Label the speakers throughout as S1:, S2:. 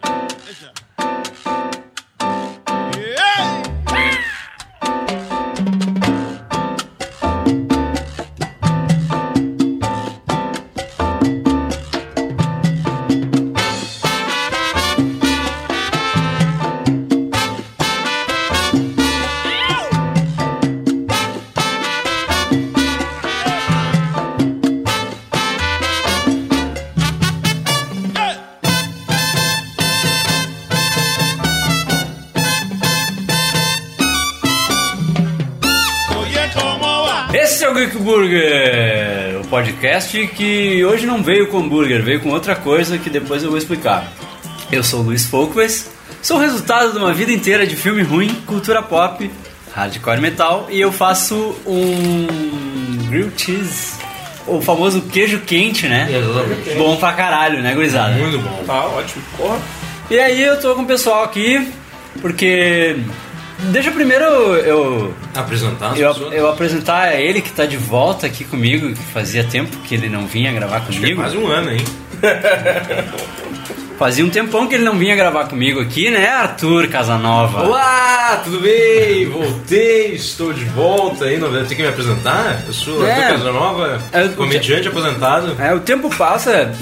S1: igreja. Ei! Ei! Oiê, como vai?
S2: Esse é o Geek Burger, o podcast que hoje não veio com hambúrguer, veio com outra coisa que depois eu vou explicar. Eu sou o Luiz Folkwes, sou o resultado de uma vida inteira de filme ruim, cultura pop, hardcore metal e eu faço um grilled cheese, o famoso queijo quente, né?
S3: Exatamente.
S2: Bom pra caralho, né, gurizada?
S3: Muito bom.
S4: Tá ótimo. Porra.
S2: E aí eu tô com o pessoal aqui, porque... Deixa primeiro eu
S3: Apresentar as
S2: eu,
S3: pessoas.
S2: eu apresentar ele que tá de volta aqui comigo, que fazia tempo que ele não vinha gravar
S3: é
S2: comigo.
S4: Mais um ano, hein?
S2: Fazia um tempão que ele não vinha gravar comigo aqui, né, Arthur Casanova?
S3: Olá, tudo bem? Voltei, estou de volta aí. Não tem que me apresentar? Eu sou
S2: É.
S3: Arthur Casanova,
S2: É, eu-
S3: comediante aposentado,
S2: É, o tempo passa,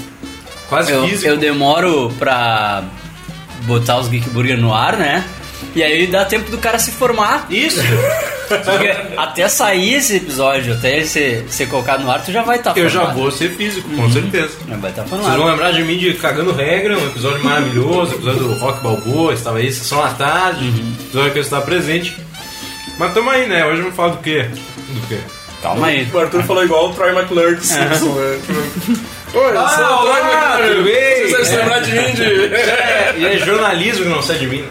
S3: quase
S2: eu,
S3: é físico.
S2: eu demoro pra botar os Geek Burger no ar, né? E aí dá tempo do cara se formar.
S3: Isso!
S2: Porque até sair esse episódio, até ele ser, ser colocado no ar, tu já vai estar tá
S3: eu já
S2: formado.
S3: vou ser físico, com certeza.
S2: Já vai estar tá
S3: Uhum. Vocês
S2: formado.
S3: vão lembrar de mim de Cagando Regra, um episódio maravilhoso, episódio do Rock Balboa, estava aí, Sessão à Tarde, episódio que eu estava presente. Mas tamo aí, né? Hoje vamos falar do quê? Do quê?
S2: Calma aí.
S4: O Arthur falou igual o Troy McClure de Simpson, né? Oi, eu sou
S3: Ah,
S4: o Troy
S3: olá, tudo
S4: McClure.
S3: bem?
S4: Você deve se lembrar de mim de...
S3: É, e é jornalismo que não sai de mim.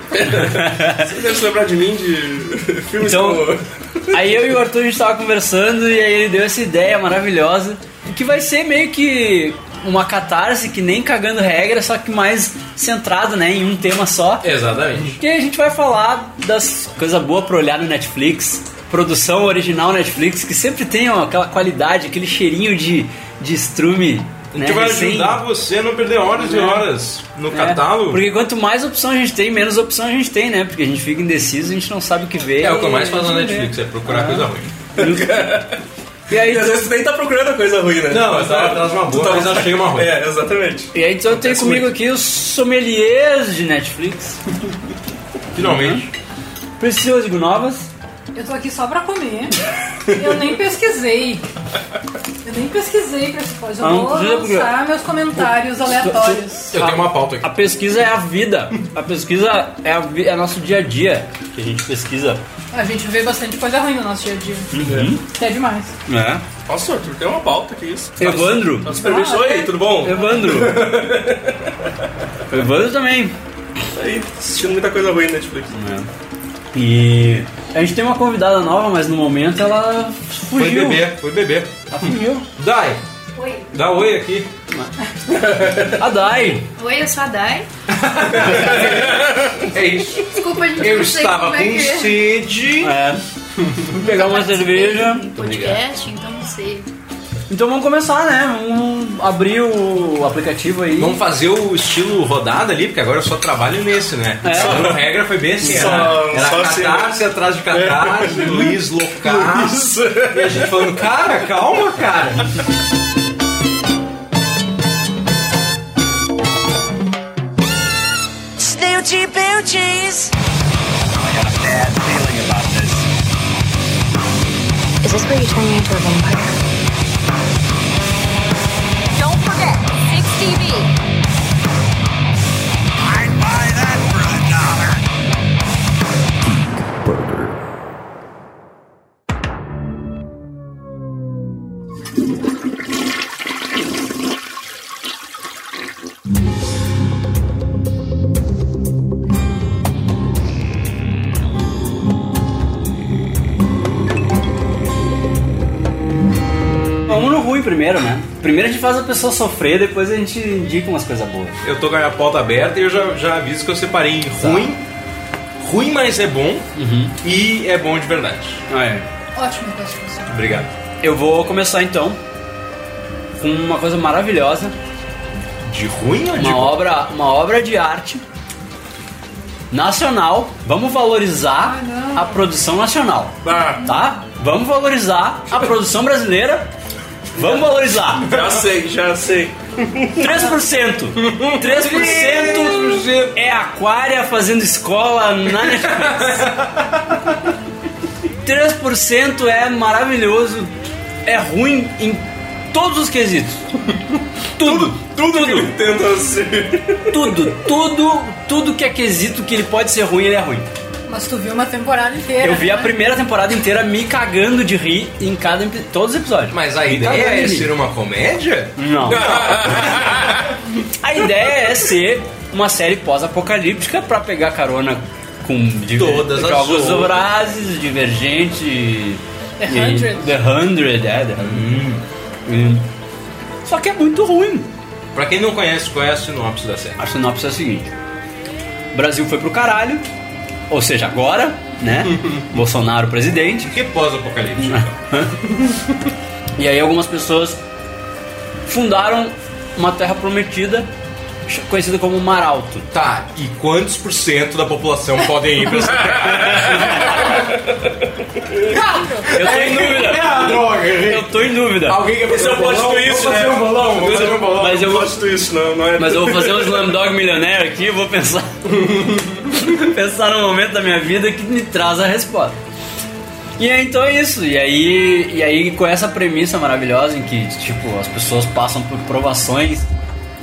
S4: Você deve É, se lembrar de mim de... Filmes
S2: Então,
S4: como...
S2: aí eu e o Arthur a gente tava conversando e aí ele deu essa ideia maravilhosa que vai ser meio que uma catarse que nem cagando regra, só que mais centrado, né, em um tema só.
S3: Exatamente.
S2: Que a gente vai falar das coisas boas pra olhar no Netflix, produção original Netflix, que sempre tem ó, aquela qualidade, aquele cheirinho de, de estrume,
S3: A
S2: né,
S3: gente vai
S2: recém-
S3: Tipo, ajudar você a não perder horas e horas no
S2: né?
S3: catálogo.
S2: Porque quanto mais opção a gente tem, menos opção a gente tem, né? Porque a gente fica indeciso, a gente não sabe o que ver.
S3: É o que eu mais
S2: e-
S3: faço na Netflix, é procurar coisa ruim.
S2: E aí,
S4: E às
S2: tu-
S4: vezes tu nem tá procurando coisa ruim, né? tá-
S3: Não, eu tava atrás de uma boa, mas achei uma ruim.
S4: É, exatamente.
S2: E aí, então tem comigo aqui os sommeliers de Netflix,
S3: Finalmente.
S2: Priscila de Gunovas,
S5: Eu tô aqui só pra comer. Eu nem pesquisei. Eu nem pesquisei pra esse pode. Eu
S2: Ah, não
S5: vou
S2: precisa, porque-
S5: lançar meus comentários aleatórios.
S3: Eu tenho uma pauta
S2: A
S3: aqui.
S2: pesquisa é a vida, a pesquisa é, a vi- é nosso dia a dia que a gente pesquisa.
S5: A gente vê bastante coisa ruim no nosso dia a dia.
S2: Uhum.
S5: Até demais.
S2: É.
S4: Ah, Nossa, Arthur, tem uma pauta, que isso?
S2: Evandro,
S4: Tá super bicho. Oi, tudo bom?
S2: Evandro, Evandro também.
S4: Aí, assistindo muita coisa ruim na Netflix.
S2: E a gente tem uma convidada nova, mas no momento ela
S3: Foi
S2: fugiu.
S3: bebê, foi bebê.
S2: Ela fugiu.
S3: Dai,
S6: Oi.
S3: dá oi aqui.
S2: A Dai.
S6: Oi, eu sou a Dai.
S3: É isso.
S6: Desculpa, gente,
S3: Eu
S6: não sei
S3: estava
S6: como é
S3: com
S6: que é.
S3: sede.
S2: É. Vou pegar uma cerveja.
S6: Um podcast, então não sei.
S2: Então vamos começar, né? Vamos abrir o aplicativo aí.
S3: Vamos fazer o estilo rodada ali, porque agora eu só trabalho nesse, né?
S2: É.
S3: Só a regra foi bem assim,
S4: Só-
S3: era, era
S4: só assim,
S3: catarse atrás de catarse, Luiz Locas. E a gente falando, cara, calma, cara.
S7: Snooty Boochies.
S8: Is this where you turn me into a vampire?
S6: Don't forget, Six TV.
S2: Vamos no ruim primeiro, né? Primeiro a gente faz a pessoa sofrer, depois a gente indica umas coisas boas.
S3: Eu tô com a pauta aberta e eu já, já aviso que eu separei em ruim. Ruim, mas é bom. E é bom de verdade.
S5: Ah, é.
S6: é.
S5: Ótimo tá classificação.
S3: Obrigado.
S2: Eu vou começar então com uma coisa maravilhosa,
S3: De ruim ou de
S5: Tipo?
S2: uma
S3: bom?
S2: obra, uma obra de arte nacional. Vamos valorizar
S5: Ah, não.
S2: a produção nacional.
S4: Ah,
S2: Tá? Vamos valorizar
S5: Tipo?
S2: a produção brasileira. Vamos valorizar.
S4: já sei, já sei.
S2: 3%. 3% é Aquária fazendo escola na Netflix. 3% é maravilhoso, é ruim em todos os quesitos. Tudo,
S4: Tudo, que ele tenta ser.
S2: tudo, tudo, tudo que é quesito que ele pode ser ruim, ele é ruim.
S5: Mas tu viu uma temporada inteira.
S2: Eu vi a
S5: né?
S2: primeira temporada inteira me cagando de rir em cada epi- todos os episódios.
S3: Mas a
S2: Me
S3: ideia
S2: cagando
S3: é
S2: de rir.
S3: ser uma comédia?
S2: Não. A ideia é ser uma série pós-apocalíptica pra pegar carona com diver-
S3: Todas as
S2: jogos
S3: outras.
S2: Horazes, Divergente,
S5: The
S2: e-
S5: Hundred.
S2: The Hundred, é, The Hundred. Hum. Só que é muito ruim.
S3: Pra quem não conhece, qual é a sinopse da série?
S2: A sinopse é a seguinte: o Brasil foi pro caralho, ou seja, agora, né? Bolsonaro presidente.
S3: Que pós-apocalipse?
S2: E aí algumas pessoas fundaram uma terra prometida ch- conhecida como Maralto.
S3: tá, e quantos por cento da população podem ir pra essa
S2: Eu tô em dúvida.
S3: É a droga?
S2: Eu tô em dúvida.
S3: Alguém quer fazer um
S4: Esse é o plot twist,
S3: Vou fazer
S4: né?
S3: um bolão, vou
S4: Esse
S3: fazer
S4: é
S3: um
S4: o bolão.
S2: Mas eu-
S4: Plot twist, não, não é.
S2: Mas eu vou fazer um Slamdog milionário aqui e vou pensar. pensar no momento da minha vida que me traz a resposta. E aí, então é isso. E aí, e aí com essa premissa maravilhosa em que, tipo, as pessoas passam por provações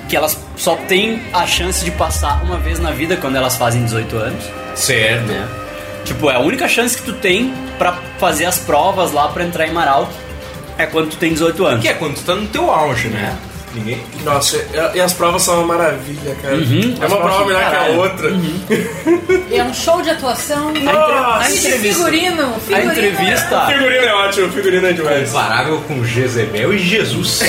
S2: que elas só têm a chance de passar uma vez na vida quando elas fazem 18 anos.
S3: Certo.
S2: né? Tipo, é a única chance que tu tem pra fazer as provas lá pra entrar em Maralto é quando tu tem 18 anos.
S3: Que é quando tu tá no teu auge, né? Ninguém.
S4: Nossa, e- e as provas são uma maravilha, cara.
S2: Uhum,
S4: é
S2: as
S4: uma
S2: provas
S4: prova
S2: são
S4: melhor que a
S2: caralho.
S4: outra.
S5: É um show de atuação.
S2: a
S5: Ixi,
S2: entrevista-
S5: Figurino.
S2: A
S5: é figurino.
S2: entrevista.
S4: Figurino é ótimo, figurino é demais.
S3: Comparável com Jezebel e Jesus.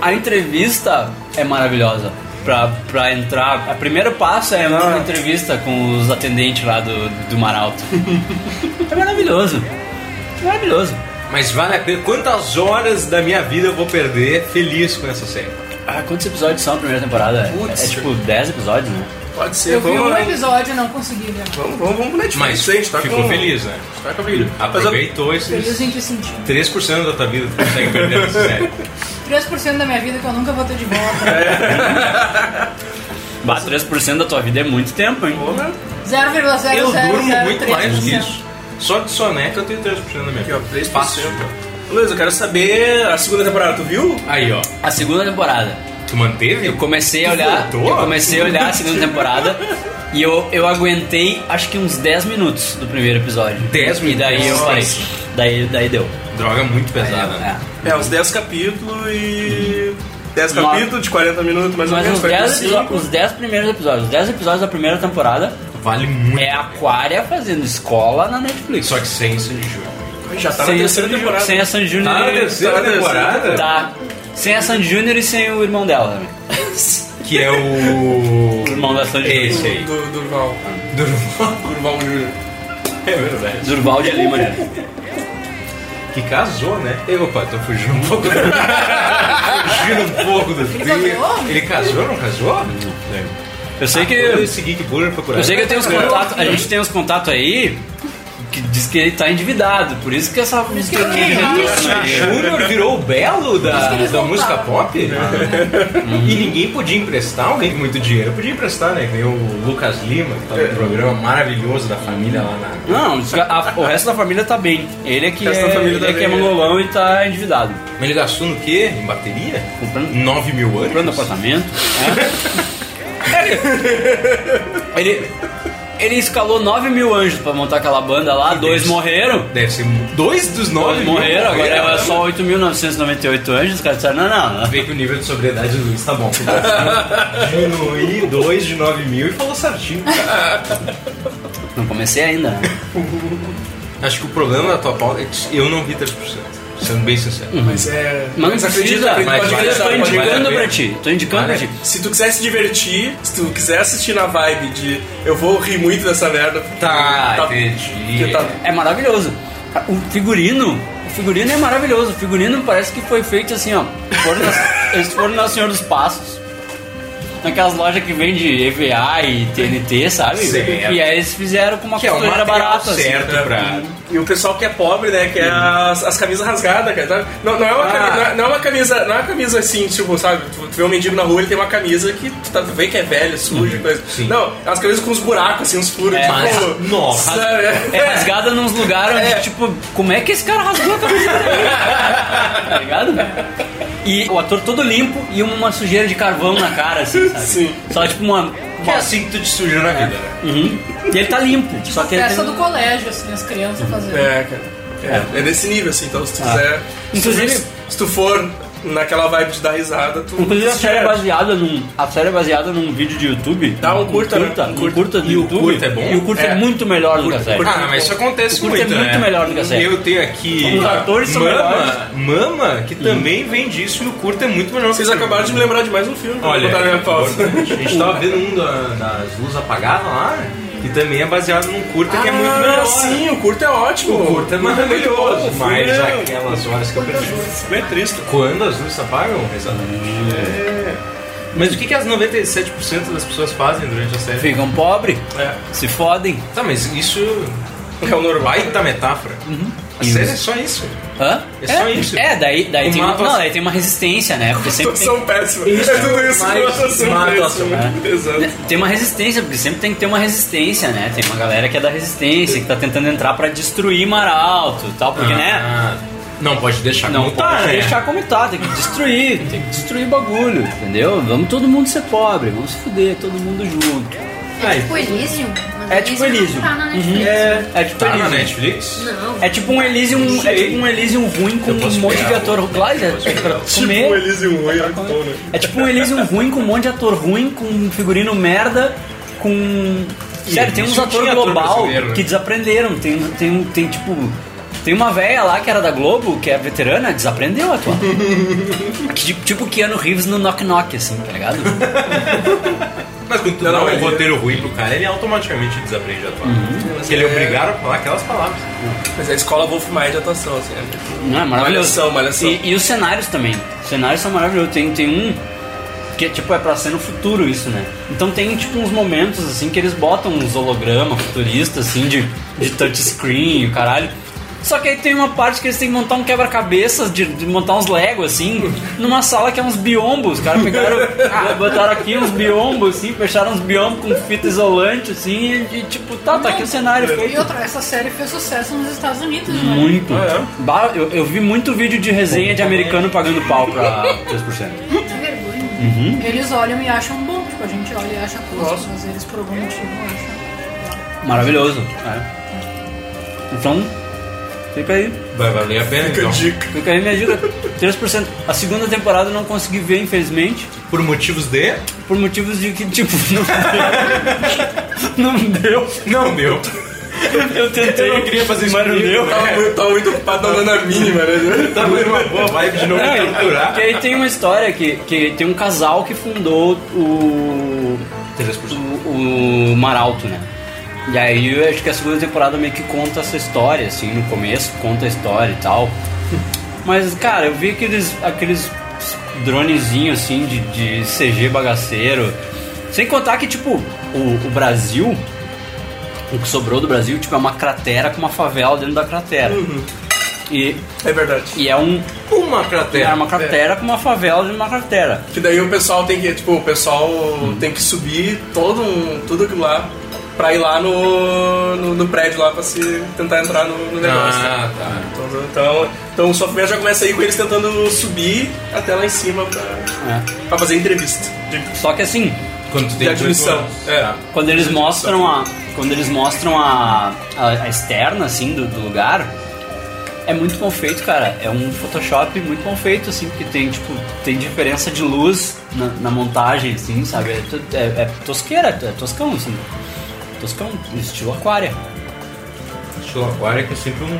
S2: A entrevista é maravilhosa. Pra, pra entrar. O primeiro passo é
S3: Ah.
S2: uma entrevista com os atendentes lá do, do Maralto. é maravilhoso. É Maravilhoso.
S3: Mas vale a pena. Quantas horas da minha vida eu vou perder feliz com essa série?
S2: Ah, quantos episódios são a primeira temporada?
S4: Putz.
S2: é tipo 10 episódios, né?
S4: Pode ser,
S5: Eu vi
S4: vamos
S5: um
S4: lá.
S5: episódio e não consegui ver.
S4: Vamos, vamos, vamos pro Netflix,
S3: Mas
S4: hein? a gente tá
S3: ficou
S4: com...
S3: feliz, né?
S4: Tá com a vida.
S3: Aproveitou
S5: Feliz
S3: esses
S5: em que sentido?
S3: 3% da tua vida que tu consegue perder nessa série.
S5: 3% da minha vida que eu nunca vou ter de volta.
S2: Bah, 3% da tua vida é muito tempo, hein?
S4: Porra.
S5: 0,003%.
S3: Eu durmo muito mais do que isso. Só de soneca eu tenho 3% da minha
S4: Aqui, ó,
S3: vida.
S4: 3%.
S3: Fácil.
S4: Luiz, eu quero saber a segunda temporada, tu viu?
S3: Aí, ó.
S2: A segunda temporada.
S3: Tu manteve?
S2: Eu comecei a olhar.
S3: voltou?
S2: Eu comecei a olhar a segunda temporada. E eu, eu aguentei acho que uns 10 minutos do primeiro episódio.
S3: 10
S2: E daí eu
S3: minutos?
S2: parei. Daí, daí deu.
S3: Droga muito pesada, né?
S2: É.
S4: É, uns 10 capítulos e... 10
S2: Nove.
S4: capítulos de 40 minutos, mais ou
S2: Mas
S4: menos,
S2: os 10,
S4: 45.
S2: os 10 primeiros episódios, os 10 episódios da primeira temporada
S3: Vale muito.
S2: é Aquária fazendo escola na Netflix.
S3: Só que sem Sandy Júnior.
S4: Ai, Já tá
S2: sem
S4: na
S2: a
S4: terceira
S2: Sandy
S4: temporada.
S2: Sem a Sandy Júnior.
S3: Tá na
S2: e-
S3: terceira
S4: tá na
S3: temporada?
S2: Tá. Sem a Sandy Júnior e sem o irmão dela também.
S3: Que é o.
S2: O irmão da Sandy Júnior.
S3: Esse aí.
S4: Do, do Durval.
S3: Durval.
S4: Durval Júnior.
S3: É verdade.
S2: Durval de Lima, né?
S3: Que casou, né? Eu, opa, tô fugindo um pouco. fugindo um pouco do Ele
S5: casou?
S3: Ele casou, não casou?
S2: Eu sei que.
S4: Ah,
S3: Eu segui que Burger procurar.
S2: Eu sei que eu tenho os contatos, a gente tem uns contatos aí que diz que ele tá endividado, por isso que essa
S5: isso que ele tá endividado.
S3: Júnior virou o belo da,
S5: eles
S3: da
S5: voltaram.
S3: música pop? Ah. E ninguém podia emprestar alguém com muito dinheiro. Podia emprestar, né? Que nem o Lucas Lima, que tá no programa maravilhoso da família lá na.
S2: Não, diz que a- o resto da família tá bem. Ele é que,
S4: O resto da
S2: é,
S4: família
S2: ele
S4: tá
S2: é, que é
S4: bem.
S2: mongolão e tá endividado.
S3: Mas ele gastou no quê? Em bateria?
S2: Comprando-
S3: 9 mil anos?
S2: Comprando apartamento. né? ele, ele escalou 9 mil anjos pra montar aquela banda lá, dois
S3: Deus.
S2: morreram.
S3: Deve ser dois dos nove
S2: Dois morreram, agora é
S3: é
S2: só 8.998 anjos. Os caras disseram, não, não, não.
S3: Vê que o nível de sobriedade do Luiz tá bom. Diminuir dois de 9 mil e falou certinho.
S2: Não comecei ainda. né?
S3: Acho que o problema da tua pauta é que eu não vi 3%. Sendo bem sincero.
S2: Uhum.
S4: Mas é...
S2: Mas não
S4: acredita,
S2: precisa,
S4: acredita,
S2: mas
S4: pode
S3: vai-
S4: acreditar,
S2: eu tô
S3: vai-
S4: pode
S2: indicando
S4: acreditar.
S2: pra ti. Tô indicando pra ti.
S4: Se tu quiser se divertir, se tu quiser assistir na vibe de eu vou rir muito dessa merda.
S3: Tá, entendi.
S4: porque tá-
S2: É maravilhoso. O figurino, o figurino é maravilhoso. O figurino parece que foi feito assim, ó. Foram na- eles foram na Senhor dos Passos. naquelas lojas que vende EVA e TNT, sabe?
S3: Certo.
S2: E aí eles fizeram com uma
S3: Que é o
S2: costureira
S3: material
S2: barata. assim.
S3: certo pra...
S4: E o pessoal que é pobre, né? Que é as, as camisas rasgadas, cara. sabe? Não, não, é uma
S3: Ah.
S4: camisa, não, é, não é uma camisa. Não é uma camisa assim, tipo, sabe? Tu, tu vê um mendigo na rua, ele tem uma camisa que tu, tá, tu vê que é velha, suja, coisa.
S3: Uhum. sim.
S4: Não, é umas camisas com uns buracos, assim, uns furos.
S2: É,
S4: tipo,
S3: mas- nossa.
S4: sabe?
S2: É rasgada nos lugares onde,
S4: É.
S2: tipo, como é que esse cara rasgou a camisa dele? tá ligado? E o ator todo limpo e uma sujeira de carvão na cara, assim, sabe?
S4: Sim.
S2: Só tipo uma.
S3: É assim que tu te suja na vida, né?
S2: Uhum. E ele tá limpo, só que ele
S5: Tipo, Festa
S2: tem...
S5: do colégio, assim, as
S3: Uhum.
S5: crianças fazendo.
S4: É, cara. É, é nesse nível, assim, então se
S3: Ah.
S4: tu quiser.
S2: Inclusive-
S4: se, tu- se tu for naquela vibe de dar risada, tu.
S2: Inclusive a
S4: tu
S2: série é
S4: já-
S2: baseada num. A série é baseada num vídeo de YouTube.
S4: Dá um curta, né?
S2: curta,
S4: Um
S2: um
S4: curta.
S2: curta do
S3: E o
S2: YouTube.
S3: curta é bom?
S2: E o curta é,
S4: É.
S2: muito melhor do que a série.
S4: curta-
S3: Ah, mas isso acontece
S2: É. O curto é
S3: muito,
S2: muito
S3: né?
S2: melhor do que a série.
S3: Eu tenho aqui
S2: Os atores são
S3: Mama,
S2: melhores. Uhum.
S3: Mama, que também vem disso e o curto é muito melhor.
S4: Vocês acabaram de me lembrar de mais um filme. vou
S3: Olha, é
S4: botar na minha pausa.
S3: a gente tava vendo um da- das luzes apagadas lá, que também é baseado num curta que é muito
S4: Ah,
S3: melhor.
S4: Sim, o curto é ótimo.
S3: O curto é maravilhoso,
S4: muito bom,
S3: mas
S4: o filme é-
S3: aquelas horas que eu preciso.
S4: Bem triste.
S3: Quando as luzes se apagam, exatamente.
S4: É.
S3: Mas o que, que as 97% das pessoas fazem durante a série?
S2: Ficam pobres,
S3: É.
S2: se fodem.
S3: Tá, mas isso é o normal da metáfora.
S4: Uhum.
S3: A
S2: E
S3: série
S2: os-
S3: é só isso.
S2: Hã?
S3: É só isso.
S2: É, daí, daí,
S3: O
S2: tem, uma,
S3: mapa-
S2: não, daí tem uma resistência, né? Porque sempre tem,
S4: Atuação péssima. é tudo isso.
S3: mais
S4: atuação
S3: má
S4: péssima.
S3: atuação,
S2: né?
S4: Exato.
S2: tem uma resistência, porque sempre tem que ter uma resistência, né? Tem uma galera que é da resistência, que tá tentando entrar pra destruir Maralto e tal, porque, né?
S3: Ah, Não pode deixar
S2: Não
S3: como tá,
S2: pode
S3: né?
S2: deixar como tá, tem que destruir, tem que destruir o bagulho, entendeu? Vamos todo mundo ser pobre, vamos se fuder, todo mundo junto.
S3: Aí,
S8: Tipo Elysium? Mas
S2: É tipo Elysium.
S8: Tá na Netflix.
S2: Uhum. É, é tipo
S3: Tá na
S2: Elysium.
S3: Netflix?
S8: Não.
S2: É tipo um Elysium, é tipo um Elysium ruim com
S3: Eu posso
S2: um monte
S3: pegar
S2: de ator ruim. Claro, é pra
S4: Tipo o
S2: comer.
S4: Elysium Way, é muito bom, né?
S2: É tipo um Elysium ruim com um monte de ator ruim, com um figurino merda, com. Sério, tem uns
S3: Elysium
S2: atores
S3: tinha ator
S2: global
S3: brasileiro, né?
S2: que desaprenderam. Tem, tem, tem tipo. Tem uma velha lá que era da Globo, que é veterana, desaprendeu a atuar. Que tipo- tipo Keanu Reeves no Knock Knock, assim, tá ligado?
S3: Mas quando tu
S4: Não,
S3: dá
S4: não,
S3: um
S4: ele-
S3: roteiro ruim pro cara, ele automaticamente desaprende a atuar. Porque ele é obrigado a falar aquelas palavras.
S4: Mas a escola Wolf Maia de atuação, assim. é muito-
S2: Não, é maravilhoso.
S4: Malhação, malhação.
S2: E, e os cenários também. Os cenários são maravilhosos. Tem, tem um que tipo é pra ser no futuro isso, né? Então tem tipo uns momentos assim que eles botam uns holograma futurista assim de, de touchscreen e o caralho. Só que aí tem uma parte que eles têm que montar um quebra-cabeças, de, de montar uns Lego, assim, numa sala que é uns biombos. Os caras pegaram, botaram aqui uns biombos, assim, fecharam uns biombos com fita isolante, assim, e, e, tipo, tá, tá aqui o cenário
S3: É.
S2: feito.
S5: E outra, essa série fez sucesso nos Estados Unidos, né?
S2: Muito.
S4: Ah,
S3: é?
S2: Bah, eu, eu vi muito vídeo de resenha de americano pagando pau pra 3%.
S8: Que vergonha.
S3: Uhum.
S5: Eles olham e acham bom, tipo, a gente olha e acha tosco, mas eles por algum motivo acham.
S2: Maravilhoso. É. Então, fica aí.
S3: Vai valer a pena,
S4: Fica a
S3: então.
S4: dica.
S2: Fica aí minha dica. 3%. A segunda temporada eu não consegui ver, infelizmente,
S3: Por motivos de...
S2: por motivos de que, tipo, não deu. Não
S3: Não deu.
S2: deu. Eu tentei.
S3: Eu não queria fazer isso
S2: Mas não
S3: comigo. né?
S2: deu.
S4: Tava muito, tava muito ocupado dando a mínima, né?
S3: É. Tá vendo uma boa vibe de não
S2: Não,
S3: me
S2: e-
S3: torturar.
S2: É, Porque aí tem uma história que, que tem um casal que fundou o.
S3: 3%.
S2: o, o Maralto, né? E aí eu acho que a segunda temporada meio que conta essa história, assim, no começo, conta a história e tal. Mas, cara, eu vi aqueles, aqueles dronezinhos, assim, de, de CG bagaceiro. Sem contar que, tipo, o, o Brasil, o que sobrou do Brasil, tipo, é uma cratera com uma favela dentro da cratera. E,
S4: É verdade.
S2: e é um,
S3: Uma
S2: é
S3: cratera.
S2: uma cratera com uma favela dentro de uma cratera.
S4: É. Que daí o pessoal tem que, tipo, o pessoal tem que subir todo um, tudo aquilo lá pra ir lá no, no, no prédio lá pra se tentar entrar no, no negócio.
S3: Ah, tá.
S4: Então, então, então o sofrimento já começa aí com eles tentando subir até lá em cima pra,
S2: né?
S4: pra fazer entrevista de,
S2: Só que, assim,
S3: Quando tu
S4: de
S3: tem 18
S4: admissão.
S3: anos.
S4: É.
S2: Quando eles mostram a. Quando eles mostram a. a, a externa, assim, do, do lugar, é muito bom feito, cara. É um Photoshop muito bom feito, assim, porque tem, tipo, tem diferença de luz na, na montagem, assim, sabe? É, to- é, é tosqueira, é toscão, assim. Toscão, estilo aquária.
S3: Estilo aquário que é sempre um...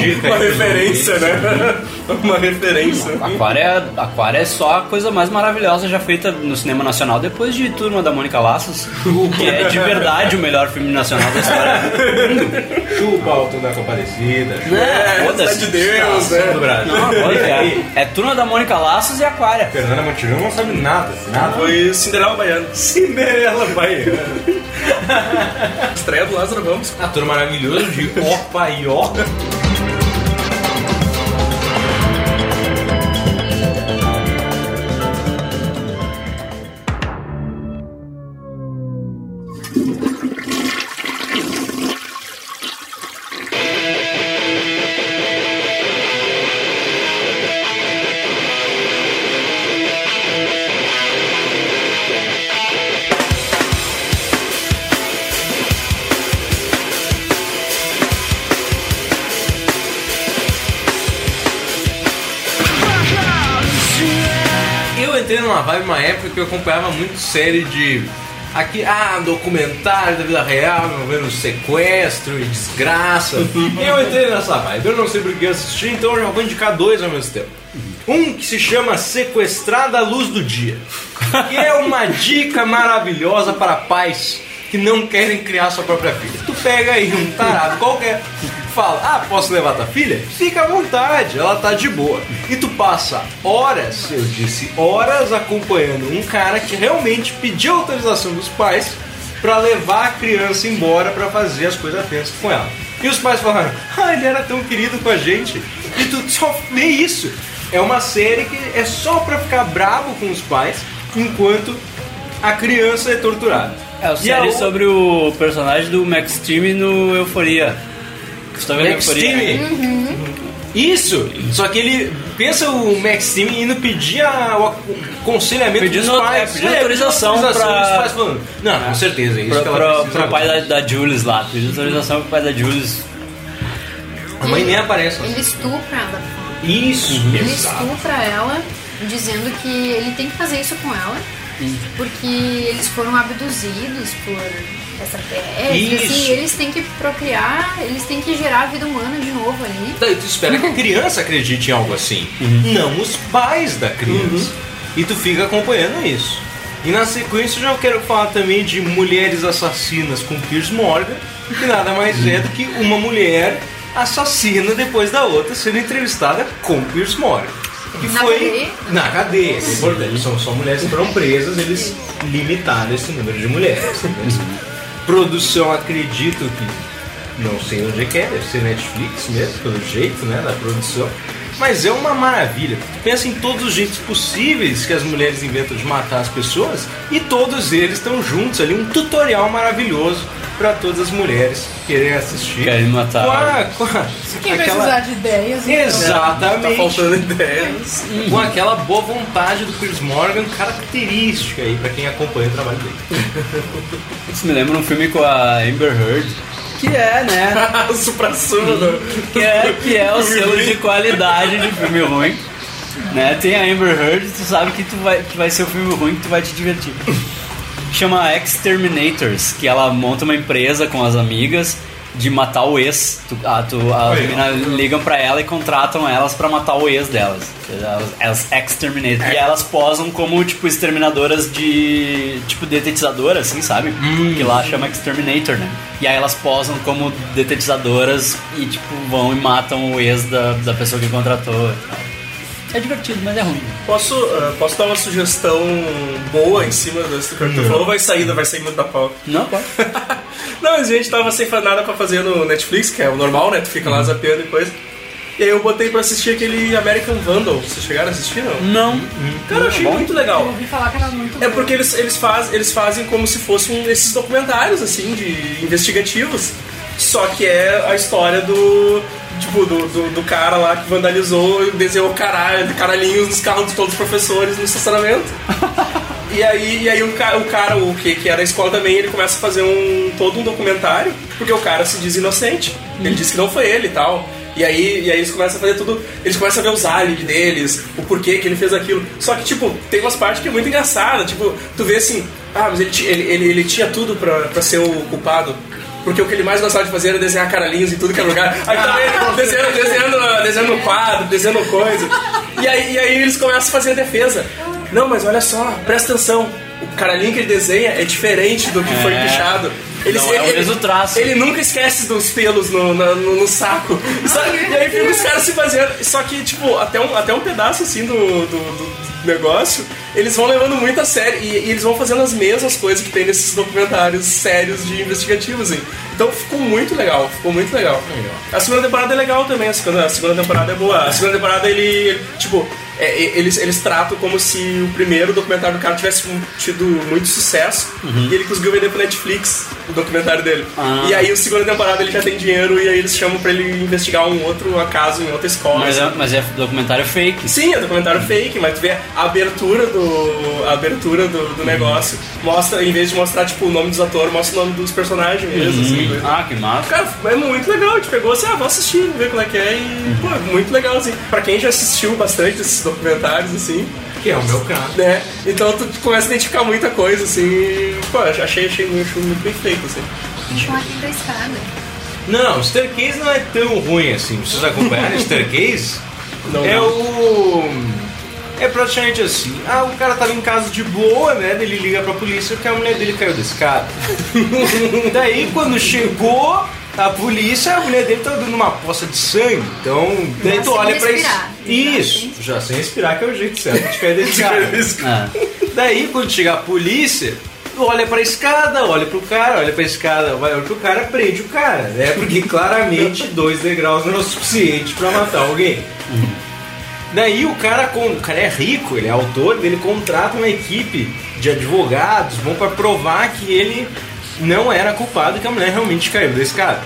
S3: dica
S4: Uma
S3: aí,
S4: referência, né? Uma referência.
S2: Aquária, Aquária é só a coisa mais maravilhosa já feita no cinema nacional depois de Turma da Mônica Laços, que é de verdade o melhor filme nacional da história.
S3: Chupa o Alto da Comparecida. Chupa
S4: É,
S2: Foda-se.
S4: cidade de Deus,
S3: o
S4: né?
S3: Brasil.
S2: É, é Turma da Mônica Laços e Aquária.
S3: Fernanda Montenegro não sabe nada, nada.
S4: Foi Cinderela Baiana.
S3: Cinderela Baiana.
S4: Estreia do Lázaro Ramos.
S3: Ator maravilhoso de Opa e Ó. Eu entrei numa vibe uma época que eu acompanhava muito série de. Aqui, ah, documentário da vida real, envolvendo sequestro e desgraça. eu entrei nessa vibe, eu não sei por que assisti, então eu já vou indicar dois ao mesmo tempo. Um que se chama Sequestrada à Luz do Dia, que é uma dica maravilhosa para pais que não querem criar sua própria filha. Tu pega aí um tarado qualquer, fala, ah, posso levar tua filha? Fica à vontade, ela tá de boa. E tu passa horas, eu disse horas, acompanhando um cara que realmente pediu autorização dos pais pra levar a criança embora pra fazer as coisas tensas com ela. E os pais falaram, ah, ele era tão querido com a gente. E tu só vê isso. É uma série que é só pra ficar bravo com os pais enquanto a criança é torturada.
S2: É o
S3: E a
S2: série
S3: outra-
S2: sobre o personagem do Max Team no Euforia. Que você tá vendo
S3: Max
S2: Euforia?
S3: Team. Uhum. Isso! Só que ele pensa o Max Team indo pedir a- o aconselhamento
S2: Pedindo
S3: dos
S2: auto-
S3: pais.
S2: é, pedindo autorização pra-
S3: dos pais falando. Não, com certeza, é isso
S2: Pro,
S3: que ela
S2: pro,
S3: precisa
S2: pro pai
S3: agora."
S2: da, da Jules lá. Pediu autorização pro pai da Jules.
S3: A mãe nem aparece.
S8: Ele estupra ela.
S3: Isso,
S2: Uhum.
S8: Ele
S3: exato.
S8: estupra ela, dizendo que ele tem que fazer isso com ela, porque eles foram abduzidos por essa terra. E
S3: Isso.
S8: assim, eles têm que procriar, eles têm que gerar a vida humana de novo ali.
S3: Daí tu espera que a criança acredite em algo assim, não os pais da criança. E tu fica acompanhando isso. E na sequência eu já quero falar também de mulheres assassinas com Piers Morgan, que nada mais é do que uma mulher assassina depois da outra sendo entrevistada com Piers Morgan. Que
S8: Na
S3: foi
S8: cadeia?
S3: na cadeia, é importante. São só mulheres que foram presas, eles limitaram esse número de mulheres. entendeu? Produção, acredito que não sei onde é que é, deve ser Netflix mesmo, pelo jeito, né, da produção. Mas é uma maravilha. Pensa em todos os jeitos possíveis que as mulheres inventam de matar as pessoas e todos eles estão juntos ali, um tutorial maravilhoso para todas as mulheres que querem assistir.
S2: Querem matar.
S4: né?
S3: Com a, com a,
S5: Quem
S3: aquela-
S5: precisar de ideias, então.
S3: Exatamente.
S4: Tá faltando ideias.
S3: Com aquela boa vontade do Chris Morgan, característica aí pra quem acompanha o trabalho dele.
S2: Isso me lembra um filme com a Amber Heard. Que é, né?
S4: supra suma
S2: que é, que é o selo de qualidade de filme ruim. Né? Tem a Amber Heard, tu sabe que, tu vai, que vai ser o filme ruim que tu vai te divertir. Chama Exterminators, que ela monta uma empresa com as amigas de matar o ex. Tu, a, tu, as
S3: Aí, ó.
S2: meninas ligam pra ela e contratam elas pra matar o ex delas. Elas, elas exterminators. E elas posam como, tipo, exterminadoras de. Tipo, detetizadoras, assim, sabe? Que lá chama Exterminator, né? E aí elas posam como detetizadoras e, tipo, vão e matam o ex da, da pessoa que contratou. É divertido, mas é ruim.
S4: Posso, ah, posso dar uma sugestão boa em cima desse que o Arthur falou? Vai sair, vai sair muito da pauta.
S2: Não, pode.
S4: Não, mas a gente tava sem nada pra fazer no Netflix, que é o normal, né? Tu fica lá zapeando e coisa. E aí eu botei pra assistir aquele American Vandal. Vocês chegaram a assistir, não?
S2: Não.
S4: Cara, eu achei muito legal.
S5: Eu ouvi falar que era muito
S4: É
S5: bom.
S4: porque eles, eles, faz, eles fazem como se fossem esses documentários, assim, de investigativos. Só que é a história do. Tipo, do, do, do cara lá que vandalizou e desenhou caralho, caralhinhos nos carros de todos os professores no estacionamento. E aí, e aí o, ca- o cara, o que, que era da escola também, ele começa a fazer um todo um documentário, porque o cara se diz inocente. Ele diz que não foi ele e tal. E aí, e aí eles começam a fazer tudo. Eles começam a ver os alibis deles, o porquê que ele fez aquilo. Só que, tipo, tem umas partes que é muito engraçada. Tipo, tu vê assim, ah, mas ele, ti- ele, ele, ele tinha tudo pra, pra ser o culpado. Porque o que ele mais gostava de fazer era desenhar caralhinhos em tudo que era lugar. Aí também desenhando, desenhando, desenhando quadro, desenhando coisa. E aí, e aí eles começam a fazer a defesa. Não, mas olha só, presta atenção. O caralhinho que ele desenha é diferente do que foi pichado. Ele,
S2: Não é o mesmo traço.
S4: Ele nunca esquece dos pelos no, na- no, no saco. Sabe? E aí fica os caras se fazendo. Só que, tipo, até um, até um pedaço assim do, do, do negócio, eles vão levando muito a sério. E, e eles vão fazendo as mesmas coisas que tem nesses documentários sérios de investigativos, hein? Então ficou muito legal, ficou muito legal. A segunda temporada é legal também, a segunda, a segunda temporada é boa. A segunda temporada ele, ele, tipo, é, é, eles, eles tratam como se o primeiro documentário do cara tivesse tido muito sucesso e ele conseguiu vender pro Netflix o documentário dele.
S2: Ah.
S4: E aí a segunda temporada ele já tem dinheiro e aí eles chamam pra ele investigar um outro acaso em outra escola.
S2: Mas é, mas é documentário fake.
S4: Sim, é documentário fake, mas tu vê a abertura do. a abertura do, do negócio. Mostra, em vez de mostrar tipo, o nome dos atores, mostra o nome dos personagens mesmo. assim, coisa.
S2: Ah, que massa.
S4: Cara, é muito legal, a gente pegou assim, ah, vou assistir, ver como é que é, e, pô, é muito legal, assim. Pra quem já assistiu bastante esses documentários, assim,
S3: Que é o meu caso.
S4: né? Então tu começa a identificar muita coisa, assim, e, pô, achei, achei muito, muito bem feito, assim.
S8: Então aqui da escada.
S3: Não, Staircase não é tão ruim assim. Vocês acompanharam Staircase?
S4: Não,
S3: é
S4: não.
S3: o. É praticamente assim. Ah, o cara tava em casa de boa, né? Ele liga pra polícia porque a mulher dele caiu da escada. Daí, quando chegou a polícia, a mulher dele tava dando uma poça de sangue. Então, daí
S8: Já
S3: tu
S8: sem
S3: olha pra isso.
S8: respirar.
S3: Isso, já sem respirar, que é o jeito certo de cair da escada.
S2: Ah,
S3: Daí, quando chegar a polícia, olha pra escada, olha pro cara, olha pra escada, vai, olha pro cara, prende o cara, né? Porque claramente dois degraus não é o suficiente pra matar alguém. Daí o cara, com- o cara é rico, ele é autor, ele contrata uma equipe de advogados, bom, pra provar que ele não era culpado e que a mulher realmente caiu da escada.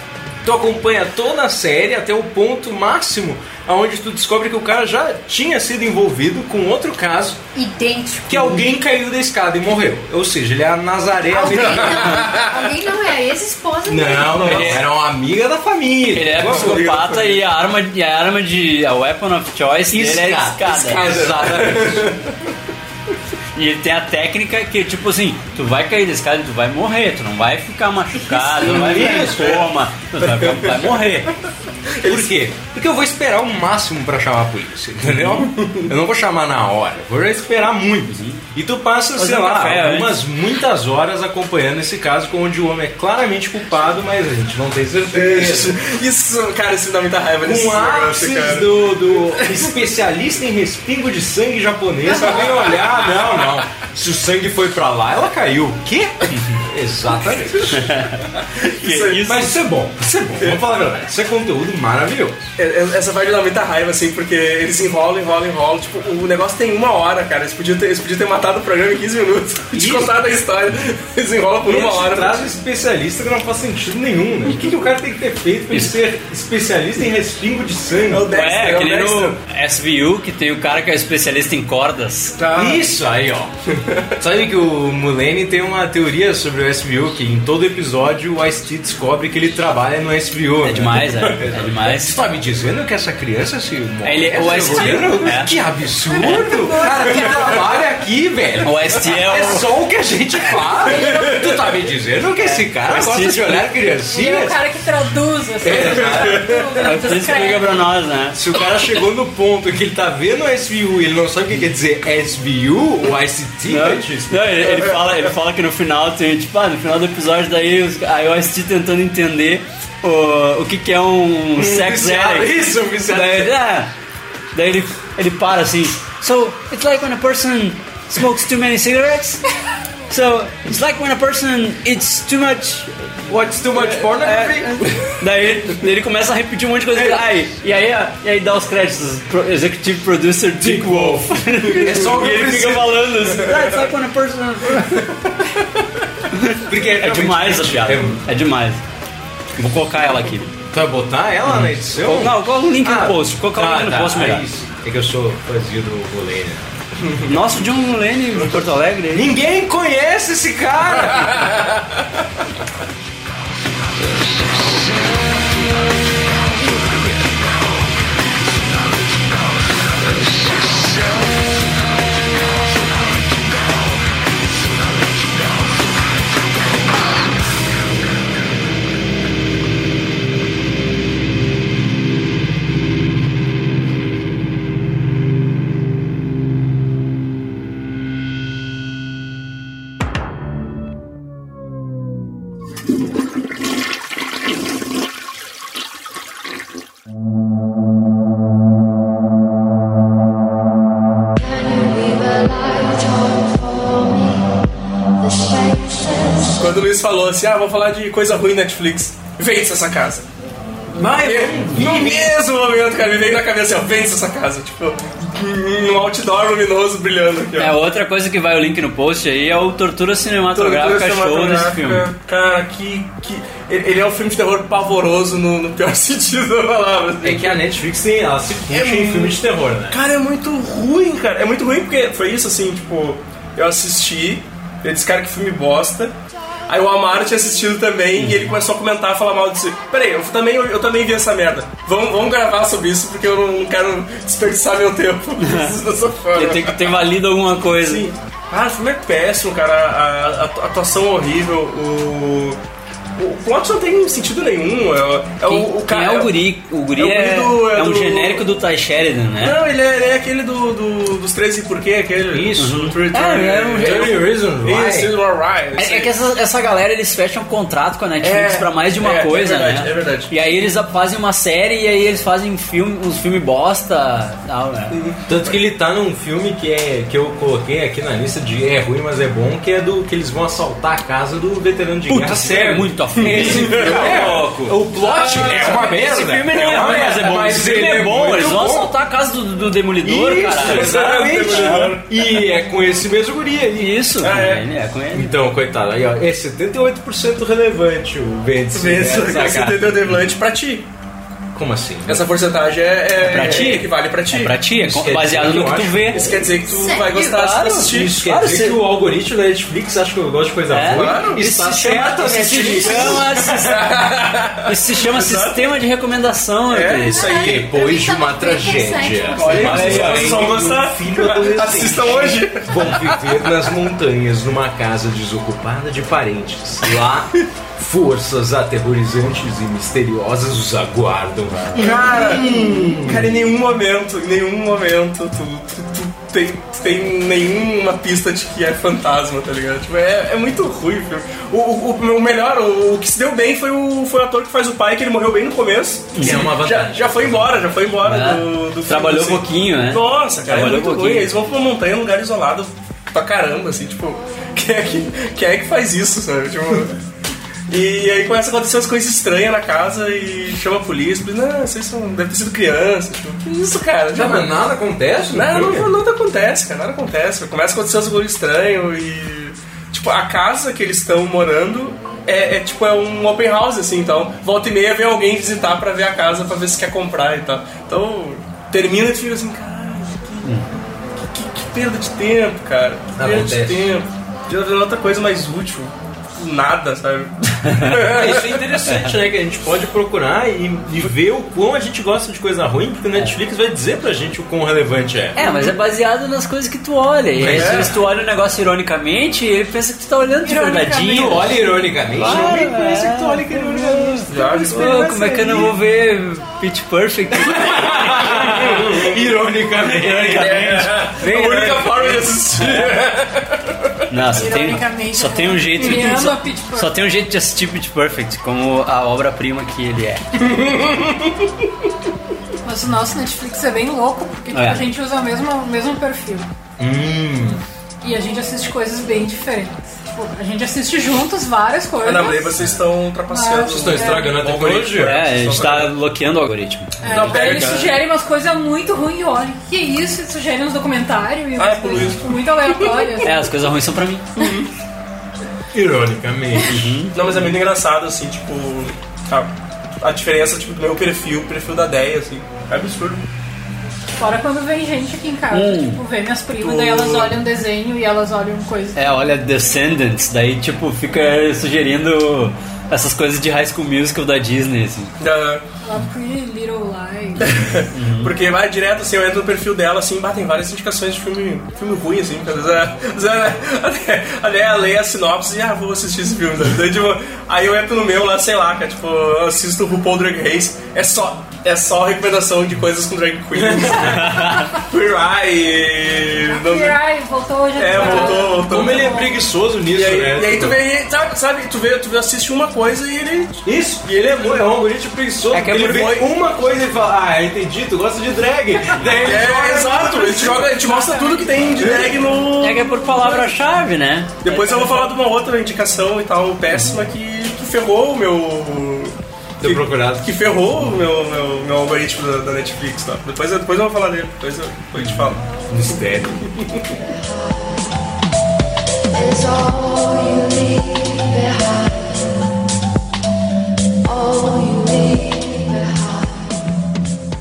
S3: Tu acompanha toda a série até o ponto máximo onde tu descobre que o cara já tinha sido envolvido com outro caso
S8: Idêntico.
S2: é
S3: que alguém caiu da escada e morreu. Ou seja, ele é a Nazaré
S8: Alguém
S3: americana.
S8: não, alguém não é a ex-esposa dele.
S3: Não, não, ele era uma amiga da família.
S2: ele é
S3: Uma
S2: psicopata e a arma, e a arma de. A weapon of choice dele é
S3: Escada.
S2: escada.
S3: Exatamente.
S2: E ele tem a técnica que, tipo assim, tu vai cair da escada e tu vai morrer, tu não vai ficar machucado, não vai ficar
S3: Isso,
S2: em
S3: é.
S2: coma, tu vai, ficar- vai morrer.
S3: Por quê? Porque eu vou esperar o máximo pra chamar a polícia, entendeu? Eu não vou chamar na hora, vou já esperar muito. E tu passa,
S2: Fazer
S3: sei
S2: um
S3: lá,
S2: café antes.
S3: algumas muitas horas acompanhando esse caso onde o homem é claramente culpado, mas a gente não tem certeza.
S4: Isso, isso, cara, isso dá muita raiva nesse
S2: é
S3: Um
S4: negócio,
S3: ápices
S4: cara.
S3: do, do especialista em respingo de sangue japonês pra vem olhar, não, não. Se o sangue foi pra lá, ela caiu. O quê? Exatamente.
S4: Isso aí.
S3: Mas isso é bom, isso é bom. Vamos falar a verdade. Isso é conteúdo maravilhoso.
S4: É, é, Essa parte dá muita raiva, assim, porque eles enrolam, enrolam, enrolam. Tipo, o negócio tem uma hora, cara. Eles podiam ter, eles podiam ter matado o programa em 15 minutos e te
S3: Isso.
S4: contado a história. Eles enrolam por uma
S3: Eles
S4: hora.
S3: trazem
S2: né?
S3: um especialista que não faz sentido nenhum, né? O que, que o cara tem que ter feito pra ele
S2: Isso.
S3: ser especialista em respingo de sangue?
S4: É o Dexter,
S2: É,
S4: é o
S2: que nem
S4: Dexter.
S2: no SVU que tem o cara que é especialista em cordas.
S4: Tá.
S3: Isso aí, ó. Sabe que o Mulaney tem uma teoria sobre o SBU, que em todo episódio o Ice-T descobre que ele trabalha no SBU.
S2: É demais, é, é
S3: né? Você
S2: demais. É,
S3: tá me dizendo que essa criança se morre?
S2: Ele- o
S3: Essa
S2: SBU,
S3: mulher?
S2: é.
S3: Que absurdo! Cara, que trabalha aqui, velho.
S2: O ST é
S3: É
S2: o.
S3: só o que a gente fala. Tu tá me dizendo que esse cara gosta de olhar
S5: E o
S3: criancinhas?
S5: um cara que traduz, assim.
S2: é o que explica pra nós, né?
S3: Se o cara chegou no ponto que ele tá vendo o SBU e ele não sabe o que quer dizer SBU ou ICT,
S2: Não,
S3: né, Tisco?
S2: não, ele, ele fala, ele fala que no final tem, tipo, ah, no final do episódio daí os, aí eu assisti tentando entender o, o que, que é um, sex
S3: viciado,
S2: addict.
S3: isso, um viciado.
S2: Daí, ele, ah, daí ele, ele para assim. So it's like when a person smokes too many cigarettes. So it's like when a person eats too much.
S3: What's too much pornography?
S2: É, Daí ele começa a repetir um monte de
S3: É.
S2: coisa. Ai, e aí, e aí dá os créditos. Pro- Executive producer Dick Wolf.
S3: É só o É. que
S2: e
S3: eu
S2: ele fica
S3: preciso.
S2: falando assim. "Ah, it's like when a person.
S3: Porque
S2: É demais a piada.
S3: É-
S2: É demais. Vou colocar ela aqui.
S3: Tu vai botar ela na edição?
S2: Não, coloca o link no
S3: Ah,
S2: post. Coloca o
S3: tá,
S2: link no
S3: tá,
S2: post melhor.
S3: é isso. É que eu sou fazia do rolê, né?
S2: Nosso John Mulaney de Porto Alegre. ele-
S3: Ninguém conhece esse cara!
S4: Quando o Luiz falou assim, ah, vou falar de coisa ruim Netflix, vence essa casa.
S3: Mas
S4: E No mesmo momento, cara, me veio na cabeça assim, ó, vence essa casa. Tipo, um outdoor luminoso brilhando aqui, ó.
S2: É, outra coisa que vai o link no post aí é o Tortura Cinematográfica Show desse filme.
S4: Cara, que, que. Ele ele é um filme de terror pavoroso no, no pior sentido da palavra. assim.
S3: é que a Netflix tem, ela se puxa
S4: É
S3: em filme de terror, né?
S4: Cara, é muito ruim, cara. É muito ruim porque foi isso assim, tipo, eu assisti, eu disse, cara, que filme bosta. Aí o Amaro tinha assistido também e
S3: Uhum.
S4: ele começou a comentar, falar mal disso. Peraí, eu também, eu, eu também vi essa merda. Vamos, vamos gravar sobre isso porque eu não quero desperdiçar meu tempo. Eu sou fã. né?
S2: Ele tem que ter valido alguma coisa.
S4: Sim. Ah, o filme é péssimo, cara. A, a- a atuação horrível, o. O plot não tem sentido nenhum. É, é
S2: Quem,
S4: o, o
S2: quem
S4: cara.
S2: é o guri? O guri
S4: é
S2: é, é,
S4: o guri do- é
S2: um
S4: do-
S2: genérico do Ty Sheridan, né?
S4: Não, ele é, ele é aquele do, do- dos 13 porquê, aquele.
S3: Isso.
S4: Do Three-
S2: Ah, é um-
S3: Every reason why.
S4: Isso, assim. Isso, Alright.
S2: É, é que essa, essa galera eles fecham contrato com a Netflix
S4: É,
S2: pra mais de uma
S4: é, é
S2: coisa,
S4: verdade,
S2: né?
S4: é verdade.
S2: E aí eles a- fazem uma série e aí eles fazem filme, uns filmes bosta. Tal, né?
S3: Tanto que ele tá num filme que, é, que eu coloquei aqui na lista de é ruim, mas é bom, que é do que eles vão assaltar a casa do veterano de guerra
S2: esse filme é
S3: sério.
S2: muito a fundo. Esse filme é louco.
S3: O plot
S4: Ah,
S3: é uma merda.
S2: Esse filme não é ruim, mas é bom.
S3: Mas
S2: Esse filme
S3: ele
S2: é bom, eles vão
S3: muito bom.
S2: assaltar a casa do, do Demolidor, cara.
S3: Isso, exatamente. E é com esse mesmo guri aí.
S2: Isso,
S4: Ah, é.
S2: ele é com ele.
S3: Então, coitado, aí ó, é 78% relevante o Bendis.
S2: É,
S4: Vê se
S3: né,
S4: você
S3: saca?
S4: entendeu o Devlante pra ti.
S3: Como assim?
S4: Essa porcentagem é. É,
S2: pra ti?
S4: É, que vale pra ti.
S2: É pra ti, é
S3: Isso quer
S2: baseado
S3: dizer
S2: no
S3: que
S2: que tu
S3: eu acho
S2: vê.
S4: Isso quer dizer que tu
S8: Sério?
S4: vai gostar se tu
S2: Claro.
S4: assistir.
S3: Isso quer
S2: Claro,
S3: dizer
S2: você-
S3: que o algoritmo da Netflix acha que eu gosto de coisa
S2: É.
S3: ruim
S4: Claro.
S3: e está certo, né,
S2: isso se
S3: Netflix.
S2: chama, isso se chama sistema de recomendação, meu
S4: É
S2: querido.
S4: isso aí.
S3: Depois de uma tragédia, mas
S4: aí, ó,
S3: porém,
S4: só
S3: um
S4: gostar.
S3: filho adolescente
S4: Assistam hoje.
S3: Vão viver nas montanhas, numa casa desocupada de parentes. Lá, forças aterrorizantes e misteriosas os aguardam.
S4: Cara,
S2: Hum.
S4: cara, em nenhum momento, em nenhum momento tu, tu, tu tem, tu tem nenhuma pista de que é fantasma, tá ligado? Tipo, é, é muito ruim, filho. O, o, o melhor, o, o que se deu bem foi o, foi o ator que faz o pai, que ele morreu bem no começo.
S3: Que é uma
S4: Já,
S3: vantagem.
S4: já foi embora, já foi embora
S2: Ah,
S4: do, do
S2: trabalhou
S4: filme, assim.
S2: um pouquinho, né?
S4: Nossa, cara,
S2: Trabalhou
S4: é muito
S2: um
S4: ruim.
S2: pouquinho.
S4: Eles vão pra uma montanha, um lugar isolado pra caramba, assim, tipo, quem é que, quem é que faz isso, sabe? Tipo. E aí começa a acontecer umas coisas estranhas na casa e chama a polícia, diz, não, vocês são, deve ter sido criança, tipo, que isso, cara? Já não,
S3: nada acontece?
S4: nada, É, né, nada acontece, cara, nada acontece. Começa a acontecer umas coisas estranhas e. Tipo, a casa que eles estão morando é, é, tipo é um open house, assim, então volta e meia vem alguém visitar pra ver a casa, pra ver se quer comprar e tal. Então termina e tu fica assim, caralho, que, que, que perda de tempo, cara. Que perda
S3: Acontece.
S4: de tempo. Podia fazer outra coisa mais útil. Nada, sabe?
S3: Isso é interessante, né? Que a gente pode procurar e, e ver o quão a gente gosta de coisa ruim, porque o Netflix vai dizer pra gente o quão relevante é.
S2: É, mas é baseado nas coisas que tu olha. E aí,
S4: É.
S2: às vezes tu olha o negócio ironicamente, ele pensa que tu tá olhando de
S3: E
S2: verdadeinho.
S3: olha ironicamente.
S2: Ah,
S3: eu nem conheço
S2: é.
S3: que tu olha que ironicamente.
S4: Já, tipo,
S2: Pô, como é que eu não vou ver Pitch Perfect?
S3: Ironicamente.
S2: né?
S4: é a única forma de assistir.
S2: Não, só tem,
S5: Ironicamente,
S2: só tem um jeito
S5: me
S2: de,
S5: ama
S2: só,
S5: Pitch Perfect.
S2: só tem um jeito de assistir Pitch Perfect, como a obra-prima que ele é.
S5: Mas o nosso Netflix é bem louco, porque tipo,
S2: É. Hum.
S5: a gente usa o mesmo, o mesmo perfil. E a gente assiste coisas bem diferentes. Tipo, a gente assiste juntos várias coisas.
S4: Ana Bley, vocês estão ultrapassando.
S5: Vocês
S3: Estão estragando a tecnologia.
S2: É, a gente tá bloqueando o algoritmo.
S5: É,
S4: Não,
S5: aí
S4: pega, né?
S5: ele
S4: cara.
S5: sugere umas coisas muito ruins, olha. Que isso? Ele sugere uns documentários e umas
S4: Ah, é por
S5: coisas
S4: isso.
S5: tipo, muito aleatórias.
S2: É, as coisas ruins são pra mim.
S3: Ironicamente.
S4: Não, mas é muito engraçado, assim, tipo. A, a diferença, tipo, do meu perfil, o perfil da Deia, assim. É absurdo.
S5: Fora quando vem gente aqui em casa,
S2: Hum.
S5: tipo, vê minhas primas, daí elas olham um desenho e elas olham coisas.
S2: É, olha Descendants, daí tipo fica sugerindo essas coisas de High School Musical da Disney, assim.
S4: Da-
S5: Lá, Pretty Little Lies.
S4: É, Porque vai direto, assim, eu entro no perfil dela, assim, batem várias indicações de filme, filme ruim, assim, porque às vezes, é- às vezes é- a Deia lê a sinopse e, ah, vou assistir esse filme. sabe? Daí, tipo, aí eu entro no meu lá, sei lá, cara, tipo, eu assisto o RuPaul Drag Race, é só é só recomendação de coisas com drag queens. Queer Eye. não-
S5: Mirai voltou hoje.
S4: É, voltou, voltou.
S3: Como ele é preguiçoso nisso,
S4: E aí,
S3: né?
S4: e aí tu vê, sabe, sabe, tu vê, tu assiste uma coisa e ele.
S3: Isso, e ele é, mu- é um bonito preguiçoso.
S4: É que é
S3: ele
S4: por
S3: vê
S4: boi.
S3: uma coisa e fala, ah, entendi, tu gosta de drag. Daí ele joga
S4: É,
S3: essa
S4: exato, ele te, joga, ele te mostra tudo que tem de drag no.
S2: É que é por palavra-chave, né?
S4: Depois eu vou falar de uma outra indicação e tal, péssima, que, que ferrou o meu.
S3: Teu procurado.
S4: Que ferrou o meu, meu, meu algoritmo da, da Netflix. Tá? Depois, eu- depois eu vou falar dele, depois eu, depois eu te falo.
S3: mistério.
S9: Is all you leave behind. All you leave behind.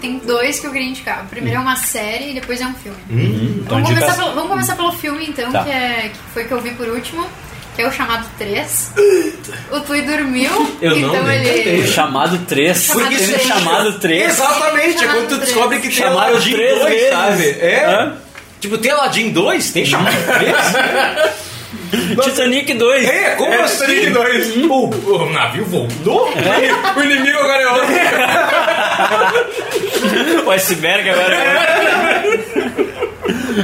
S8: Tem dois que eu queria indicar. O primeiro é uma série e depois é um filme.
S2: então
S8: vamos,
S2: indica-
S8: começar pelo, vamos começar pelo filme, então,
S2: Tá.
S8: que, é, que foi que eu vi por último, que é o chamado 3. o Tui dormiu,
S3: Eu não,
S8: então
S3: nem
S2: O
S8: ele.
S2: chamado 3.
S8: Porque
S2: Tem um
S8: isso é-
S2: chamado 3.
S3: Exatamente, é quando tu
S8: Chamaram
S3: descobre que tem
S2: Chamaram
S3: Aladdin
S2: três
S3: 2,
S2: vezes.
S3: sabe? É.
S2: Hã?
S3: Tipo, tem Aladdin 2? Tem chamado 3?
S2: Titanic 2.
S3: É, como
S4: É,
S3: assim?
S4: Titanic dois.
S3: O, o navio voltou?
S4: o inimigo agora é outro.
S2: O iceberg agora.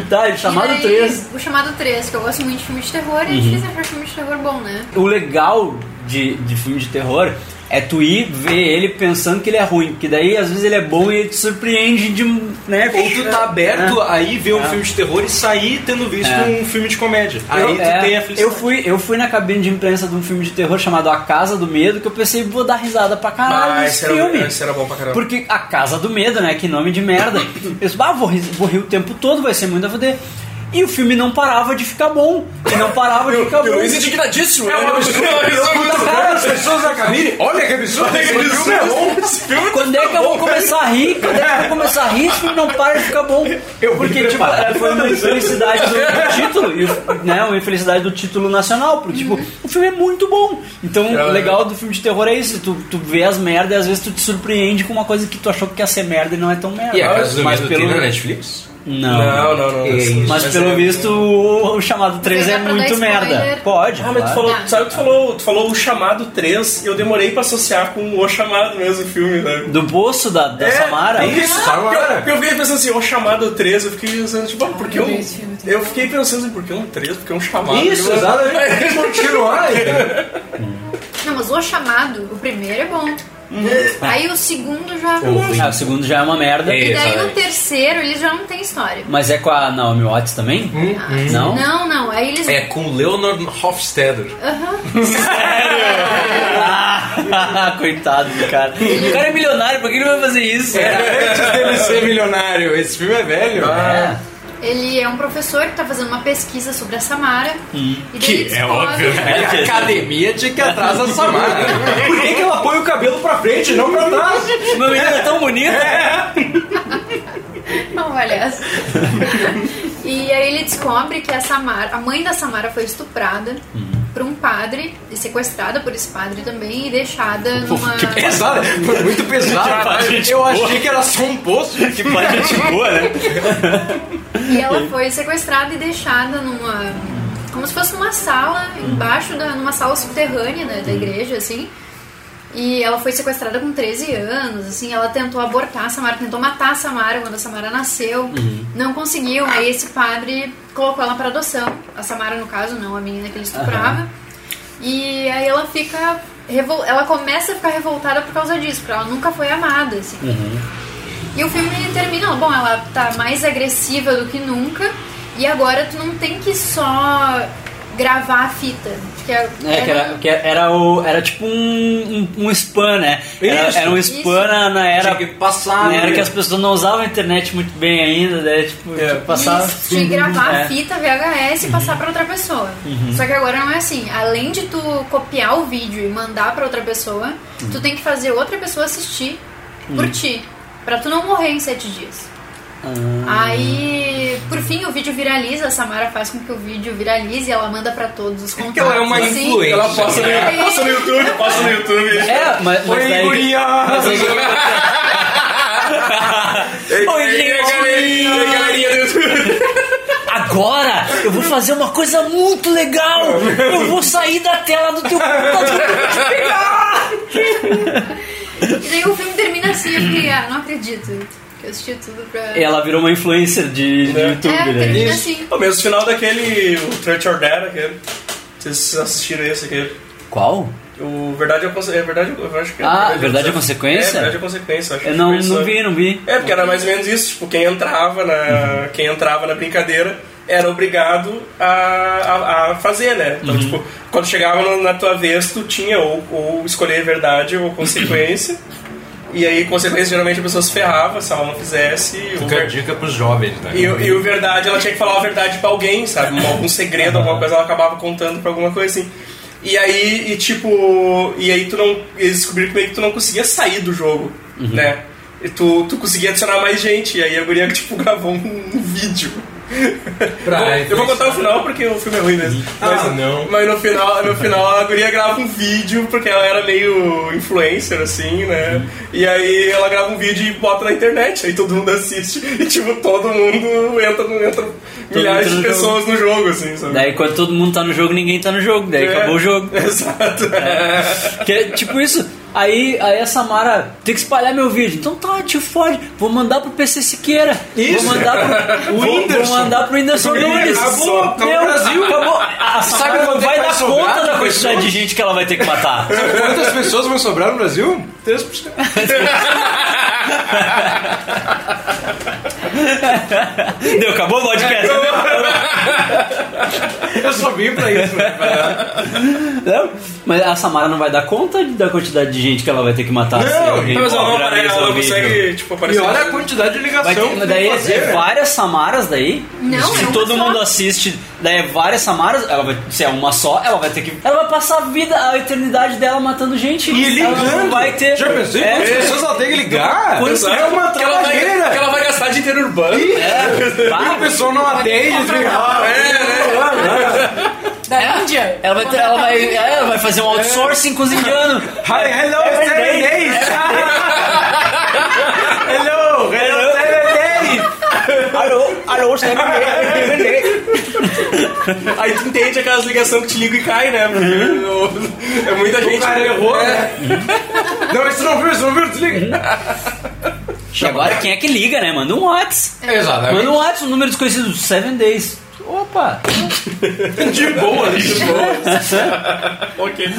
S2: tá,
S8: e
S2: chamado
S8: daí-
S2: 3.
S8: O chamado 3, que eu gosto muito de filme de terror, e é difícil achar filme de terror bom, né?
S2: O legal de, de filme de terror é tu ir ver ele pensando que ele é ruim. Que daí, às vezes, ele é bom e ele te surpreende de... um- Né?
S3: Ou tu tá aberto a ir ver um
S2: É.
S3: filme de terror e sair tendo visto
S2: É.
S3: um filme de comédia. Aí
S2: eu,
S3: tu
S2: é,
S3: tem a
S2: eu
S3: felicidade.
S2: fui Eu fui na cabine de imprensa de um filme de terror chamado A Casa do Medo, que eu pensei, vou dar risada pra caralho
S4: Ah,
S2: nesse
S4: esse era,
S2: filme.
S4: esse era bom pra caramba.
S2: Porque a casa do medo, né? Que nome de merda. Eu disse, ah, vou, rir- vou rir o tempo todo, vai ser muito a fuder. E o filme não parava de ficar bom. E não parava de ficar
S4: E o
S2: bom.
S4: Luiz é indignadíssimo.
S3: É um absurdo,
S4: É um absurdo.
S3: As pessoas na cabine, olha que absurdo,
S4: Olha que
S3: esse filme é
S4: absurdo.
S3: bom.
S4: Esse filme
S2: Quando é que eu vou começar a rir? Quando é que eu vou começar a rir? Esse filme não para de ficar bom.
S3: Eu vou
S2: porque,
S3: me
S2: tipo,
S3: preparar.
S2: é, foi uma infelicidade do, do título. E, o- né, uma infelicidade do título nacional. Porque, tipo, o filme é muito bom. Então,
S4: É,
S2: o legal do filme de terror é isso. Tu, tu vê as merdas e às vezes tu te surpreende com uma coisa que tu achou que ia ser merda e não é tão merda.
S3: E a Casa Ah, do
S2: Mas
S3: Medo
S2: pelo-
S3: tem na Netflix?
S4: Não, não, não.
S3: É isso.
S2: Mas pelo
S4: é-
S2: visto o, o chamado 3
S8: Dá
S2: é
S8: pra
S2: muito
S8: dar spoiler?
S2: merda. Pode.
S4: Ah, mas tu
S2: claro.
S4: falou,
S8: Tá.
S4: sabe que tu falou, tu falou o chamado 3 e eu demorei pra associar com o chamado mesmo o filme, né?
S2: Do bolso da, da
S4: É,
S2: Samara?
S4: porque-
S3: Isso,
S4: porque eu-
S3: Samara.
S4: Porque eu fiquei pensando assim, o chamado 3, eu fiquei pensando, tipo, ah, por que um.
S5: vi esse filme também.
S4: Eu fiquei pensando assim, por que um 3? Por que um chamado?
S3: Isso,
S4: Eu-
S3: exatamente. Eles continuaram aí.
S8: Não, mas o chamado, o primeiro é bom. Tá. Aí o segundo já.
S2: Ah, o segundo já é uma merda.
S8: E daí no
S2: Exatamente.
S8: terceiro eles já não tem história.
S2: Mas é com a Naomi Watts também?
S10: Uhum.
S2: Não?
S8: Não, não. Aí eles.
S3: É com Leonard Hofstadter.
S2: Coitado do cara. O cara é milionário, por que ele vai fazer isso?
S10: É.
S3: antes dele ser milionário. Esse filme é velho.
S2: É.
S8: Ele é um professor que tá fazendo uma pesquisa sobre a Samara. e daí ele
S3: Que é
S8: descobre-
S3: óbvio, né? A academia tinha que ir atrás da Samara. Por que, que ela põe o cabelo pra frente e não pra trás?
S2: Uma
S10: É.
S2: menina tão bonita.
S8: Não vale essa. e aí ele descobre que a Samara, a mãe da Samara foi estuprada
S3: Hum.
S8: por um padre e sequestrada por esse padre também e deixada numa.
S3: Pesado, foi muito pesado. Eu achei que era só um poço.
S2: Que parte gente boa, né?
S8: E ela foi sequestrada e deixada numa. Como se fosse numa sala, embaixo da. numa sala subterrânea né, da igreja, assim. E ela foi sequestrada com 13 anos, assim, ela tentou abortar a Samara, tentou matar a Samara quando a Samara nasceu. Não conseguiu, aí esse padre colocou ela para adoção. A Samara, no caso, não, a menina que ele estuprava. E aí ela fica. revol- Ela começa a ficar revoltada por causa disso, porque ela nunca foi amada, assim. E o filme termina, bom, ela tá mais agressiva do que nunca. E agora tu não tem que só gravar a fita. que é,
S2: É, que era, que era, o, era tipo um, um, um spam, né? Era,
S10: Isso,
S2: era um
S8: isso.
S2: spam na, na era.
S10: Tinha que passar,
S2: na era
S10: né?
S2: que as pessoas não usavam a internet muito bem ainda, daí tipo,
S10: É.
S2: tinha que passar.
S8: Isso, de gravar
S2: É. Uhum.
S8: a fita VHS e passar pra outra pessoa. Só que agora não é assim. Além de tu copiar o vídeo e mandar pra outra pessoa,
S2: Uhum.
S8: tu tem que fazer outra pessoa assistir por ti. Pra tu não morrer em sete dias.
S2: Ah.
S8: Aí, por fim, o vídeo viraliza. A Samara faz com que o vídeo viralize e ela manda pra todos os contatos.
S10: Porque ela é uma
S8: assim.
S10: influencer.
S4: Ela posta no,
S8: É.
S4: posta no YouTube, posta no YouTube.
S2: É, mas, mas
S10: Oi,
S2: daí.
S10: guria!
S2: Mas aí- Oi, gente!
S10: galerinha, galerinha do YouTube.
S2: Agora eu vou fazer uma coisa muito legal! Eu vou sair da tela do teu computador pra te pegar!
S8: E daí o filme termina assim. Eu fiquei, ah, não acredito. Que eu assisti tudo pra.
S2: É, Ela virou uma influencer de, de YouTube,
S8: é,
S2: né?
S8: termina assim.
S4: O mesmo final daquele o Trust Your Dad, aquele. Vocês assistiram esse aquele?
S2: Qual?
S4: O Verdade é Consequência. É verdade, eu acho que é
S2: Ah, Verdade é
S4: é
S2: Consequência?
S4: É, Verdade é Consequência, acho
S2: Eu
S4: que
S2: não,
S4: foi isso.
S2: não vi, não vi.
S4: É, porque era mais ou menos isso, tipo, quem entrava na, quem entrava na brincadeira era obrigado a, a, a fazer, né? Então, tipo, quando chegava no- na tua vez, tu tinha ou, ou escolher verdade ou consequência. E aí, consequência, geralmente a pessoa se ferrava se ela não fizesse. e o
S10: Fica a
S4: ver-
S10: dica pros jovens, né?
S4: E, o- e o verdade, ela tinha que falar a verdade pra alguém, sabe? Um- Algum segredo, alguma coisa, ela acabava contando pra alguma coisa assim. E aí, e tipo, e aí tu não. Eles descobriram que meio que tu não conseguia sair do jogo, né? E tu, tu conseguia adicionar mais gente, e aí a guria, tipo, gravou um, um vídeo.
S10: Pra
S4: Bom, eu vou
S10: influenciar.
S4: contar o final porque o filme é ruim mesmo.
S10: Ah, não.
S4: Mas no final, no final a guria grava um vídeo, porque ela era meio influencer, assim, né? E aí ela grava um vídeo e bota na internet, aí todo mundo assiste. E tipo, todo mundo entra, no- entra milhares
S2: entra
S4: de
S2: no
S4: pessoas no jogo, assim, sabe?
S2: Daí quando todo mundo tá no jogo, ninguém tá no jogo. Daí
S4: É.
S2: acabou o jogo.
S4: Exato.
S2: Que é tipo isso. Aí, aí a Samara tem que espalhar meu vídeo. Então tá, tio Ford, vou mandar pro PC Siqueira.
S4: Isso.
S2: Vou mandar pro o Whindersson. Vou mandar pro Whindersson Nunes.
S4: Acabou, acabou
S2: meu,
S4: o Brasil.
S2: Acabou. A Samara não
S10: quanto é
S2: vai
S10: que
S2: dar
S10: vai sobrar
S2: conta da
S10: pra
S2: quantidade de gente que ela vai ter que matar.
S10: Quantas pessoas vão sobrar no Brasil? 3%.
S2: Deu, acabou o podcast.
S10: Eu só vim pra isso, né?
S2: Não? Mas a Samara não vai dar conta da quantidade de gente que ela vai ter que matar. se
S10: Não,
S2: alguém
S4: Mas ela não
S2: viraliza
S4: aparece, ela
S2: o
S4: não
S2: vídeo.
S4: consegue, tipo,
S10: E
S4: aparecer.
S10: olha a quantidade de
S2: Vai
S10: ligação
S2: ter,
S10: um que
S2: mas daí
S10: tem
S2: é,
S10: que fazer. né?
S2: é várias Samaras daí?
S8: Não,
S2: Se
S8: é uma
S2: todo
S8: só.
S2: mundo assiste, daí é várias Samaras, ela vai, se é uma só, ela vai ter que. Ela vai passar a vida, a eternidade dela matando gente.
S10: E
S2: Ela não
S10: ligando.
S2: vai ter.
S10: Já pensei?
S2: É,
S10: Quantas pessoas ela tem que ligar?
S2: Quantas-
S10: é uma
S4: que ela, vai,
S10: trabalheira.
S4: que ela vai gastar né? de interurbano.
S2: é,
S10: E o
S2: vai.
S10: pessoal não atende. assim, ah, é, né?
S5: Da Índia.
S2: Ela vai, ter- ela, vai, é, ela vai fazer um outsourcing
S8: É.
S2: com os indianos.
S10: Hi, hello, seven days. hello, hello, seven days.
S2: Alô, alô,
S4: Aí tu entende aquelas ligações que te ligam e cai, né? Porque o- É muita gente. é,
S10: O cara errou, né? Não, isso não viu, isso não viu, desliga.
S2: E agora quem é que liga, né? Manda um WhatsApp. Manda
S8: É.
S10: Exatamente.
S2: um WhatsApp, um número desconhecido, 7 days. Opa!
S4: de boa, né? De boa. ok.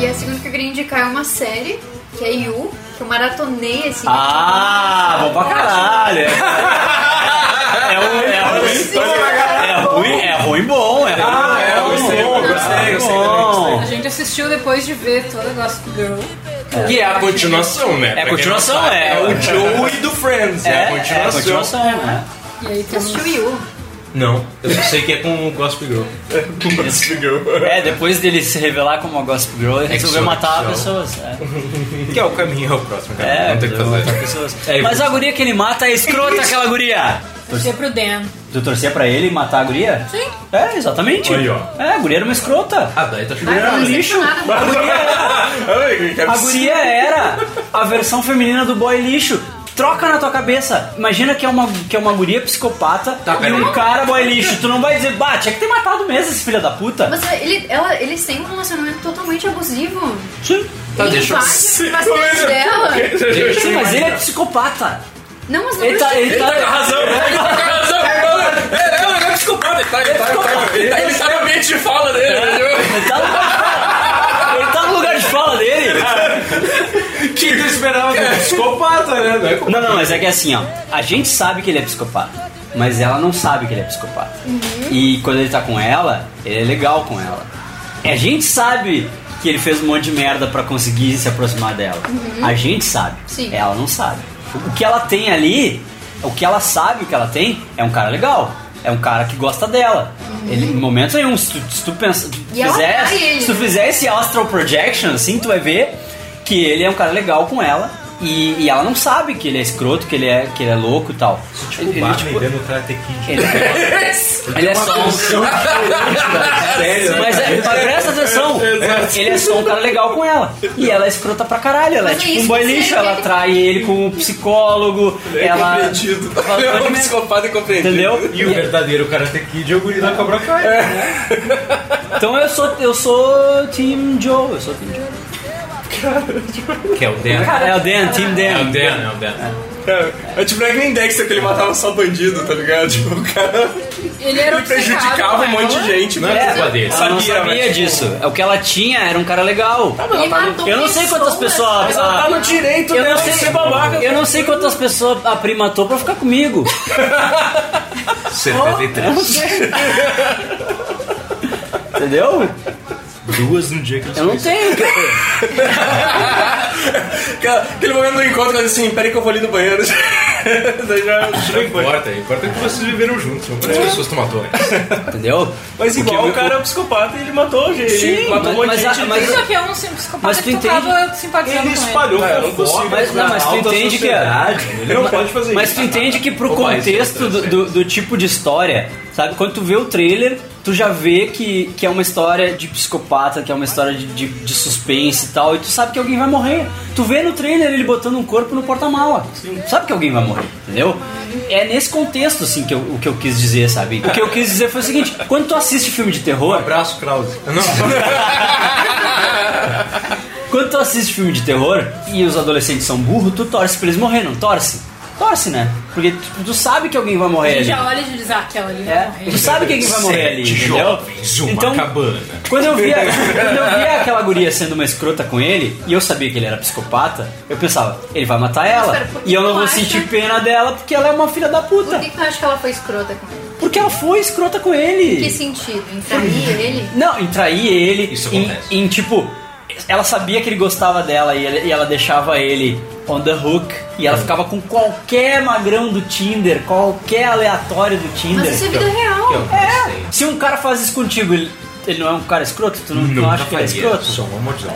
S8: E a segunda que eu queria indicar é uma série, que é You, que eu maratonei assim.
S2: Ah, bom pra caralho. É um- é ruim, é ruim, é ruim bom, é ruim
S10: Ah, é, eu gostei, eu gostei, eu
S2: bom.
S5: A gente assistiu depois de ver toda a Gossip Girl.
S10: sei. Que é a continuação, né?
S2: É a continuação, é.
S10: É o Joey do Friends, é, a
S2: É, é a
S10: continuação.
S2: continuação, né?
S5: E aí
S8: Tu
S5: temos...
S8: assistiu You?
S10: Não, eu só sei que é com o Gossip Girl.
S2: É, depois dele se revelar como a Gossip Girl, ele resolveu
S10: Exo-
S2: matar
S10: exo-
S2: pessoas. É,
S10: Que é o caminho, é o próximo, cara.
S2: é
S10: não tem o que
S2: resolveu matar
S10: fazer.
S2: pessoas.
S10: É,
S2: Mas a guria que ele mata é escrota, aquela guria.
S5: Torcer pro Dan.
S2: Tu torcia pra ele matar a guria?
S5: Sim.
S2: É, exatamente.
S10: Aí, ó.
S2: É, a guria era uma escrota.
S10: Ah, daí tá
S8: Ai,
S10: chegando.
S8: tô
S2: um lixo.
S8: decepcionada.
S4: Ai, que
S2: A
S4: absurdo.
S2: guria era a versão feminina do boy lixo. Troca na tua cabeça. Imagina que é uma, que é uma guria psicopata
S10: Tá,
S2: e
S10: pera
S2: um
S10: aí.
S2: cara boy lixo. Tu não vai dizer, bah, tinha que ter matado mesmo esse filho da puta.
S8: Mas é, ele, ela, eles têm um relacionamento totalmente abusivo.
S2: Sim.
S10: Tá,
S8: ele
S10: deixa eu-
S8: invade a privacidade dela.
S2: Sim, mas ele é psicopata.
S8: Não, mas não
S2: Ele tá,
S8: precisa-
S2: ele tá,
S4: razão, ele tá com a razão. É, não, ele é psicopata, ele tá, ele tá, ele tá, ele tá, ele tá na mente de fala dele, entendeu?
S2: ele tá no- ele tá no lugar de fala dele.
S10: Que tu esperava? Psicopata, né? Não é como-
S2: Não, não, mas é que assim, ó. A gente sabe que ele é psicopata. Mas ela não sabe que ele é psicopata.
S8: Uhum.
S2: E quando ele tá com ela, ele é legal com ela. A gente sabe que ele fez um monte de merda pra conseguir se aproximar dela. A gente sabe.
S8: Uhum. Sim.
S2: Ela não sabe. O que ela tem ali, o que ela sabe o que ela tem, é um cara legal. É um cara que gosta dela. Ele, em momento nenhum, se tu, se tu pensa, tu
S8: Uhum. E ela
S2: fizer,
S8: atrai ele,
S2: se tu
S8: né?
S2: fizer esse astral projection, assim, tu vai ver que ele é um cara legal com ela. E, e ela não sabe que ele é escroto, que ele é, que ele é louco e tal.
S3: Tipo, o Batman tipo... vendo o Karate Kid.
S2: Ele, ele é só um.
S10: Sério, né?
S2: Mas, é, mas presta atenção, ele é só um cara legal com ela. E ela é escrota pra caralho, ela é
S8: Mas é
S2: tipo um
S8: isso
S2: boy
S8: que
S2: lixo,
S8: serve.
S2: ela trai ele com um psicólogo,
S4: é
S2: ela.
S4: Incompreendido.
S2: ela-
S4: Ele é um psicopata incompreendido.
S2: Entendeu?
S3: E o verdadeiro Karate Kid é o guri da Cobra Kai.
S2: É. Então eu sou, eu sou Team Joe, eu sou Team Joe.
S10: Que é o Dan.
S2: é o Dan, Team Dan.
S10: É o Dan, é o Dan.
S4: É, é tipo não é que nem Dexter que ele matava só bandido, tá ligado? Tipo, o cara
S5: Ele era
S4: ele prejudicava um monte de gente.
S10: Não
S4: mas-
S10: é culpa dele.
S2: Ela não
S4: Sabia,
S2: sabia
S4: mas-
S2: disso. É O que ela tinha era um cara legal.
S8: Ele matou
S2: Eu não sei quantas pessoas.
S4: Mas ela
S2: a-
S4: tá no direito
S2: Eu
S4: dela
S2: não,
S4: de
S2: sei,
S4: ser babaca.
S2: eu não sei quantas pessoas a prima matou pra ficar comigo.
S10: 73.
S2: Entendeu?
S3: Duas no dia que eles
S2: Eu não tenho.
S4: Aquela- Aquele momento do encontro, ela diz assim, peraí que eu vou ali no banheiro. Daí já-
S10: Não
S3: É
S10: importa, importa que vocês viveram juntos. Não
S2: É.
S10: quantas pessoas tu matou.
S2: Entendeu?
S4: Mas igual o cara é um psicopata e ele matou gente. ele
S2: Sim,
S4: matou um monte
S2: mas-
S4: de
S2: mas
S4: gente.
S2: a- mas-
S5: Isso aqui é um sim- psicopata
S2: Mas tu
S5: que tu
S2: entende?
S5: tava simpatizando
S3: Ele
S5: com ele.
S3: espalhou
S4: Ah, eu não
S3: fofoca
S4: consigo.
S2: Mas- não,
S3: na
S2: mas tu
S3: alta
S2: entende que-
S3: sociedade. é. Ele não pode fazer
S2: Mas
S3: isso.
S2: tu entende que pro
S10: Opa, isso é
S2: contexto do,
S10: interessante.
S2: do- do tipo de história, sabe? Quando tu vê o trailer, tu já vê que, que é uma história de psicopata, que é uma história de, de, de suspense e tal, e tu sabe que alguém vai morrer. Tu vê no trailer ele botando um corpo no porta-mala. Tu sabe que alguém vai morrer, entendeu? É nesse contexto, assim, que eu, o que eu quis dizer, sabe? O que eu quis dizer foi o seguinte, quando tu assiste filme de terror,
S10: Abraço, Krause. Não,
S2: Quando tu assiste filme de terror e os adolescentes são burros, tu torce pra eles morrer, não torce? Torce, né? Porque tu, tu sabe que alguém vai morrer
S5: Ele
S2: ali.
S5: já olha e diz, ah, aquela ali vai
S2: É,
S5: morrer.
S2: tu sabe que alguém vai morrer
S3: é
S2: ali,
S10: Sete
S2: entendeu?
S10: jovens, uma
S2: Então,
S10: cabana.
S2: quando eu, via, quando eu via aquela guria sendo uma escrota com ele, e eu sabia que ele era psicopata, eu pensava, ele vai matar ela.
S8: pera, por que
S2: E eu não
S8: tu
S2: vou
S8: acha-
S2: sentir pena dela porque ela é uma filha da
S8: Por
S2: puta.
S8: que que tu acha que ela foi escrota com ele?
S2: Porque ela foi escrota com
S8: Que
S2: ele.
S8: sentido? Entraria ele?
S2: Não, em trair ele,
S10: Isso
S2: em,
S10: acontece.
S2: em, tipo, ela sabia que ele gostava dela e ela, e ela deixava ele on the hook e
S10: É.
S2: ela ficava com qualquer magrão do Tinder, qualquer aleatório do Tinder.
S8: Mas isso é vida
S10: Então,
S8: real.
S10: eu não sei.
S2: É, se um cara faz isso contigo, ele, ele não é um cara escroto, tu não, tu não
S10: Nunca
S2: acha que ele é
S10: faria.
S2: escroto?
S10: Sou um homozão.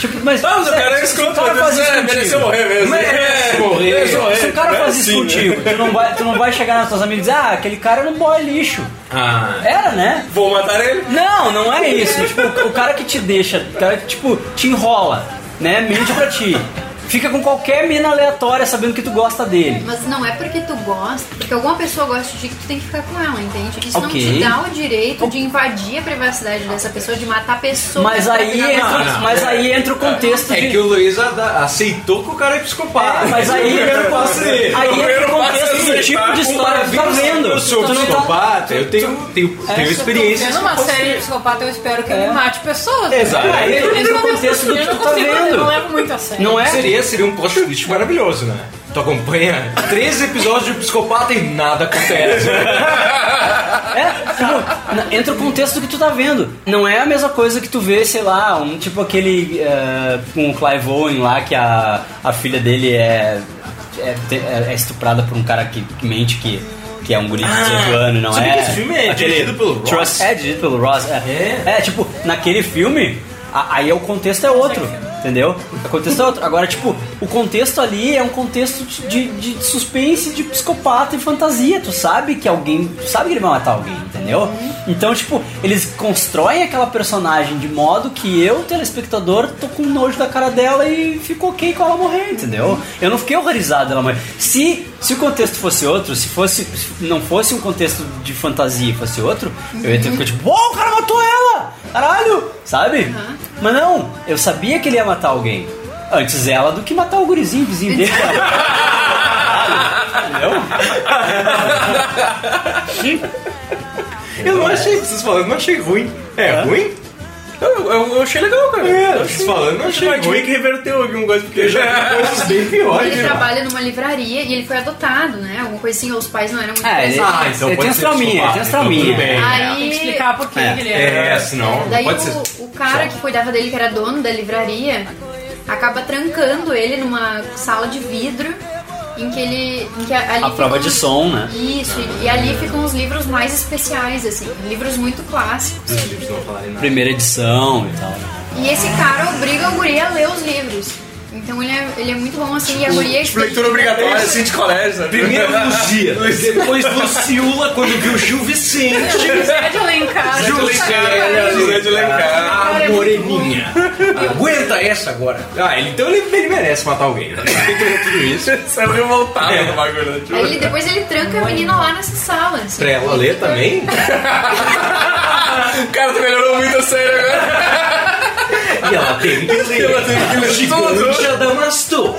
S2: Tipo, mas.
S4: Ah, mas o
S2: sério,
S4: cara é
S2: se
S4: escroto,
S2: um cara faz
S4: mas
S2: isso
S4: é,
S2: contigo-
S4: mereceu morrer mesmo.
S2: Merece morrer.
S4: Mereceu morrer.
S2: Se o cara
S4: É
S2: faz isso
S4: assim, né?
S2: contigo, tu, não vai, tu não vai chegar nas tuas amigas e dizer, ah, aquele cara era um boy lixo.
S10: Ah,
S2: Era, né?
S4: Vou matar ele.
S2: Não, não é isso. Tipo, o cara que te deixa, o cara que, tipo, te enrola, né? Mente pra ti. Fica com qualquer mina aleatória sabendo que tu gosta dele.
S8: Mas não é porque tu gosta, porque alguma pessoa gosta de ti que tu tem que ficar com ela, entende? Isso
S2: Ok.
S8: não te dá o direito de invadir a privacidade dessa pessoa, de matar pessoas.
S2: Mas aí é
S10: não,
S2: entra,
S10: não.
S2: mas aí entra o contexto
S10: é
S2: de.
S10: que o Luiz ada- aceitou que o cara é psicopata.
S2: É, mas aí-
S10: O primeiro passo dele.
S2: Aí entra
S4: primeiro
S2: o
S4: passo é
S2: contexto do tipo
S4: aceitar
S2: de
S4: o
S2: história que tu tá vendo.
S10: um Eu sou
S2: Tu não tá- é
S10: psicopata, eu tenho, tenho, tenho experiência.
S5: Vendo uma série de psicopata, eu espero que ele mate pessoas.
S10: Exato.
S5: Mas,
S2: É, Aí
S5: ao
S2: entra
S5: mesmo
S2: no
S5: tempo,
S2: contexto do
S5: eu
S2: que
S5: não
S2: tu tá
S10: assim,
S5: consigo- Eu não
S2: vendo.
S5: levo muito a sério.
S2: Não é?
S10: Seria, seria um post-twist maravilhoso, né? Tu acompanha 13 episódios de psicopata e nada acontece.
S2: É, tipo, na- entra o contexto do que tu tá vendo. Não é a mesma coisa que tu vê, sei lá, um tipo aquele eh, com o Clive Owen lá, que a, a filha dele é, é, te- é- é estuprada por um cara que, que mente que, que é um guri de 18 anos, não
S10: Ah, sabe
S2: é?
S10: que esse filme é
S2: Aquele
S10: dirigido pelo Ross?
S2: Trust- É dirigido pelo Ross. É,
S10: É.
S2: É, tipo, naquele filme, a- aí é o contexto é outro. Entendeu? Aconteceu outro. Agora, tipo, o contexto ali é um contexto de, de- de suspense, de psicopata e fantasia. Tu sabe que alguém. Tu sabe que ele vai matar alguém, entendeu? Então, tipo, eles constroem aquela personagem de modo que eu, telespectador, tô com nojo da cara dela e fico ok com ela morrer, entendeu? Eu não fiquei horrorizado dela morrer. Se, se o contexto fosse outro, se fosse. se não fosse um contexto de fantasia e fosse outro, eu ia ter ficado tipo, uou, o cara matou ela! Caralho! Sabe? Mas não, eu sabia que ele ia matar alguém. Antes ela do que matar o gurizinho vizinho dele.
S3: Eu não achei, vocês falando, não achei ruim. É, ruim?
S4: Eu, eu- eu achei legal, cara.
S3: É,
S4: Eu
S3: vocês falando, não achei
S4: Vai de
S3: ruim.
S4: ver que reverteu alguma coisa, um porque
S3: Eu já vi coisas bem piores.
S8: Ele
S3: né?
S8: trabalha numa livraria e ele foi adotado, né? Alguma coisa assim, ou os pais não eram muito
S2: Ah, ele- É,
S8: presentes.
S2: Ah, então Ele pode tem ser as trauminhas, ele tem as
S3: psicopata, então
S2: trauminhas.
S3: tudo bem, né?
S8: Aí-
S5: Tem que explicar por que
S2: É.
S5: ele era.
S3: É, senão
S8: Daí
S3: pode ser.
S8: o, o cara que cuidava dele, que era dono da livraria, acaba trancando ele numa sala de vidro em que ele. Em que a- ali
S2: A prova
S8: ficam-
S2: de som, né?
S8: Isso, e- e ali ficam os livros mais especiais, assim, livros muito clássicos.
S3: Os livros não falarem nada.
S2: Primeira edição e tal.
S8: E esse cara obriga o guri a ler os livros. Então ele é, ele é muito bom assim, e a guria.
S4: Tipo, leitura obrigatória, assim, de colégio, sabe?
S3: Primeiro Luzia, depois Luciula quando viu Gil Vicente.
S5: José de Alencar.
S4: José de Alencar.
S10: Ah,
S3: A
S8: é
S3: moreninha. Aguenta essa agora. Ah, ele- então ele, ele merece matar alguém. Né? Tem que ver tudo isso.
S4: Saiu revoltado é
S3: É.
S4: do bagulho, né? Tipo,
S8: Aí ele, depois ele tranca a menina lá nessa sala. Assim,
S3: Pra ela ler também.
S4: O cara tu melhorou muito a série agora.
S3: E ela teve que ler.
S4: Ela teve que ler
S3: O Gigante Adamastor.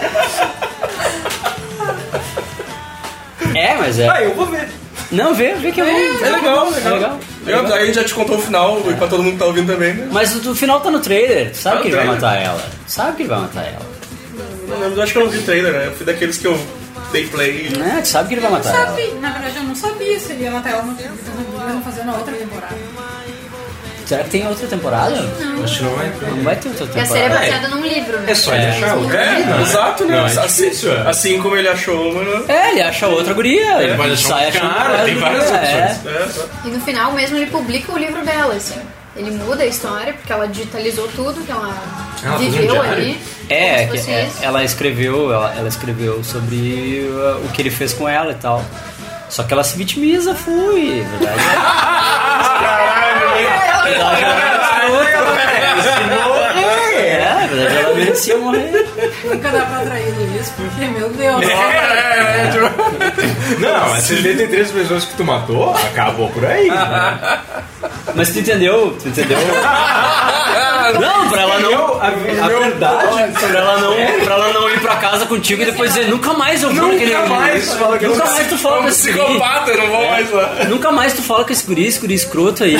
S2: É, mas é.
S3: Ah, eu vou ver.
S2: Não, vê, vê que é bom.
S4: É legal,
S2: É legal.
S4: legal. legal. Aí a gente já te contou o final, e pra todo mundo que tá ouvindo também, né?
S2: Mas o, o final tá no trailer. Tu sabe
S4: Tá no
S2: que ele vai
S4: trailer.
S2: matar ela. Tu sabe que ele vai matar ela.
S4: Não lembro, eu acho que eu não vi trailer, né? Eu fui daqueles que eu dei play. e-
S2: Né? Tu sabe que ele vai matar
S5: Eu
S2: ela.
S5: sabia- Na verdade, eu não sabia se ele ia matar ela no filme. Eles vão fazer na outra temporada.
S2: Será que tem outra temporada?
S3: Acho que não vai
S2: Não vai ter outra temporada.
S8: E a série é baseada num livro, né?
S3: É só ele
S2: É.
S3: achar outra.
S4: É, exato, né?
S3: Não, é
S4: assim,
S3: difícil, é.
S4: assim como ele achou, mano.
S2: É, ele acha outra guria. Ele
S3: vai achar um cara, tem várias opções.
S4: É,
S8: E no final mesmo ele publica o livro dela, assim. Ele muda a história, porque ela digitalizou tudo que ela,
S3: Ela fez um
S8: viveu
S3: diário?
S8: ali.
S2: É,
S8: como
S2: que-
S8: se fosse
S2: é,
S8: isso.
S2: ela escreveu, ela, ela escreveu sobre uh, o que ele fez com ela e tal. Só que ela se vitimiza, fui, na verdade. Caralho! É, na verdade ela merecia morrer.
S5: Nunca dá pra trair isso, porque, meu Deus.
S2: É,
S3: Não, mas se tem três pessoas que tu matou, acabou por aí. né?
S2: Mas tu entendeu? Tu entendeu? Não, pra ela não.
S3: Eu, a, a verdade.
S2: Pra ela não, pra ela não ir pra casa contigo e depois dizer nunca mais eu vou naquele
S3: Nunca mais
S2: livro."
S3: fala que eu
S2: Nunca
S3: sou
S2: mais tu fala com esse guri.
S4: Psicopata, eu não vou mais lá.
S2: Nunca mais tu fala com esse guri, esse guri escroto aí.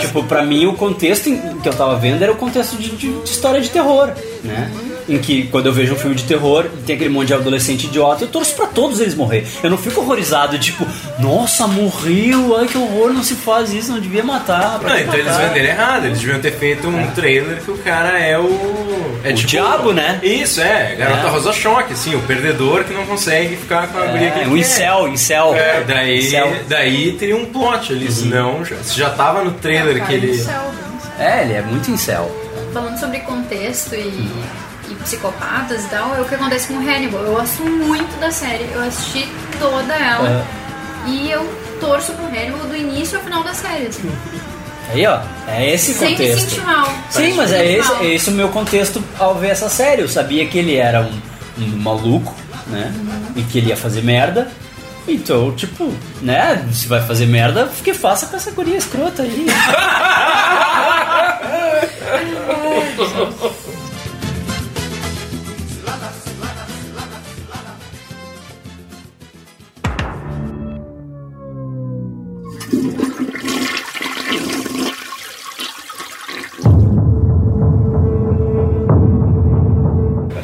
S2: tipo, pra mim o contexto em- que eu tava vendo era o contexto de, de- de história de terror, né? Em que quando eu vejo um filme de terror, tem aquele monte de adolescente idiota, eu torço pra todos eles morrer. Eu não fico horrorizado, tipo, nossa, morreu, ai que horror, não se faz isso, não devia matar. pra
S3: Não,
S2: que
S3: então eles
S2: matar?"
S3: venderam errado. Eles deviam ter feito um trailer que o cara é o. É
S2: O diabo, né?
S3: Isso, é. Garota
S2: É.
S3: Rosa Choque, assim, o perdedor que não consegue ficar com a guria que
S2: É,
S3: ele
S2: um
S3: quer.
S2: incel, incel.
S3: né? É, daí,
S2: Incel.
S3: daí teria um plot ali, senão já, se já tava no trailer
S8: Cara,
S3: que ele.
S8: isso é o-
S2: É, ele é muito incel.
S8: Falando sobre contexto e, e psicopatas e tal, é o que acontece com Hannibal. Eu gosto muito da série, eu assisti toda ela. E eu torço pro Hannibal do início ao final da série, assim.
S2: Aí, ó, é esse
S8: Sem me
S2: contexto.
S8: sentir mal.
S2: Sim, mas é esse, é esse o meu contexto ao ver essa série. Eu sabia que ele era um, um maluco, né?
S5: Uhum.
S2: E que ele ia fazer merda. Então, tipo, né? Se vai fazer merda, que faça com essa guria escrota aí.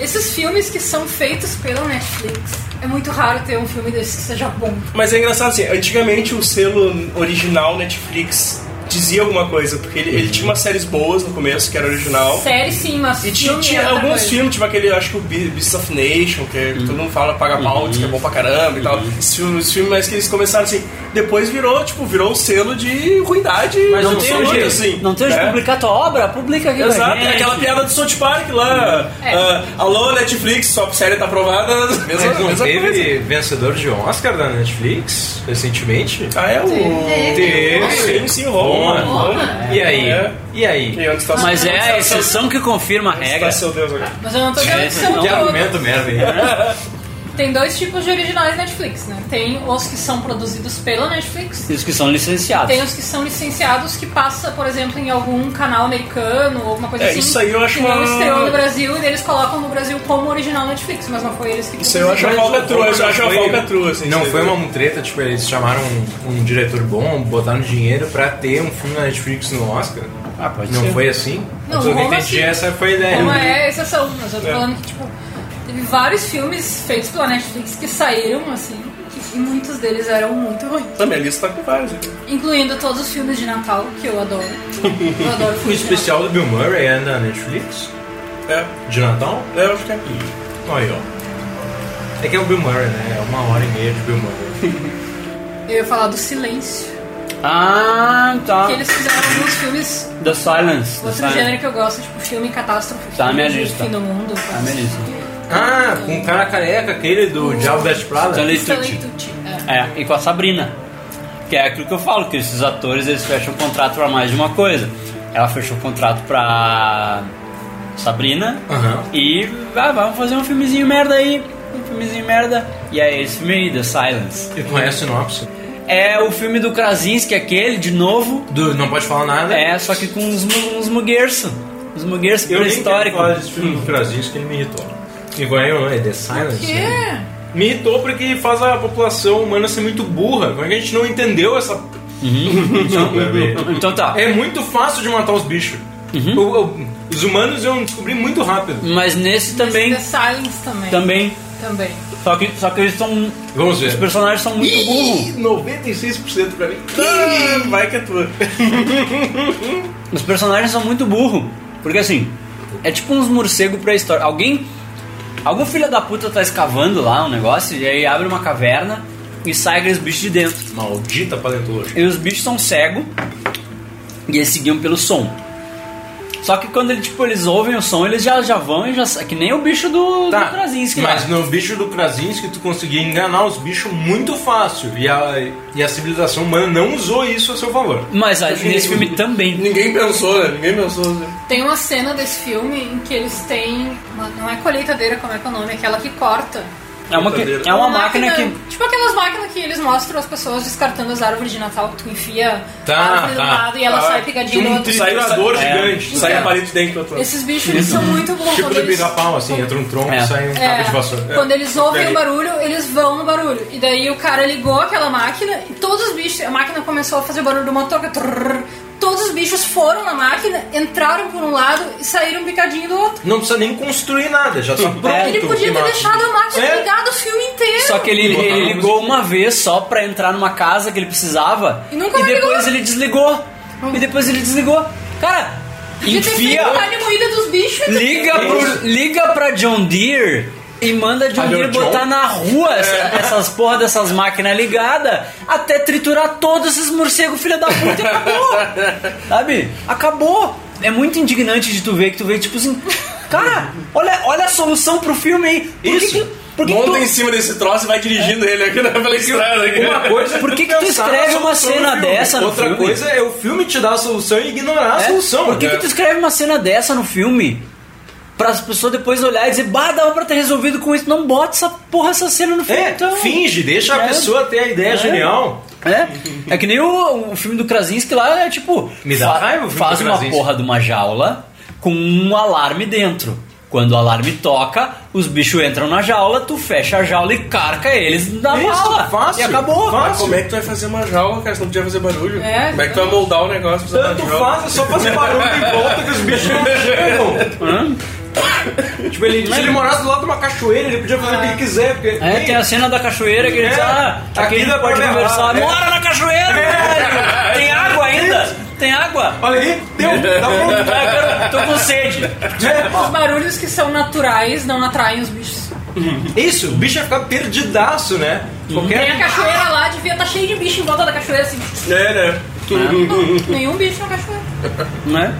S5: Esses filmes que são feitos pela Netflix. É muito raro ter um filme desse que seja bom.
S4: Mas é engraçado assim, antigamente o selo original Netflix dizia alguma coisa, porque ele, ele tinha umas séries boas no começo, que era original.
S5: Série sim, mas
S4: E tinha,
S5: filme
S4: tinha
S5: é outra
S4: alguns
S5: coisa.
S4: filmes, tipo aquele, acho que o Be- Beasts of Nation, que todo mundo fala paga pau, diz que é bom pra caramba e tal. Esse filme, esse filme, mas que eles começaram assim. Depois virou, tipo, virou o selo de ruindade.
S2: Mas não tem
S4: absoluta,
S2: onde,
S4: assim,
S2: não tem onde
S4: né?
S2: publicar tua obra? Publica aqui.
S4: Exato,
S2: pra gente.
S4: é aquela piada do South Park lá. ah, alô, Netflix, sua série tá aprovada. Mesma,
S3: Mas não
S4: mesma
S3: teve
S4: coisa.
S3: vencedor de Oscar da Netflix recentemente?
S4: Ah, é o.
S3: Teve.
S4: Sim, sim, Roma.
S3: Roma.
S4: Roma.
S3: E aí?
S4: É.
S3: E aí?
S4: E onde está
S2: Mas
S4: seu-
S2: é
S4: onde
S2: a
S4: está seu-
S2: exceção que confirma a
S4: onde está
S2: regra.
S4: Tá seu Deus agora?
S5: Mas eu não tô dizendo que
S2: Esse
S5: são
S2: não
S3: Que
S5: todos.
S3: argumento merda, hein?
S5: Tem dois tipos de originais Netflix, né? Tem os que são produzidos pela Netflix.
S2: E os que são licenciados.
S5: Tem os que são licenciados que passa, por exemplo, em algum canal americano ou alguma coisa
S4: É,
S5: assim.
S4: isso aí eu acho
S5: que não
S4: uma-
S5: estreou no Brasil e eles colocam no Brasil como original Netflix, mas não foi eles que
S4: Isso aí eu acho
S5: produziram.
S4: uma falcatrua, eu acho uma
S3: Foi-
S4: falcatrua, assim.
S3: Não
S4: isso aí.
S3: foi uma treta, tipo, eles chamaram um, um diretor bom, botaram dinheiro pra ter um filme da Netflix no Oscar.
S2: Ah, pode
S3: não
S2: ser.
S3: foi assim?
S5: Não,
S3: Só que
S5: como
S3: entendi,
S5: assim?
S3: essa foi a ideia.
S5: Como é exceção, mas eu tô falando que, tipo, teve vários filmes feitos pela Netflix que saíram, assim, que- e muitos deles eram muito ruins.
S4: Também a lista tá com vários. aqui.
S5: Incluindo todos os filmes de Natal, que eu adoro. Eu adoro
S3: O
S5: filmes de Natal.
S3: especial do Bill Murray é da Netflix?
S4: É,
S3: De Natal?
S4: é, eu acho que é.
S3: Aí, ó. É que é o Bill Murray, né? É uma hora e meia de Bill Murray.
S5: Eu ia falar do Silêncio,
S2: Ah, tá.
S5: que eles fizeram alguns filmes,
S2: The Silence. The
S5: outro
S2: Silence.
S5: gênero que eu gosto, tipo filme catástrofe,
S2: Tá na minha
S5: filme de
S2: lista.
S5: fim do mundo.
S2: na minha lista.
S3: Ah, com o cara careca, aquele do Diabo Veste Prada.
S2: Stanley
S5: Stanley
S2: Tucci.
S5: Tucci, é.
S2: É, e com a Sabrina. Que é aquilo que eu falo, que esses atores eles fecham contrato pra mais de uma coisa. Ela fechou contrato pra Sabrina
S3: Aham.
S2: e ah, vamos fazer um filmezinho merda aí. Um filmezinho merda. E é esse filme aí, The Silence.
S3: E conhece a sinopse?
S2: É o filme do Krasinski, aquele, de novo.
S3: Do Não Pode Falar Nada.
S2: É, só que com uns, mu- uns muguerço. Uns muguerço
S3: Eu nem quero
S2: pré-histórico.
S3: falar desse filme do Krasinski, que ele me irritou. Igual eu, é The Silence.
S5: Que
S3: né? Me irritou porque faz a população humana ser muito burra. Como é que a gente não entendeu essa... Desculpa, é meio-
S2: Então tá.
S3: é muito fácil de matar os bichos. Eu- eu- os humanos eu descobri muito rápido.
S2: Mas nesse também.
S5: The Silence também.
S2: Também.
S5: Também.
S2: Só que, só que eles são.
S3: Vamos
S2: Os
S3: ver.
S2: personagens são muito burros.
S3: Ih, 96% pra mim.
S4: Ah, vai que é tua.
S2: Os personagens são muito burros. Porque assim, é tipo uns morcegos pré-histórico. Alguém. Algum filho da puta tá escavando lá um negócio e aí abre uma caverna e sai aqueles bichos de dentro.
S3: Maldita paleontologia.
S2: E os bichos são cegos e eles seguiam pelo som. Só que quando ele, tipo, eles ouvem o som, eles já, já vão e já. sa- Que nem o bicho do, do Krasinski lá.
S3: Tá, mas no bicho do Krasinski tu conseguia enganar os bichos muito fácil. E a, e a civilização humana não usou isso a seu favor.
S2: Mas ah, nesse filme também.
S4: Ninguém pensou, né? Ninguém pensou.
S3: Tipo
S4: né?
S5: Tem uma cena desse filme em que eles têm. uma- não é colheitadeira, como é que é o nome? Aquela que corta.
S2: É uma, que- é uma máquina que.
S5: Tipo aquelas máquinas que eles mostram as pessoas descartando as árvores de Natal, que tu enfia
S3: Tá,
S5: a árvore de um
S3: tá.
S5: lado e ela
S4: Tá.
S5: sai pegadinha
S3: Tinha
S5: do
S3: um
S5: outro.
S3: triturador gigante.
S4: Sai É. a parede de dentro do outro.
S5: Esses bichos eles são muito burros.
S3: Tipo
S5: quando
S3: de
S5: eles-
S3: pica-pau, assim, entra um tronco
S2: É.
S3: e sai um cabo de vassoura.
S5: É, quando eles ouvem
S4: Peraí.
S5: o barulho, eles vão no barulho. E daí o cara ligou aquela máquina e todos os bichos. A máquina começou a fazer barulho do motor. que trrr. todos os bichos foram na máquina, entraram por um lado e saíram picadinho do outro.
S3: Não precisa nem construir nada, já tá pronto.
S5: Ele
S3: que
S5: podia ter
S3: máquina.
S5: deixado a máquina
S3: É.
S5: ligada o filme inteiro.
S2: Só que ele,
S3: E botar
S2: ele
S3: uma
S2: ligou
S3: musiquinha.
S2: uma vez só pra entrar numa casa que ele precisava.
S5: E nunca mais
S2: depois
S5: ligou.
S2: ele desligou. E depois ele desligou. Cara,
S5: Podia ter feito
S2: enfia.
S5: a carne moída dos bichos.
S2: Liga, pro, liga pra John Deere e manda John
S3: Alô,
S2: Deere
S3: John? É.
S2: botar na rua essa- essas porra dessas máquinas ligadas até triturar todos esses morcegos, filha da puta, e acabou. Sabe? Acabou. É muito indignante de tu ver que tu vê, tipo assim, cara, olha, olha a solução pro filme aí. Por
S3: Isso.
S2: Que, que- por que que
S4: Monta
S2: tu-
S4: em cima desse troço e vai dirigindo ele aqui né? na pela estrada. aqui.
S3: Uma coisa é
S2: Por que que
S3: pensar
S2: tu escreve
S3: na
S2: uma
S3: solução
S2: cena
S3: do filme.
S2: dessa no
S3: Outra
S2: filme?
S3: coisa é o filme te dar a solução e ignorar a
S2: É?
S3: solução.
S2: Por que,
S3: né?
S2: que tu escreve uma cena dessa no filme? Pra as pessoas depois olharem e dizer, bah, dava pra ter resolvido com isso. Não bota essa porra, essa cena no filme.
S3: É,
S2: então.
S3: finge, deixa
S2: É.
S3: a pessoa ter a ideia
S2: É.
S3: genial.
S2: É, é que nem o, o filme do Krasinski lá, é tipo...
S3: Me dá raiva o filme
S2: Faz
S3: do
S2: uma
S3: Krasinski.
S2: porra de uma jaula com um alarme dentro. Quando o alarme toca, os bichos entram na jaula, tu fecha a jaula e carca eles na
S3: Isso,
S2: bala.
S3: fácil,
S2: E acabou.
S3: fácil.
S4: Como é que tu vai fazer uma jaula, cara? Se não podia fazer barulho.
S5: É.
S4: Como é que tu vai moldar o negócio pra fazer
S3: Tanto
S4: uma jaula?
S3: faz, é só fazer barulho em volta que os bichos não chegam. tipo, ele, se ele morasse do lado de uma cachoeira, ele podia fazer o que ele quiser. Porque,
S2: É, tem a cena da cachoeira que ele diz,
S3: É,
S2: ah,
S3: aqui
S2: aqui
S3: dá
S2: pode
S3: pra levar,
S2: conversar.
S3: é.
S2: Mora na cachoeira, caralho! Tem água ainda? Tem água!
S3: Olha aí, deu, dá um né?
S2: Ah, cara, Tô com sede!
S5: Os barulhos que são naturais não atraem os bichos.
S3: Isso, o bicho ia ficar perdidaço, né?
S5: Tem a
S3: Qualquer...
S5: cachoeira lá, devia estar cheio de bicho em volta da cachoeira assim. tipo,
S4: É, né?
S2: Uhum.
S5: Nenhum bicho na cachoeira.
S2: né?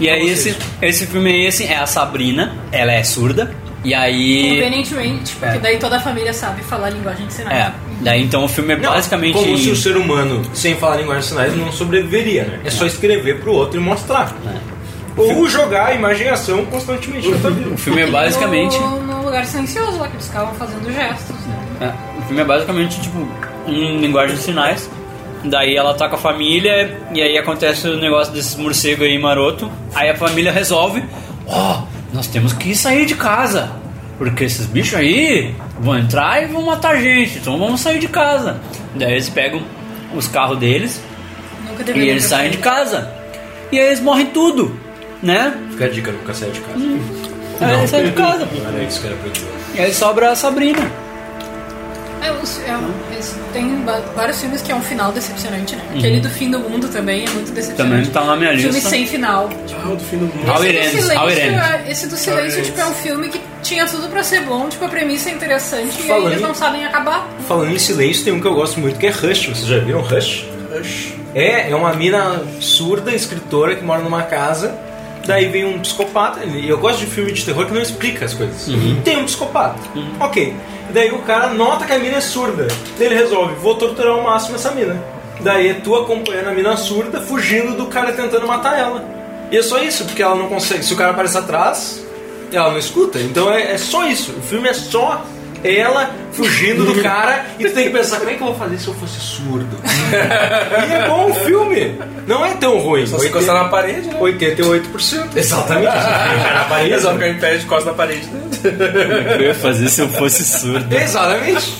S2: E aí esse, esse filme aí, assim, é a Sabrina, ela é surda, e aí.
S5: Convenientemente,
S2: É.
S5: porque daí toda a família sabe falar linguagem de sinais.
S2: É. Daí então o filme é
S3: Não,
S2: basicamente.
S3: Como se o ser humano, sem falar linguagem de sinais, não sobreviveria, né? É só escrever pro outro e mostrar. Ou jogar a imaginação constantemente na tua vida.
S2: O filme é
S5: E
S2: basicamente.
S5: No, no lugar silencioso lá que eles ficavam fazendo gestos. Né?
S2: É, o filme é basicamente tipo um linguagem de sinais. Daí ela tá com a família e aí acontece o negócio desses morcegos aí maroto. Aí a família resolve, ó, nós temos que sair de casa. Porque esses bichos aí vão entrar e vão matar a gente, então vamos sair de casa. Daí eles pegam os carros deles
S5: Nunca
S2: e
S5: deveria
S2: eles
S5: ter
S2: saem de
S5: feito.
S2: casa. E aí eles morrem tudo, né?
S3: Fica a dica, nunca sai de casa.
S2: Aí eles saem de casa.
S3: Olha isso que era pra eu
S2: E aí sobra a Sabrina.
S5: É, os- é um- esse- tem ba- vários filmes que é um final decepcionante, né? Aquele do fim do mundo também é muito
S2: Uhum. Também
S5: decepcionante.
S2: tá na minha
S5: Filme
S2: lista.
S5: sem final.
S4: Ah, o do fim do mundo.
S2: How it
S5: esse, do
S2: ends, how it
S5: silêncio,
S2: ends.
S5: é- esse do silêncio, tipo, é um filme que tinha tudo pra ser bom, tipo, a premissa é interessante e
S3: Falando
S5: aí eles
S3: em-
S5: não sabem acabar.
S3: Falando em silêncio, tem um que eu gosto muito que é Rush. Vocês já viram Rush?
S4: Rush.
S3: É, é uma mina surda, escritora, que mora numa casa. Daí vem um psicopata. E eu gosto de filme de terror que não explica as coisas. Tem um psicopata. Ok. Daí o cara nota que a mina é surda. Daí ele resolve, vou torturar ao máximo essa mina. Daí é tu acompanhando a mina surda, fugindo do cara tentando matar ela. E é só isso, porque ela não consegue. Se o cara aparece atrás, ela não escuta. Então é, é só isso. O filme é só ela fugindo do cara e tu tem que pensar como é que eu vou fazer se eu fosse surdo. E é bom o filme. Não é tão ruim.
S4: Só se encostar na parede, né?
S3: 88%. Exatamente. Na parede.
S4: Exato, que ao invés de costa na parede, né?
S2: Eu ia fazer se eu fosse surdo.
S3: Exatamente.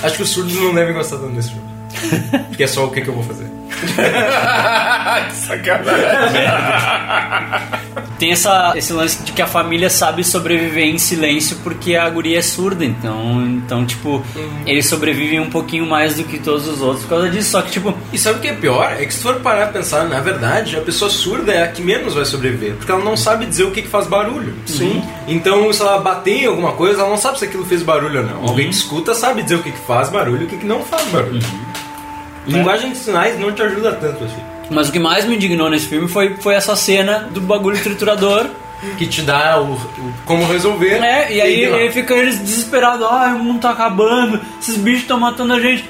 S3: Acho que os surdos não devem gostar tanto desse filme. Porque é só o que, que eu vou fazer.
S2: Tem essa, esse lance de que a família sabe sobreviver em silêncio porque a guria é surda, então, então tipo, eles sobrevivem um pouquinho mais do que todos os outros por causa disso. Só que, tipo,
S3: E sabe o que é pior? É que se tu for parar a pensar, na verdade, a pessoa surda é a que menos vai sobreviver. Porque ela não sabe dizer o que, que faz barulho. Sim. Então, se ela bater em alguma coisa, ela não sabe se aquilo fez barulho ou não. Alguém que escuta sabe dizer o que, que faz barulho e o que, que não faz barulho. Linguagem de sinais não te ajuda tanto, assim.
S2: mas o que mais me indignou nesse filme foi, foi essa cena do bagulho triturador,
S3: que te dá o, o- como resolver.
S2: né? E aí,
S3: lá.
S2: aí ficam eles desesperados, ah, o mundo tá acabando, esses bichos estão matando a gente.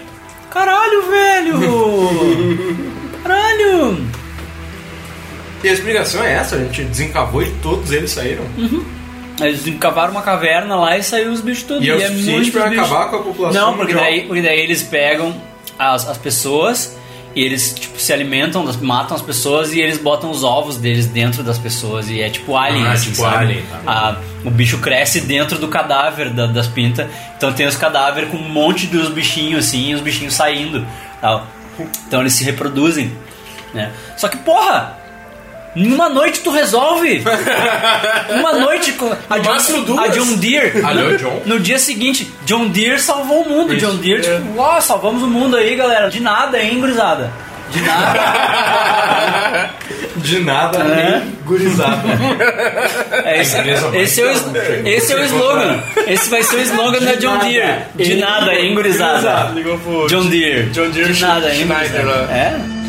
S2: Caralho, velho! Caralho!
S3: E a explicação é essa, a gente desencavou e todos eles saíram.
S2: Eles encavaram uma caverna lá e saiu os bichos todos.
S3: E é o
S2: muitos
S3: suficiente pra
S2: bichos.
S3: acabar com a população
S2: Não, porque
S3: mundial.
S2: daí, porque daí eles pegam as, as pessoas e eles tipo, se alimentam, das- matam as pessoas e eles botam os ovos deles dentro das pessoas. E é tipo alien.
S10: Ah,
S2: assim,
S10: tipo
S2: sabe?
S10: alien, tá.
S2: Ah, o bicho cresce dentro do cadáver da- das pintas. Então tem os cadáveres com um monte dos bichinhos assim e os bichinhos saindo. tal. Então eles se reproduzem. Né? Só que, porra! Numa noite tu resolve! Uma noite com a John,
S4: máximo duas.
S2: a John Deere.
S3: Alô, John?
S2: No dia seguinte, John Deere salvou o mundo. John Deere, tipo, ó, salvamos o mundo aí, galera. De nada, hein, gurizada? De nada.
S3: De nada,
S2: É.
S3: nem gurizada.
S2: É esse,
S3: empresa vai
S2: esse é o, es- esse é o slogan. Esse vai ser o slogan da John
S3: nada,
S2: Deere. De
S3: hein,
S2: nada, hein,
S3: Ah.
S2: gurizada?
S4: Ligou pro
S2: John Deere.
S4: John Deere
S2: De nada, hein,
S4: Schneider
S2: gurizada?
S4: lá.
S2: É?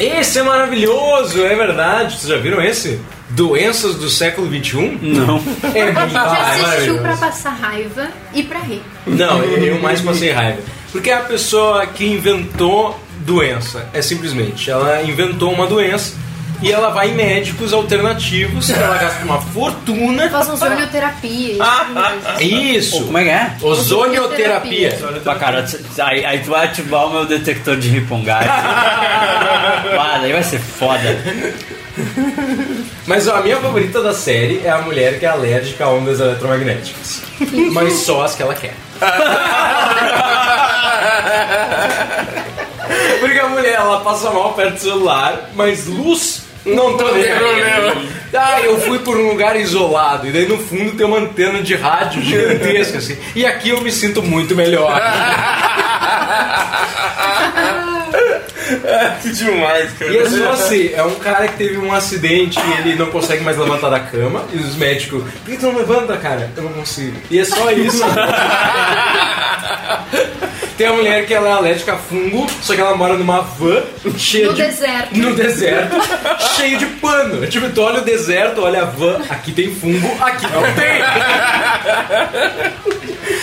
S3: Esse é maravilhoso, é verdade. Vocês já viram esse? Doenças do século XXI?
S2: Não.
S3: É
S8: A gente assistiu pra
S3: maravilhoso.
S8: passar raiva e pra rir.
S3: Não, eu mais passei raiva. Porque é a pessoa que inventou doença, é simplesmente, ela inventou uma doença e ela vai em médicos alternativos, que ela gasta uma fortuna.
S8: Faz um- ozonioterapia.
S2: Ah,
S3: Isso!
S2: Como é que é?
S3: Ozonioterapia.
S2: Pra cara, aí, aí tu vai ativar o meu detector de ripongai. ah, daí vai ser foda.
S3: Mas ó, a minha favorita da série é a mulher que é alérgica a ondas eletromagnéticas. Mas só as que ela quer. Porque a mulher ela passa mal perto do celular, mas luz não tá nem aí. Ah, eu fui por um lugar isolado, e daí no fundo tem uma antena de rádio gigantesca, assim. E aqui eu me sinto muito melhor.
S4: Que demais, cara.
S3: E é só assim, é um cara que teve um acidente e ele não consegue mais levantar da cama. E os médicos, por que tu não levanta, cara? Eu não consigo. E é só isso. Tem a mulher que ela é alérgica a fungo, só que ela mora numa van cheia
S8: No
S3: de.
S8: deserto.
S3: No deserto, cheio de pano. Tipo, tu olha o deserto, olha a van, aqui tem fungo, aqui não tem.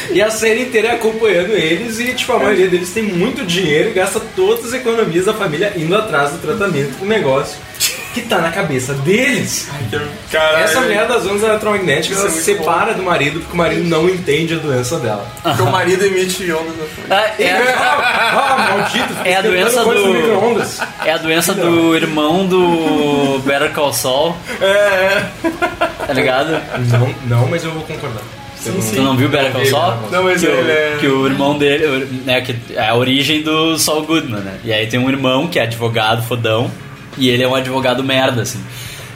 S3: E a série inteira é acompanhando eles e, tipo, a maioria deles tem muito dinheiro e gasta todas as economias da família indo atrás do tratamento com o negócio que tá na cabeça deles.
S4: Caralho.
S3: Essa mulher das ondas eletromagnéticas,
S4: Isso
S3: ela
S4: é
S3: se
S4: muito
S3: separa do marido porque o marido não entende a doença dela.
S4: Teu marido emite né? ondas na frente.
S2: Ah, É a,
S3: Ah, maldito!
S2: é a doença
S3: Coisa do
S2: do.
S3: micro-ondas.
S2: É a doença do irmão do Better Call Saul. É. Tá ligado?
S3: Não, não, mas eu vou concordar.
S2: Tu não viu Better Call Saul?
S4: Não, mas
S2: que, o-
S4: ele é-
S2: que o irmão dele, o- né, que é a origem do Saul Goodman, né? E aí tem um irmão que é advogado fodão e ele é um advogado merda, assim.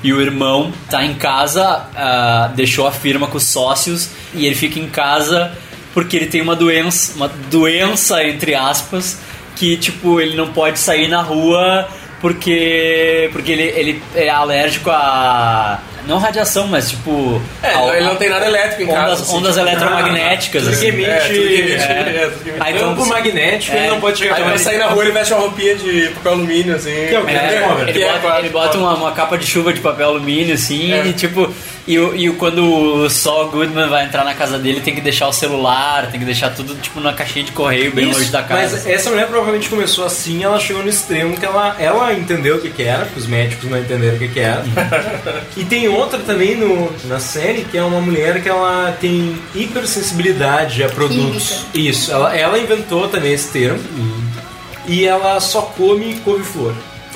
S2: E o irmão tá em casa, ah, deixou a firma com os sócios e ele fica em casa porque ele tem uma doença, uma doença entre aspas, que tipo ele não pode sair na rua porque porque ele, ele é alérgico a não radiação, mas tipo
S4: É,
S2: ao-
S4: ele não tem nada elétrico em casa.
S2: ondas,
S4: assim,
S2: ondas
S4: tipo,
S2: eletromagnéticas.
S3: Tudo
S2: assim.
S3: que emite.
S4: É, tudo que emite.
S2: É.
S4: é, tudo que emite.
S2: Aí então,
S3: Campo magnético,
S2: é.
S3: ele não pode chegar
S4: Aí
S3: pra
S4: vai sair na rua, ele veste uma roupinha de papel alumínio, assim.
S3: é o que
S2: é, ele,
S4: é,
S2: bota, ele bota uma, uma capa de chuva de papel alumínio, assim,
S3: É.
S2: e tipo, e, o- e o- quando o Saul Goodman vai entrar na casa dele, tem que deixar o celular, tem que deixar tudo, tipo, na caixinha de correio bem longe da casa.
S3: Mas essa mulher provavelmente começou assim, ela chegou no extremo que ela, ela entendeu o que, que era, porque os médicos não entenderam o que, que era.
S2: Uhum.
S3: e tem outra também no, na série, que é uma mulher que ela tem hipersensibilidade a produtos. Isso, ela, ela inventou também esse termo.
S2: Uhum.
S3: E ela só come couve-flor.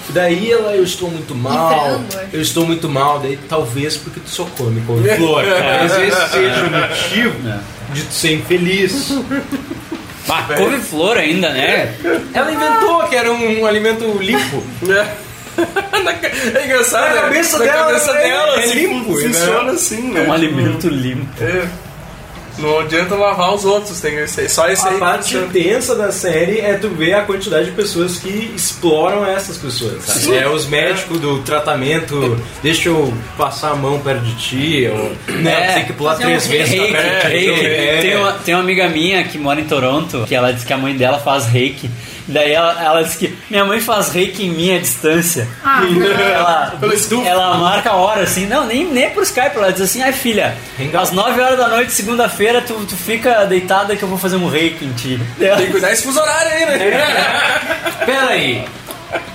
S3: Daí ela, eu estou muito mal,
S8: frango, acho.
S3: eu estou muito mal, daí talvez porque tu só come couve-flor.
S2: É.
S3: Talvez esse seja o motivo de tu ser infeliz.
S2: Ah,
S4: é-
S2: couve-flor ainda, né?
S3: Ela inventou que era um alimento limpo.
S4: É engraçado,
S3: um- Na
S4: né?
S3: cabeça
S4: Na
S3: dela,
S4: cabeça
S3: é-
S4: dela,
S3: é
S4: assim,
S3: limpo, né?
S4: funciona assim, né?
S2: Um alimento limpo.
S4: É. Não adianta lavar os outros, tem esse, só esse
S3: A
S4: aí.
S3: parte intensa da série é tu ver a quantidade de pessoas que exploram essas pessoas. sabe? É os médicos do tratamento, deixa eu passar a mão perto de ti, ou né,
S2: É,
S3: tem que pular
S2: fazer
S3: três
S2: um
S3: vezes
S2: reiki,
S3: na perna.
S2: reiki.
S3: É.
S2: Tem, uma, tem uma amiga minha que mora em Toronto, que ela diz que a mãe dela faz reiki. Daí ela, ela diz que minha mãe faz reiki em minha distância.
S8: Ah,
S2: ela,
S4: Pelo estufa.
S2: ela marca a hora, assim, não, nem, nem por Skype, ela diz assim, ai filha, às 9 horas da noite, segunda-feira, tu, tu fica deitada que eu vou fazer um reiki em ti.
S4: Tem que cuidar esse fuso horário aí,
S3: É.
S4: né?
S3: Pera aí.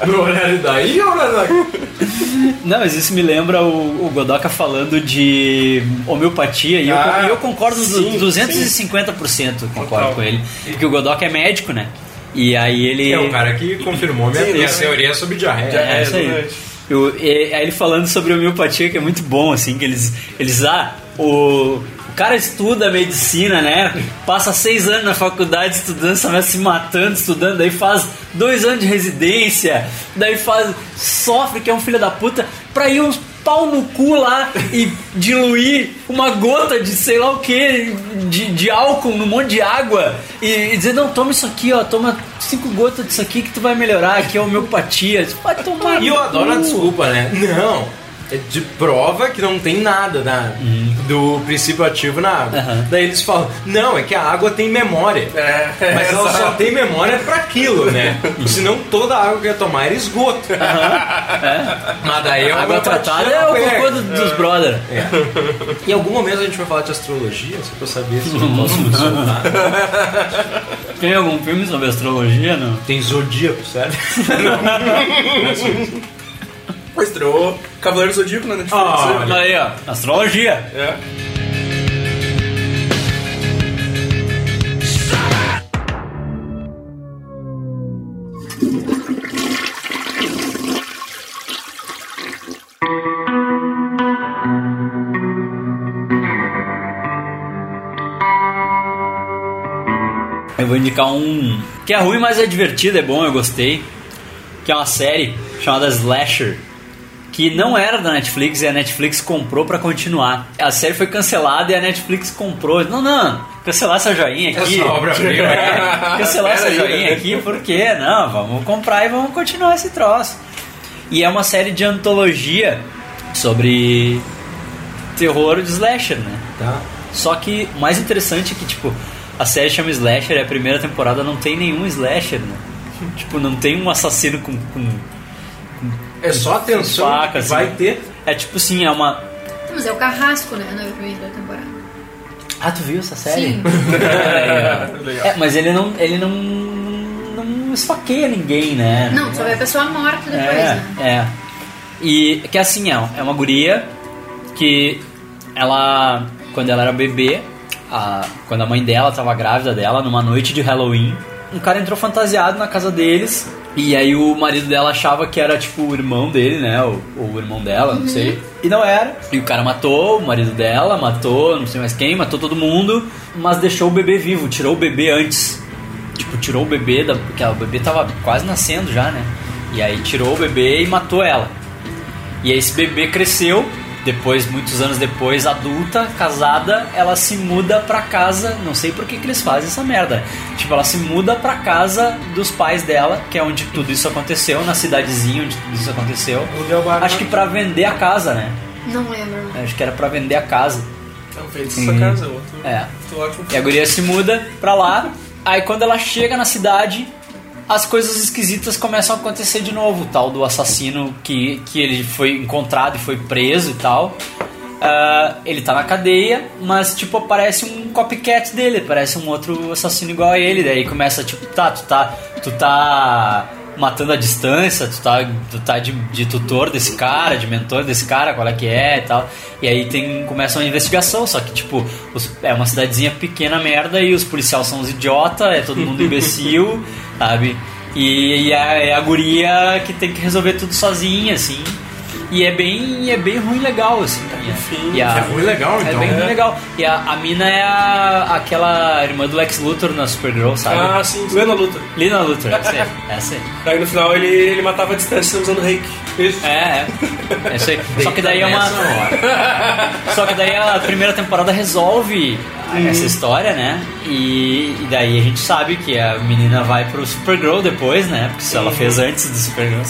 S3: No horário daí ou horário daqui?
S2: Não, mas isso me lembra o, o Godoka falando de homeopatia e eu con-
S4: Ah,
S2: e eu, concordo
S4: sim,
S2: du- 250% concordo
S4: Total.
S2: com ele. Porque o Godoka é médico, né? E aí ele.
S3: É um cara que confirmou minha,
S4: Sim,
S3: minha
S4: né?
S3: teoria sobre diarreia.
S2: É, isso aí.
S4: exatamente.
S2: Eu- e- aí ele falando sobre homeopatia, que é muito bom, assim, que eles. eles ah, o, o cara estuda medicina, né? Passa seis anos na faculdade estudando, só vai se matando, estudando, daí faz dois anos de residência, daí faz. sofre que é um filho da puta, pra ir uns pau no cu lá e diluir uma gota de sei lá o que, de, de álcool num monte de água e, e dizer, não, toma isso aqui, ó, toma cinco gotas disso aqui que tu vai melhorar, que é homeopatia. Isso Pode tomar.
S3: E eu
S2: no
S3: adoro a
S2: cu.
S3: desculpa, né? Não.
S10: é de prova que não tem nada na-
S2: Uhum.
S10: do princípio ativo na água. Daí eles falam, não, é que a água tem memória.
S4: É.
S10: Mas ela só tem memória para aquilo, né? Senão toda a água que ia tomar era esgoto. Mas daí é uma
S2: Água tratada é o cocô do- dos brother.
S10: Em algum momento a gente vai falar de astrologia, só pra eu saber se eu posso um
S2: Hum.
S10: funcionar.
S2: Tem algum filme sobre astrologia, não?
S10: Tem zodíaco, sério?
S4: Mas Estreou Cavaleiro Zodíaco na Netflix.
S10: Ah,
S4: né?
S2: Aí, ó. Astrologia.
S4: É.
S2: Eu vou indicar um que é ruim, mas é divertido, é bom, eu gostei. Que é uma série chamada Slasher. Que não era da Netflix e a Netflix comprou pra continuar. A série foi cancelada e a Netflix comprou. Não, não, cancelar essa joinha aqui.
S10: Essa obra-prima.
S2: É, cancelar essa
S10: Pera, né?
S2: joinha
S10: joinha.
S2: aqui, por quê? Não, vamos comprar e vamos continuar esse troço. E é uma série de antologia sobre terror de slasher, né?
S10: Tá.
S2: Só que o mais interessante é que, tipo, a série chama Slasher e a primeira temporada não tem nenhum slasher, né? tipo, não tem um assassino com. com
S10: É só atenção
S2: Faca,
S10: que vai
S2: assim.
S10: ter.
S2: É tipo assim, é uma.
S8: Mas é o carrasco, né? Na primeira temporada.
S2: Ah, tu viu essa série?
S8: Sim.
S2: É, mas ele não. ele não. não esfaqueia ninguém, né?
S8: Não, só vai a pessoa morta depois,
S2: É,
S8: né?
S2: é. E que assim, é, é uma guria que ela, quando ela era bebê, a- quando a mãe dela tava grávida dela, numa noite de Halloween, um cara entrou fantasiado na casa deles. E aí o marido dela achava que era tipo o irmão dele, né? Ou, ou o irmão dela, não
S8: Uhum.
S2: sei. E não era. E o cara matou o marido dela, matou não sei mais quem, matou todo mundo, mas deixou o bebê vivo, tirou o bebê antes. Tipo, tirou o bebê, da, porque o bebê tava quase nascendo já, né? E aí tirou o bebê e matou ela. E aí esse bebê cresceu, depois, muitos anos depois, adulta, casada, ela se muda pra casa, não sei por que, que eles fazem essa merda. Tipo, ela se muda pra casa dos pais dela, que é onde tudo isso aconteceu, na cidadezinha onde tudo isso aconteceu.
S10: Aluguel barato.
S2: Acho que pra vender a casa, né?
S8: Não lembro.
S2: Acho que era pra vender a casa.
S4: Não fez essa casa, outro.
S2: É.
S4: outro ótimo.
S2: E a guria se muda pra lá. Aí quando ela chega na cidade, as coisas esquisitas começam a acontecer de novo. O tal do assassino que, que ele foi encontrado e foi preso e tal. Ah, ele tá na cadeia, mas tipo, aparece um copycat dele, parece um outro assassino igual a ele. Daí começa, tipo, tá, tu tá. Tu tá matando a distância, tu tá, tu tá de, de tutor desse cara, de mentor desse cara, qual é que é e tal. E aí tem, começa uma investigação, só que tipo, os- é uma cidadezinha pequena merda e os policiais são uns idiota, é todo mundo imbecil, sabe? E, e a, é a guria que tem que resolver tudo sozinha, assim. E é bem, é bem ruim legal, assim. E a- e a-
S10: É ruim legal, então.
S2: é bem legal. E a, a mina é a- aquela irmã do Lex Luthor na Supergirl, sabe?
S4: Ah, sim, Lena Luta.
S2: Lina Luthor, é essa aí. Essa aí.
S4: Aí no final ele, ele matava a distância usando reiki. Isso.
S2: É, é. Essa aí. Só que daí é uma.
S10: Nessa hora.
S2: Só que daí a primeira temporada resolve
S10: Uhum.
S2: essa história, né? E, e daí a gente sabe que a menina vai pro Supergirl depois, né? Porque isso ela
S10: Uhum.
S2: fez antes do Supergirl.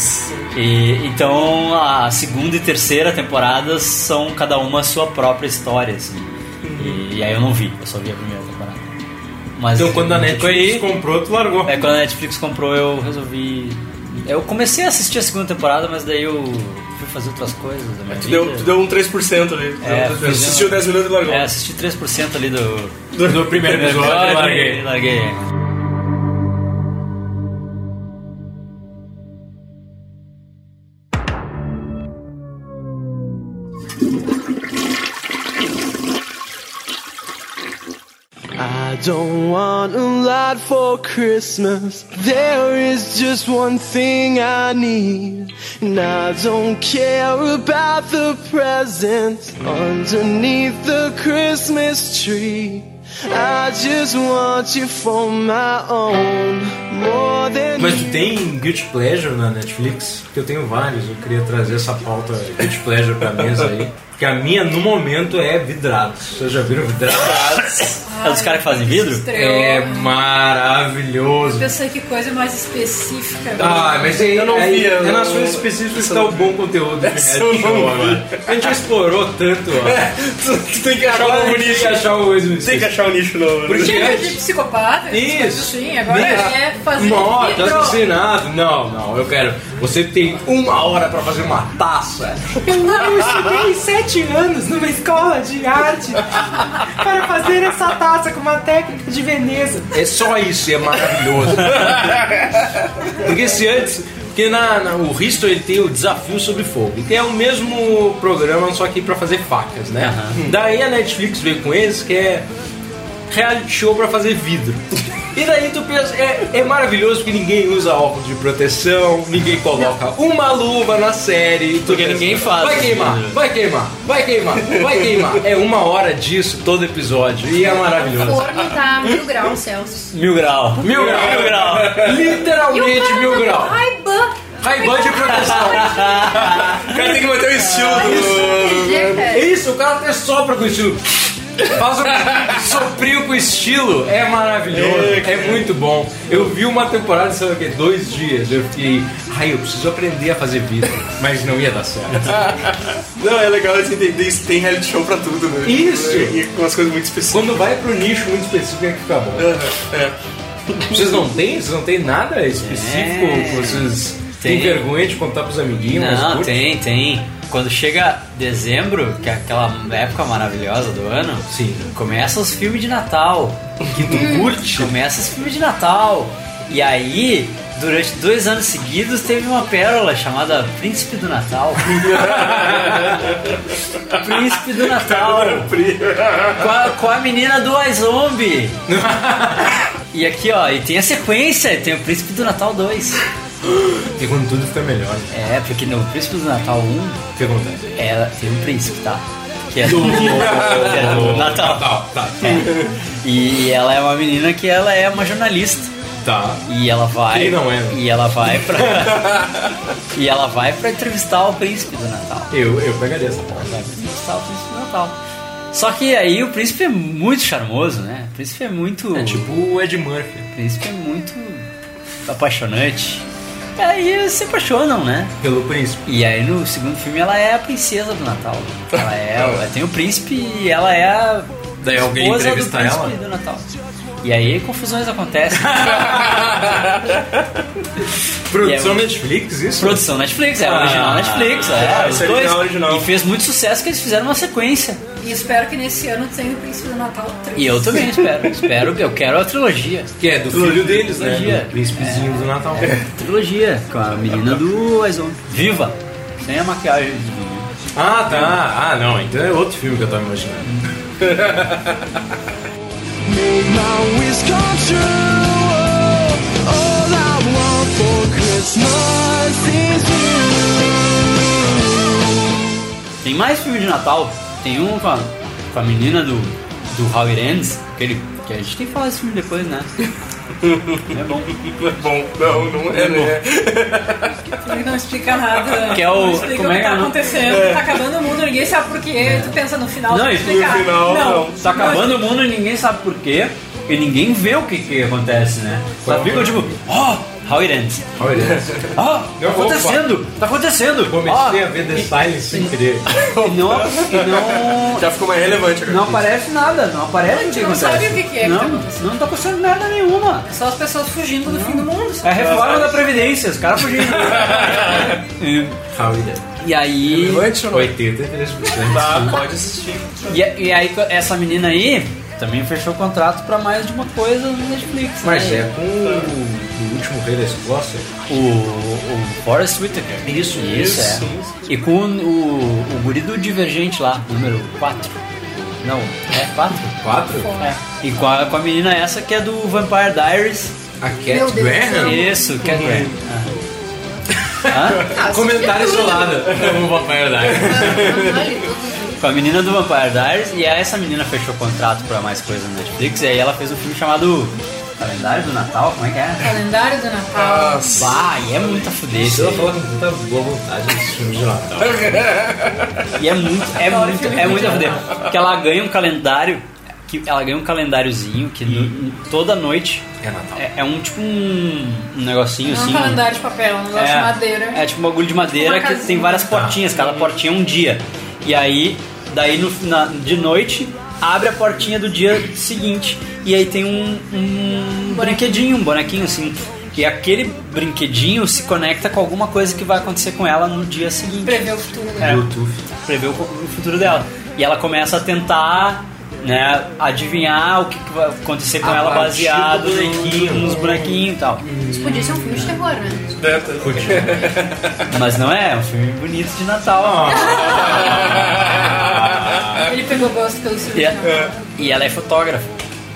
S2: E, então a segunda e terceira temporada são cada uma a sua própria história, assim. E, e aí eu não vi, eu só vi a primeira temporada. Mas
S10: Uhum.
S2: é
S10: Então quando a
S2: fico
S10: Netflix
S2: aí.
S10: comprou, tu largou.
S2: É, quando a Netflix comprou, eu resolvi. Eu comecei a assistir a segunda temporada, mas daí eu fui fazer outras coisas. da minha
S4: Tu
S2: vida.
S4: deu, tu deu um 3% ali.
S2: É,
S4: Tu assistiu 10 minutos e largou.
S2: É, assisti 3% ali do.
S10: No primeiro
S2: episódio,
S10: episódio,
S2: larguei.
S10: larguei.
S2: larguei.
S11: I don't want a lot for Christmas. There is just one thing I need. And I don't care about the presents underneath the Christmas tree. I just want you for my own. More than
S10: Mas tu tem Guilty Pleasure na Netflix? Porque eu tenho vários, eu queria trazer essa pauta Guilty Pleasure pra mesa aí.
S3: Que a minha, no momento, é vidrados. Vocês já viram vidrados?
S2: É dos caras que fazem vidro?
S3: é maravilhoso.
S5: Pensei que coisa mais específica.
S3: Ah, mas aí,
S4: Eu não
S3: aí,
S4: vi, eu
S3: é
S4: não-
S3: nas suas específicas que tá o bom conteúdo. de
S4: Essa
S3: reality
S4: eu não
S3: show
S4: vi.
S3: agora. A gente já explorou tanto, ó.
S4: tu, tu tem que achar
S3: Agora a
S4: um
S3: gente tem que
S4: nicho.
S3: achar o ex
S4: Tem que achar um nicho novo. né?
S3: Porque
S5: Chega de
S3: antes-
S5: psicopata, essas
S3: Isso. tá
S5: coisas assim, agora
S3: Bem-
S5: é fazer
S3: Morto,
S5: vidro.
S3: assassinado. ah, Não, não, eu quero. Você tem uma hora pra fazer uma taça.
S12: Eu estudei sete anos numa escola de arte para fazer essa taça com uma técnica de Veneza.
S3: É só isso, e é maravilhoso. Porque se antes. Porque na, na- o Risto ele tem o desafio sobre fogo. Então é o mesmo programa, só que pra fazer facas, né? Daí a Netflix veio com esse que é reality show pra fazer vidro. E daí tu pensa, é, é maravilhoso porque ninguém usa óculos de proteção, ninguém coloca uma luva na série. tu
S2: Porque
S3: pensa,
S2: ninguém faz né?"
S3: Vai
S2: esse
S3: queimar,
S2: vidro."
S3: vai queimar, vai queimar, vai queimar. É uma hora disso todo episódio e é
S8: O
S3: maravilhoso.
S8: forno tá mil graus Celsius.
S2: Mil grau.
S3: Mil grau.
S2: Mil grau.
S3: Literalmente mil grau.
S8: Raiban.
S3: Ray-Ban de proteção.
S4: O cara tem que manter o estilo do.
S3: É Isso, o cara até sopra com estilo. Faz um soprio com estilo. É maravilhoso, é muito bom. Eu vi uma temporada, sabe o que? Dois dias. Eu fiquei, ai, eu preciso aprender a fazer vidro. Mas não ia dar certo.
S4: Não, é legal assim, tem, tem, tem reality show pra tudo, né?
S3: Isso.
S4: E com umas coisas muito específicas.
S3: Quando vai pro nicho muito específico é que fica bom.
S4: Aham, é.
S3: Vocês não têm? Vocês não têm nada específico?
S2: É.
S3: que Vocês têm
S2: Tem.
S3: vergonha de contar pros amiguinhos? mas
S2: Não,
S3: curte?
S2: tem, tem. Quando chega dezembro, que é aquela época maravilhosa do ano,
S3: Sim.
S2: começa os filmes de Natal. Que tu curte? Começa os filmes de Natal. E aí, durante dois anos seguidos, teve uma pérola chamada Príncipe do Natal. Príncipe do Natal. com, a, com a menina do iZombie. e aqui, ó, e tem a sequência, tem o Príncipe do Natal 2.
S3: Porque quando tudo fica melhor. né?
S2: É, porque no Príncipe do Natal 1
S3: O que acontece?
S2: ela tem um príncipe, tá? Que é do, que é do Natal.
S3: tá,
S2: É. E ela é uma menina que ela é uma jornalista.
S3: tá.
S2: E ela vai.
S3: Quem não é, né?
S2: E ela vai pra. e ela vai pra entrevistar o príncipe do Natal.
S3: Eu, eu pegaria essa porra.
S2: Ela vai pra entrevistar o príncipe do Natal. Só que aí o príncipe é muito charmoso, né? O príncipe é muito.
S3: É tipo o Ed Murphy.
S2: O príncipe é muito apaixonante. E aí eles se apaixonam, né?
S3: Pelo príncipe.
S2: E aí no segundo filme ela é a princesa do Natal. Ela é, ela tem o príncipe e ela é a
S3: Daí alguém
S2: esposa do
S3: entrevista
S2: príncipe
S3: ela?
S2: do Natal. E aí confusões acontecem.
S3: Produção
S2: E é
S3: Netflix, isso?
S2: Produção Netflix, é
S3: Ah,
S2: original Netflix, é, os
S4: isso é
S2: dois.
S4: original, original.
S2: E fez muito sucesso que eles fizeram uma sequência.
S5: E espero que nesse ano tenha o Príncipe do Natal 3.
S2: E eu também espero, espero, eu quero a trilogia.
S3: Que é do filho deles, né? Do príncipezinho do Natal.
S2: Trilogia, com a menina do Aizon. Viva! Sem a maquiagem de
S3: Ah, tá. Ah, não. Então é outro filme que eu tava imaginando.
S11: Made my wish come true. Oh, all I want for Christmas is you.
S2: Tem mais filme de Natal. Tem um com a, com a menina do, do Howard Ends, que, ele, que a gente tem que falar desse filme depois, né? é bom.
S4: Bom, não, não é, né?
S5: Ele não explica nada.
S2: Que é o-
S5: Não explica
S2: como
S5: o
S2: é
S5: que
S2: que
S5: tá
S2: é, não?
S5: acontecendo. Tá acabando o mundo, ninguém sabe por quê. Tu pensa no final.
S2: Não,
S5: tem que
S2: isso no
S5: explicar.
S4: final,
S5: não.
S2: Tá acabando o mundo e ninguém sabe por quê. E ninguém vê o que, que acontece, né? Só ficam tipo, oh, Howard Ends. Oh, tá
S3: Eu vou-
S2: acontecendo, tá acontecendo.
S3: Comecei
S2: Ó,
S3: a ver The Silence sem querer.
S2: e não, e não,
S4: Já ficou mais relevante agora.
S2: não aparece nada, não aparece o que
S5: não
S2: acontece.
S5: sabe o que que é que tá
S2: Não,
S5: acontecendo.
S2: não tá acontecendo merda nenhuma.
S5: Só as pessoas fugindo do fim do mundo.
S2: É a reforma da Previdência, os caras fugindo. E-
S3: Howard.
S2: E aí.
S4: Relevante ou não?
S3: 83%.
S4: Tá, pode assistir.
S2: E, e aí, essa menina aí também fechou contrato pra mais de uma coisa no Netflix.
S3: Mas
S2: né?
S3: é com o o último rei da Escócia.
S2: O, o Forrest Whitaker. Isso, isso. é. E com o, o guri do Divergente lá, número 4. Não, é 4?
S3: 4?
S2: É. E com a, com a menina essa que é do Vampire Diaries.
S3: A Cat
S2: É,
S3: Graham?
S2: Isso, Cat Graham. Aham.
S3: Comentário isolado. Vamos pra verdade.
S2: Hã? Com a menina do Vampire Diaries. E aí essa menina fechou contrato pra mais coisa no Netflix. E aí ela fez um filme chamado Calendário do Natal, como é que é?
S5: Calendário do Natal.
S2: Bah, e é muita fudez.
S3: Isso eu falo com muita boa vontade nesse filme de Natal.
S2: E é muito, é muito, é muito a fuder. Porque ela ganha um calendário, que ela ganha um calendáriozinho que no- toda noite
S3: é Natal.
S2: É, um tipo um, um negocinho
S5: É
S2: assim.
S5: um calendário de papel, um negócio de madeira.
S2: É tipo um bagulho de madeira
S5: Uma
S2: que
S5: casinha. Uhum.
S2: tem
S3: Tá.
S2: várias portinhas, cada portinha é um dia. E aí, daí no, na- de noite, abre a portinha do dia seguinte. E aí tem um, um brinquedinho, um bonequinho assim. E aquele brinquedinho se conecta com alguma coisa que vai acontecer com ela no dia seguinte.
S5: Prever o futuro
S2: É,
S5: dela.
S2: prever o, o futuro dela. E ela começa a tentar né, adivinhar o que, que vai acontecer com
S3: A
S2: ela
S3: partir
S2: baseado
S3: do
S2: no-
S3: bonequinho.
S2: nos bonequinhos e tal.
S8: Isso podia ser um filme de terror, né?
S2: Mas não é, é um filme bonito de Natal.
S4: Ah.
S2: Ah.
S5: Ele pegou gosto pelo filme.
S2: E, é- e ela é fotógrafa.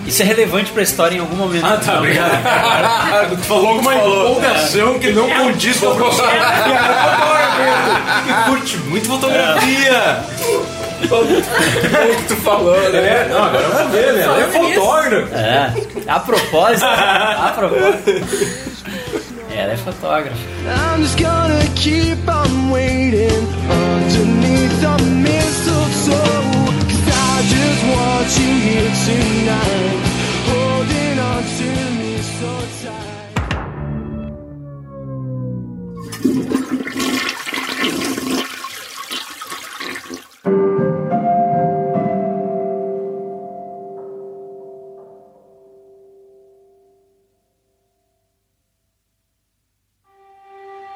S2: Isso é relevante pra história em algum momento.
S3: Ah, tá, obrigado. Caralho, tu falou É um com uma empolgação que não condiz com a É fotógrafo. Que curte muito fotografia.
S4: É O que tu falou, né?
S3: É, não, agora vai ver, né? Ela é fotógrafo.
S2: É. A propósito, a propósito. Ela é fotógrafa.
S12: I'm just gonna keep on waiting underneath the mistletoe. Cause I just want you here tonight, holding on to me so tight.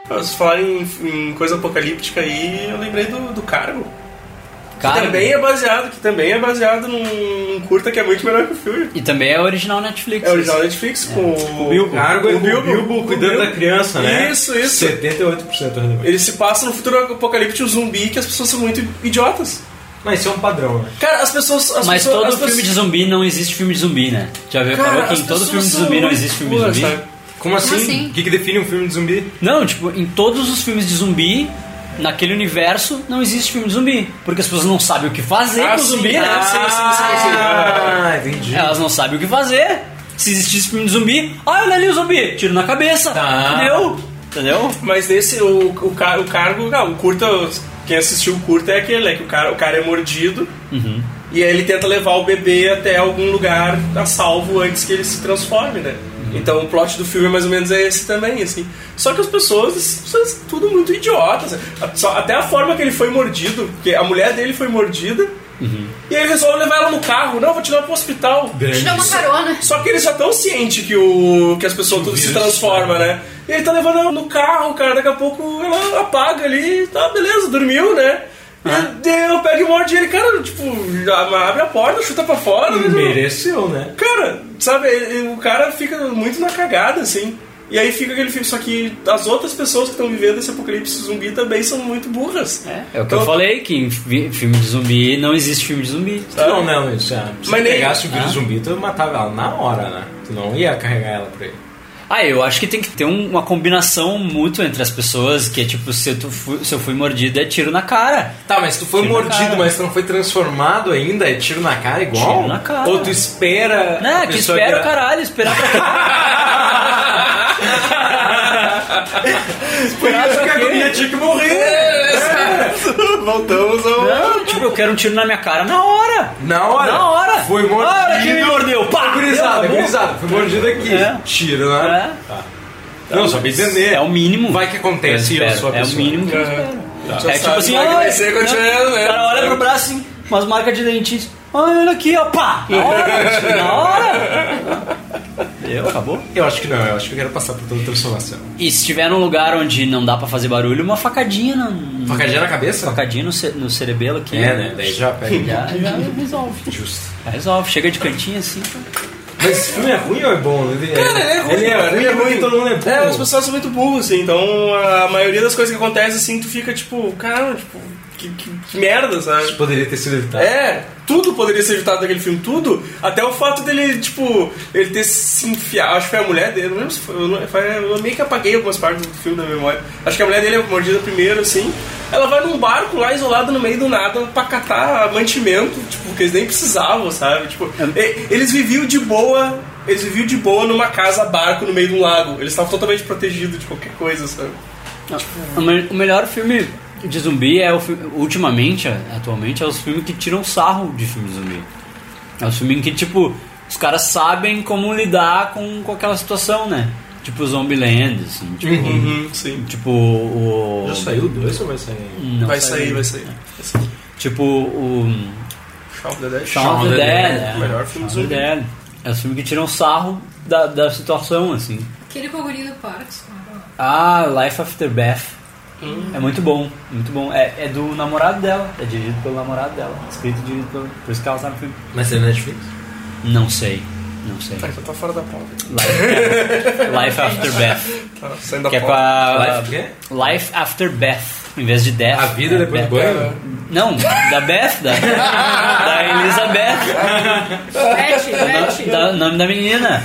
S4: Vocês falaram em, em coisa apocalíptica aí, eu lembrei do, do Cargo. Que
S2: Cargo.
S4: também é baseado, que também é baseado num curta que é muito melhor que o filme.
S2: E também é original Netflix.
S4: É original Netflix com o
S2: Bilbo.
S4: Cargo
S3: Cargo é o Bilbo cuidando da criança, né?
S4: Isso, isso.
S3: 78% relevante.
S4: Ele se passa no futuro apocalíptico zumbi que as pessoas são muito idiotas.
S3: Mas isso é um padrão, né?
S4: Cara, as pessoas. As
S2: Mas
S4: pessoas,
S2: todo
S4: as
S2: filme
S4: pessoas-
S2: de zumbi não existe filme de zumbi, né? Já viu?
S4: Cara,
S2: Falou que
S4: as
S2: em todo
S4: pessoas
S2: filme de
S4: são
S2: zumbi não
S4: muito
S2: existe filme de
S4: burras,
S2: zumbi.
S4: sabe?
S3: Como assim?
S8: assim?
S3: O que, que define um filme de zumbi?
S2: Não, tipo, em todos os filmes de zumbi, naquele universo, não existe filme de zumbi. Porque as pessoas não sabem o que fazer
S4: Ah,
S2: com o
S4: sim,
S2: zumbi, né?
S4: ah, sim, sim, sim, sim.
S3: Ah, entendi.
S2: É, Elas não sabem o que fazer. Se existisse filme de zumbi, ah, olha ali o zumbi, tiro na cabeça.
S3: Tá.
S2: Entendeu? Entendeu?
S4: Mas nesse, o, o, ca- o cargo. Não, o curta. Quem assistiu o curta é aquele, né? Que o cara, o cara é mordido.
S2: Uhum.
S4: E aí ele tenta levar o bebê até algum lugar a salvo antes que ele se transforme, né?
S2: Uhum.
S4: Então o plot do filme é mais ou menos é esse também, assim. Só que as pessoas, as pessoas tudo muito idiotas. A- só- até a forma que ele foi mordido, porque a mulher dele foi mordida.
S2: Uhum.
S4: E aí ele resolve levar ela no carro. Não, vou te levar pro hospital.
S8: Te dá é uma carona.
S4: Só que eles já estão cientes que, o, que as pessoas tudo se
S3: vírus.
S4: transforma, né? E ele tá levando ela no carro, cara. Daqui a pouco ela apaga ali, tá, beleza, dormiu, né? E deu, pega e morde ele, cara, tipo, já abre a porta, chuta pra fora. né?
S3: Mereceu, né?
S4: Cara, sabe, ele- o cara fica muito na cagada, assim. E aí fica aquele filme, só que as outras pessoas que estão vivendo esse apocalipse zumbi também são muito burras.
S2: É, é o que eu falei, que em fi- filme de zumbi não existe filme de zumbi.
S4: Tá.
S3: Não, não, isso é. Se
S4: Mas nem-
S3: pegasse o vírus
S2: Ah.
S3: zumbi, tu matava ela na hora, né? Tu não ia carregar ela pra ele.
S2: Ah, eu acho que tem que ter um- uma combinação mútua entre as pessoas, que é tipo, se eu, tu fui- se eu fui mordido é tiro na cara.
S3: Tá, mas tu foi
S2: Tiro na
S3: mordido,
S2: cara.
S3: mas tu não foi transformado ainda? É tiro na cara igual?
S2: Tiro na cara.
S3: Ou tu espera.
S2: Não,
S3: a
S2: né? que é-
S3: pessoa
S2: espero,
S3: gra-
S2: caralho, esperar pra quê?
S3: Esperar que a guria tinha que morrer.
S4: Voltamos ao.
S2: Não, tipo, eu quero um tiro na minha cara na hora.
S3: Na hora.
S2: Na hora.
S3: Foi mordido.
S2: Na hora que me mordeu, pá! Deu na
S3: Gurizada,
S2: boca.
S3: gurizada, foi mordido aqui.
S2: É.
S3: Tiro, né?
S2: É.
S3: Não, só pra entender.
S2: É o mínimo.
S3: Vai que
S2: Eu
S3: acontece isso,
S2: espero.
S3: a sua
S2: É o
S3: pessoa.
S2: mínimo que eu espero. É tipo assim,
S4: vai
S2: olha,
S4: crescer, continua, né?
S2: o cara olha pro braço assim, umas marcas de dentinho. Olha ele aqui, ó, pá! Na hora! na hora! Deu, acabou?
S3: Eu acho que não, eu acho que eu quero passar por toda a transformação.
S2: E se tiver num lugar onde não dá pra fazer barulho, uma facadinha na.
S3: Facadinha na cabeça?
S2: Facadinha no, ce- no cerebelo aqui.
S3: É, né? Daí já pega.
S2: Já, já resolve.
S3: Justo.
S2: Já resolve. Chega de cantinho assim.
S3: Mas esse filme é ruim ou é bom? Ele, Cara,
S4: ele é ruim,
S3: Ele é
S4: cara,
S3: ruim,
S4: ele é ruim.
S3: todo mundo é bom.
S4: É, as pessoas são muito burras, assim, então a maioria das coisas que acontecem, assim, tu fica tipo, caramba, tipo, que, que- que merda, sabe?
S3: Poderia ter sido
S2: Tá.
S3: evitado.
S4: É, tudo poderia ser evitado daquele filme, tudo. Até o fato dele, tipo, ele ter se enfiado. Acho que foi a mulher dele, não lembro se foi. Eu, não- foi- eu meio que apaguei algumas partes do filme da memória. Acho que a mulher dele é mordida primeiro, assim. Ela vai num barco lá isolado no meio do nada pra
S2: É.
S4: catar mantimento, tipo, que eles nem precisavam, sabe? Tipo, e- eles viviam de boa Eles viviam de boa numa casa barco no meio de um lago. Eles estavam totalmente protegidos de qualquer coisa, sabe?
S2: O me- o melhor filme de zumbi é o fi- ultimamente, atualmente, é os filmes que tiram sarro de filme de zumbi. É os filmes em que, tipo, os caras sabem como lidar com, com aquela situação, né? Tipo Zombieland, assim, tipo...
S4: uhum, sim.
S2: Tipo o...
S3: Já É, saiu dois ou vai sair?
S2: Não
S4: vai
S2: saiu.
S4: sair, vai sair.
S2: Tipo o...
S4: Shaun of the Dead.
S2: Shaun of the Dead, é.
S4: O melhor filme do
S2: Shaun of
S4: zumbi.
S2: the Dead. É os filmes que tiram sarro da, da situação, assim.
S5: Aquele com o guri do Parks. como é que é o nome?
S2: Ah, Life After Beth. É muito bom, muito bom. É, é do namorado dela, é dirigido pelo namorado dela. Escrito e dirigido pelo. Por isso que ela tá no filme.
S3: Mas é Netflix?
S2: Não sei, não sei.
S4: Ah, então tá fora da pauta.
S2: Life, Life After Beth.
S4: Tá saindo da
S2: Que é com
S4: pauta.
S2: a.
S3: Life quê?
S2: Life After Beth. Em vez de Death.
S3: A vida
S2: é
S3: depois do
S2: Beth.
S3: banho?
S2: Não, da Beth, da, da Elizabeth. Ah.
S5: Pet, Pet.
S2: Da- O nome da menina.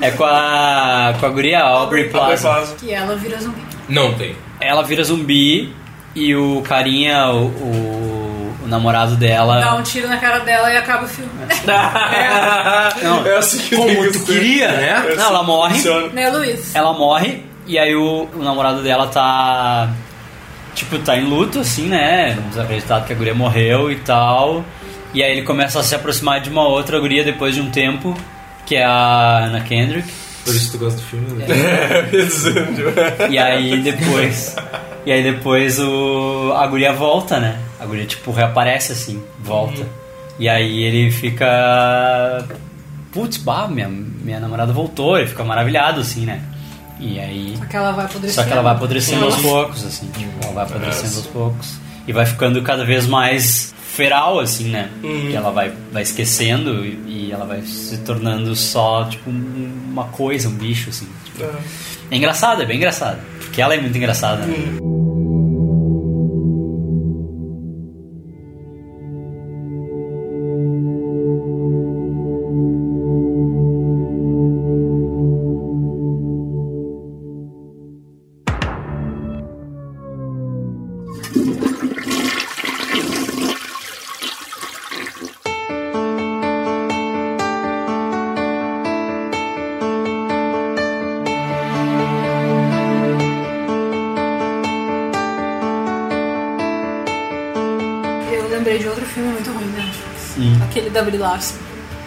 S2: É com a. com a guria Aubrey Plaza.
S4: Plaza.
S5: Que ela vira zumbi.
S3: Não tem.
S2: Ela vira zumbi e o carinha, o, o- o namorado
S5: Dá
S2: dela.
S5: um tiro na cara dela e acaba o filme.
S2: Não,
S4: É assim que tem
S2: como
S4: que
S2: tu
S4: ser.
S2: queria, né?
S4: É assim
S2: Não, ela
S4: que
S2: morre.
S4: funciona.
S5: Né, Luiz?
S2: Ela morre e aí o, o namorado dela tá. Tipo, tá em luto, assim, né? Desacreditado que a guria morreu e tal. E aí ele começa a se aproximar de uma outra guria depois de um tempo, que é a Anna Kendrick.
S3: Por isso tu gosta do filme, né?
S2: E aí depois. E aí depois o. A guria volta, né? A guria tipo reaparece assim, volta. E aí ele fica. Putz, bah, minha, minha namorada voltou, ele fica maravilhado, assim, né? E aí.
S5: Só que ela vai apodrecer.
S2: Só que ela vai apodrecendo aos poucos, assim. Tipo, ela vai apodrecendo aos poucos. E vai ficando cada vez mais feral, assim, né? E ela vai, vai esquecendo e, e ela vai se tornando só, tipo, um- uma coisa, um bicho, assim. tipo. É engraçado, é bem engraçado. Porque ela é muito engraçada, né?
S5: Eu lembrei de outro filme muito ruim, né? Aquele da Brie Larson.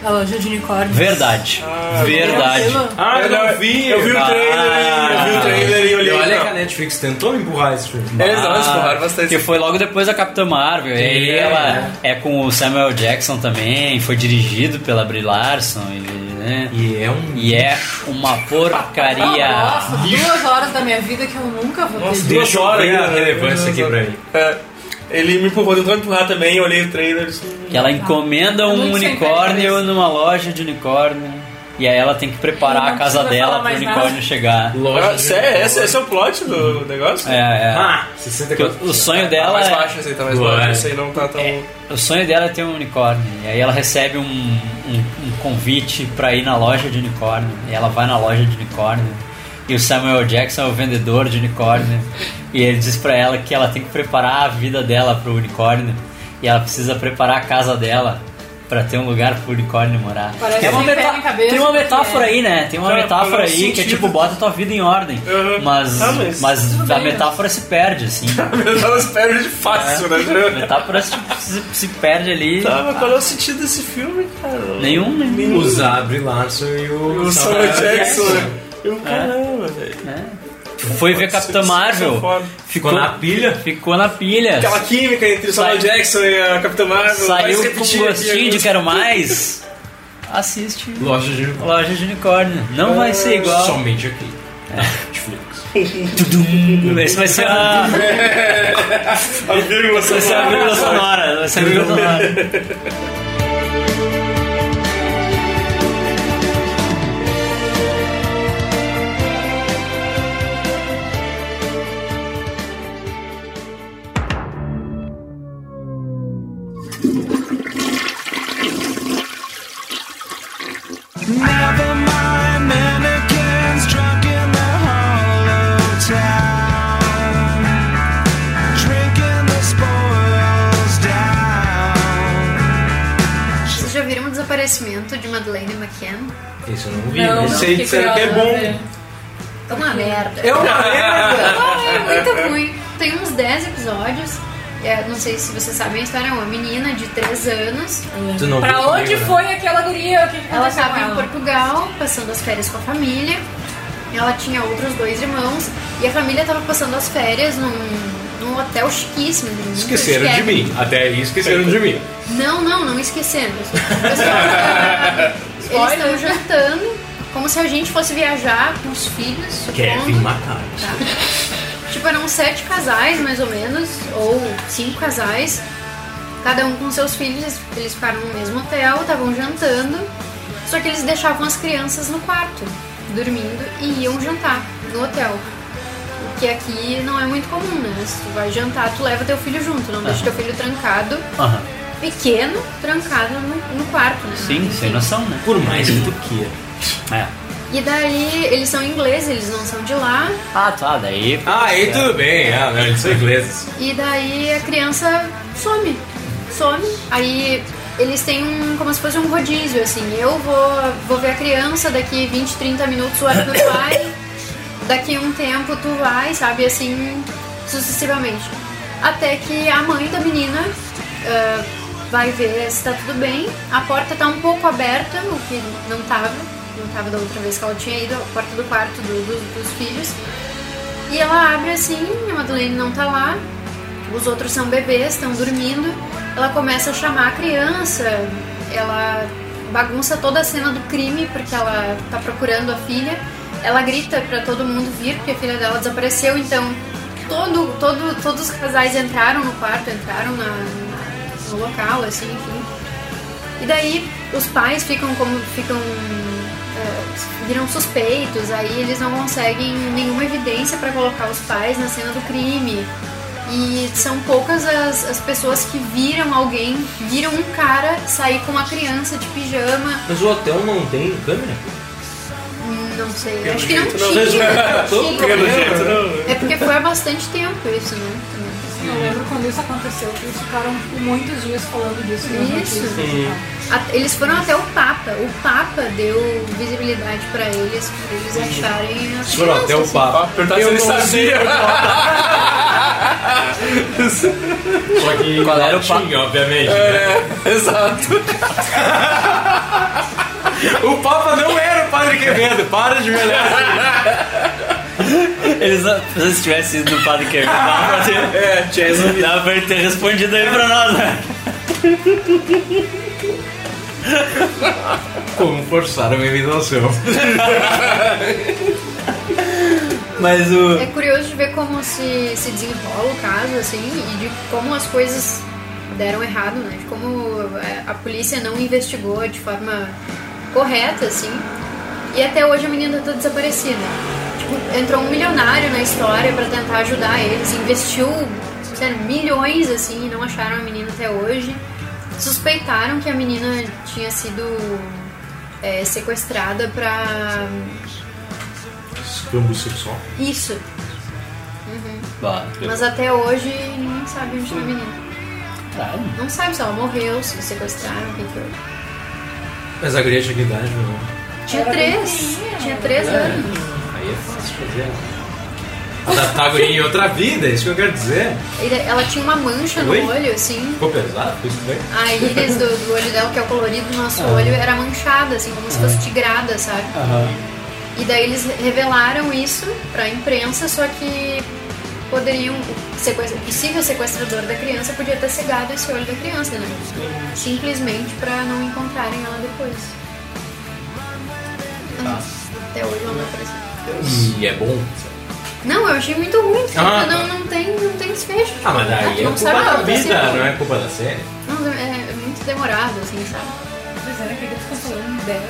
S5: A loja de unicórnios.
S2: Verdade. Verdade.
S3: Ah,
S4: eu não vi. Eu vi o
S2: Ah.
S4: trailer, eu vi o trailer É. e
S3: E
S4: olhei.
S3: olha que
S4: não.
S3: a Netflix tentou empurrar esse filme.
S4: Eles não exploraram bastante.
S2: Que foi logo depois da Capitã Marvel. E
S3: É.
S2: ela é com o Samuel Jackson também. Foi dirigido pela Brie Larson. E, né?
S3: E é um.
S2: E é uma porcaria.
S5: Nossa, duas horas da minha vida que eu nunca vou ter.
S3: Deixa eu
S4: horas,
S3: ver a
S4: né?
S3: relevância aqui pra mim.
S4: É. Ele me empurrou, tentou me empurrar também, eu olhei o trailer. assim,
S2: Que ela encomenda um
S5: Tá. muito sem
S2: unicórnio
S5: cabeça.
S2: numa loja de unicórnio. E aí ela tem que preparar
S5: Não
S2: a casa
S5: precisa
S2: dela
S5: falar
S2: pro
S5: mais
S2: unicórnio
S5: nada.
S2: chegar.
S4: Ah, sério? Esse, esse é o plot do negócio?
S2: É, é.
S3: Ah,
S2: Porque
S3: 64.
S2: o, o sonho
S4: Tá
S2: dela
S4: mais
S2: é,
S4: baixo, esse aí tá mais
S3: Ué.
S4: baixo. Esse aí não tá tão.
S2: o sonho dela é ter um unicórnio. E aí ela recebe um, um- um convite pra ir na loja de unicórnio. E ela vai na loja de unicórnio. E o Samuel Jackson é o vendedor de unicórnio. E ele diz pra ela que ela tem que preparar a vida dela pro unicórnio. E ela precisa preparar a casa dela pra ter um lugar pro unicórnio morar.
S5: Parece
S2: Tem uma,
S5: sem pé
S2: meta-
S5: nem cabeça,
S2: tem uma
S5: porque
S2: metáfora
S5: é.
S2: aí, né? Tem uma
S4: Cara,
S2: metáfora aí
S4: faz
S2: que é
S4: sentido.
S2: tipo, bota tua vida em ordem.
S4: Uhum.
S2: Mas,
S4: Ah,
S2: mas,
S4: mas-
S2: a
S5: bem, né?
S2: metáfora se perde, assim.
S4: Elas perdem de fácil,
S2: A
S4: né?
S2: metáfora se, se- se perde ali.
S4: Tá, mas qual é o sentido desse filme, cara?
S2: Nenhum, né? nenhum.
S3: Usar a Brie Larson e o.
S4: O Samuel Jackson. né? Eu, caramba, velho.
S2: Foi ver Capitã
S4: Isso- isso é
S2: Marvel.
S4: foda.
S2: Ficou
S3: na pilha?
S2: Ficou na pilha.
S4: Aquela química entre o Samuel
S2: Saiu-
S4: Jackson e a Capitã Marvel. vai se
S2: Saiu com
S4: repetir
S2: um
S4: aqui
S2: gostinho de
S3: né?
S4: alguns-
S2: quero mais. Assiste
S3: Loja de unicórnio.
S2: Loja de Unicórnio. Não vai ser igual.
S4: um
S3: Somente aqui. Netflix.
S2: Tudum. Esse vai ser a,
S4: A vírgula
S2: vai ser a vírgula
S4: sonora.
S2: sonora. Vai ser a vírgula sonora.
S12: Never mind mannequins drunk in the hollow town, drinking the spoils down.
S8: Crescimento de Madeleine McCann.
S3: Isso eu não vi.
S8: Não,
S3: Não,
S8: não,
S3: sei
S8: fiquei
S3: dizer que é
S8: curiosa,
S3: bom.
S8: né? É uma merda.
S3: É uma merda!
S8: Ai, é muito ruim. Tem uns 10 episódios. É, não sei se vocês sabem a história. É uma menina de 3 anos.
S3: Tu não
S5: pra
S3: viu né?
S5: onde
S3: comigo,
S5: foi aquela guria? O que que
S8: Ela
S5: aconteceu
S8: estava
S5: com
S8: em
S5: ela? um
S8: Portugal, passando as férias com a família. Ela tinha outros dois irmãos. E a família estava passando as férias num, num hotel chiquíssimo. num
S3: Esqueceram de
S8: chique.
S3: mim. Até aí esqueceram de mim.
S8: Não, não, não esqueceram. Eu só- Eles estão jantando como se a gente fosse viajar com os filhos.
S3: Kevin
S8: supondo.
S3: Macaros.
S8: Tá. Tipo, eram sete casais, mais ou menos, ou cinco casais, cada um com seus filhos, eles- eles ficaram no mesmo hotel, estavam jantando, só que eles deixavam as crianças no quarto, dormindo, e iam jantar no hotel. O que aqui não é muito comum, né? Se tu vai jantar, tu leva teu filho junto, não
S2: Ah.
S8: deixa teu filho trancado,
S2: Aham.
S8: pequeno, trancado no, no quarto, né?
S2: Sim, sem noção, né? Por mais que tu queira. É.
S8: E daí, eles são ingleses, eles não são de lá,
S2: Ah, tá, daí.
S3: Ah, aí tudo bem. Ah, não, eles são ingleses.
S8: E daí a criança some. Some. Aí eles têm um, como se fosse um rodízio, assim. Eu vou, vou ver a criança, daqui 20, 30 minutos o Arthur vai. Daqui um tempo tu vai, sabe? Assim, sucessivamente. Até que a mãe da menina ah, vai ver se tá tudo bem. A porta tá um pouco aberta, o que não tava. Não tava da outra vez que ela tinha ido, a porta do quarto do- do- dos filhos. E ela abre assim, a Madeleine não tá lá, os outros são bebês, estão dormindo. Ela começa a chamar a criança, ela bagunça toda a cena do crime porque ela tá procurando a filha. Ela grita pra todo mundo vir porque a filha dela desapareceu, então todo, todo, todos os casais entraram no quarto, entraram na- na- no local, assim, enfim. E daí os pais ficam como ficam é, viram suspeitos, aí eles não conseguem nenhuma evidência para colocar os pais na cena do crime. E são poucas as, as pessoas que viram alguém, viram um cara sair com uma criança de pijama,
S3: Mas o hotel não tem câmera?
S8: hum, não sei,
S3: Pelo
S8: acho que não
S3: jeito
S8: tinha.
S3: não, né?
S8: não tinha.
S3: Pelo jeito não.
S8: É porque foi há bastante tempo isso, né? também.
S5: Eu lembro quando isso aconteceu, que eles ficaram muitos dias falando disso. nas
S8: Isso.
S5: notícias.
S8: A- Eles foram até o Papa. O Papa deu visibilidade pra eles, pra eles acharem as
S3: Foram até o
S8: crianças, assim.
S3: papo.
S2: Tá
S4: Perguntar se ele sabia.
S3: Só que
S2: Qual era o
S3: tinha, obviamente.
S4: É, exato.
S3: O Papa não era o Padre Quevedo, para de me olhar.
S2: Eles não- se eles tivessem ido no Padre Kevin, dava pra ter,
S4: É, tinha resolvido.
S2: dava pra ele ter respondido aí pra nós, né?
S3: Como forçaram a minha invitação.
S2: Mas o.
S8: É curioso de ver como se, se desenrola o caso, assim, e de como as coisas deram errado, né? De como é, a polícia não investigou de forma correta, assim. E até hoje a menina tá desaparecida. Tipo, entrou um milionário na história pra tentar ajudar eles, investiu sério, milhões, assim, e não acharam a menina até hoje. Suspeitaram que a menina tinha sido é, sequestrada pra.
S3: Escambo sexual.
S8: Isso.
S2: Bah,
S8: Mas até hoje ninguém sabe onde está a menina.
S2: caralho.
S8: Não sabe se ela morreu, se sequestraram, o que que foi.
S3: Mas a guria tinha que idade, meu irmão.
S8: Tinha três. Tinha três anos.
S3: Aí é fácil fazer. Adaptar a guria em outra vida, é isso que eu quero dizer.
S8: E da- Ela tinha uma mancha no
S3: Oi?
S8: olho, assim.
S3: Ficou pesado? Foi tudo bem?
S8: A íris do, do olho dela, que é o colorido do nosso
S3: Ah.
S8: olho, era manchada, assim, como se fosse tigrada, sabe? E daí eles revelaram isso pra imprensa, só que poderiam. O sequestra- o possível sequestrador da criança podia ter cegado esse olho da criança, né? Simplesmente pra não encontrarem ela depois.
S3: Tá.
S8: Até hoje ela não apareceu.
S3: E é bom.
S8: Não, eu achei muito ruim, porque
S3: Ah,
S8: não, não, tem, não tem desfecho.
S3: Ah, mas
S8: Tu
S3: daí é
S8: não
S3: culpa
S8: tá sabe o que
S3: da
S8: aconteceu.
S3: vida, não é culpa da série.
S8: Não, é, é muito demorado, assim, sabe?
S2: é um.
S5: Mas era que eles ficam falando dela.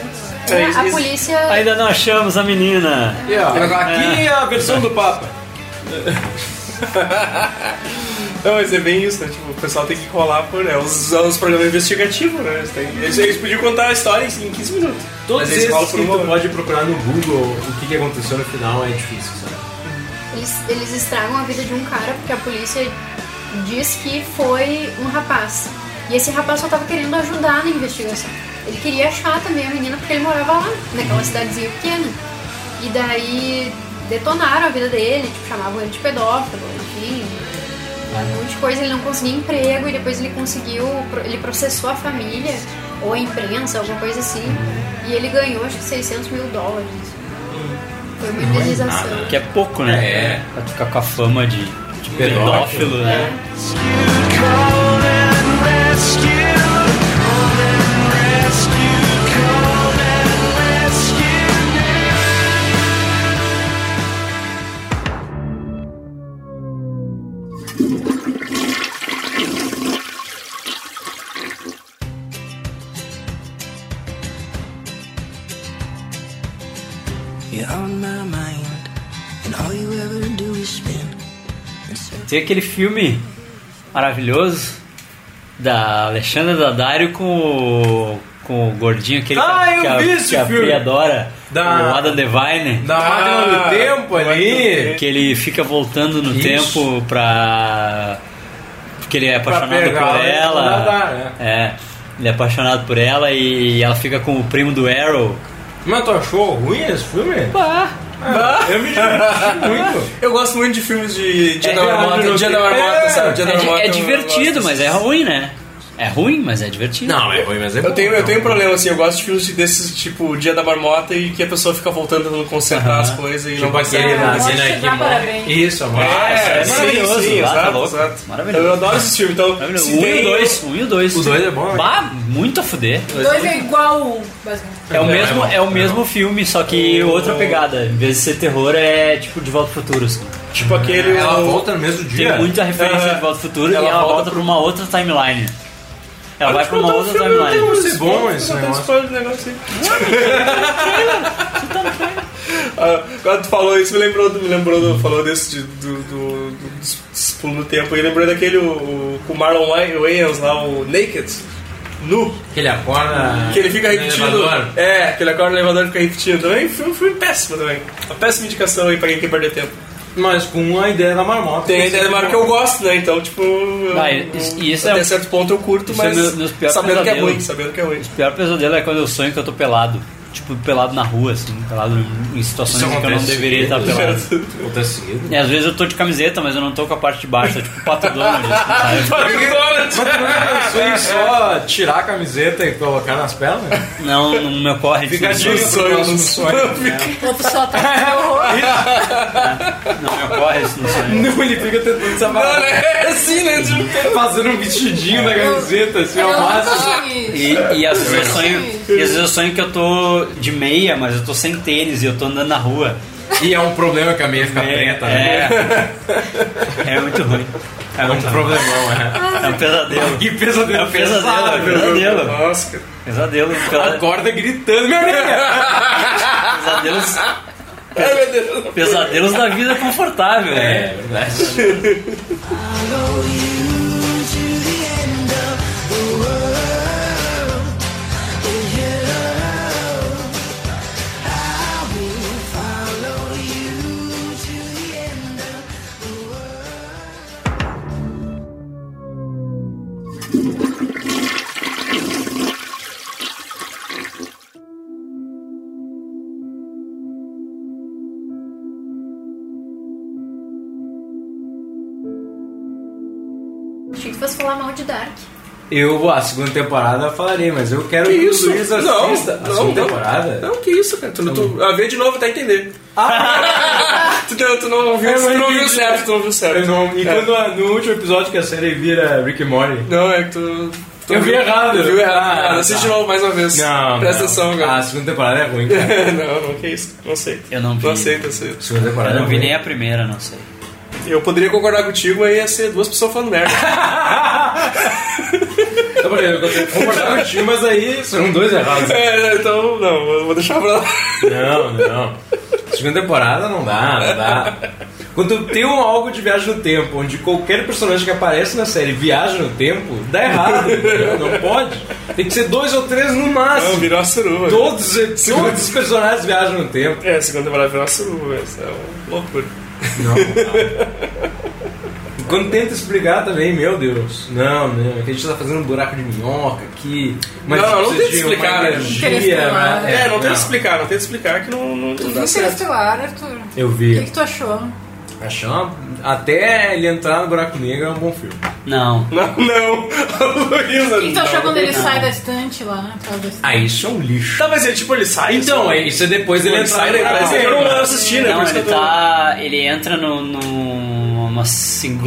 S8: É,
S4: isso-
S8: a
S4: isso-
S8: polícia.
S2: Ainda não achamos a menina.
S3: Aqui, ó, aqui é a versão do Papa.
S4: Não, mas é bem isso, né? Tipo, o pessoal tem que colar por é, os, os programas investigativos, né? Eles, têm- eles- eles podiam contar a história em 15 minutos.
S3: Todos
S4: mas eles
S3: esses
S4: falam por
S3: que
S4: uma
S3: tu
S4: hora.
S3: pode procurar no Google o que, que aconteceu no final é difícil, sabe?
S8: Eles, eles estragam a vida de um cara porque a polícia diz que foi um rapaz. E esse rapaz só tava querendo ajudar na investigação. Ele queria achar também a menina porque ele morava lá, naquela cidadezinha pequena. E daí detonaram a vida dele, tipo, chamavam ele de pedófilo, enfim. Um monte de coisa, ele não conseguia emprego e depois ele conseguiu, ele processou a família, ou a imprensa, alguma coisa assim, e ele ganhou acho que 600 mil dólares. Foi uma indenização.
S2: Que é pouco, né? É. Pra tu ficar com a fama de, de pedófilo, né?
S1: You're on my mind, and all you ever do is spin.
S2: Tem aquele filme maravilhoso da Alexandra Daddario com o, com o gordinho aquele
S10: Ah,
S2: que,
S10: eu
S2: a-
S10: vi
S2: que a,
S10: esse
S2: que a
S10: filme.
S2: Pri adora,
S10: Da-
S2: o Adam Devine.
S10: Da
S3: Ah,
S10: máquina do tempo ali.
S2: Que ele fica voltando no
S10: Isso.
S2: tempo pra. Porque ele é
S10: Pra
S2: apaixonado
S10: pegar
S2: por
S10: ela e
S2: ela.
S10: nadar,
S2: É. Ele é apaixonado por ela e ela fica com o primo do Arrow.
S10: Mas tu achou ruim esse filme? Ah, Eu me diverti muito.
S4: Eu gosto muito de filmes de Dia
S2: É,
S4: da Marmota,
S2: é,
S4: Dia da Marmota, sabe? Dia da
S2: é, di-
S4: Marmota.
S2: é
S4: eu-
S2: divertido, mas é ruim, né? É ruim, mas é divertido.
S10: Não, é ruim, mas é
S4: Eu
S10: bom.
S4: tenho, eu tenho um problema, assim, eu gosto de filmes desses, tipo, Dia da Marmota e que a pessoa fica voltando tentando consertar as coisas
S2: Tipo
S4: e não vai
S10: aquele
S4: ser
S10: na
S4: nada.
S10: cena
S5: te
S10: que
S5: dar
S10: morre.
S5: parabéns.
S10: Isso, amor.
S3: Ah,
S4: É,
S2: é maravilhoso,
S4: sim, sim,
S2: lá, tá
S4: exato,
S2: louco.
S4: exato.
S2: Maravilhoso.
S4: Eu adoro esse filme, então.
S2: Maravilhoso.
S4: se
S2: Um e
S4: tem-
S2: o dois, um e o dois.
S10: O dois é bom, né?
S2: Bah, muito a fuder.
S5: Dois é igual um, basicamente.
S2: É o
S10: Não, é
S2: mesmo,
S10: bom,
S2: é o
S10: é
S2: mesmo filme, só que outra pegada. Em vez de ser terror, é tipo De Volta ao Futuro. assim.
S4: Tipo aquele.
S10: Ela
S4: o-
S10: volta no mesmo
S2: Tem
S10: dia.
S3: É
S2: muita referência
S4: Aham.
S2: de Volta ao Futuro
S4: Ela
S2: e ela
S4: volta
S2: volta pra uma outra timeline. Ela vai pra
S4: Mas
S2: uma
S4: tá, o
S2: outra
S4: filme não tem
S2: timeline.
S4: um
S10: Isso é bom,
S4: spoiler,
S10: esse
S4: não tem
S10: negócio.
S4: spoiler do negócio aí. Ah, Quando tu falou isso, me lembrou, do- me lembrou do, falou desse de- do, do, do- dos- dos pulos no tempo. E lembrou daquele o, o, com o Marlon Way- Wayans lá, o Naked, nu,
S10: Que ele
S2: Ah,
S10: acorda.
S4: que ele fica
S10: no
S4: repetindo.
S10: elevador.
S4: É, que ele acorda no elevador e fica repetindo. Também foi um filme péssimo também. Uma péssima indicação aí pra quem quer perder tempo.
S3: Mas com a ideia da marmota. é
S4: Tem a ideia da marca que eu gosto, né? Então, tipo. eu-
S2: Ah, e isso- e isso é
S4: até
S2: um-
S4: certo ponto eu curto,
S2: isso é
S4: mas.
S2: meu- meus piores
S4: sabendo que é
S2: pesadelos.
S4: ruim, sabendo que é ruim.
S2: O pior pesadelo é quando eu sonho que eu tô pelado. Tipo, pelado na rua, assim, pelado em- em situações
S10: Isso
S2: em é que eu não
S10: acontece.
S2: deveria estar pelado.
S10: Acontece seguido.
S2: E às vezes eu tô de camiseta, mas eu não tô com a parte de baixo, tá tipo Pato Donald. assim, sabe?
S10: Mas tu não pensou em só tirar a camiseta e colocar nas pernas?
S2: Não, não me ocorre.
S10: Fica
S2: assim,
S10: de sonho no sonho.
S5: O outro só tá
S2: Não me ocorre isso no sonho.
S10: Não, ele fica tentando se
S4: Não,
S10: amarrar.
S4: né? É assim, né? Tipo,
S10: Fazendo um vestidinho na camiseta,
S2: É,
S10: assim,
S2: um
S5: Eu
S10: ao
S5: não
S10: máximo.
S5: consegui.
S2: E, e às vezes eu sonho, e às vezes eu sonho que eu tô de meia, mas eu tô sem tênis e eu tô andando na rua.
S10: E é um problema que a meia fica preta, né?
S2: é, é muito ruim. É
S10: É um
S2: muito ruim.
S10: problemão, é.
S2: É um pesadelo.
S10: Que pesadelo.
S2: É um pesadelo, é um pesadelo.
S4: Nossa, cara.
S2: Pesadelo, pela-
S10: Acorda gritando, meu amigo!
S2: pesadelos. Pesadelos da vida confortável,
S10: É,
S2: né?
S1: Follow you to the end of the world. Yeah. I will follow you to the end of the world.
S8: Achei que fosse falar mal de Dark.
S3: Eu, a segunda temporada, falarei, mas eu quero
S4: Que
S3: que,
S4: isso?
S3: o Luiz
S4: Não,
S3: assista a
S4: não,
S3: segunda
S4: não.
S3: temporada.
S4: Não, que isso, cara. Tu, não- tu, a ver de novo até entender. tu, não- tu não viu,
S3: Ah. Eu não
S4: tu não viu
S3: entendi.
S4: certo, tu não viu
S3: Eu
S4: certo.
S3: não- e
S4: É.
S3: quando a- no último episódio que a série vira Rick and Morty.
S4: Não, é que tu. tu
S3: Eu vi
S4: viu-
S3: errado.
S4: tu Viu
S3: Ah,
S4: errado. Cara, assiste
S3: tá.
S4: de novo mais uma vez.
S3: Não,
S4: Presta
S3: não.
S4: atenção,
S3: A
S4: cara.
S3: segunda temporada é ruim, cara.
S4: não, não, que isso. Não sei.
S2: Eu não vi.
S4: Não aceito, aceito.
S3: Segunda
S2: Eu
S3: temporada
S2: não
S3: é
S2: vi
S3: ruim.
S2: nem a primeira, não sei.
S4: Eu poderia concordar contigo, mas ia ser duas pessoas falando merda.
S3: Então, por exemplo, eu concordava contigo, um mas aí serão dois errados.
S4: é, então, não, eu vou deixar pra lá.
S3: Não, não. Segunda temporada não dá, não dá. Quando tem um algo de viagem no tempo, onde qualquer personagem que aparece na série viaja no tempo, dá errado. entendeu? Não pode. Tem que ser dois ou três no
S4: Não,
S3: máximo.
S4: virou a suruba.
S3: Todos, todos os personagens viajam no tempo.
S4: É, a é segunda temporada virou a suruba, isso é uma loucura.
S3: Não, não. Quando tenta explicar também, meu Deus, não, não, é que a gente tá fazendo um buraco de minhoca aqui. Mas
S4: não, não
S3: precisa
S4: tenta
S3: de uma
S4: explicar, né?
S3: energia, né?
S4: É, não tenta explicar, não tenta explicar que não, não,
S5: Tu
S4: não
S5: viu
S4: dá certo.
S5: Interestelar, é Arthur?
S3: Eu
S5: O que,
S3: vi.
S5: que tu achou?
S3: Achei uma- Até ele entrar no buraco negro é um bom filme.
S2: Não.
S4: Não, não.
S5: O que, que tu
S2: Então,
S5: achou quando ele
S3: não.
S5: sai da estante lá, né? atrás da estante?
S3: Ah, isso é um lixo.
S4: Tá, mas ele, tipo, ele sai.
S3: Então, é isso é depois dele
S4: Ele
S3: entrar
S4: sai né,
S3: no
S4: da
S3: buraco
S4: empresa. Eu
S3: negro.
S4: não assisti, né?
S2: Não,
S4: por isso
S2: ele
S4: que eu tô-
S2: tá. Ele entra no, numa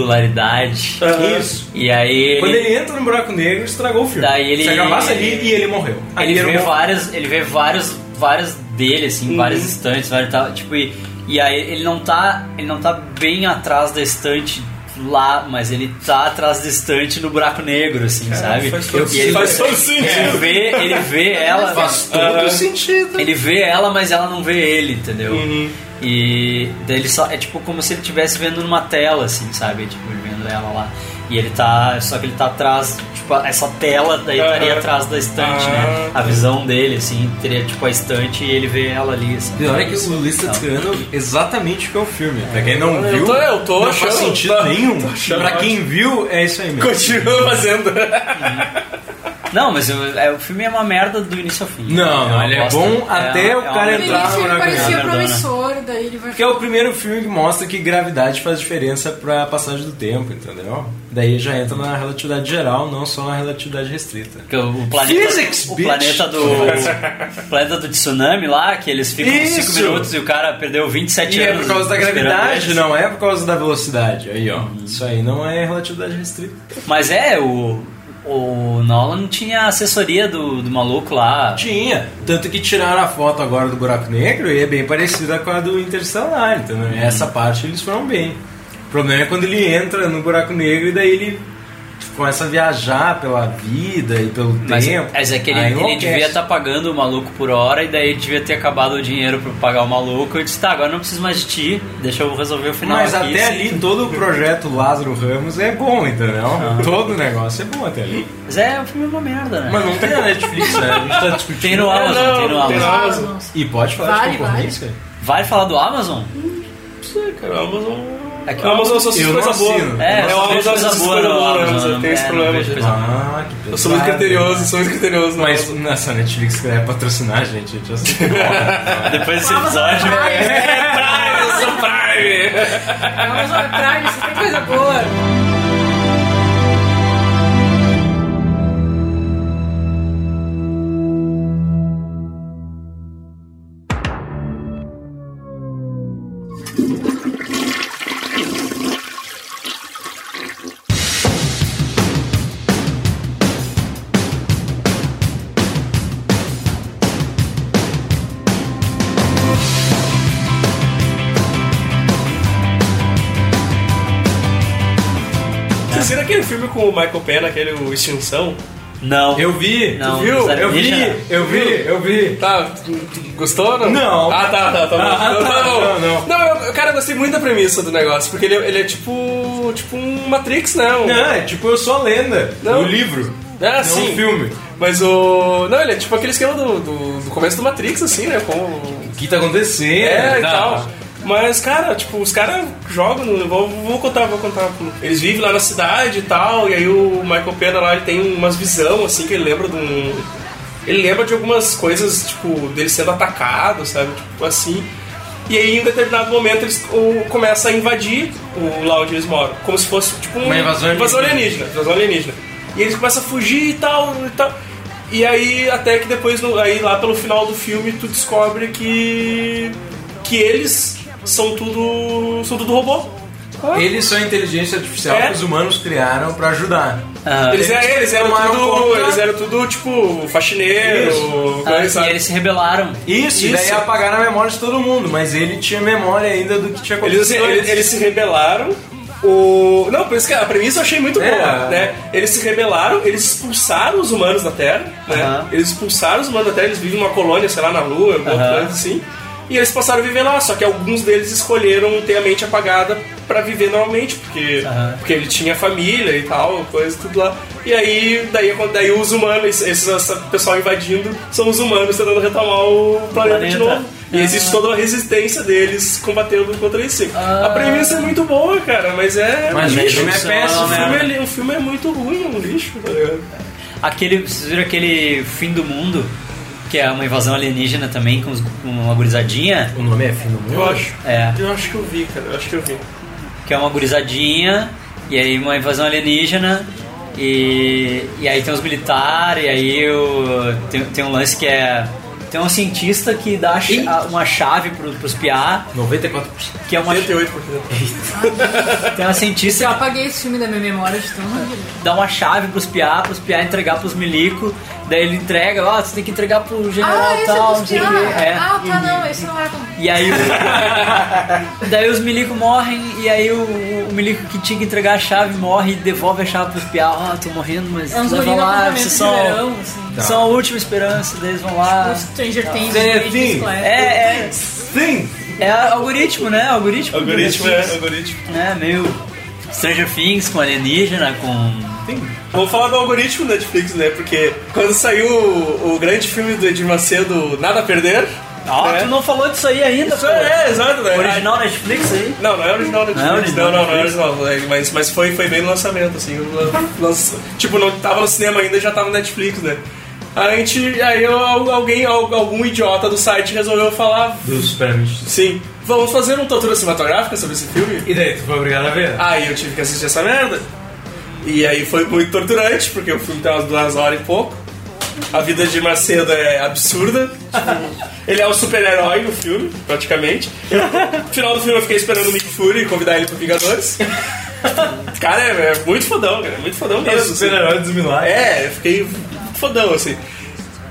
S2: singularidade.
S4: Aham.
S3: Isso.
S2: E aí.
S3: Quando ele entra no buraco negro, estragou o filme.
S2: Daí ele-
S3: Se acabasse ali e ele morreu. Aí
S2: ele
S3: era um
S2: vê
S3: bom-
S2: várias, ele vê vários, vários dele assim,
S4: Uhum.
S2: várias estantes, vários tal, tipo e, e aí ele não tá, ele não tá bem atrás da estante lá, mas ele tá atrás da estante no buraco negro assim, sabe?
S4: faz todo É.
S2: E ele,
S4: faz todo
S2: ele
S4: sentido.
S2: vê, ele vê ela,
S10: Faz todo
S4: Aham.
S10: sentido.
S2: ele vê ela, mas ela não vê ele, entendeu? E daí ele só é tipo como se ele estivesse vendo numa tela assim, sabe? Tipo ele vendo ela lá. E ele tá, só que ele tá atrás, tipo, essa tela daí
S4: Aham.
S2: estaria atrás da estante, né? A visão dele assim, teria tipo a estante e ele vê ela ali, assim.
S3: Pior é que o Luiz tá descrevendo exatamente o que é o filme. Pra quem não viu,
S4: Eu tô- eu tô
S3: não
S4: achando-
S3: faz sentido
S4: tô-
S3: nenhum.
S4: tô achando
S3: pra quem viu, é isso aí mesmo.
S4: Continua fazendo.
S2: Não, mas eu- é, o filme é uma merda do início ao fim.
S3: Não,
S2: É uma
S3: ele é
S2: bosta.
S3: bom até o
S2: uma
S3: cara
S5: No
S2: merda.
S3: entrar
S5: início
S3: no buraco
S5: ele
S3: negro.
S5: parecia
S2: Merdona.
S5: promissor, daí ele vai
S3: Porque é o primeiro filme que mostra que gravidade faz diferença pra passagem do tempo, entendeu? Daí já entra na relatividade geral, não só na relatividade restrita.
S2: Porque o planeta,
S3: Physics,
S2: o
S3: bitch.
S2: planeta do o planeta do tsunami lá, que eles ficam 5
S3: Isso.
S2: minutos e o cara perdeu 27
S3: E é
S2: anos.
S3: por causa da
S2: esperando
S3: gravidade,
S2: eles.
S3: não é por causa da velocidade. Aí, ó. Isso aí não é relatividade restrita.
S2: Mas é, o, o Nolan tinha a assessoria do, do maluco lá.
S3: Tinha. Tanto que tiraram a foto agora do buraco negro e é bem parecida com a do Interstellar, entendeu?
S2: Uhum.
S3: Essa parte eles foram bem. O problema é quando ele entra no buraco negro e daí ele começa a viajar pela vida e pelo
S2: Mas,
S3: tempo. Ah,
S2: mas é que ele,
S3: Aí
S2: ele
S3: enlouquece.
S2: devia estar pagando o maluco por hora e daí ele devia ter acabado o dinheiro pra pagar o maluco. Eu disse, tá, agora não preciso mais de ti, deixa eu resolver o final
S3: Mas
S2: aqui.
S3: até
S2: sim.
S3: ali todo o projeto Lázaro Ramos é bom, entendeu? Todo o negócio é bom até ali.
S2: Mas é, o filme Ah. é uma merda, né?
S3: Mas não tem na Netflix, né? A gente tá discutindo.
S2: Tem no Amazon,
S4: não,
S2: tem no
S4: tem
S2: Amazon.
S4: no-
S5: Ah,
S4: Amazon.
S5: nossa.
S3: E pode falar
S5: Vale,
S3: de concorrência?
S2: Vai falar do Amazon?
S4: Cara, Amazon.
S2: É que-
S4: Amazon só assiste
S3: Eu não
S4: coisa boa.
S3: assino.
S2: É,
S4: é
S2: eu
S4: o
S2: só vejo
S4: Amazon
S2: coisa
S4: assiste
S2: boa
S4: coisa
S2: no
S4: boa, né?
S2: Amazon.
S4: Tem esse
S2: É, não
S4: problema.
S2: vejo coisa boa.
S3: Ah, que pesado.
S4: Eu sou muito criterioso, sou muito criterioso.
S3: Mas
S4: Amazon.
S3: nossa, a Netflix quer patrocinar a gente, a gente assiste.
S2: Depois desse episódio.
S4: Prime, sou Prime!
S5: Amazon é Prime, isso tem coisa boa.
S4: Vocês viram aquele filme com o Michael Pena, aquele o Extinção?
S2: Não.
S3: Eu vi!
S2: Não, tá
S3: tu viu?
S2: dos
S3: Eu vi,
S2: alienígenas.
S3: eu vi, eu vi.
S4: Tá, tu- tu gostou ou não?
S3: Não.
S4: Ah, tá, tá, tá. bom.
S3: Ah,
S4: Não,
S3: tá,
S4: tá bom.
S3: não, não.
S4: Não, eu, cara, eu gostei muito da premissa do negócio, porque ele, ele é tipo. tipo um Matrix, né? Um,
S3: Não, é tipo eu sou a lenda.
S4: Não.
S3: O livro.
S4: É,
S3: não
S4: sim.
S3: o filme.
S4: Mas o. Não, ele é tipo aquele esquema do, do, do começo do Matrix, assim, né? Com.
S3: O que tá acontecendo?
S4: É, e
S3: Tá.
S4: tal. Mas, cara, tipo, os caras jogam. No... Vou, vou contar, vou contar. Eles vivem lá na cidade e tal, e aí o Michael Pena lá ele tem umas visão, assim, que ele lembra de um. Ele lembra de algumas coisas, tipo, dele sendo atacado, sabe? Tipo assim. E aí, em determinado momento, eles o, começam a invadir o, lá onde eles moram. Como se fosse, tipo, um-
S3: Uma invasão
S4: invasão alienígena. Invasão alienígena. E eles começam a fugir e tal, e tal. E aí, até que depois, no- aí lá pelo final do filme, tu descobre que. que eles são tudo. são tudo robô.
S3: Eles são a inteligência artificial
S4: É.
S3: que os humanos criaram pra ajudar.
S2: Ah,
S4: Eles, eram- eles eram
S3: Tomaram
S4: tudo.
S3: conta.
S4: Eles eram tudo, tipo, faxineiro,
S2: ah,
S4: coisa,
S2: e
S4: sabe?
S2: eles se rebelaram.
S3: Isso, e daí
S4: Isso.
S3: apagaram a memória de todo mundo, mas ele tinha memória ainda do que tinha
S4: Eles,
S3: acontecido.
S4: assim, eles,
S3: antes.
S4: eles se rebelaram. O... Não, por isso que a premissa eu achei muito
S3: É.
S4: boa, né? Eles se rebelaram, eles expulsaram os humanos da Terra, né?
S2: Aham.
S4: Eles expulsaram os humanos da Terra, eles vivem numa colônia, sei lá, na Lua, alguma
S2: Aham.
S4: coisa assim. E eles passaram a viver lá, só que alguns deles escolheram ter a mente apagada pra viver normalmente, porque,
S2: Aham.
S4: porque ele tinha família e tal, coisa, tudo lá. E aí, daí, daí os humanos, esse, esse pessoal invadindo, são os humanos tentando retomar o planeta, de
S2: Planeta.
S4: novo. E existe toda uma resistência deles combatendo contra isso. A premissa é muito boa, cara, mas é.
S2: Mas
S4: um
S2: a
S4: lixo.
S2: execução,
S4: O filme,
S2: né?
S4: ele- o filme é muito ruim, é um lixo, tá ligado?
S2: Aquele, vocês viram aquele fim do mundo, que é uma invasão alienígena também, com, os- com uma gurizadinha?
S10: O nome é fim do mundo?
S4: Eu acho.
S2: É.
S4: Eu acho que eu vi, cara. Eu acho que eu vi.
S2: que é uma gurizadinha, e aí uma invasão alienígena, e, e aí tem os militares, e aí o, tem, tem um lance que é. Tem um cientista que dá a cha- a- uma chave pro, pros piá,
S10: 94%.
S2: que é uma.
S4: 38%.
S2: Tem uma cientista que
S5: Apaguei esse filme da minha memória de tão Ah, é
S2: dá uma chave pros piá, pros piá entregar pros milico, daí ele entrega, ó, você tem que entregar pro general
S5: Ah, esse é
S2: tal,
S5: dos
S2: não sei o
S5: piá.
S2: quê. É.
S5: Ah, tá, não, esse não é.
S2: E aí o- Daí os milico morrem e aí o, o milico que tinha que entregar a chave morre e devolve a chave pros piá. Ah, tô morrendo, mas
S5: É um
S2: vocês
S5: guri
S2: vão
S5: no
S2: lá,
S5: acampamento
S2: vocês
S5: de
S2: são,
S5: verão, assim.
S2: são a última esperança, daí eles vão lá.
S5: Tipo Stranger Things,
S2: É,
S5: Great
S2: sim.
S5: Disclaimer.
S2: É, é. Sim! É algoritmo, né? Algoritmo.
S4: Algoritmo é algoritmo.
S2: É, meio Stranger Things com alienígena, com.
S4: Vou falar do algoritmo da Netflix, né? Porque quando saiu o, o grande filme do Edir Macedo, Nada a Perder.
S2: Ah,
S4: né?
S2: tu não falou disso aí ainda,
S4: Isso
S2: pô.
S4: é, exato, né?
S2: Original Netflix aí?
S4: Não, não é original da
S2: Não é
S4: Netflix.
S2: original
S4: Não, não, não é
S2: Netflix.
S4: original. né? Mas, mas foi, foi bem no lançamento, assim. o lan- tipo, não tava no cinema ainda, já tava no Netflix, né? A gente, aí al- alguém, al- algum idiota do site resolveu falar,
S10: Dos superamente.
S4: sim, vamos fazer um tortura cinematográfica sobre esse filme?
S10: E daí, tu foi obrigado a ver?
S4: Aí eu tive que assistir essa merda. E aí foi muito torturante, porque o filme tem umas duas horas e pouco. A vida de Macedo é absurda. Tipo, ele é o super-herói do filme, praticamente. No final do filme eu fiquei esperando o Nick Fury convidar ele pro Vingadores. Cara, é, é muito fodão, cara. É muito fodão
S10: É o
S4: mesmo. assim.
S10: super-herói dos milagres.
S4: É, eu fiquei fodão, assim.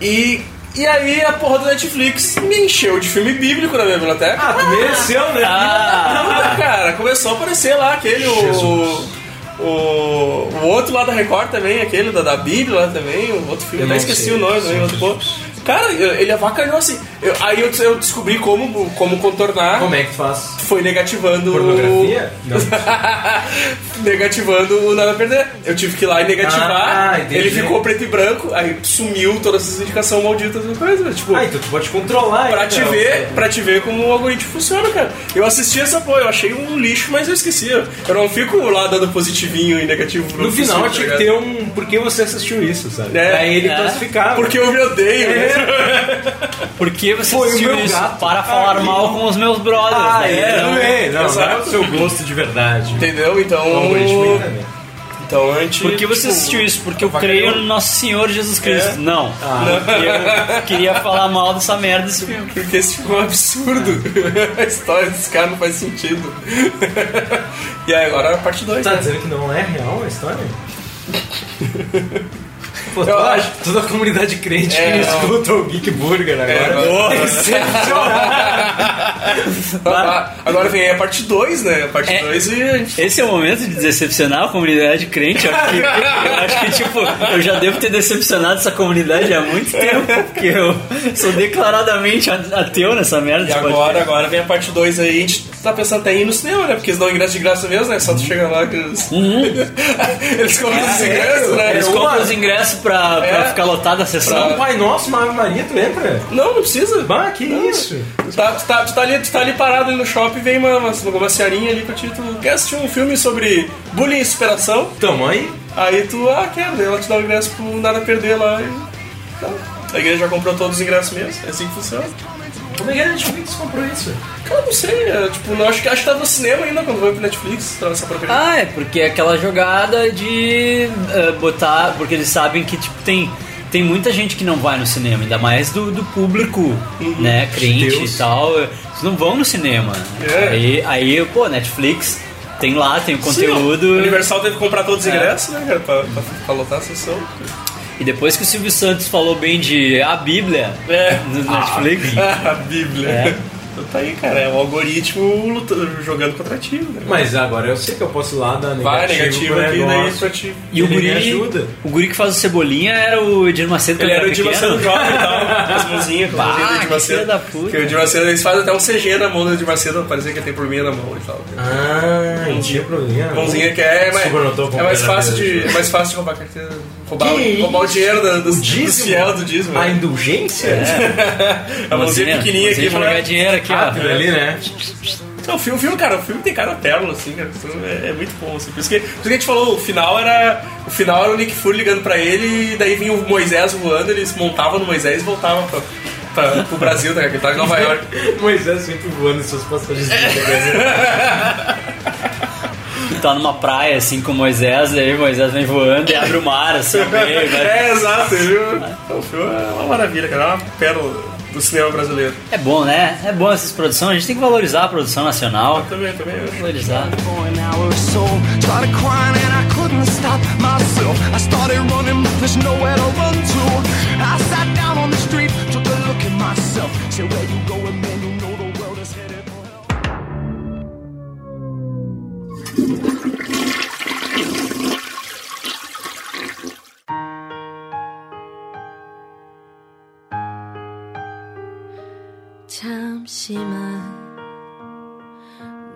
S4: E, e aí a porra da Netflix me encheu de filme bíblico na minha biblioteca.
S10: Ah, tu mereceu, né? Ah.
S4: Não, cara, começou a aparecer lá aquele o, o, o outro lá da Record também, aquele da, da Bíblia lá também, o outro
S10: Eu
S4: filme, até
S10: não
S4: esqueci
S10: sei,
S4: o nome, também,
S10: sim,
S4: outro povo. Cara, eu- ele avacalhou assim. Eu- aí eu, eu descobri como, como contornar.
S10: Como é que tu faz?
S4: Foi negativando o-
S10: Pornografia? Não.
S4: negativando o Nada a Perder. Eu tive que ir lá e negativar.
S10: Ah, entendi.
S4: ele ficou preto e branco, aí sumiu todas essas indicações malditas e coisa. Tipo,
S10: Ah, então tu pode controlar.
S4: Pra
S10: então.
S4: te ver, pra te ver como o algoritmo funciona, cara. Eu assisti essa porra, eu achei um lixo, mas eu esqueci. Eu não fico lá dando positivinho e negativo pro
S10: No final
S4: filme,
S10: tinha
S4: tá
S10: que ter
S4: ligado?
S10: um por que você assistiu isso, sabe?
S4: É.
S10: pra ele
S2: É.
S10: classificar.
S4: Porque eu me odeio, né?
S10: É.
S2: Por que você
S10: Foi o
S2: assistiu
S10: meu
S2: isso?
S10: gato.
S2: Para falar
S10: Ah,
S2: mal com os meus brothers.
S10: Ah,
S2: né?
S10: é,
S2: Então,
S10: não é, não, não é
S4: Exato.
S10: o seu gosto de verdade.
S4: Entendeu? Então.
S10: O algoritmo ainda, né?
S4: Então a gente.
S2: Por que você assistiu isso? Porque eu creio no Nosso Senhor Jesus Cristo.
S4: É?
S2: Não. Porque eu queria falar mal dessa merda desse filme.
S4: Porque esse filme é um absurdo. a história desse cara não faz sentido. e aí, agora é a parte 2.
S10: Tá dizendo que não é real a história? Pô,
S4: Eu
S10: toda,
S4: acho.
S10: toda a comunidade crente
S4: É,
S10: que
S4: não.
S10: escuta o Geek Burger
S4: É,
S10: agora.
S4: agora,
S10: Bah.
S4: agora vem a parte 2, né? A parte 2 e a gente
S2: Esse é o momento de decepcionar a comunidade crente. Eu acho que, eu acho que, tipo, eu já devo ter decepcionado essa comunidade há muito tempo. Porque eu sou declaradamente ateu nessa merda. tipo,
S4: E
S2: desse
S4: agora, agora vem a parte 2 aí, a gente tá pensando até em ir no cinema, né? Porque eles dão ingresso de graça mesmo, né? Só tu chega lá que eles. eles compram os ingressos, né?
S2: Eles compram os ingressos pra, pra
S4: É.
S2: ficar lotada a
S10: Então,
S2: sessão.
S10: Pai Nosso, uma Ave Maria, tu entra?
S4: Não, não precisa.
S10: Bah, que isso?
S4: Tu tá, tu, tá, tu tá ali, tu tá ali parado ali no shopping, vem uma, uma, uma senhorinha ali pra ti, tu quer assistir um filme sobre bullying e superação,
S10: Tamo aí.
S4: aí tu, ah, quero, ela te dá o ingresso pro nada perder lá e. Tá. A igreja já comprou todos os ingressos mesmo, é assim que funciona.
S10: Como é que a Netflix comprou isso?
S4: Cara, não sei, é, tipo, não, acho, que, acho que tava no cinema ainda quando foi pro Netflix, tá tava essa propriedade.
S2: Ah, é porque é aquela jogada de eh, botar. Porque eles sabem que tipo, tem, tem muita gente que não vai no cinema, ainda mais do, do público,
S4: Uhum.
S2: né? Crente
S10: Deus.
S2: e tal. Eles não vão no cinema.
S4: É.
S2: Aí, aí, pô, Netflix tem lá, tem o
S4: Sim, o
S2: conteúdo.
S4: Universal teve que comprar todos os
S2: É.
S4: ingressos, né, cara, pra, pra- pra lotar a sessão.
S2: e depois que o Silvio Santos falou bem de a Bíblia
S4: É.
S2: no Netflix.
S4: Ah, a Bíblia.
S2: É.
S4: Então tá aí, cara. É o algoritmo lutando, jogando contra ti. Né?
S3: Mas agora eu sei que eu posso ir lá dar
S4: Vai,
S3: negativo,
S4: negativo
S10: né?
S3: pro
S4: aqui, né? daí é
S3: negócio.
S4: pra ti.
S2: E o
S3: Ele
S2: guri,
S3: me ajuda.
S2: o guri que faz o Cebolinha era o Edir Macedo, que
S4: Ele era o
S2: pequeno.
S4: Edmaceno jovem e tal, com as mãozinhas, com a
S2: Bah,
S4: mãozinha do
S2: que
S4: Edmaceno.
S2: filho da puta.
S4: Porque o Edmaceno, eles fazem até um CG na mão do Edmaceno, parecia que ele tem probleminha na mão e tal.
S3: Ah, não tinha problema.
S4: Mãozinha que é, mas,
S3: Desculpa, eu não tô
S4: é mais
S3: acompanhando
S4: fácil
S3: a
S4: de,
S3: vida.
S4: é mais fácil de roubar a carteira, roubar,
S3: Que
S4: o, roubar o
S3: isso?
S4: dinheiro da- dos,
S3: O dízimo?
S4: dos fiel do dízimo.
S3: A
S4: né? É.
S3: indulgência?
S4: a mãozinha pequenininha aqui. né? Ah, tá.
S2: pra ganhar dinheiro aqui, ó.
S3: Aquilo ali, né?
S4: Não, o filme, o filme, cara, o filme tem cara pérola, assim, cara. Isso É, é muito bom, assim. Por isso, que, por isso que a gente falou, o final era. O final era o Nick Fury ligando pra ele, e daí vinha o Moisés voando, eles montavam no Moisés e voltavam pra, pra, pro Brasil, né? Que ele tava em Nova York.
S3: Moisés sempre voando em suas passagens de
S4: É.
S2: Tá numa praia, assim, com o Moisés, e aí o Moisés vem voando e abre o mar, assim, no meio, né?
S4: É, exato, viu? O filme é uma maravilha, cara. É uma pérola do cinema brasileiro.
S2: É bom, né? É bom essas produções, a gente tem que valorizar a produção nacional.
S4: Também, também.
S2: Valorizar.
S1: For an hour or so, started crying and I couldn't stop myself. I started running, but there's nowhere to run to. I sat down on the street, took a look at myself. Said, Where you going, man? You know the world is headed for hell.
S9: 잠시만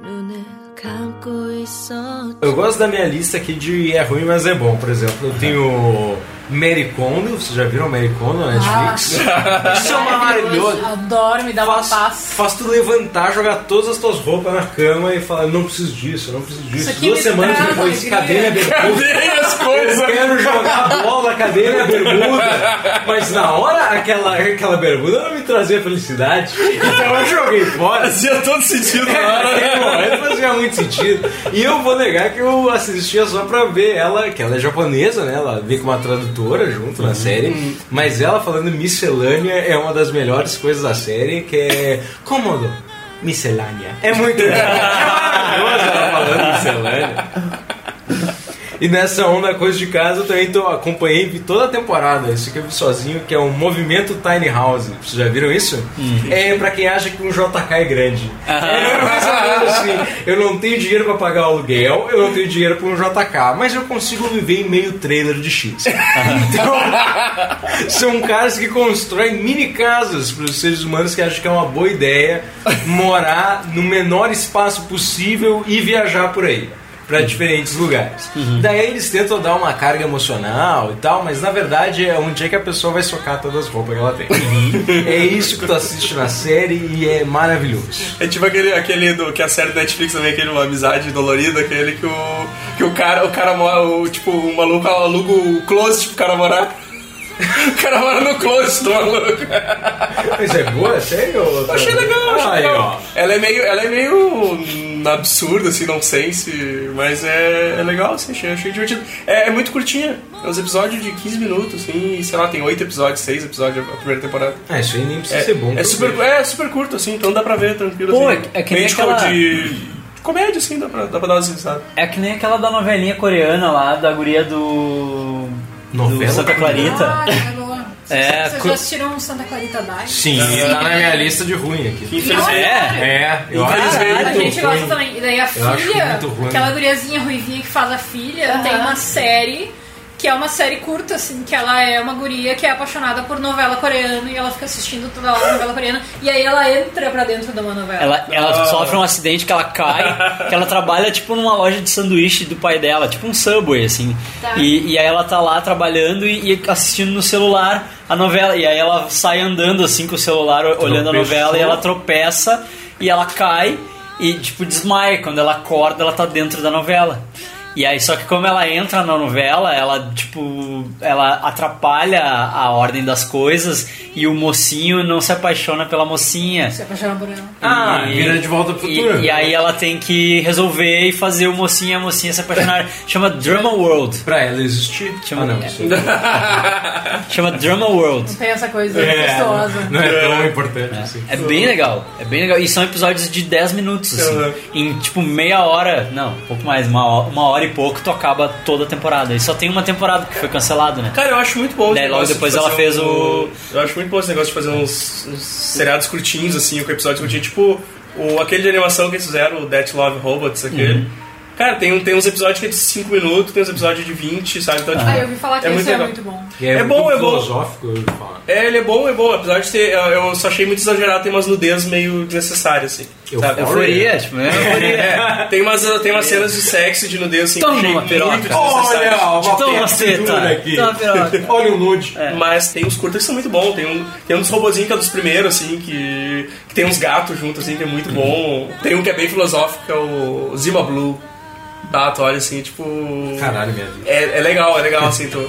S9: 눈을 감고 있어
S3: Eu gosto da minha lista aqui de é ruim, mas é bom. Por exemplo, eu tenho Mary Kondo, vocês já viram Mary Kondo na Netflix? Isso é maravilhoso.
S5: Adoro, me dá uma paz.
S3: Faz tu levantar, jogar todas as tuas roupas na cama e falar, não preciso disso, não preciso disso.
S5: Isso aqui
S3: Duas
S5: me
S3: semanas
S5: traz
S3: depois,
S5: alegria.
S3: cadê minha bermuda?
S4: Cadê as
S3: Eu
S4: coisas?
S3: quero jogar bola, cadê minha bermuda? Mas na hora, aquela, aquela bermuda não me trazia felicidade. Então eu joguei fora.
S4: Fazia todo sentido na
S3: É, não,
S4: hora.
S3: não fazia muito sentido. E eu vou negar que eu assistia só pra ver ela, que ela é japonesa, né? Ela vem com uma tradutora junto na série. Mas ela falando miscelânea é uma das melhores coisas da série, que é cômodo. Miscelânea. É muito é maravilhoso ela falando miscelânea. E nessa onda coisa de casa eu também tô, acompanhei vi toda a temporada. Isso que eu vi sozinho, que é um movimento Tiny House. Vocês já viram isso? É pra quem acha que um JK é grande. É mais ou menos assim. Eu não tenho dinheiro pra pagar o aluguel, eu não tenho dinheiro pra um JK, mas eu consigo viver em meio trailer de X. Então, são caras que constroem mini casas para os seres humanos que acham que é uma boa ideia morar no menor espaço possível e viajar por aí para diferentes lugares.
S4: Uhum.
S3: Daí eles tentam dar uma carga emocional e tal, mas na verdade é onde é que a pessoa vai socar todas as roupas que ela tem.
S4: Uhum.
S3: é isso que tu assiste na série e é maravilhoso.
S4: É tipo aquele, aquele do, que a série da Netflix também, aquele uma amizade dolorida, aquele que o, que o cara, o cara mora, o, tipo, o maluco aluga o closet pro cara morar. O cara mora no closet do maluco.
S3: Mas é boa, é sério?
S4: Eu achei legal, achei
S3: Ah, Aí, ó.
S4: legal. Ela é meio, ela é meio hum, absurda, assim, não sei se. Mas é, é legal, assim, achei, achei divertido. É, é muito curtinha. É uns episódios de 15 minutos, assim, e sei lá, tem 8 episódios, 6 episódios a primeira temporada.
S3: Ah, isso aí nem precisa
S4: É,
S3: ser bom.
S4: é super, é super curto, assim, então dá pra ver tranquilo.
S2: Pô,
S4: assim.
S2: é- é que nem
S4: Meio show
S2: aquela-
S4: de de comédia, assim, dá pra, dá pra dar umas risadas.
S2: É que nem aquela da novelinha coreana lá, da guria do.
S3: Novela?
S2: do Santa
S5: Ah,
S2: Clarita.
S5: agora.
S2: É,
S5: Vocês
S2: cu-
S5: já assistiram o Santa Clarita Diet?
S3: Sim, tá na minha lista de ruim aqui.
S4: Infelizmente.
S2: É.
S3: É, eu acho
S5: Cara,
S3: muito
S5: a gente
S3: ruim.
S5: gosta também. E daí a
S3: Eu acho
S5: filha,
S3: muito ruim.
S5: aquela guriazinha ruivinha que faz a filha,
S8: Aham.
S5: tem uma série que é uma série curta, assim, que ela é uma guria que é apaixonada por novela coreana e ela fica assistindo toda hora novela coreana e aí ela entra pra dentro de uma novela.
S2: Ela, ela sofre um acidente que ela cai, que ela trabalha tipo numa loja de sanduíche do pai dela, tipo um subway, assim.
S8: Tá.
S2: E, e aí ela tá lá trabalhando e, e assistindo no celular a novela. E aí ela sai andando assim com o celular o- olhando a novela e ela tropeça e ela cai e tipo desmaia. Quando ela acorda, ela tá dentro da novela. E aí, só que como ela entra na novela, ela, tipo, ela atrapalha a a ordem das coisas e o mocinho não se apaixona pela mocinha.
S5: Se apaixona por ela.
S3: Ah,
S2: E-
S3: vira de volta pro futuro.
S2: E, e aí ela tem que resolver e fazer o mocinho e a mocinha se apaixonar. Chama Drama World.
S3: Pra ela existir.
S2: Chama-
S3: ah, não, isso
S2: é
S3: aí.
S2: Chama Drama World.
S5: Não tem essa coisa
S3: É,
S5: gostosa.
S3: não é tão importante assim.
S2: É bem legal, é bem legal. E são episódios de 10 minutos, assim.
S4: Uhum.
S2: Em tipo meia hora, não, um pouco mais, uma hora, uma hora hora e pouco, tu acaba toda a temporada. E só tem uma temporada que foi cancelada, né?
S4: Cara, eu acho muito bom. esse
S2: Daí logo
S4: negócio de
S2: depois
S4: fazer um-
S2: ela fez o-
S4: Eu acho muito bom esse negócio de fazer uns, uns seriados curtinhos, assim, com episódios curtinhos. Tipo, o, aquele de animação que eles fizeram, o Death Love Robots, aquele.
S2: Uhum.
S4: Cara, tem, um- tem uns episódios que é de 5 minutos, tem uns episódios de 20, sabe? Então, tipo,
S5: Ah, eu ouvi falar que esse é
S4: legal.
S5: muito bom.
S4: É, bom, é bom.
S3: filosófico, eu ouvi falar.
S4: É, ele é bom, é bom. Apesar de ser. Eu, eu só achei muito exagerado, tem umas nudez meio desnecessárias, assim. sabe?
S2: Euforia, tipo, né?
S4: É, tem umas, tem umas cenas de sexo, de nudez, assim.
S2: Toma
S4: que eu
S2: uma
S4: achei
S2: piroca.
S4: muito desnecessárias.
S2: Olha, uma Toma uma teta. dura aqui. Toma uma piroca. É.
S3: Olha o nude.
S4: Mas tem uns curtas que são muito bons. Tem um, tem um dos robozinhos que é dos primeiros, assim, que, que tem uns gatos junto, assim, que é muito bom. Tem um que é bem filosófico, que é o Zima Blue. Tá, tu olha assim, tipo.
S3: Caralho, minha vida.
S4: É, é legal, é legal, assim, tu.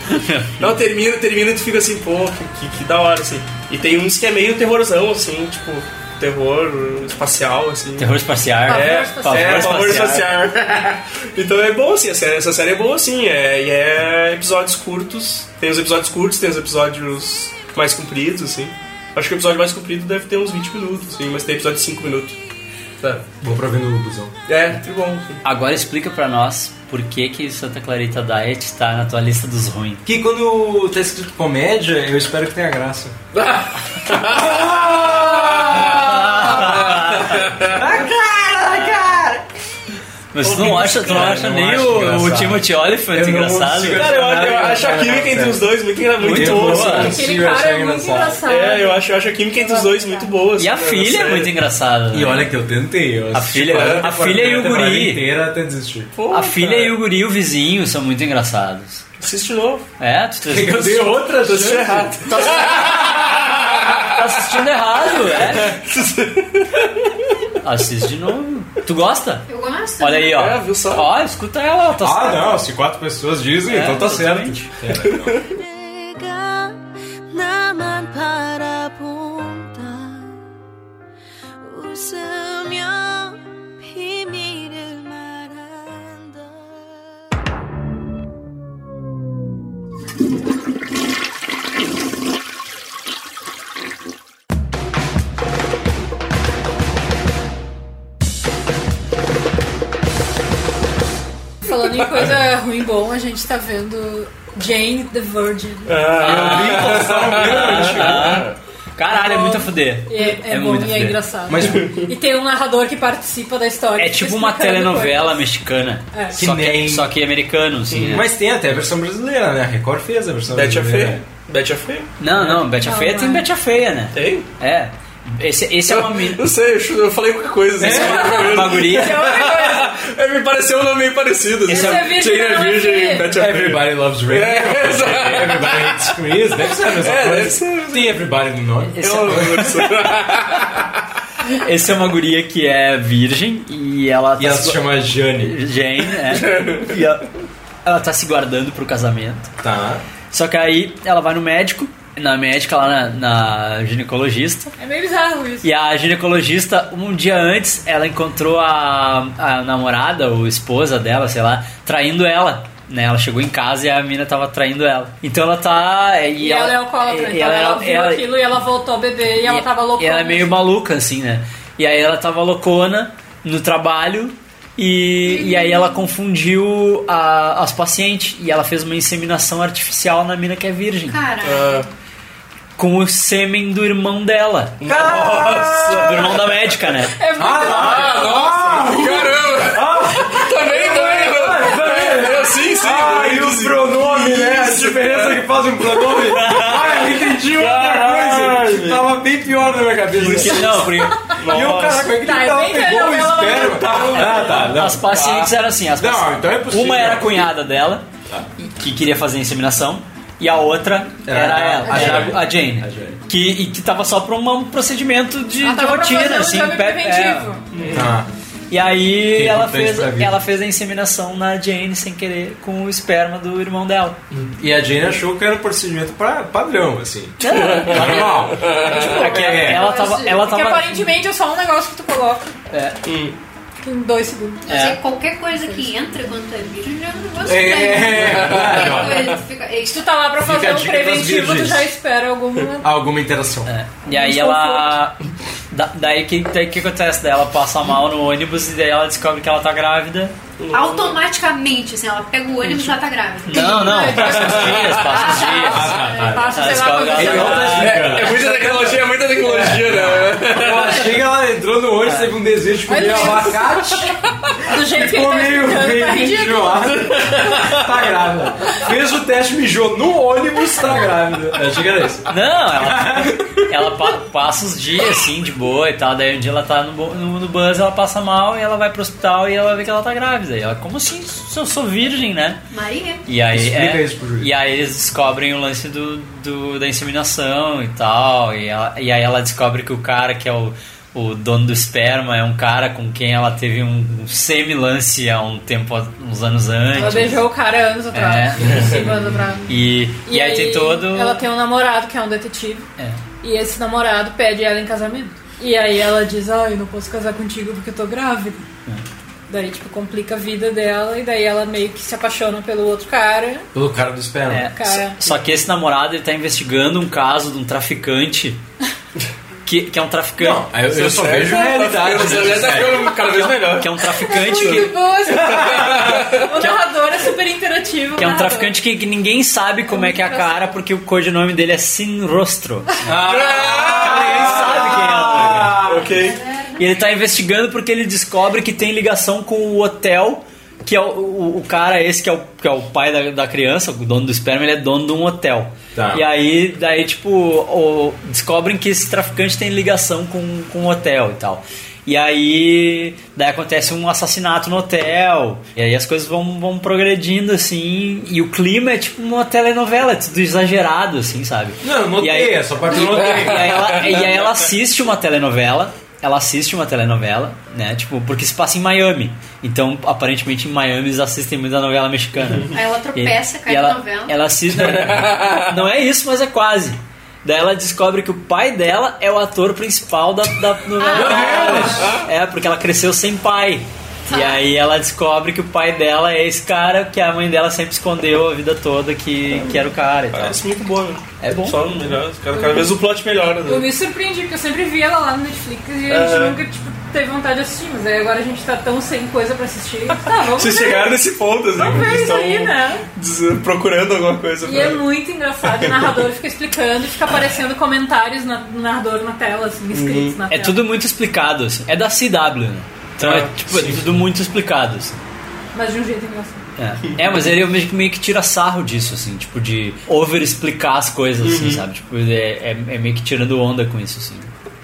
S4: Não, termina, termina e tu fica assim, pô, que, que, que da hora, assim. E tem uns que é meio terrorzão, assim, tipo, terror espacial, assim.
S2: Terror espacial.
S4: É,
S2: Pavor
S4: é, pavor
S2: espacial.
S4: espacial. então é bom, assim, a série- essa série é boa, assim, é, e é episódios curtos. Tem os episódios curtos, tem os episódios mais compridos, assim. Acho que o episódio mais comprido deve ter uns 20 minutos, assim, mas tem episódio de 5 minutos. Tá.
S3: Vou pra ver no busão.
S4: É, que bom.
S2: Agora explica pra nós por que que Santa Clarita Diet tá na tua lista dos ruins.
S3: Que quando tá escrito comédia, eu espero que tenha graça.
S12: cara, cara!
S2: Mas tu não acha, tu não
S4: Cara,
S2: acha
S4: não
S2: nem
S4: acho
S2: o, o
S4: engraçado.
S2: Timothy Oliphant engraçado?
S4: Cara, eu, acho- eu acho a química entre os dois muito, muito, boa. assim. É, eu acho, eu acho a química entre os dois muito boa. assim,
S2: E a filha é muito engraçada.
S3: E olha que eu tentei. Eu
S2: A
S3: assisti
S2: filha-
S3: quarenta,
S2: a filha e o
S3: quarenta temporada
S2: guri.
S3: inteira até desistir.
S2: A filha
S4: né?
S2: e o guri e o vizinho são muito engraçados.
S4: Assiste de novo.
S2: É, tu
S3: Eu dei outra
S4: Tô
S3: chance.
S4: errado.
S2: Tá assistindo errado, é. Assiste de novo. Tu gosta?
S8: Eu gosto.
S2: Olha aí, ó.
S8: É,
S2: viu só? Ó, escuta ela, tá
S3: Ah,
S2: certo.
S3: não, se quatro pessoas dizem,
S2: É,
S3: então tá certo.
S2: exatamente.
S9: 내가 나만 바라본다 웃으며 비밀을 말한다
S5: Falando em coisa ruim bom, a gente tá vendo Jane the Virgin.
S2: Ah, Caralho, é muito a fuder.
S5: E é, é bom
S2: muito a
S5: e é
S2: fuder.
S5: engraçado.
S2: Mas-
S5: e tem um narrador que participa da história.
S2: É
S5: que
S2: tipo
S5: fica
S2: uma
S5: explicando
S2: telenovela mexicana.
S5: É. Que
S2: Só, que, só que americano, assim. né?
S3: Mas tem até a versão brasileira, né? A Record fez a versão
S4: Betty a
S3: brasileira.
S4: Feia.
S10: É.
S4: Betty a Feia.
S2: Não, não, Betty a Feia tem Betty a Feia, né?
S4: Tem?
S2: É. Esse, esse é uma mina.
S4: Não sei, eu, eu falei qualquer coisa. Assim,
S2: É, uma guria.
S4: É, me pareceu um nome meio parecido.
S2: Esse é- assim.
S4: Jane a Virgem, Betty a Feia.
S3: Everybody loves Ray.
S4: É, exato.
S3: Everybody hates Chris. Deve ser a mesma
S4: É, deve
S3: coisa. Tem Everybody no nome.
S2: Esse
S4: um
S2: Esse é uma guria que é virgem e ela tá
S3: E ela
S2: se
S3: se
S2: gu-
S3: chama Jane.
S2: Jane, é. e ela, ela tá se guardando pro casamento.
S3: Tá.
S2: Só que aí ela vai no médico, na médica lá na, na ginecologista.
S5: É meio bizarro isso.
S2: E a ginecologista, um dia antes, ela encontrou a, a namorada ou esposa dela, sei lá, traindo ela. Né, ela chegou em casa e a mina tava traindo ela. Então ela tá. E,
S5: E, ela é alcoólatra,
S2: e
S5: então ela,
S2: ela-
S5: viu
S2: ela-
S5: aquilo e ela voltou a beber e, ela tava louca.
S2: e ela é meio maluca, assim, né? E aí ela tava loucona no trabalho e, e aí ela confundiu a- as pacientes e ela fez uma inseminação artificial na mina que é virgem.
S3: Ah.
S8: Caralho.
S2: Com o sêmen do irmão dela. Nossa! Do irmão da médica, né?
S5: É muito
S4: Ah, nossa! Caramba! Também, também! também. Eu, sim, sim!
S3: Ah,
S4: também,
S3: e
S4: sim.
S3: o pronome, né? A
S4: Isso,
S3: diferença que faz um pronome. Ah, eu entendi outra coisa. Tava bem pior na minha cabeça.
S2: Porque não, porque-
S3: E o cara, como é que
S5: Tá,
S3: ele
S5: é
S3: tava
S5: bem
S3: pegou o
S5: telenovela, mas
S3: esperma? Ah, tá. não,
S2: as pacientes
S3: tá.
S2: eram assim, as
S3: Não,
S2: pacientes-
S3: então é possível.
S2: Uma era a cunhada dela, que queria fazer a inseminação, e a outra Tá. era,
S3: Era a-
S2: ela,
S3: a
S2: era
S3: Jane.
S2: a Jane. Que, e que tava só pra um procedimento de,
S5: Ela
S2: de
S5: tava pra fazer
S2: rotina,
S5: um
S2: assim,
S5: exame
S2: pe- é.
S5: preventivo.
S3: Tá.
S2: E aí
S3: Que é
S2: ela
S3: importante
S2: fez,
S3: pra vida.
S2: ela fez a inseminação na Jane sem querer com o esperma do irmão dela.
S3: E a Jane achou que era um procedimento pra- padrão, assim.
S2: É.
S3: Normal.
S2: É que ela tava. Ela
S5: Porque
S2: tava
S5: aparentemente é só um negócio que tu coloca
S2: é,
S5: em dois segundos.
S8: Eu sei
S2: é.
S8: que qualquer coisa que entra quando tu é virgem já é um negócio
S3: É,
S8: estranho.
S3: claro.
S8: Qualquer coisa, tu fica- é, Ei,
S5: Se tu tá lá pra
S3: Fica a
S5: fazer um
S3: dica pras
S5: preventivo, tu
S3: virgens.
S5: já espera algum.
S3: Alguma interação.
S2: né. E aí ela. da- daí o que, daí que acontece? Daí ela passa mal no ônibus e daí ela descobre que ela tá grávida.
S8: Automaticamente, assim, ela pega o ônibus e já tá grávida.
S2: Não, não, passa os dias, passa os dias.
S8: Passa, sei lá,
S2: ah, Escola
S8: quantos
S2: galera.
S10: É, é muita tecnologia, é muita tecnologia, né?
S3: Ela chega, ela entrou no ônibus, teve um desejo de comer abacate.
S5: Do jeito que ele
S3: Ficou
S5: tá
S3: meio
S5: explicando, tá
S3: meio
S5: ridículo.
S3: enjoado. Tá grávida. Fez o teste, mijou no ônibus, tá grávida. Eu achei que era isso.
S2: Não, ela, ela pa- passa os dias assim, de boa e tal. Daí um dia ela tá no, bo- no, no bus, ela passa mal e ela vai pro hospital e ela vê que ela tá grávida. E ela, como assim? Eu sou virgem, né?
S8: Maria.
S2: E aí,
S3: Explica
S2: é,
S3: isso pro juiz.
S2: e aí eles descobrem o lance do, do- da inseminação e tal. E, ela- e aí ela descobre que o cara que é o, o dono do esperma é um cara com quem ela teve um, um semi-lance há um tempo, uns anos antes.
S5: Ela beijou o cara anos atrás.
S2: É.
S5: Cinco anos atrás.
S2: E, e, aí, tem todo.
S5: Ela tem um namorado que é um detetive.
S2: É.
S5: E esse namorado pede ela em casamento. E aí ela diz, ah, eu não posso casar contigo porque eu tô grávida.
S2: É.
S5: Daí, tipo, complica a vida dela e daí ela meio que se apaixona pelo outro cara.
S3: Pelo cara do esperma.
S2: É,
S5: Cara.
S2: só só que esse namorado ele tá investigando um caso de um traficante. Que, que é um traficante.
S10: Não, eu- eu só
S4: é
S10: vejo realidade,
S2: traficante,
S10: né?
S2: né?
S10: Tá ficando cada vez
S2: Que é um-
S10: melhor.
S2: Que é um traficante.
S5: Muito
S2: que, um
S5: boa essa parte. O narrador é super interativo.
S2: que é um
S5: narrador.
S2: traficante que, que ninguém sabe como é que é a cara, porque o codinome dele é Sinrostro.
S5: Ah!
S2: ninguém sabe quem é o cara.
S4: Ok.
S2: E ele tá investigando porque ele descobre que tem ligação com o hotel, que é o, o, o cara esse que é o, que é o pai da, da criança, o dono do esperma, ele é dono de um hotel.
S10: Tá.
S2: E aí, daí tipo, o- descobrem que esse traficante tem ligação com, com o hotel e tal. E aí, daí acontece um assassinato no hotel. E aí as coisas vão, vão progredindo, assim. E o clima é tipo uma telenovela, é tudo exagerado, assim, sabe?
S3: Não, eu notei,
S2: E aí-
S3: essa parte eu notei.
S2: E aí ela, e aí ela assiste uma telenovela. Ela assiste uma telenovela, né? Tipo, porque se passa em Miami. Então, aparentemente, em Miami eles assistem muita novela mexicana.
S8: Aí ela tropeça,
S2: E-
S8: cai
S2: e
S8: na
S2: ela,
S8: é novela.
S2: Ela assiste. Não, não é isso, mas é quase. Daí ela descobre que o pai dela é o ator principal da, da novela. é, porque ela cresceu sem pai. E aí ela descobre que o pai dela é esse cara que a mãe dela sempre escondeu a vida toda que, que era o cara e tal.
S4: Parece muito boa, né?
S2: É bom.
S4: Só melhor, cada, cada vez o plot melhora,
S5: Eu
S4: né?
S5: me surpreendi, porque eu sempre vi ela lá no Netflix e a
S4: É.
S5: gente nunca, tipo, teve vontade de assistir. Mas aí agora a gente tá tão sem coisa pra assistir. Tá, vamos
S4: Vocês
S5: ver.
S2: é.
S4: chegaram nesse ponto, assim,
S5: Vamos ver
S4: vocês
S5: isso
S4: estão
S5: aí, né?
S4: des- procurando alguma coisa
S5: E é muito engraçado, o narrador fica explicando e fica aparecendo comentários na- do narrador na tela, assim,
S4: Uhum.
S5: escritos na
S2: É
S5: tela.
S2: tudo muito explicado, assim. É da CW, né? Então
S4: Ah,
S2: é, tipo, é tudo muito explicado, assim.
S5: Mas de um jeito engraçado.
S2: É. É, mas ele meio que- meio que tira sarro disso, assim, tipo, de over-explicar as coisas, assim,
S4: Uhum.
S2: sabe? Tipo, é, é, é meio que tirando onda com isso, assim.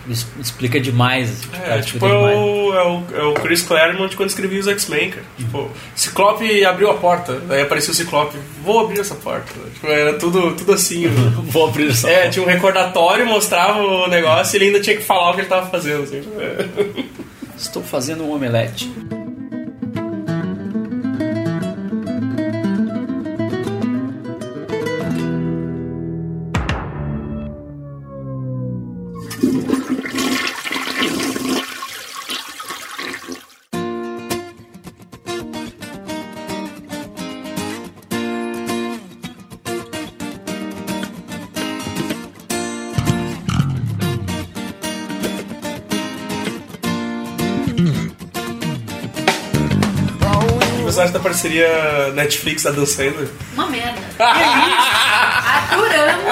S2: Es- Explica demais. assim, o cara
S4: É, tipo,
S2: explica
S4: é
S2: demais.
S4: o, é, o, é o Chris Claremont quando escrevia os X-Men, cara. Tipo, Ciclope abriu a porta, aí apareceu o Ciclope, vou abrir essa porta. Tipo, era tudo, tudo assim. né?
S2: Vou abrir essa
S4: É, tinha um recordatório, mostrava o negócio e ele ainda tinha que falar o que ele tava fazendo. Assim. É.
S2: Estou fazendo um omelete.
S4: O que Você acha da parceria Netflix da Dan Sandler?
S8: Uma merda.
S4: Ah,
S8: Adoramos,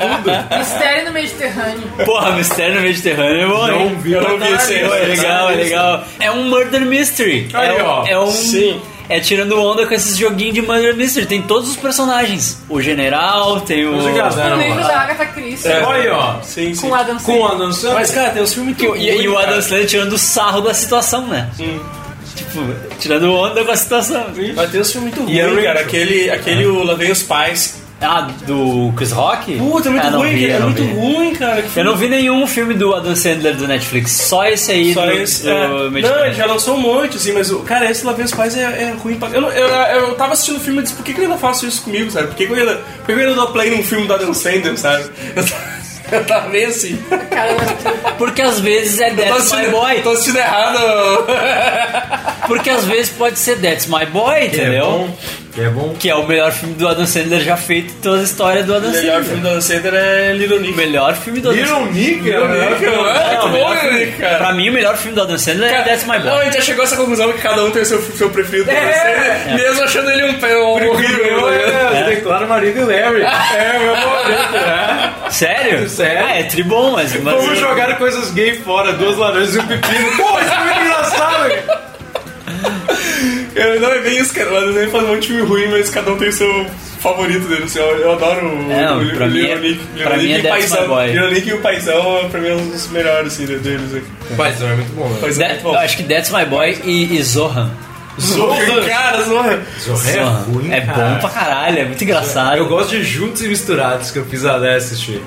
S8: eu odeio.
S5: Mistério no Mediterrâneo.
S2: Porra, Mistério no Mediterrâneo é bom,
S4: Não
S2: hein?
S4: vi, eu não vi esse aí,
S2: Pô, É
S4: mas
S2: legal,
S4: sabe
S2: é
S4: isso.
S2: legal. É um murder mystery.
S4: Aí,
S2: é, um-
S4: ó.
S2: é um...
S4: Sim.
S2: É tirando onda com esses joguinhos de murder mystery. Tem todos os personagens. O general, tem o...
S4: Ah, né?
S5: O livro da Agatha
S4: É.
S5: Christie.
S3: Olha aí, ó.
S4: Sim, sim.
S5: É. Com Adam
S3: Com
S5: Sandler.
S3: a dançando.
S2: Mas, cara, tem os filmes que. E, e o Adam Sandler tirando sarro da situação, né? Tipo, tirando onda com a situação.
S4: Mas tem um filme muito
S3: E é
S4: ruim,
S3: ruim,
S4: cara.
S3: tio.
S4: Aquele, aquele o Lá Vem os Pais.
S2: Ah, do Chris Rock?
S4: Puta, é muito
S2: Ah, não
S4: ruim,
S2: vi,
S4: cara.
S2: eu
S4: É
S2: não
S4: muito
S2: vi.
S4: ruim, cara. que
S2: Eu
S4: filme
S2: não vi nenhum filme do Adam Sandler do Netflix, só esse aí
S4: Só
S2: do,
S4: esse,
S2: do
S4: é. Não,
S2: Mediterrâneo.
S4: ele já lançou um monte, assim, mas, o cara, esse Lá Vem os Pais é, é ruim pra... Eu, não- eu, eu tava assistindo o filme e disse, por que, que eu ainda faço isso comigo, sabe? Por que, que eu ainda, por que que eu ainda dou play num filme do Adam Sandler, sabe? Eu tava, eu tava meio assim.
S5: Cara, mas-
S2: Porque às vezes é
S4: Tô
S2: That's My
S4: assistindo,
S2: Boy.
S4: tô assistindo errado.
S2: Porque às vezes pode ser That's My Boy, entendeu?
S3: bom. É bom.
S2: Que é o melhor filme do Adam Sandler já feito, toda a história do Adam
S4: O
S2: Sandler.
S4: melhor filme do Adam Sandler é Little Nick.
S2: Melhor filme do Adam
S4: Little Nick?
S2: Little
S4: É o melhor filme.
S2: É,
S4: Ah,
S2: o melhor
S4: bom,
S2: filme.
S4: Nick, cara.
S2: Pra mim, o melhor filme do Adam Sandler é That's My
S4: Não, a
S2: Boy.
S4: gente já chegou a essa conclusão que cada um tem o seu, seu preferido.
S3: É.
S4: Você, Mesmo achando ele um pé um horrível. né?
S3: É, declaro marido e Larry. É, meu favorito, né?
S2: Sério? Sério? Ah, é tribom, mas... mas
S3: Vamos jogar coisas gay fora, duas laranjas e um pepino. Pô, isso é muito engraçado, cara.
S4: Eu, não é bem isso, cara. Mas ele faz um monte de filme ruim, mas cada um tem o seu favorito dele. assim, Eu, eu adoro o,
S2: É,
S4: o,
S2: pra
S4: o
S2: mim
S4: Little
S2: é-
S4: Nick.
S2: pra
S4: Little
S2: mim
S4: Nick
S2: é
S4: e o
S2: That's My
S4: Paizão.
S2: Boy.
S4: Little Nick e o Paizão, pra mim, é um dos melhores assim, de- deles. aqui.
S3: Paizão é muito bom, né?
S4: Paizão é
S2: That-
S4: muito bom.
S2: eu acho que That's My Boy e, e Zohan.
S4: Zorro, cara, Zorro.
S3: Zorro é
S2: Zorro.
S3: ruim,
S2: É
S3: cara.
S2: bom pra caralho, é muito engraçado.
S3: Eu gosto de Juntos e Misturados, que eu fiz a Léa assistir.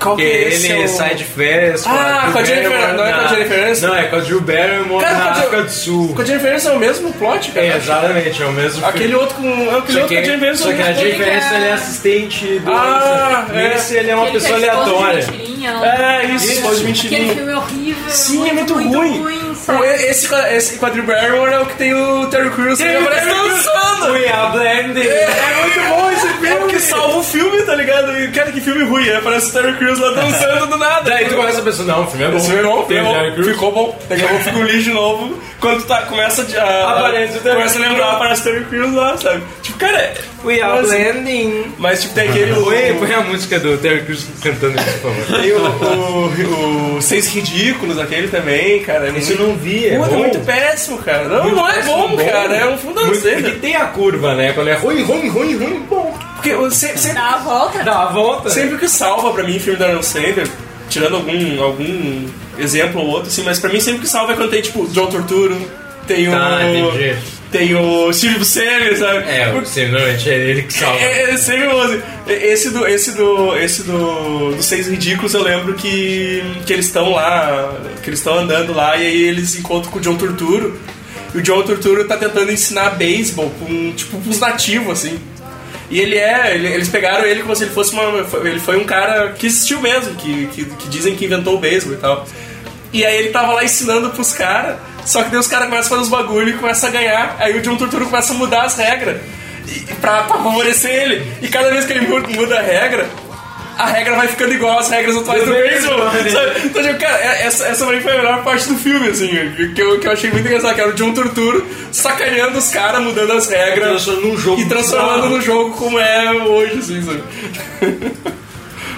S4: Qual
S3: Que
S4: que é esse
S3: ele
S4: o-
S3: sai de férias
S4: Ah, com a Jennifer- não é com a Jennifer Aniston?
S3: Aniston? Não, é com a Drew Barrymore
S4: Cara, com
S3: na
S4: a Jill-
S3: África do Sul.
S4: Com a Jennifer Aniston é o mesmo plot, cara.
S3: É, exatamente, é o mesmo
S4: Aquele
S3: filme.
S4: outro com. Aquele
S3: Só
S4: outro
S3: que,
S4: com a Jennifer né? Aniston.
S3: só que a Jennifer Aniston ele é assistente do...
S4: Ah, é.
S3: Esse ele é uma
S8: Aquele que
S3: pessoa
S5: tipo
S8: é esposo de
S3: aleatória.
S8: mentirinha,
S5: né?
S8: lá.
S4: É, isso,
S3: Isso.
S4: pode mentir.
S8: Aquele filme horrível.
S4: Sim, é muito, ruim.
S8: sabe?
S4: Pô,
S5: é
S4: Esse, esse quadril Barrymore é o que tem o Terry Crews que aparece dançando.
S3: We are blended.
S4: É muito bom esse filme. É o que salva o filme, tá ligado? E, Cara, que filme ruim. Aí aparece o Terry Crews lá dançando do nada.
S3: Daí tu começa a pensar, não, o filme é bom.
S4: Esse filme é bom,
S3: Tem
S4: filme
S3: o Terry
S4: é bom.
S3: Crews.
S4: ficou bom. Daqui a pouco fica um lixo de novo. Quando tu tá, começa a- a.
S3: Aparece o Terry
S4: Começa a
S3: Crews.
S4: lembrar, aparece o Terry Crews lá, sabe? Tipo, cara. é-
S3: We are
S4: mas-
S3: blending.
S4: Mas, tipo, tem aquele.
S3: Põe, põe a música do Terry Crews cantando isso, por favor.
S4: Tem o, o, o Seis Ridículos, aquele também, cara. É
S3: Isso eu
S4: muito,
S3: não vi, é
S4: Puta,
S3: bom.
S4: muito péssimo, cara. Não, não é
S3: péssimo,
S4: bom,
S3: bom.
S4: cara. É um fundo da
S3: Muito-
S4: seda.
S3: Porque tem a curva, né? Quando é ruim, ruim, ruim, ruim, bom.
S4: Porque o- se- sempre,
S5: Dá a
S4: É,
S5: volta.
S3: Dá a volta.
S4: sempre que salva pra mim filme da Adam Sandler, tirando algum, algum exemplo ou outro, assim, mas pra mim sempre que salva é quando tem, tipo, John Torturo, tem o...
S3: Tá, entendi.
S4: tem o Silvio Buscemi, sabe?
S3: É, o Senorante é ele que salva.
S4: né? É, é sempre bom, assim. Esse do, esse do, esse do, dos seis ridículos eu lembro que que eles estão lá, que eles estão andando lá e aí eles encontram com o John Turturro. E o John Turturro tá tentando ensinar beisebol com tipo uns nativos assim. E ele é, ele- eles pegaram ele como se ele fosse uma, ele foi um cara que existiu mesmo, que, que, que dizem que inventou o beisebol e tal. E aí ele tava lá ensinando pros caras, só que daí os caras começam a fazer os bagulho e começam a ganhar. Aí o John Turturro começa a mudar as regras e- pra, pra favorecer ele. E cada vez que ele mu- muda a regra, a regra vai ficando igual às regras atuais do
S3: Do
S4: beisebol.
S3: beisebol, né?
S4: sabe? Então, tipo, cara, é- essa, essa pra mim foi a melhor parte do filme, assim, que eu, que eu achei muito engraçado, que era o John Turturro sacaneando os caras, mudando as regras
S3: Transformando É num jogo
S4: e transformando
S3: bizarro.
S4: no jogo como é hoje, assim, sabe?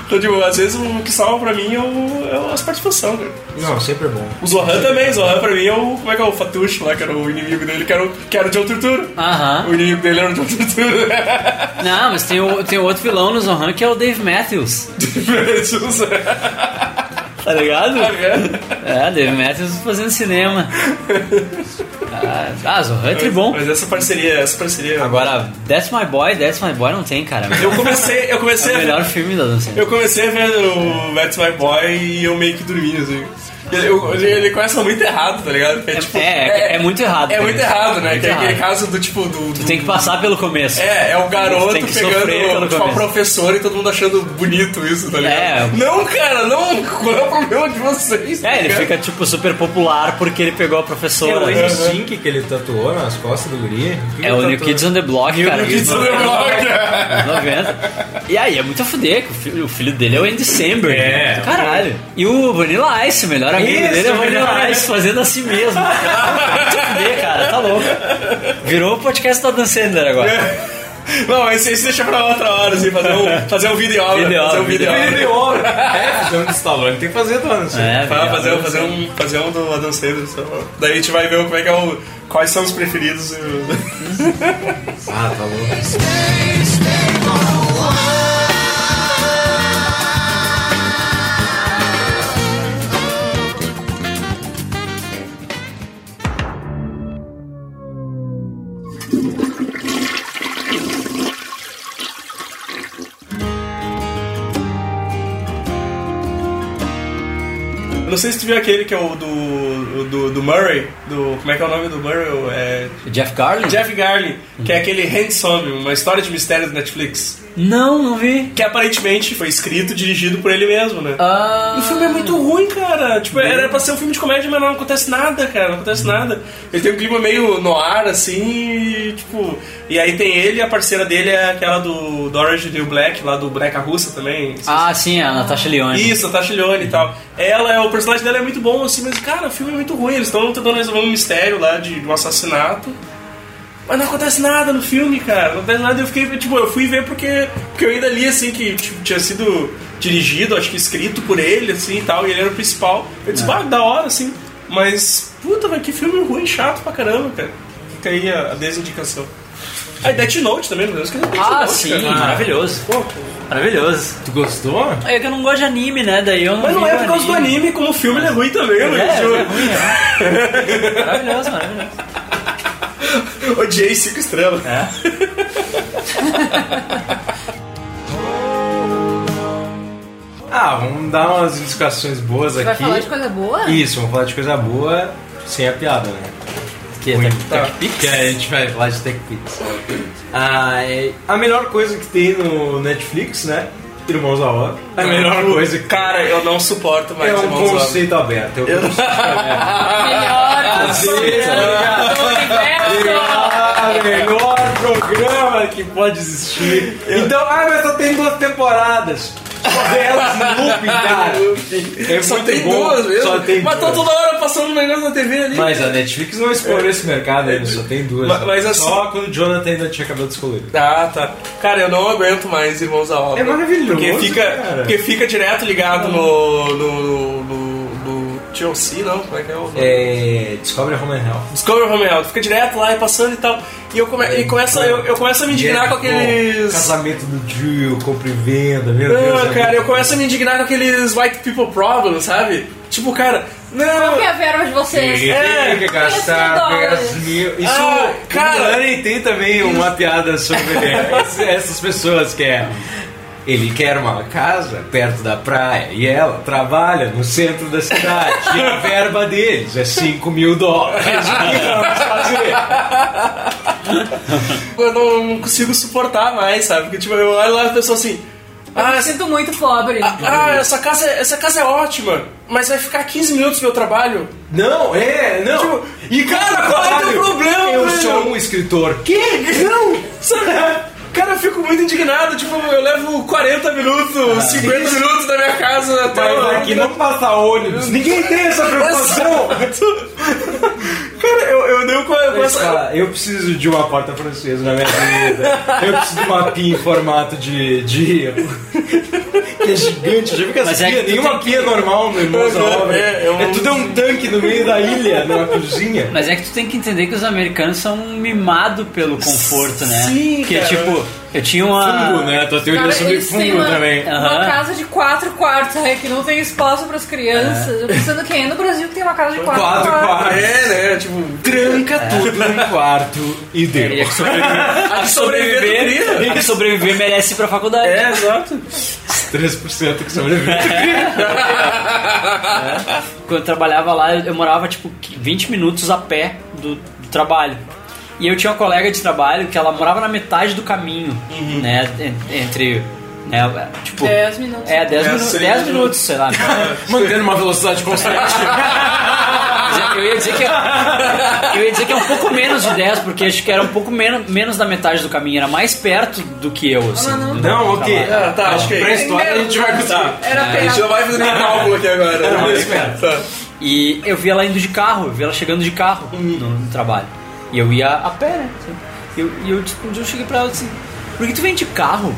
S4: Então, tipo, às vezes o que salva pra mim é, o, é as participações, cara.
S3: Não, sempre é bom.
S4: O Zohan também, o Zohan pra mim é o. Como é que é o Fatucho lá, que era o inimigo dele, que era o, que era o John Turturro.
S2: Aham.
S4: O inimigo dele era o John Turturro.
S2: Não, mas tem, o, tem outro vilão no Zohan que é o Dave Matthews.
S4: Jesus.
S2: Tá ligado?
S4: Ah,
S2: É, Dave Matthews fazendo cinema. Ah, ah Zohan é tribom.
S4: Mas essa parceria, essa parceria.
S2: Agora, That's My Boy, That's My Boy não tem, cara.
S4: Eu comecei, eu
S2: É
S4: comecei
S2: o
S4: a
S2: melhor filme da dança.
S4: Eu comecei a ver o That's My Boy e eu meio que dormi, assim. Ele, eu- ele, ele começa muito errado, tá ligado? É, tipo,
S2: É, é, é muito errado.
S4: É
S2: cara.
S4: muito errado, né?
S2: Muito
S4: que é aquele
S2: errado.
S4: caso do tipo do. do-
S2: Tem que passar pelo começo.
S4: É, é o garoto
S2: Tem que
S4: pegando
S2: sofrer pelo
S4: tipo, a
S2: começo.
S4: professora e todo mundo achando bonito isso, tá ligado?
S2: É.
S4: Não, cara, não! Qual é o problema de vocês? tá
S2: É, ele
S4: ligado?
S2: fica, tipo, super popular porque ele pegou a
S3: É o
S2: professora.
S3: Andy
S2: É,
S3: Sink que ele tatuou nas costas do guri.
S2: o New Kids on the Block, cara. é.
S4: New Kids on the Block.
S2: 90. E aí, é muito a fuder, que o filho, o filho dele é o Andy Samberg.
S3: É.
S2: né? Caralho. E o Vanilla Ice, o melhor amigo
S3: Isso,
S2: dele é o Vanilla
S3: Vanilla
S2: Ice, fazendo a si mesmo. muito a fuder, cara, tá louco. Virou o podcast da Dan Sandler agora.
S4: Não, esse, esse deixa pra outra hora, assim, fazer um, fazer um vídeo obra.
S2: Vídeo
S4: fazer um
S2: obra,
S4: vídeo
S2: vídeo
S4: obra.
S3: Ele olha. É, fazer um de Stallone tem que fazer dono. assim.
S2: É,
S4: Fa-
S2: velho,
S4: fazer,
S2: olha
S4: um- fazer,
S2: só.
S4: um, fazer um do Adam Sandler. só. Daí a gente vai ver como é que é o, quais são os preferidos. e-
S3: Ah, tá louco.
S4: Eu Não sei se tu viu aquele que é o do, o do, do Murray. Do, como é que é o nome do Murray? O, É,
S2: Jeff Garlin?
S4: Jeff Garlin, que é aquele Handsome, uma história de mistério do Netflix.
S2: Não, não vi.
S4: Que aparentemente foi escrito e dirigido por ele mesmo, né?
S2: Ah.
S4: O filme é muito ruim, cara. Tipo, era pra ser um filme de comédia, mas não acontece nada, cara. Não acontece nada. Ele tem um clima meio no ar, assim, e, tipo. E aí tem ele e a parceira dele é aquela do, do Orange New Black, lá do Boneca Russa também.
S2: Ah, sim, a Natasha Leone.
S4: Isso, Natasha Leone e tal. Ela, é- o personagem dela é muito bom, assim, mas, cara, o filme é muito ruim. Eles estão tentando resolver um mistério lá de, de um assassinato. Mas não acontece nada no filme, cara. Não acontece nada. Eu fiquei, tipo, eu fui ver porque, porque eu ainda li, assim, que tipo, tinha sido dirigido, acho que escrito por ele, assim, e tal. E ele era o principal. Eu
S2: É.
S4: disse, bah, da hora, assim. Mas, puta, velho, que filme ruim, chato pra caramba, cara. Fica aí a, a desindicação. Ah, e Death Note também, meu Deus, que é Death
S2: Ah,
S4: Note,
S2: sim,
S4: cara.
S2: maravilhoso. Maravilhoso.
S10: Tu gostou?
S2: É que eu não gosto de anime, né? Daí eu não
S4: Mas não
S2: vi
S4: é
S2: o
S4: por causa do anime, como o filme ele é ruim também,
S2: É,
S4: né?
S2: é
S4: Tipo,
S2: ruim, é. Maravilhoso, maravilhoso. é.
S4: Odiei cinco estrelas.
S3: Ah, vamos dar umas indicações boas
S5: Você vai
S3: aqui.
S5: falar de coisa boa?
S3: Isso, vamos falar de coisa boa sem a piada, né?
S2: Que é
S3: Ruim.
S2: TechPix?
S3: Que a gente vai falar de TechPix. Ah, é- a melhor coisa que tem no Netflix, né? Irmãos da Hora.
S4: É
S3: A melhor coisa que
S4: Cara, eu não suporto mais
S3: é um
S4: Irmãos Zombie.
S3: conceito aberto. Eu
S4: Ah,
S5: Melhor do
S3: Ah,
S5: universo!
S3: melhor programa que pode existir. Então, ah, mas só tem duas temporadas. Só vê elas em looping, cara. É
S4: Só
S3: muito
S4: tem
S3: bom.
S4: duas mesmo?
S3: Só tem
S4: mas tá
S3: duas.
S4: toda hora passando um negócio na TV ali.
S3: Mas a Netflix não explorou esse mercado ainda, só tem duas.
S4: É.
S3: né?
S4: Mas- mas assim-
S3: Só quando o Jonathan ainda tinha cabelo descolorido.
S4: Ah, tá. Cara, eu não aguento mais Irmãos à Obra.
S3: É maravilhoso,
S4: Porque fica,
S3: cara.
S4: porque fica direto ligado no. no. no. no, no TLC, não? Como é que é o nome?
S3: É, descobre a Roman Hell.
S4: Discovery Home Health. Fica direto lá e passando e tal. E eu, come, e começa, eu, eu começo a me indignar com aqueles.
S3: então, Casamento do Jill, compra e venda, meu Deus.
S4: Ah,
S3: é
S4: cara,
S3: muito
S4: eu começo a me indignar com aqueles white people problems, sabe? Tipo, cara, não,
S5: Qual que é a verba de vocês?
S3: Tem que gastar
S5: dólares.
S3: 10 mil. Isso,
S4: É. Ah, cara.
S3: cara. O Mulani tem também uma piada sobre ess- essas pessoas que é. Ele quer uma casa perto da praia e ela trabalha no centro da cidade. E a verba deles é 5 mil dólares. O que vamos fazer?
S4: eu não, não consigo suportar mais, sabe? Porque tipo, eu olho lá e a pessoa assim.
S5: Eu
S4: Ah,
S5: me sinto muito pobre.
S4: Ah, essa casa, essa casa é ótima, mas vai ficar 15 minutos do meu trabalho.
S3: Não, é, não.
S4: Tipo,
S3: e
S4: cara, qual é o teu problema,
S3: Eu
S4: velho?
S3: sou um escritor.
S4: Que? Não! Sabe? Cara, eu fico muito indignado. Tipo, eu levo 40 minutos, 50 minutos da minha casa tá até
S3: Ah, Mas
S4: o-
S3: aqui não passa ônibus. Ninguém tem essa preocupação.
S4: Cara, eu, eu dei com, com
S3: Mas,
S4: essa.
S3: cara, eu preciso de uma porta francesa na minha vida. Eu preciso de uma pia em formato de, de erro. Que é gigante, eu já vi que as
S2: Mas é que
S3: pias,
S2: tu
S3: nenhuma pia normal no Irmãos da
S4: Uhum,
S3: Obra.
S4: é,
S3: É,
S4: é um-
S3: tudo é um tanque no meio da ilha, numa cozinha.
S2: Mas é que tu tem que entender que os americanos são mimados pelo conforto, né?
S4: Sim,
S2: que
S4: cara.
S2: tipo, eu tinha uma.
S4: Ah.
S3: Fungo, né? Tua teoria
S5: Cara,
S3: sobre
S5: eles têm
S3: fungo
S5: uma,
S3: também.
S5: uma
S2: Aham.
S5: casa de quatro quartos aí que não tem espaço pras crianças. Eu tô Pensando que é no Brasil que tem uma casa de quatro,
S3: Quatro
S5: quartos.
S3: quartos.
S4: É, né? Tipo,
S3: Tranca tudo num quarto e deu.
S2: E é que sobreviver, a que sobreviver, a que sobreviver merece ir pra faculdade.
S4: é, exato.
S3: 3% que sobreviveu.
S2: Quando eu trabalhava lá, eu eu morava tipo 20 minutos a pé do, do trabalho. E eu tinha uma colega de trabalho que ela morava na metade do caminho, né? en- Entre. Né, tipo,
S5: Dez minutos.
S2: É, 10
S4: É,
S2: minutos,
S4: seis
S2: 10
S4: minutos.
S2: minutos, sei lá.
S3: Mantendo uma velocidade constante.
S2: Mas é que Eu ia, dizer que é, eu ia dizer que é um pouco menos de 10, porque acho que era um pouco menos, menos da metade do caminho, era mais perto do que eu, assim.
S5: não,
S2: do-
S3: Não,
S2: do
S3: ok.
S2: trabalho.
S4: Ah, tá, acho que é
S3: Pra
S4: isso.
S3: história a gente vai
S4: Tá.
S3: gostar.
S5: Era
S4: A gente
S5: pegar.
S4: não vai fazer nenhum cálculo aqui agora.
S3: Não,
S4: né?
S3: espera.
S4: Tá.
S2: E eu vi ela indo de carro, eu vi ela chegando de carro no, no trabalho. E eu ia a pé, né? assim. E eu, e eu, tipo, um dia eu cheguei pra ela assim, por que tu vem de carro?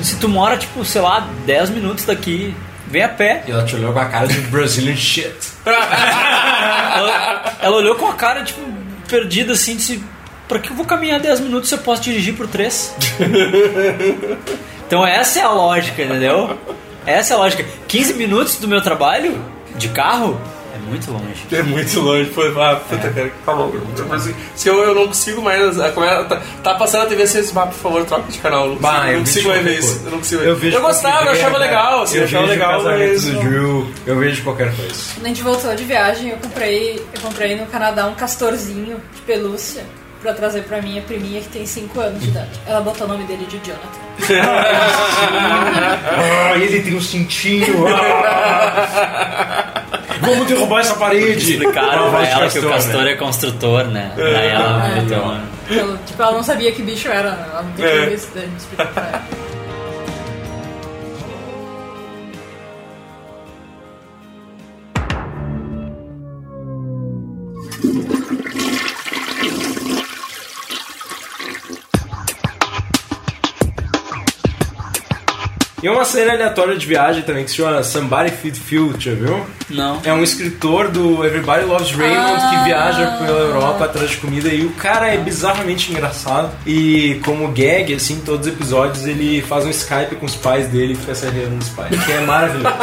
S2: Se tu mora, tipo, sei lá, 10 minutos daqui, vem a pé.
S3: E ela te olhou com a cara de Brazilian shit.
S2: Ela, ela olhou com a cara, tipo, perdida assim, disse: Pra que eu vou caminhar 10 minutos se eu posso dirigir por 3? então essa é a lógica, entendeu? Essa é a lógica. 15 minutos do meu trabalho de carro é muito longe.
S4: É muito longe, foi. Ah, puta, cara, que falou. assim, Se eu, eu não consigo mais. a- como é- tá, tá passando a TV vocês ah, por favor, troca de canal. Eu não
S3: Bah,
S4: consigo, eu
S3: eu
S4: não consigo
S3: vejo
S4: mais ver
S3: qualquer
S4: isso.
S3: coisa.
S4: Eu não consigo ver. Eu,
S3: vejo
S4: gostava, eu
S3: qualquer
S4: achava
S3: coisa,
S4: legal,
S3: cara.
S4: assim, eu,
S3: eu
S4: achava
S3: vejo
S4: legal,
S3: Casamento
S4: mas.
S3: do Drew, eu vejo qualquer coisa.
S5: Quando a gente voltou de viagem, eu comprei, eu comprei no Canadá um castorzinho de pelúcia. pra trazer pra minha priminha que tem 5 anos de idade. Ela botou o nome dele de Jonathan.
S4: É.
S3: Ah, ele tem um cintinho. Ah. Vamos derrubar essa parede.
S2: Explicaram pra
S3: Ah, voz de
S2: ela que o
S3: castor,
S2: castor
S3: né?
S2: é construtor, né? Daí ela então,
S5: É.
S2: meteu uma-
S5: Ela, tipo, ela não sabia que bicho era, né? ela não tinha
S2: É.
S5: visto né? Explicou pra ela.
S3: E uma série aleatória de viagem também que se chama Somebody Feed Phil, já viu?
S2: Não.
S3: É um escritor do Everybody Loves Raymond
S2: Ah.
S3: que viaja pela Europa atrás de comida e o cara é bizarramente engraçado. E como gag, assim, em todos os episódios ele faz um Skype com os pais dele e fica se arreando dos pais, que é maravilhoso.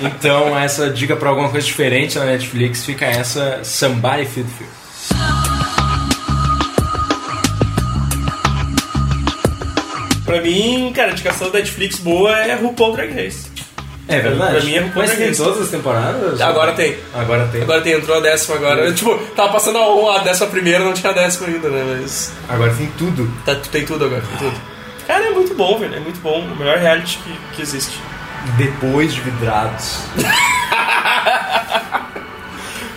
S3: então, essa dica pra alguma coisa diferente na Netflix fica essa Somebody Feed Phil.
S4: Pra mim, cara, a indicação da Netflix boa é RuPaul Drag Race.
S3: É verdade.
S4: Pra mim é RuPaul
S3: Mas
S4: Drag
S3: tem
S4: Race.
S3: todas as temporadas?
S4: Agora tem.
S3: Agora tem.
S4: Agora tem, entrou a décima agora. Eu, tipo, tava passando a, a décima primeira, não tinha a décima ainda, né? Mas.
S3: Agora tem tudo.
S4: Tá, tem tudo agora, tem tudo. Cara, é muito bom, velho. É muito bom. O melhor reality que, que existe.
S3: Depois de vidrados.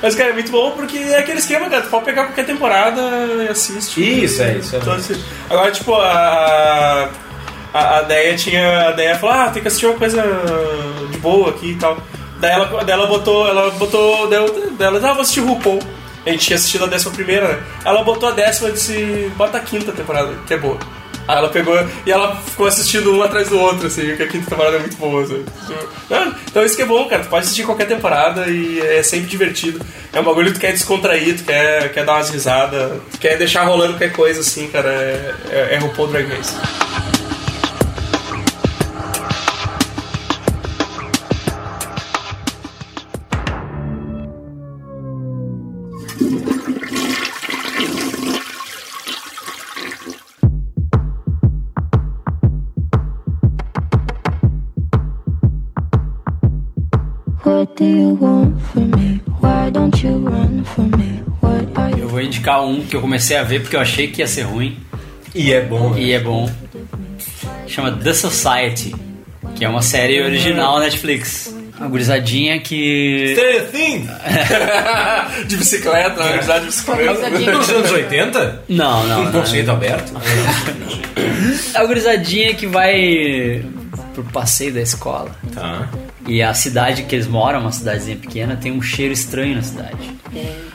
S4: Mas, cara, é muito bom porque é aquele esquema, cara. Tu pode pegar qualquer temporada e assiste.
S3: Isso, é isso, é
S4: Então, assim, agora, tipo, a. A, a Deia tinha. A Deia falou, ah, tem que assistir uma coisa de boa aqui e tal. Daí ela, daí ela botou. Ela botou. Daí eu- daí ela, ah, vou assistir RuPaul. A gente tinha assistido a décima primeira, né? Ela botou a décima e disse, bota a quinta temporada, que é boa. Aí ela pegou e ela ficou assistindo um atrás do outro, assim, porque a quinta temporada é muito boa, sabe? Não, Então isso que é bom, cara. Tu pode assistir qualquer temporada e é sempre divertido. É um bagulho que tu quer descontrair, tu quer, quer dar umas risadas, tu quer deixar rolando qualquer coisa, assim, cara. É, é, é RuPaul Drag Race.
S9: What do you want from me? Why don't you run from me? What are
S2: Eu vou indicar um que eu comecei a ver porque eu achei que ia ser ruim.
S3: E é bom.
S2: E é bom. Chama The Society, que é uma série original Netflix. Uma gurizadinha que.
S3: Stranger Things!
S4: de bicicleta,
S3: É.
S4: na verdade, de bicicleta.
S3: Nos anos 80?
S2: Não, não.
S3: Um conceito aberto?
S2: É uma gurizadinha que vai pro passeio da escola.
S3: Tá.
S2: E a cidade que eles moram, uma cidadezinha pequena, tem um cheiro estranho na cidade.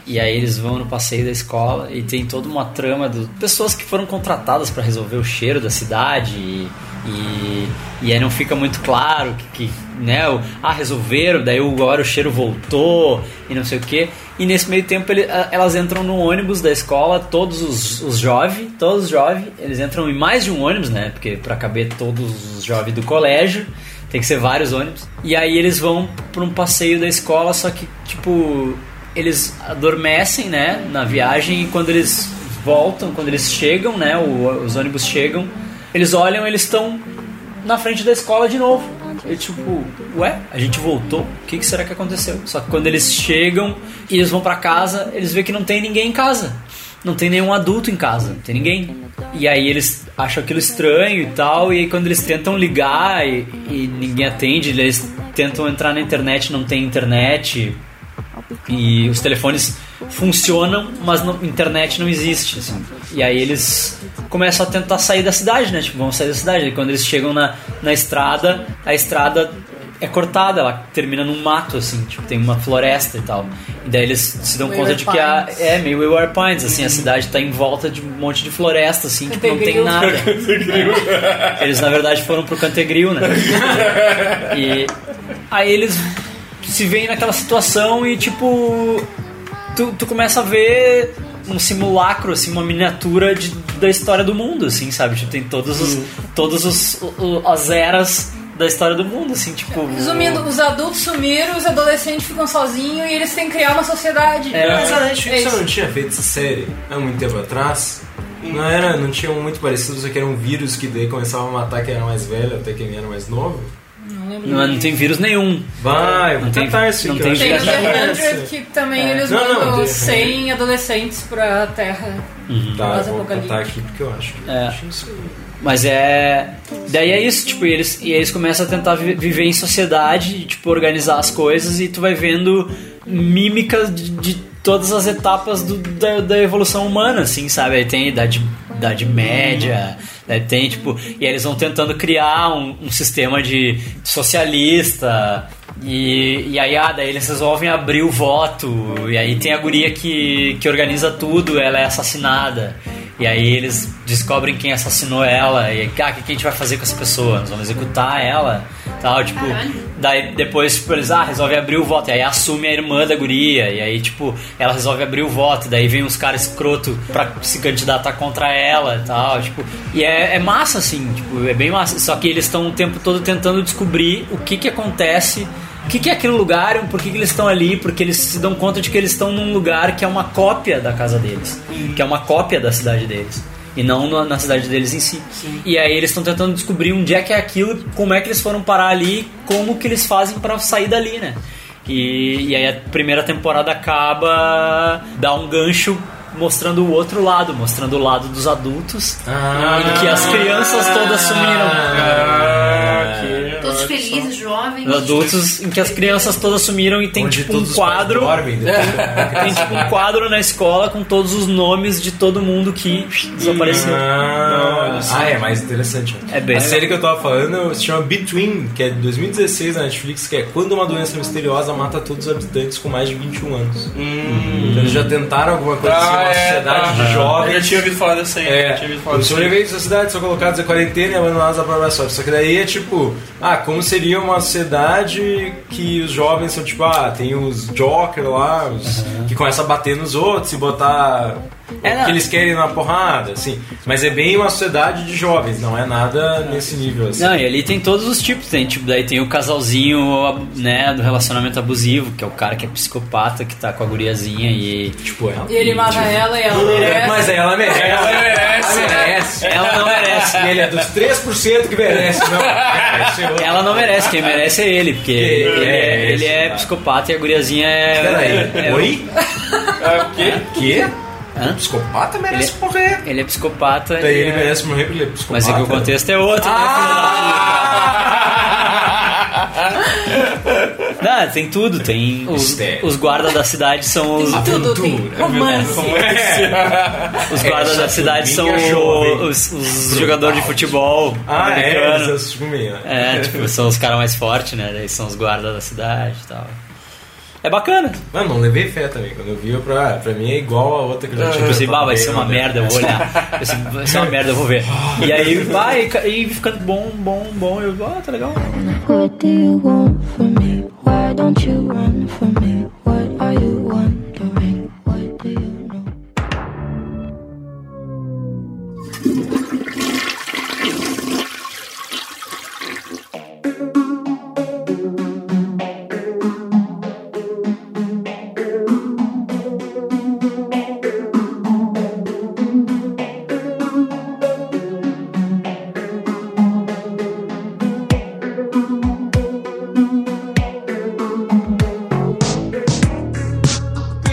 S2: E aí eles vão no passeio da escola e tem toda uma trama de pessoas que foram contratadas para resolver o cheiro da cidade e, e, e aí não fica muito claro que, que, né, o, ah, resolveram, daí o- agora o cheiro voltou e não sei o que. E nesse meio tempo ele- a- elas entram no ônibus da escola, todos os, os jovens, todos os jovens, eles entram em mais de um ônibus, né, porque para caber todos os jovens do colégio, tem que ser vários ônibus. E aí eles vão para um passeio da escola, só que, tipo, eles adormecem, né, na viagem e quando eles voltam, quando eles chegam, né, o- os ônibus chegam, eles olham, eles estão na frente da escola de novo. E tipo, ué, a gente voltou? O que, que será que aconteceu? Só que quando eles chegam e eles vão pra casa, eles veem que não tem ninguém em casa. Não tem nenhum adulto em casa, não tem ninguém. E aí eles acham aquilo estranho e tal, e aí quando eles tentam ligar e, e ninguém atende, eles tentam entrar na internet, não tem internet. E os telefones funcionam, mas não, internet não existe. assim. E aí eles começam a tentar sair da cidade, né? Tipo, vão sair da cidade. E quando eles chegam na, na estrada, a estrada é cortada, ela termina num mato, assim, tipo, tem uma floresta e tal. E daí eles se dão
S5: Wayward
S2: conta de que a,
S5: Pines.
S2: é meio Wayward Pines, assim, a cidade tá em volta de um monte de floresta, assim, tipo, não tem
S5: Cantegril.
S2: nada. Eles, na verdade, foram pro Cantegril, né? E aí eles se veem naquela situação e, tipo, tu, tu começa a ver um simulacro, assim, uma miniatura de, da história do mundo, assim, sabe? Tipo, tem todos os, todos os, o- o- as eras da história do mundo, assim, tipo...
S5: Resumindo, os adultos sumiram, os adolescentes ficam sozinhos e eles têm que criar uma sociedade.
S2: É.
S5: É
S3: Mas ah, a Netflix
S5: isso.
S3: não tinha feito essa série há muito tempo atrás. Não era, não tinha um muito parecido, só que era um vírus que daí começava a matar quem era mais velho até quem era mais novo.
S5: Não
S2: Não, não tem vírus nenhum.
S3: Vai,
S2: não tem, não
S5: Tem
S2: tem
S5: o
S2: vírus nenhum.
S5: The 100, que também
S3: É.
S5: eles
S3: Não, não,
S5: mandam
S3: tem-
S5: 100 adolescentes pra Terra.
S2: Uhum.
S3: Tá, eu vou
S5: Pós-apocalipse.
S3: botar aqui porque eu acho que.
S2: É. Mas é. Daí é isso, tipo, e eles, e eles começam a tentar vi- viver em sociedade, e, tipo, organizar as coisas, e tu vai vendo mímicas de, de todas as etapas do- da, da evolução humana, assim, sabe? Aí tem idade, idade média, daí tem, tipo. E aí eles vão tentando criar um, um sistema de socialista. E, e aí, ah, daí eles resolvem abrir o voto. E aí tem a guria que, que organiza tudo, ela é assassinada. E aí eles descobrem quem assassinou ela e ah, o que que a gente vai fazer com essa pessoa? Nós vamos executar ela, tal, tipo. Daí depois tipo, eles ah, resolvem abrir o voto, e aí assume a irmã da guria, e aí tipo, ela resolve abrir o voto, daí vem uns caras escroto pra se candidatar contra ela tal, tipo. E é, é massa, assim, tipo, é bem massa. Só que eles estão o tempo todo tentando descobrir o que que acontece. O que, que é aquele lugar? Por que, que eles estão ali? Porque eles se dão conta de que eles estão num lugar que é uma cópia da casa deles. Que é uma cópia da cidade deles. E não na, na cidade deles em si. E aí eles estão tentando descobrir onde é que é aquilo, como é que eles foram parar ali, como que eles fazem pra sair dali, né? E, e aí a primeira temporada acaba, dá um gancho mostrando o outro lado, mostrando o lado dos adultos, em que as crianças todas sumiram.
S3: Tá
S4: É.
S3: É.
S2: é
S6: Todos felizes, jovens.
S2: Os adultos em que as crianças todas sumiram e tem tipo um quadro.
S3: né?
S2: tem tipo um quadro na escola com todos os nomes de todo mundo que desapareceu.
S3: Ah, É ah, é mais interessante.
S2: É bem
S3: a
S2: legal.
S3: série que eu tava falando se chama Between, que é de 2016 na Netflix, que é quando uma doença misteriosa mata todos os habitantes com mais de 21 anos. Então eles já tentaram alguma coisa assim, uma
S4: Ah, é,
S3: sociedade
S4: tá.
S3: de jovens.
S4: Eu já tinha ouvido falar dessa aí.
S3: É,
S4: eu tinha ouvido falar
S3: os
S4: dessa aí.
S3: sobreviventes da cidade são colocados em quarentena e abandonados à própria sorte. Só que daí é tipo, ah, como seria uma sociedade que os jovens são tipo, ah, tem os Joker lá, os, que começam a bater nos outros e botar
S2: É,
S3: o
S2: não.
S3: que eles querem na porrada, assim. Mas é bem uma sociedade de jovens, não é nada nesse nível, assim.
S2: Não, e ali tem todos os tipos, tem tipo, daí tem o casalzinho, né, do relacionamento abusivo, que é o cara que é psicopata, que tá com a guriazinha e. Tipo, ela.
S5: E ele mata
S3: Uhum.
S5: ela e ela merece.
S3: Mas ela merece.
S4: Ela merece.
S3: Ela merece.
S2: Ela não merece.
S3: E Ele é dos 3% que merece, não. É, isso é outro.
S2: Ela não merece, quem merece é ele, porque ele é,
S3: é
S2: ele é psicopata e a guriazinha é.
S3: Peraí,
S2: é-
S3: oi? É
S2: Hã?
S3: Quê?
S2: Hã?
S3: Psicopata merece
S2: Ele-
S3: morrer.
S2: Ele é psicopata.
S3: Daí
S2: e
S3: ele
S2: é-
S3: merece morrer porque ele é psicopata. Ah!
S2: Mas é que o contexto é outro,
S5: Ah!
S2: É né? filho? Não, tem tudo, tem. Os,
S3: Mistério. Ah,
S2: os guardas da cidade são os.
S5: Tem tudo, tem
S3: Aventura, é
S5: romance.
S2: é? Os guardas
S3: Essa
S2: da cidade são
S3: turminha é, jovem.
S2: os, os jogadores de futebol
S3: Ah, é,
S2: americano.
S3: eles assistem comigo, né?
S2: É, tipo, são os caras mais fortes, né? Daí são os guardas da cidade e tal. É bacana.
S3: Mano, não levei fé também. Quando eu vi, eu pra, pra mim é igual a outra que eu já tinha.
S2: Tipo, Eu pensei, bah,
S3: tentado
S2: vai
S3: ver,
S2: ser uma
S3: né?
S2: merda, eu vou olhar. Vai ser- Vai ser uma merda, eu vou ver. E aí vai, e ca- e ficando bom, bom, bom. Eu, ah, tá legal.
S9: What do you want from me? Why don't you run from me? What are you wondering? What do you know?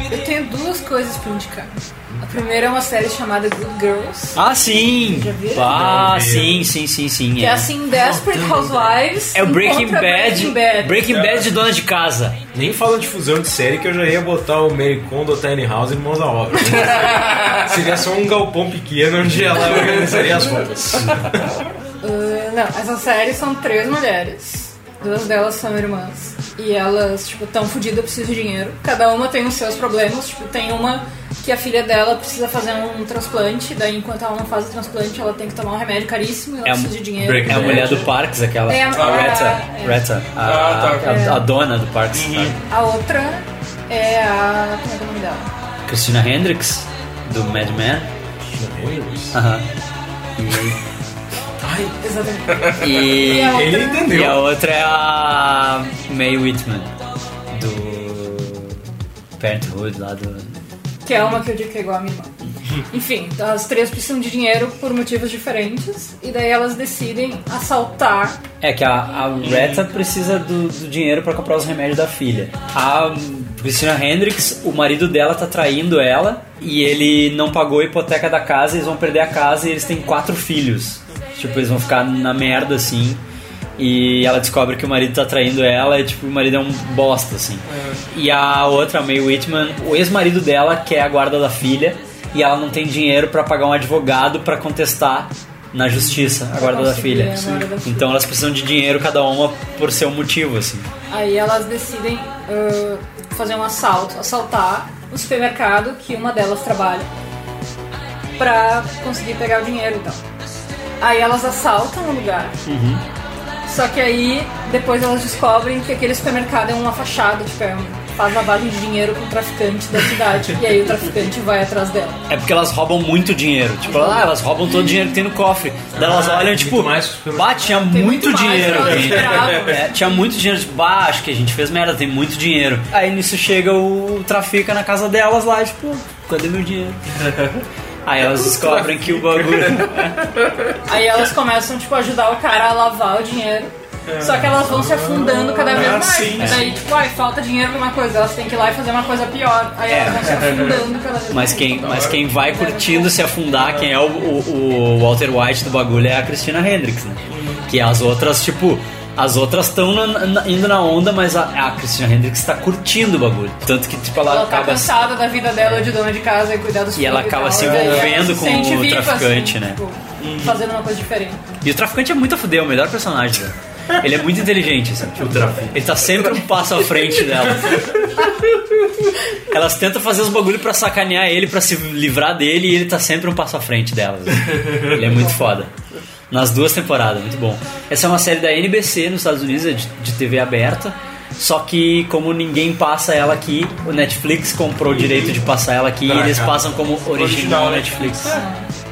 S5: Eu tenho duas coisas pra indicar. A primeira é uma série chamada Good Girls,
S2: Ah, sim!
S5: viram?
S2: Ah, sim, sim, sim, sim.
S5: que é assim, Desperate Housewives.
S2: É o Breaking
S5: encontra
S2: Bad,
S5: Breaking Bad.
S2: Breaking Bad de dona de casa.
S3: Nem fala de fusão de série que eu já ia botar o Mary Kondo, Tiny House e Irmãos da Obra. Seria só um galpão pequeno onde ela organizaria as roupas.
S5: Ah, não, essa série são três mulheres. Duas delas são irmãs. E elas, tipo, tão fodidas, precisam de dinheiro. Cada uma tem os seus problemas. Tipo, tem uma que a filha dela precisa fazer um transplante. Daí, enquanto ela não faz o transplante, ela tem que tomar um remédio caríssimo e ela
S2: É a,
S5: precisa de dinheiro. né?
S2: é a mulher do Parks, aquela.
S5: É a-
S2: Retta. Retta. A,
S4: Ah, tá. Uhum.
S2: a- a dona do Parks.
S5: A outra é a. Como é que é o nome dela?
S2: tá? Christina Hendricks, do Mad Men. Aham.
S5: Exatamente.
S2: E,
S5: E a outra- Ele
S2: e a outra é a May Whitman, do Parenthood, lá do...
S5: Que é uma que eu digo que é igual a minha irmã. Enfim, as três precisam de dinheiro por motivos diferentes. E daí elas decidem assaltar.
S2: É que a, a Retta precisa do, do dinheiro pra comprar os remédios da filha. A Christina Hendricks, o marido dela tá traindo ela e ele não pagou a hipoteca da casa, eles vão perder a casa e eles têm quatro filhos. Tipo, eles vão ficar na merda assim. E ela descobre que o marido tá traindo ela e, tipo, o marido é um bosta, assim. E a outra, a May Whitman, o ex-marido dela quer a guarda da filha e ela não tem dinheiro pra pagar um advogado pra contestar na justiça a guarda da
S5: conseguir
S2: filha.
S5: a guarda da filha.
S2: Então elas precisam de dinheiro cada uma por seu motivo, assim.
S5: Aí elas decidem ah, fazer um assalto, assaltar o supermercado que uma delas trabalha pra conseguir pegar o dinheiro e tal. Aí elas assaltam o lugar. Só que aí depois elas descobrem que aquele supermercado é uma fachada, tipo, é um faz lavagem de dinheiro com o traficante da cidade. e aí o traficante vai atrás dela.
S2: É porque elas roubam muito dinheiro. Tipo, ah, elas roubam todo o dinheiro que tem no cofre. Daí elas
S10: Ah,
S2: olham, tipo, bah, tinha muito,
S10: muito mais
S2: dinheiro
S10: que elas
S2: aqui.
S10: esperavam.
S2: É, tinha muito dinheiro, tipo, bah, acho que a gente fez merda, tem muito dinheiro. Aí nisso chega o trafica na casa delas lá, tipo, cadê meu dinheiro? Aí elas descobrem que o bagulho.
S5: Aí elas começam, tipo, a ajudar o cara a lavar o dinheiro. Só que elas vão se afundando cada vez
S2: É. Ah,
S5: mais.
S2: sim,
S5: Daí,
S2: sim.
S5: tipo, ai, falta dinheiro pra uma coisa, elas têm que ir lá e fazer uma coisa pior. Aí
S2: É.
S5: elas vão se afundando cada vez mais.
S2: Mas quem, mas quem vai curtindo se afundar, quem é o, o- o Walter White do bagulho é a Christina Hendricks, né? Que as outras, tipo, as outras estão indo na onda, mas a, a Christina Hendricks tá curtindo o bagulho. Tanto que, tipo, ela,
S5: Ela tá
S2: acaba.
S5: cansada da vida dela de dona de casa e cuidar dos
S2: E ela
S5: filhos
S2: acaba
S5: tal.
S2: se
S5: Daí ela
S2: envolvendo
S5: se
S2: com
S5: sente
S2: o
S5: viva,
S2: traficante,
S5: assim,
S2: né?
S5: tipo, fazendo uma coisa diferente.
S2: E o traficante é muito a fuder, é o melhor personagem dela. Ele é muito inteligente, assim. O traficante. Ele tá sempre um passo à frente dela. assim. Elas tentam fazer os bagulho pra sacanear ele, pra se livrar dele, e ele tá sempre um passo à frente delas. Ele é muito foda. Nas duas temporadas, muito bom. Essa é uma série da NBC nos Estados Unidos, é de, de TV aberta. Só que, como ninguém passa ela aqui, o Netflix comprou o direito de passar ela aqui e
S3: Pra
S2: eles
S3: cá.
S2: passam como original
S3: Original, né?
S2: Netflix.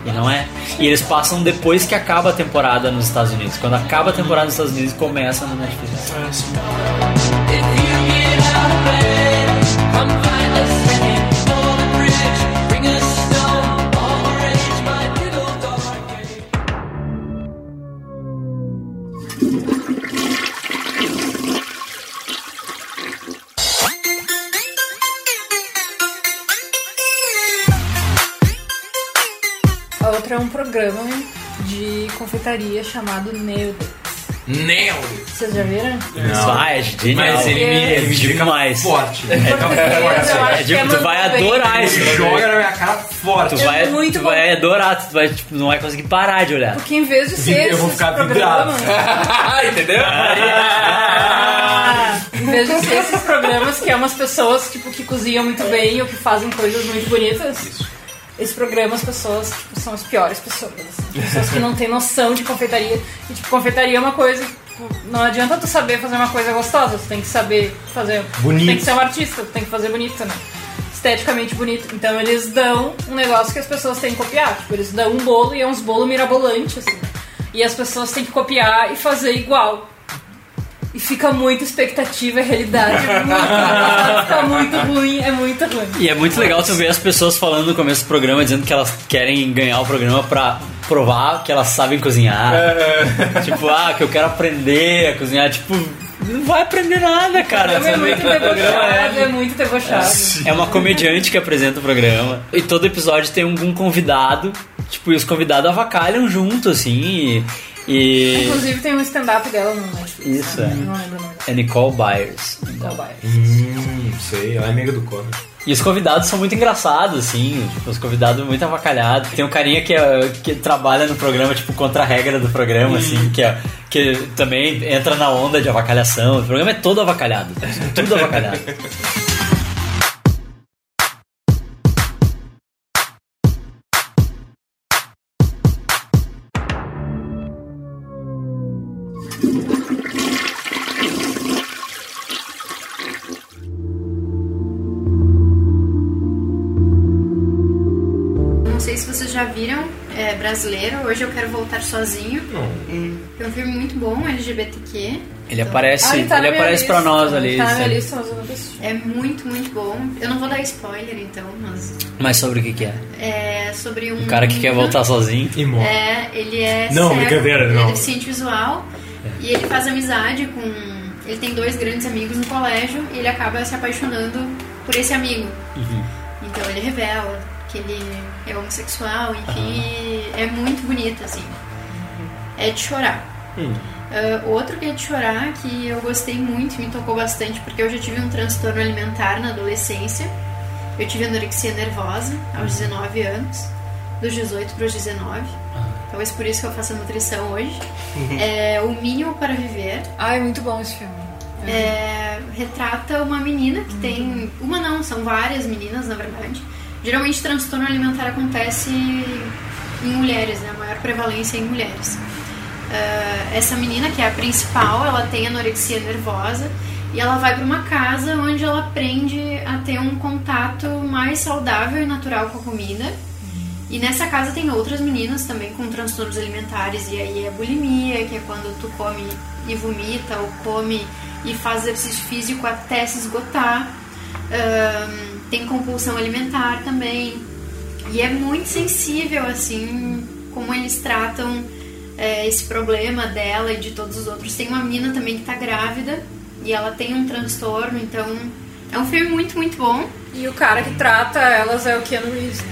S2: E não é? E eles passam depois que acaba a temporada nos Estados Unidos. Quando acaba a temporada nos Estados Unidos, começa no Netflix.
S5: A outra é um programa de confeitaria chamado Neudo.
S10: Neo!
S5: Vocês já viram?
S2: Ah, é genial.
S10: Mas ele me, ele me
S2: Digo
S10: fica
S2: mais.
S10: forte.
S2: É,
S5: então,
S10: Fica forte.
S5: Eu acho
S2: É, tipo,
S5: que é
S2: tu vai
S5: muito bem.
S2: adorar isso.
S10: Ele joga na minha cara forte.
S2: Tu
S5: É
S2: vai, tu
S5: muito bom.
S2: vai adorar, tu vai, tipo, não vai conseguir parar de olhar.
S5: Porque em vez de ser
S2: Eu vou
S5: esses
S2: ficar
S5: programas,
S10: Entendeu?
S5: em vez de ser esses programas que é umas pessoas tipo, que cozinham muito bem ou que fazem coisas muito bonitas, esse programa as pessoas tipo, são as piores pessoas. assim. pessoas que não têm noção de confeitaria. E tipo, confeitaria é uma coisa. que, tipo, Não adianta tu saber fazer uma coisa gostosa, tu tem que saber fazer.
S13: Bonito.
S5: Tem que ser um artista, tu tem que fazer bonito, né? Esteticamente bonito. Então eles dão um negócio que as pessoas têm que copiar. Tipo, eles dão um bolo e é uns bolo mirabolante, assim. E as pessoas têm que copiar e fazer igual. E fica muita expectativa, é realidade. é muito- fica muito ruim, é muito ruim.
S2: E é muito legal tu ver as pessoas falando no começo do programa, dizendo que elas querem ganhar o programa pra provar que elas sabem cozinhar.
S10: É.
S2: Tipo, ah, que eu quero aprender a cozinhar. Tipo, não vai aprender nada, cara.
S5: O programa é muito debochado, é muito debochado.
S2: É uma comediante que apresenta o programa. E todo episódio tem algum convidado. Tipo, e os convidados avacalham junto, assim. E. e-
S5: Inclusive tem um stand-up dela no Netflix.
S2: Isso, é. Tá.
S5: Não lembro o nome. Tá
S2: É Nicole Byers.
S5: Nicole Byers.
S2: Hum, sei, ela é amiga do Conan. E os convidados são muito engraçados, assim, tipo, os convidados muito avacalhados. Tem um carinha que, é- que trabalha no programa, tipo, contra a regra do programa,
S8: Hum.
S2: assim, que, é, que também entra na onda de avacalhação. O programa é todo avacalhado, tudo avacalhado.
S8: Não sei se vocês já viram, é, brasileiro, Hoje Eu Quero Voltar Sozinho. que É um filme muito bom, LGBTQ.
S2: Ele aparece,
S8: Ah,
S2: ele,
S8: tá na minha
S2: aparece pra
S8: lista.
S2: nós ali.
S8: Tá na minha
S2: sabe?
S8: lista, mas eu não assisti. É muito, muito bom. Eu não vou dar spoiler então, mas
S2: Mas sobre o que, que é?
S8: é sobre um.
S2: Um cara que quer voltar sozinho. E
S8: É, ele é.
S2: Não,
S8: cego,
S2: brincadeira,
S8: ele
S2: não.
S8: é deficiente visual e ele faz amizade com. Ele tem dois grandes amigos no colégio e ele acaba se apaixonando por esse amigo.
S2: Uhum.
S8: Então ele revela que ele é homossexual, enfim, e é muito bonito, assim. É de chorar.
S2: Hum.
S8: Ah, outro que é de chorar, que eu gostei muito, me tocou bastante, porque eu já tive um transtorno alimentar na adolescência. Eu tive anorexia nervosa
S2: Uhum.
S8: aos 19 anos, dos 18 para os 19. Talvez por isso que eu faço a nutrição hoje. É O Mínimo para Viver.
S5: Ai, muito bom esse filme.
S8: É, retrata uma menina que tem. Uma não, são várias meninas, na verdade. Geralmente transtorno alimentar acontece em mulheres, né? A maior prevalência é em mulheres. Ah, essa menina, que é a principal, ela tem anorexia nervosa e ela vai para uma casa onde ela aprende a ter um contato mais saudável e natural com a comida. E nessa casa tem outras meninas também com transtornos alimentares, e aí é bulimia, que é quando tu come e vomita, ou come e faz exercício físico até se esgotar. Ahn, tem compulsão alimentar também. E é muito sensível, assim, como eles tratam é, esse problema dela e de todos os outros. Tem uma menina também que tá grávida e ela tem um transtorno, então é um filme muito, muito bom.
S5: E o cara que trata elas é o Keanu Reeves, né?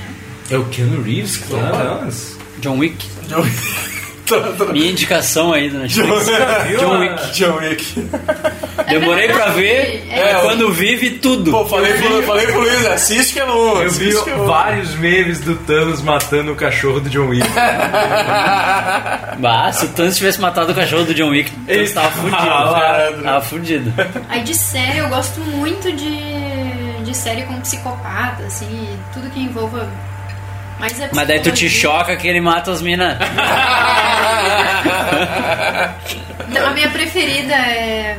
S10: É o Keanu Reeves,
S2: claro. John Wick.
S10: John
S2: Minha indicação ainda na Netflix.
S10: John-
S3: é
S2: John Wick.
S10: John Wick.
S2: Demorei pra ver,
S10: É,
S2: é,
S10: eu-
S2: quando vive tudo. Pô,
S10: falei pro- falei pro Luiz, assiste que é bom,
S3: Eu vi
S10: assiste que é bom.
S3: vários memes do Thanos matando o cachorro do John Wick.
S2: Bah, se o Thanos tivesse matado o cachorro do John Wick, o Thanos tava fudido. cara. Tava fudido.
S8: Aí de série eu gosto muito de, de série com psicopata, assim, e tudo que envolva. Mas, é
S2: Mas daí tu te
S8: psicologia.
S2: choca que ele mata as minas.
S8: Então, a minha preferida é,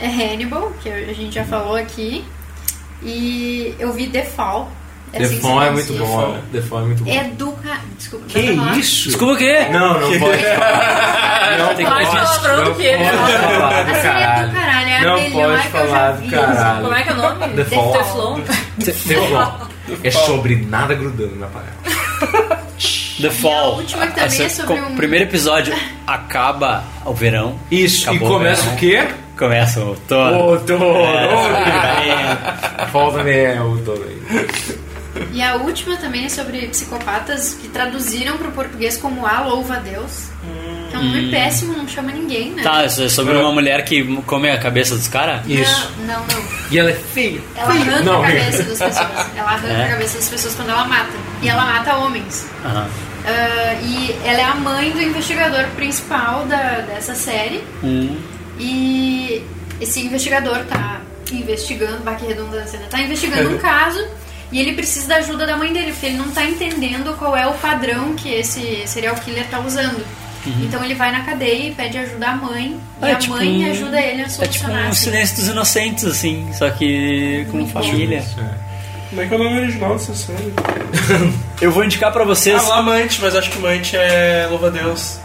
S8: é Hannibal, que a gente
S2: Uhum.
S8: já falou aqui. E eu vi The Fall. É
S3: The
S8: assim que
S3: Fall
S8: se
S3: é muito
S8: pronuncia.
S3: bom, né? The Fall é muito bom.
S8: É do ca... Desculpa,
S3: Que
S8: pode falar?
S3: isso? Desculpa o quê?
S2: é?
S3: Não, não
S8: Que-
S3: pode falar. Não
S8: Tem que mais palavrão
S2: né?
S8: do que ele.
S3: pode falar do
S8: Assim, é do
S3: caralho.
S8: caralho, é a
S3: Não
S8: melhor
S3: pode
S8: que eu já
S3: falar
S8: vi.
S3: do caralho.
S5: Como é que é o nome?
S3: The Fall.
S5: Teflon.
S3: The Fall. É sobre nada grudando na parede.
S2: The Fall.
S8: última que também é sobre
S2: co-
S8: um-
S2: Primeiro episódio acaba o verão.
S3: Isso,
S2: Acabou
S3: e começa
S2: verão.
S3: o quê?
S2: Começa o outono. É.
S3: Outono! Falta nem é outono aí.
S8: E a última também é sobre psicopatas que traduziram para o português como A Louva a Deus. Que é um nome
S2: Hum.
S8: péssimo, não chama ninguém, né?
S2: Tá, isso é sobre uma mulher que come a cabeça dos caras?
S8: Não, não, não.
S2: E ela é feia.
S8: Ela arranca
S2: Não,
S8: a cabeça
S2: é.
S8: das pessoas. Ela arranca
S2: É.
S8: a cabeça das pessoas quando ela mata. E ela mata homens.
S2: Aham.
S8: Ah, e ela é a mãe do investigador principal da, dessa série.
S2: Um
S8: E esse investigador tá investigando, baque redundância, né? Tá
S2: Uhum.
S8: investigando um caso e ele precisa da ajuda da mãe dele, porque ele não tá entendendo qual é o padrão que esse serial killer tá usando.
S2: Uhum.
S8: Então ele vai na cadeia e pede ajuda à mãe, e
S2: É
S8: a
S2: tipo
S8: mãe
S2: um-
S8: ajuda ele a
S2: É tipo
S8: solucionar.
S2: um
S8: assim.
S2: silêncio dos inocentes, assim, só que com família.
S4: Como é que é o nome original dessa série?
S2: Eu vou indicar pra vocês.
S4: Ah, lá Mante, mas acho que Mante é louva a Deus.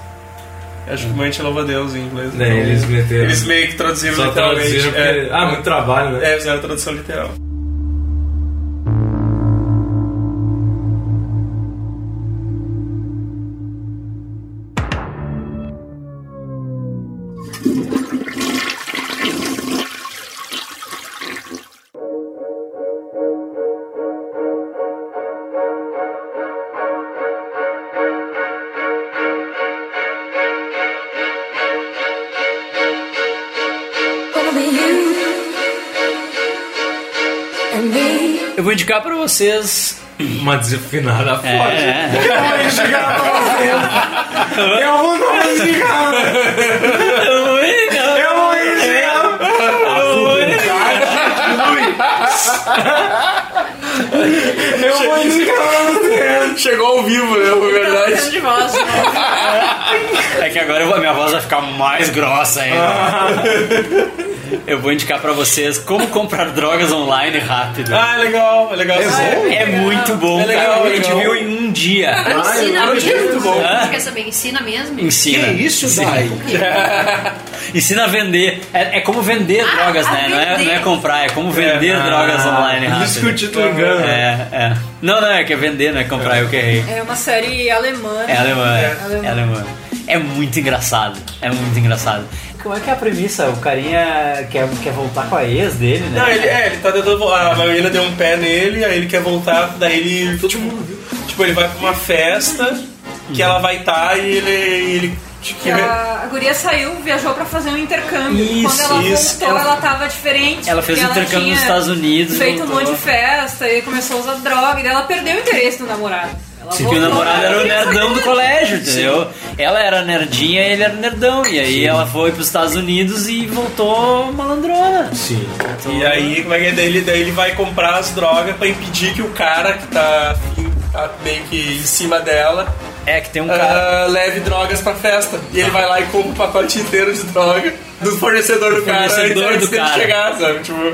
S4: Acho que Mante é louva a Deus em inglês. então.
S3: Né, eles meteram.
S4: Eles meio que traduziram
S3: Só
S4: literalmente.
S3: traduziram porque- ah, muito trabalho, né?
S4: É, fizeram a tradução literal.
S9: Gonna be you and me.
S2: Eu vou indicar pra vocês.
S3: Uma desafinada forte. né?
S2: É.
S3: Eu vou não
S2: É.
S3: desligar.
S2: Eu
S3: vou
S2: É.
S3: desligar.
S10: Eu vou desligar. Chegou ao vivo, né? Na verdade.
S5: de voz.
S2: Ah. É que agora eu vou- minha voz vai ficar mais grossa ainda. Eu vou indicar pra vocês como comprar drogas online rápido.
S4: Ah, é legal, é legal.
S2: É,
S4: bom?
S2: é muito bom,
S4: É legal,
S2: cara.
S4: é
S2: A gente
S4: legal.
S2: viu em um dia.
S8: ensina mesmo?
S2: Hã?
S8: Você quer saber? Ensina mesmo?
S2: Ensina. Ensina. Ensina a vender. É, é como vender drogas,
S8: a
S2: né? Não é,
S8: vender.
S2: não é comprar, é como vender drogas online rápido.
S3: isso que o título engana.
S2: É, é. Não, não, é que é vender, não é comprar, eu que errei.
S5: É uma série alemã.
S2: É alemã, é.
S5: Alemã.
S2: É alemã. É muito engraçado. É muito engraçado. Como é que é a premissa? O carinha quer, quer voltar com a ex dele, né?
S4: Não, ele, é, ele tá tentando voltar. A Marina deu um pé nele, aí ele quer voltar, daí ele. Tipo, tipo, ele vai pra uma festa que ela vai estar e ele. ele tipo,
S5: Que a, a guria saiu, viajou pra fazer um intercâmbio.
S2: Isso,
S5: Quando ela
S2: isso.
S5: voltou,
S2: Ela-
S5: ela, tava diferente.
S2: Ela fez
S5: porque ela
S2: intercâmbio
S5: tinha
S2: nos Estados Unidos,
S5: Feito um
S2: voltou.
S5: monte de festa e começou a usar droga. E daí ela perdeu o interesse do namorado. Ela
S2: Sim, que o
S5: voltou,
S2: namorado era o
S5: ela queria
S2: nerdão do colégio, entendeu? Ela era nerdinha e ele era nerdão. E aí ela foi pros Estados Unidos e voltou malandrona.
S3: Sim.
S4: E aí, como é que é? Daí ele, daí ele vai comprar as drogas pra impedir que o cara que tá, tá meio que em cima dela.
S2: É, que tem um
S4: cara. leve drogas pra festa. E ele vai lá e compra o pacote inteiro de droga do fornecedor do, cara
S2: fornecedor
S4: antes
S2: do
S4: dele
S2: cara.
S4: chegar, sabe? Tipo.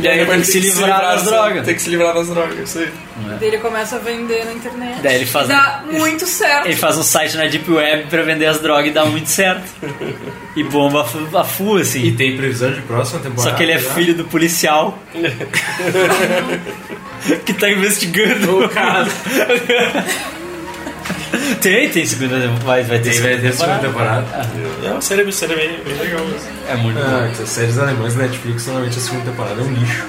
S2: E aí ele tem que se livrar das drogas.
S4: Tem que se livrar das drogas, isso aí.
S5: sair. Daí ele começa a vender na internet.
S2: Daí ele faz-
S5: Dá muito
S4: Ah.
S5: certo.
S2: Ele faz um site na Deep Web pra vender as drogas e dá muito certo. E bomba a fu, a fu, assim. E
S3: tem previsão de próxima temporada,
S2: Só que ele é
S3: já?
S2: filho do policial. que tá investigando o caso. tem, tem segunda temporada. Vai, vai ter
S3: vai ter segunda
S4: É uma série, série bem, bem legal.
S2: É muito
S3: ah,
S2: bom.
S3: Essas séries alemãs da Netflix, normalmente a segunda temporada é um lixo.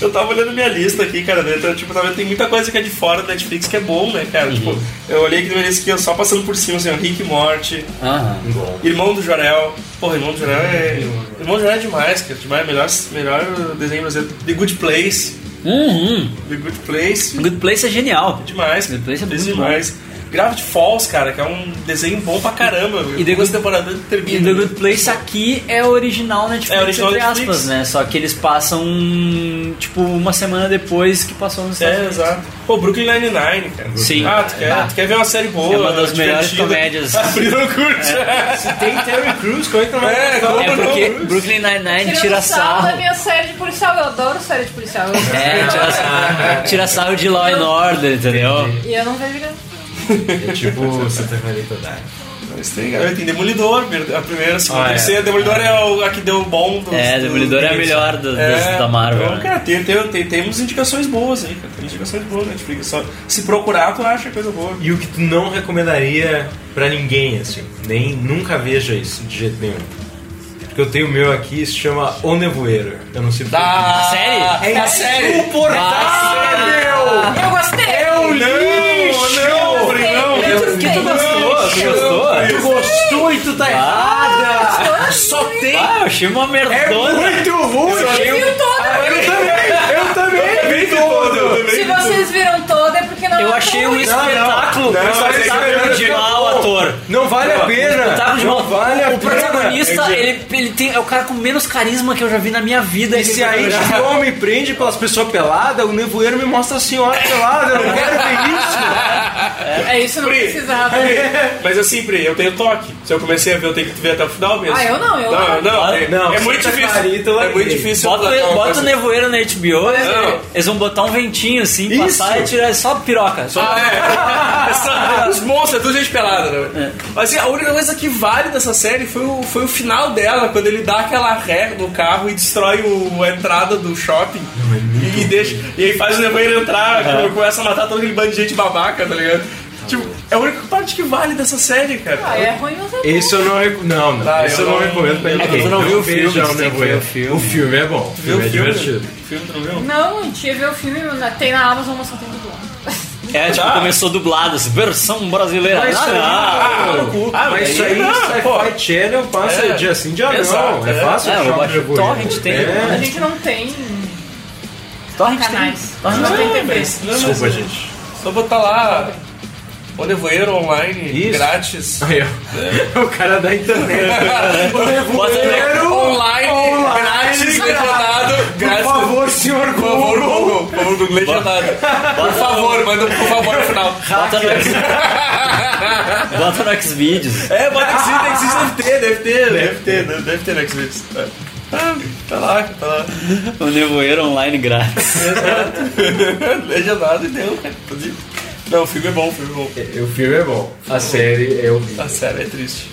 S4: Eu tava olhando minha lista aqui, cara. Né? Então, tipo, tava, tem muita coisa que é de fora da Netflix que é bom, né,
S2: Uhum.
S4: cara? Tipo, eu olhei aqui na minha lista aqui, eu só passando por cima, assim, o Rick e Morty,
S2: Bom.
S4: Irmão do Jorel. Porra, Irmão do Jorel é. Irmão do Jorel é demais, cara. Demais, melhor, melhor desenho brasileiro. The Good Place.
S2: Uhum.
S4: The Good Place.
S2: Good Place é genial.
S4: Demais.
S2: Good Place é muito
S4: demais. Gravity Falls, cara, que é um desenho bom pra caramba.
S2: E The
S4: Duas temporadas
S2: E
S4: termina.
S2: The Good Place aqui é original Netflix,
S4: É original
S2: entre aspas,
S4: Netflix.
S2: né? Só que eles passam, tipo, uma semana depois que passou nos Estados
S4: É,
S2: Unidos.
S4: exato. Pô, Brooklyn Nine-Nine, cara.
S2: Sim.
S4: Ah, tu quer,
S2: Ah.
S4: tu quer ver uma série boa?
S2: É uma das melhores
S4: divertida?
S2: comédias.
S4: A Frida curte.
S2: É.
S4: Se tem Terry Crews, como é que não É, como
S2: É
S4: não?
S2: porque Brooklyn Nine-Nine
S5: Tirando
S2: um tira sarro. né?
S5: da minha série de policial. Eu adoro série de policial. Eu-
S2: É, tira sarro, tira sarro de Law and Order, entendeu?
S5: E eu não vejo... graça.
S3: É tipo Santa Clarita Diet.
S4: Mas tem, cara, tem Demolidor, a primeira, a segunda,
S2: Ah, é.
S4: a terceira. Demolidor é o, a que deu o bom. Dos,
S2: É, Demolidor é a melhor do- das- da Marvel,
S4: Então,
S2: né?
S4: cara, tem, tem, tem, temos indicações boas aí, cara. Tem indicações boas na Netflix. Só, se procurar, tu acha coisa boa.
S3: E o que tu não recomendaria pra ninguém, assim, nem nunca veja isso de jeito nenhum. Porque eu tenho o meu aqui, se chama O Nevoeiro. Eu não sei porque.
S2: Ah,
S4: Da
S3: É
S5: Tá
S4: série? É a série.
S3: insuportável!
S5: Ah. Eu gostei!
S3: É um lixo!
S4: Não, não,
S5: Eu
S3: Eu-
S5: gostei.
S3: Tu gostou? Tu gostou? Tu gostou e tu tá errada! Só tem...
S2: Ah, eu achei uma
S3: É
S2: merdona.
S3: muito ruim!
S5: Viu toda?
S2: Ah,
S3: Eu também! Eu também! Vi todo!
S5: Se vocês viram toda, é porque não
S2: Eu
S5: é
S2: achei
S5: tão
S2: um
S5: ruim.
S2: espetáculo.
S3: não, é
S2: Um espetáculo
S3: não,
S2: de
S3: não,
S2: mau
S3: não.
S2: ator.
S3: Não vale a
S2: O
S3: pena!
S2: espetáculo de
S3: Não
S2: mau
S3: vale a
S2: O protagonista,
S3: pena.
S2: ele, ele tem, é o cara com menos carisma que eu já vi na minha vida.
S3: E se aí João me prende pelas pessoas peladas, o nevoeiro me mostra a senhora pelada, eu não quero ver
S5: É isso, não
S4: Pri.
S5: precisava.
S4: Mas assim, Pri, eu tenho toque. Se eu comecei a ver, eu tenho que ver até o final mesmo.
S5: Ah, eu não, eu
S4: não. Não,
S2: Claro,
S4: é,
S3: não,
S4: é muito
S3: Santa
S4: difícil.
S3: Clarita, eu
S4: é muito
S3: amei.
S4: difícil. eu
S2: Bota,
S4: falar
S2: o-
S4: uma
S2: bota
S4: coisa.
S2: o nevoeiro na HBO, eles, eles vão botar um ventinho assim, passar e tirar só piroca. Só
S3: Ah.
S4: É, essa- os monstros, é tudo gente pelada, né? Mas assim, a única coisa que vale dessa série foi o, foi o final dela, quando ele dá aquela ré no carro e destrói o, a entrada do shopping. E, deixa, e aí faz o nevoeiro entrar,
S2: Aham.
S4: começa a matar todo aquele bando de gente babaca, tá ligado? Tipo, é a única parte que vale dessa série, cara.
S5: Ah, é ruim, mas é bom.
S3: Isso eu não recomendo. Não, não.
S4: Ah,
S3: isso
S4: eu
S3: eu não
S4: não-
S3: recomendo pra
S2: É que
S3: ninguém.
S2: tu não viu o
S3: veja
S2: filme, tu tem que ver
S3: nevoeiro.
S2: o filme.
S3: O filme é bom. O
S4: Viu
S3: filme é
S4: o filme?
S3: divertido.
S4: O filme tu não viu?
S5: é, Não, eu tinha ver o filme, mas tem na Amazon, mas só tem do lado.
S2: É, tipo, começou dublado, assim, versão brasileira.
S3: Ah. Mas
S2: Ah,
S3: isso aí-
S2: não.
S3: Ah, no cu. Ah, mas isso aí, Sci-Fi Channel passa dia sim, dia não. É fácil
S2: É,
S3: achar
S2: eu
S3: um
S2: baixo
S3: bagulho.
S2: torrent, tem.
S3: É.
S5: A gente não tem
S2: Torrent
S5: canais.
S2: tem. Torrent
S5: não
S2: tem
S5: TV.
S4: mas- não,
S3: Desculpa,
S4: mas-
S3: gente.
S4: Só botar lá Olevoeiro online, grátis.
S3: O cara da internet.
S4: Olevoeiro online,
S3: online,
S4: grátis,
S3: grátis.
S4: legendado.
S3: Por
S4: grátis.
S3: favor, senhor
S4: Por favor, Google. Por favor, Google, legendado. Por favor, manda um por favor no final.
S2: Bota no X- Bota no Xvideos.
S4: É, bota que sim, tem que sim, deve ter, deve ter. né?
S3: Deve ter, deve deve ter no Xvideos.
S4: Ah, Tá lá, tá lá.
S2: O nevoeiro online grátis.
S4: Legendado e deu, cara. Não, o filme é bom, o filme é bom.
S3: O filme é bom. A série é horrível.
S4: A série é triste.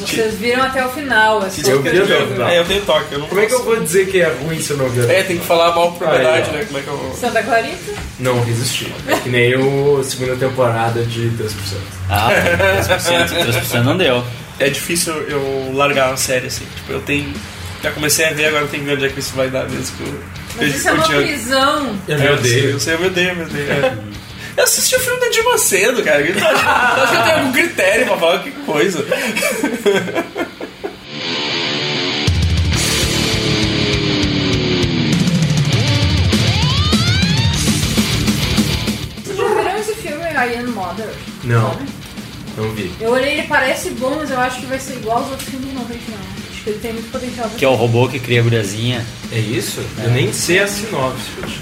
S5: Vocês viram até o final. assim.
S3: Eu vi até o final.
S4: É, eu tenho toque. Eu não
S3: Como é que eu vou dizer que é ruim se eu não ver?
S4: É, tem que falar mal por
S3: Aí,
S4: verdade,
S3: ó.
S4: né? Como é que eu vou...
S5: Santa Clarita?
S3: Não resisti. É que nem o segunda temporada de 10%.
S2: Ah, 3%, 3% não deu.
S4: É difícil eu largar uma série assim. Tipo, eu tenho. Já comecei a ver, agora eu tenho que ver onde é que isso vai dar mesmo. Que eu,
S5: Mas isso é uma prisão.
S4: É
S3: Eu me odeio.
S4: Eu sei, eu me odeio, eu me odeio. é. Eu assisti o filme da Dilma cedo, cara. Eu acho que eu tenho algum critério pra falar que coisa.
S5: Vocês viram esse filme, I Am Mother?
S3: Não, não vi.
S5: Eu olhei, ele parece bom, mas eu acho que vai ser igual aos outros filmes que não vejo, não. Acho que ele tem muito potencial.
S2: Que é o robô que cria a guriazinha.
S3: É isso? Eu nem sei a sinopse. gente.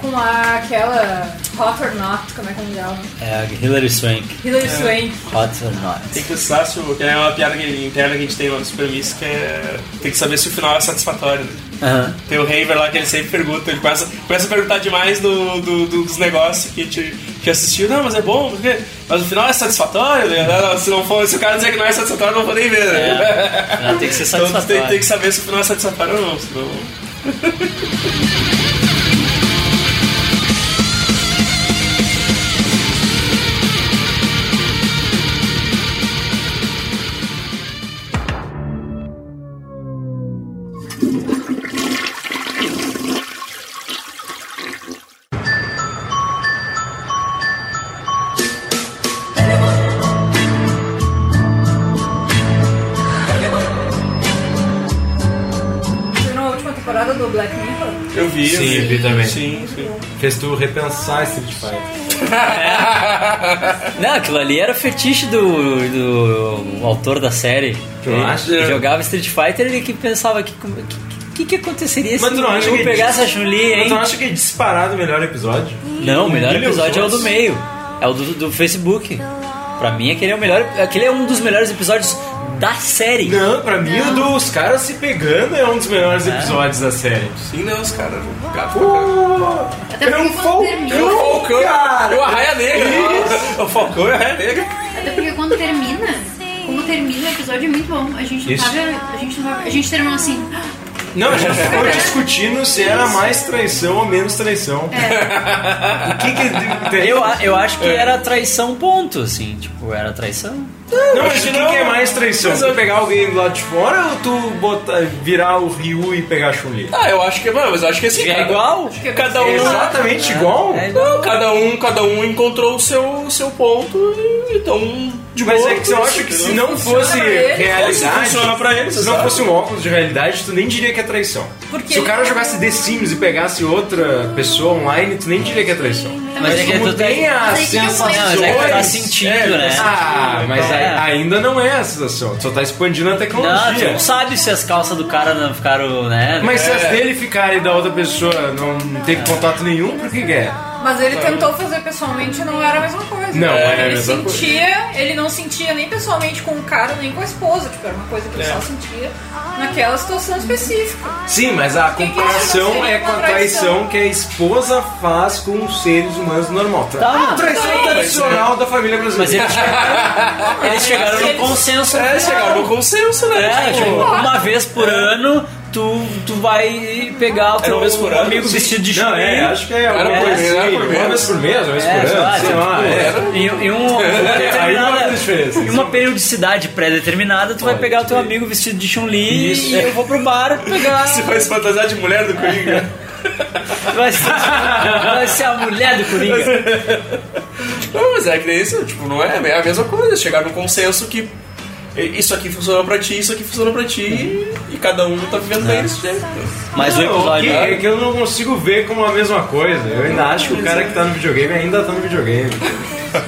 S5: Com a, aquela Hot or Not, como é que é o nome dela?
S2: É a Hilary Swank.
S5: Hilary Swank.
S2: Hot or not.
S4: Tem que usar se o. que É uma piada que, interna que a gente tem lá nos premissas que é. Tem que saber se o final é satisfatório. né?
S2: Aham.
S4: Tem o Haver lá que ele sempre pergunta, ele começa, começa a perguntar demais do, do- do- dos negócios que, te, que assistiu. Não, mas é bom, porque, mas o final é satisfatório, né? Não, se, não for, se o cara dizer que não é satisfatório, eu não vou nem ver, né?
S2: Ela tem que ser
S4: Então tu tem,
S2: satisfatória.
S4: tem que saber se o final é satisfatório ou não, senão.
S5: Viram a última temporada do Black Mirror?
S4: Eu vi, eu
S3: Sim, vi também.
S4: Sim, sim.
S3: Fez tu repensar Street Fighter.
S2: Não, aquilo ali era o fetiche do, do autor da série.
S3: Tu acha?
S2: Ele jogava Street Fighter e ele que pensava que. O que, que aconteceria
S3: Mas
S2: se
S3: tu não acha
S2: eu
S3: que
S2: pegasse
S3: é
S2: a Chun-Li,
S3: Mas
S2: hein?
S3: tu não acha que é disparado o melhor episódio?
S2: Não, o melhor
S3: Humilha os
S2: episódio é o do
S3: outros.
S2: meio. É o do, do Facebook. Pra mim, aquele é o melhor. Aquele é um dos melhores episódios da série.
S3: Não, pra mim o dos caras se pegando é um dos melhores episódios da série.
S4: Sim, não, os caras.
S8: Até porque, quando termina,
S4: Eu Falcão,
S3: cara.
S4: eu arraia negra. O Falcão é arraia negra.
S8: até porque quando termina, como termina o episódio é muito bom. A gente não
S3: Isso.
S8: sabe. A gente não sabe- A gente terminou assim.
S3: Não, a gente ficou discutindo se era mais traição ou menos traição. O que que...
S2: Eu, a- eu acho que era traição, ponto, assim. Tipo, era traição.
S3: Não, mas o que, que é mais traição? Tu pegar alguém do lado de fora ou tu botar, virar o Ryu e pegar a Chun-Li?
S4: Ah, eu acho que é, mas eu acho que assim.
S2: É
S4: cada-
S2: igual?
S4: Cada um.
S3: É exatamente igual?
S2: É,
S4: Não, cada um, cada um encontrou o seu, o seu ponto e então. De
S3: Mas
S4: boa,
S3: é que você
S4: tudo
S3: acha que
S4: isso,
S3: se
S4: entendeu?
S3: não fosse
S5: pra ele.
S3: realidade.
S4: Funciona pra ele,
S3: Se
S4: você
S3: não
S4: sabe.
S3: fosse um óculos de realidade, tu nem diria que é traição.
S5: Porque
S3: Se o cara
S5: ele-
S2: é
S3: jogasse
S2: um
S3: The Sims e pegasse outra pessoa online, tu nem diria que é traição.
S2: Mas é que
S3: Como
S2: tu tá-
S3: tem a
S8: Mas aí fica
S3: sensação.
S8: com
S2: Não, mas é que tu tá sentindo, né?
S3: Ah, mas
S2: É.
S3: a- ainda não é a sensação. Tu só tá expandindo a
S2: Não, tu
S3: tecnologia.
S2: não sabe se as calças do cara não ficaram, né?
S3: mas se as dele ficarem e da outra pessoa não teve contato nenhum, por que que é?
S5: Mas ele tentou fazer pessoalmente e não era a mesma coisa.
S3: Não, era a
S5: ele
S3: mesma
S5: sentia, ele não sentia nem pessoalmente com o cara, nem com a esposa. Tipo, era uma coisa que ele
S3: É.
S5: só sentia naquela situação específica.
S2: Ah,
S3: Sim, mas a
S5: que que isso
S3: comparação
S5: seria
S3: é com a
S5: uma traição?
S3: traição que a esposa faz com os seres humanos normal. Tra
S2: Tá, mas-
S5: é.
S3: traição tradicional da família
S2: Mas
S3: brasileira.
S2: eles chegaram, eles chegaram no
S5: Eles-
S2: consenso.
S4: É, chegaram no consenso, né?
S2: É,
S4: Tipo,
S2: tipo, uma vez por ano tu, tu vai pegar o
S4: uma
S2: teu
S4: vez por ano?
S2: amigo vestido de
S3: Não, é, acho que é uma
S4: Era por
S3: coisa
S4: mês,
S3: assim,
S4: era por
S3: uma
S4: mês.
S3: vez por mês, uma vez por
S2: sei lá,
S3: ano, sei
S2: tipo,
S3: lá. é.
S2: E, e um,
S3: Aí não é
S2: determinada-
S3: faz diferença.
S2: em uma periodicidade pré-determinada, tu vai pegar o teu amigo vestido de Chun-Li e eu vou pro bar pegar.
S4: Se faz fantasiar de mulher do Coringa.
S2: Vai ser, vai ser a mulher do Coringa.
S4: Não, mas é que nem isso, tipo, não é, é a mesma coisa, chegar num consenso que isso aqui funciona pra ti, isso aqui funciona pra ti, e cada um tá vivendo
S3: É.
S4: bem desse jeito.
S2: Mas o
S3: Não,
S2: episódio-
S3: que- é que eu não consigo ver como a mesma coisa. Eu ainda acho que o cara que tá no videogame ainda tá no videogame.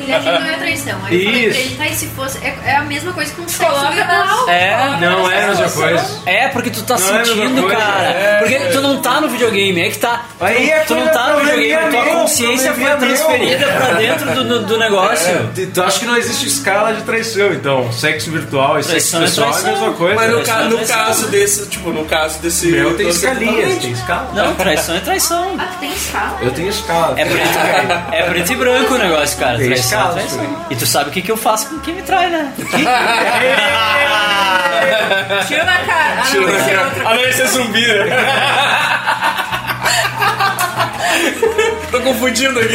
S8: E a gente não é traição. Aí eu falei pra
S3: Isso.
S8: ele, tá, e se fosse. É, é a mesma coisa que um sexo
S5: Coloca
S8: virtual.
S2: É,
S3: Não é a mesma coisa.
S2: É, porque tu tá
S3: Não é a mesma
S2: sentindo,
S3: coisa,
S2: cara.
S3: é.
S2: Porque tu não tá no videogame, é que tá. Tu,
S3: Aí
S2: não-
S3: é
S2: tu não
S3: coisa-
S2: tá no
S3: probleminha
S2: videogame, tua
S3: meu,
S2: consciência foi
S3: probleminha
S2: transferida
S3: meu.
S2: pra dentro do, do- do negócio.
S3: É, tu acha que não existe escala de traição, então. Sexo virtual e sexo
S2: Traição é
S3: pessoal é, a
S2: traição.
S3: mesma coisa.
S4: Mas no,
S3: Traição
S4: ca-
S3: é
S4: no
S3: traição.
S4: caso desse, tipo, no caso desse.
S3: Meu tem
S4: do acerto da
S3: escalinhas,
S4: noite.
S3: tem escala.
S2: Não, traição é traição.
S8: Ah, tu tem escala?
S3: Eu tenho escala.
S2: É preto, é preto e branco o negócio, cara.
S3: Tem
S2: Traição é
S3: escala,
S2: traição. E tu sabe o que, que eu faço com quem me trai, né?
S5: Tira na cara. Ah,
S4: Tiro
S5: não,
S4: na
S5: esse é
S4: cara.
S5: outro.
S4: Ah, não, esse é zumbi, né? Tô confundindo aqui.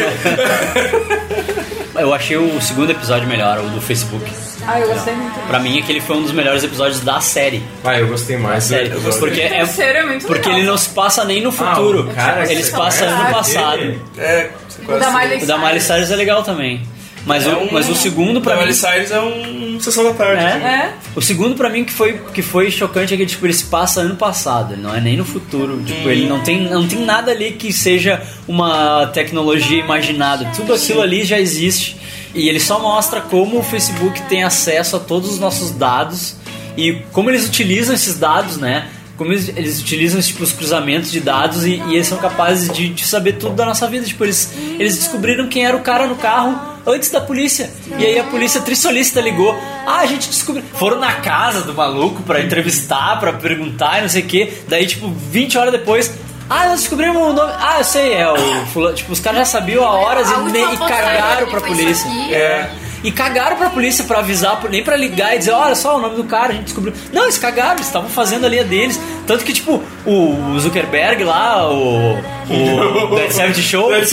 S2: Eu achei o segundo episódio melhor, o do Facebook.
S5: Ah, eu gostei muito.
S2: Pra mim, aquele foi um dos melhores episódios da série.
S3: Ah, eu gostei mais. do
S2: Sério,
S3: episódio.
S2: porque é,
S5: Sério, é muito
S2: porque
S5: legal.
S2: ele não se passa nem no
S3: Ah,
S2: futuro.
S3: o cara que
S2: ele se
S3: se
S2: passa no
S3: conhece dele.
S2: passado.
S4: É, você
S5: O da Miley
S2: O da Miley Cyrus é legal também. Mas,
S4: É
S2: o,
S4: um-
S2: mas o segundo pra
S4: Da
S2: mim.
S4: Miley Cyrus é um sessão da tarde.
S2: É.
S4: assim.
S5: É?
S2: O segundo pra mim que foi, que foi chocante é que tipo, ele se passa ano passado, ele não é nem no futuro. Tipo, ele não tem, não tem nada ali que seja uma tecnologia imaginada. Tudo aquilo ali já existe. E ele só mostra como o Facebook tem acesso a todos os nossos dados e como eles utilizam esses dados, né? Como eles, eles utilizam tipo, os cruzamentos de dados e, e eles são capazes de, de saber tudo da nossa vida. Tipo, eles, eles descobriram quem era o cara no carro antes da polícia. E aí a polícia trissolista ligou. Ah, a gente descobriu. Foram na casa do maluco pra entrevistar, pra perguntar e não sei o quê. Daí, tipo, 20 horas depois. Ah, nós descobrimos o nome. Ah, eu sei, é o fulano. Tipo, os caras já sabiam há horas
S8: A
S2: e,
S8: última
S2: nem- e
S8: postagem
S2: cagaram
S8: dele
S2: pra
S8: foi isso
S2: polícia.
S8: aqui.
S2: É. E cagaram pra polícia pra avisar, nem pra ligar e dizer, olha só o nome do cara, a gente descobriu. Não, eles cagaram, eles estavam fazendo ali a deles. Tanto que, tipo, o o Zuckerberg lá, o. O. Dead Seventy Show. Dead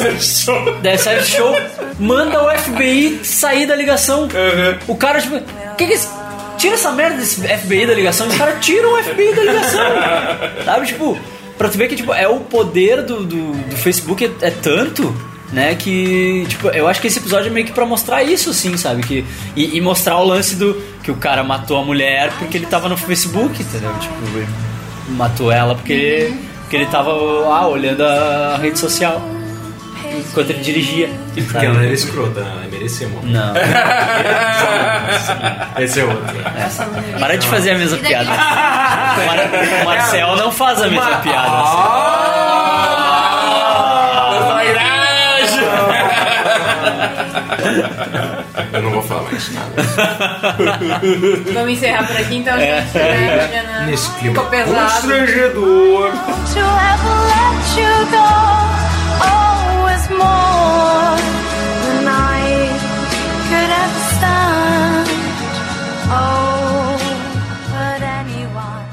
S2: Seventy Show. Manda o FBI sair da ligação. O cara, tipo, que que esse- Tira essa merda desse FBI da ligação, os caras tiram o FBI da ligação. Sabe, tipo, pra tu ver que tipo, é o poder do, do, do Facebook é, é tanto, né? Que, tipo, eu acho que esse episódio é meio que pra mostrar isso, assim, sabe? Que, e, e mostrar o lance do que o cara matou a mulher porque ele tava no Facebook, entendeu? Tipo, ele matou ela porque, porque ele tava ah, olhando a rede social enquanto ele dirigia.
S3: E porque
S2: sabe?
S3: ela era escrota, né? ela merecia morrer.
S2: Tá. Não.
S3: Esse é outro.
S2: Para de fazer a mesma piada. Mar- Marcel não faz a mesma piada.
S4: Eu não vou falar mais.
S5: Vamos encerrar por aqui, então,
S2: É.
S5: gente.
S3: É.
S5: né, Juliana?
S3: Nesse clima
S5: Ficou pesado.
S3: constrangedor.
S9: To ever let you go, always more than I could ever stand. Oh, but anyone.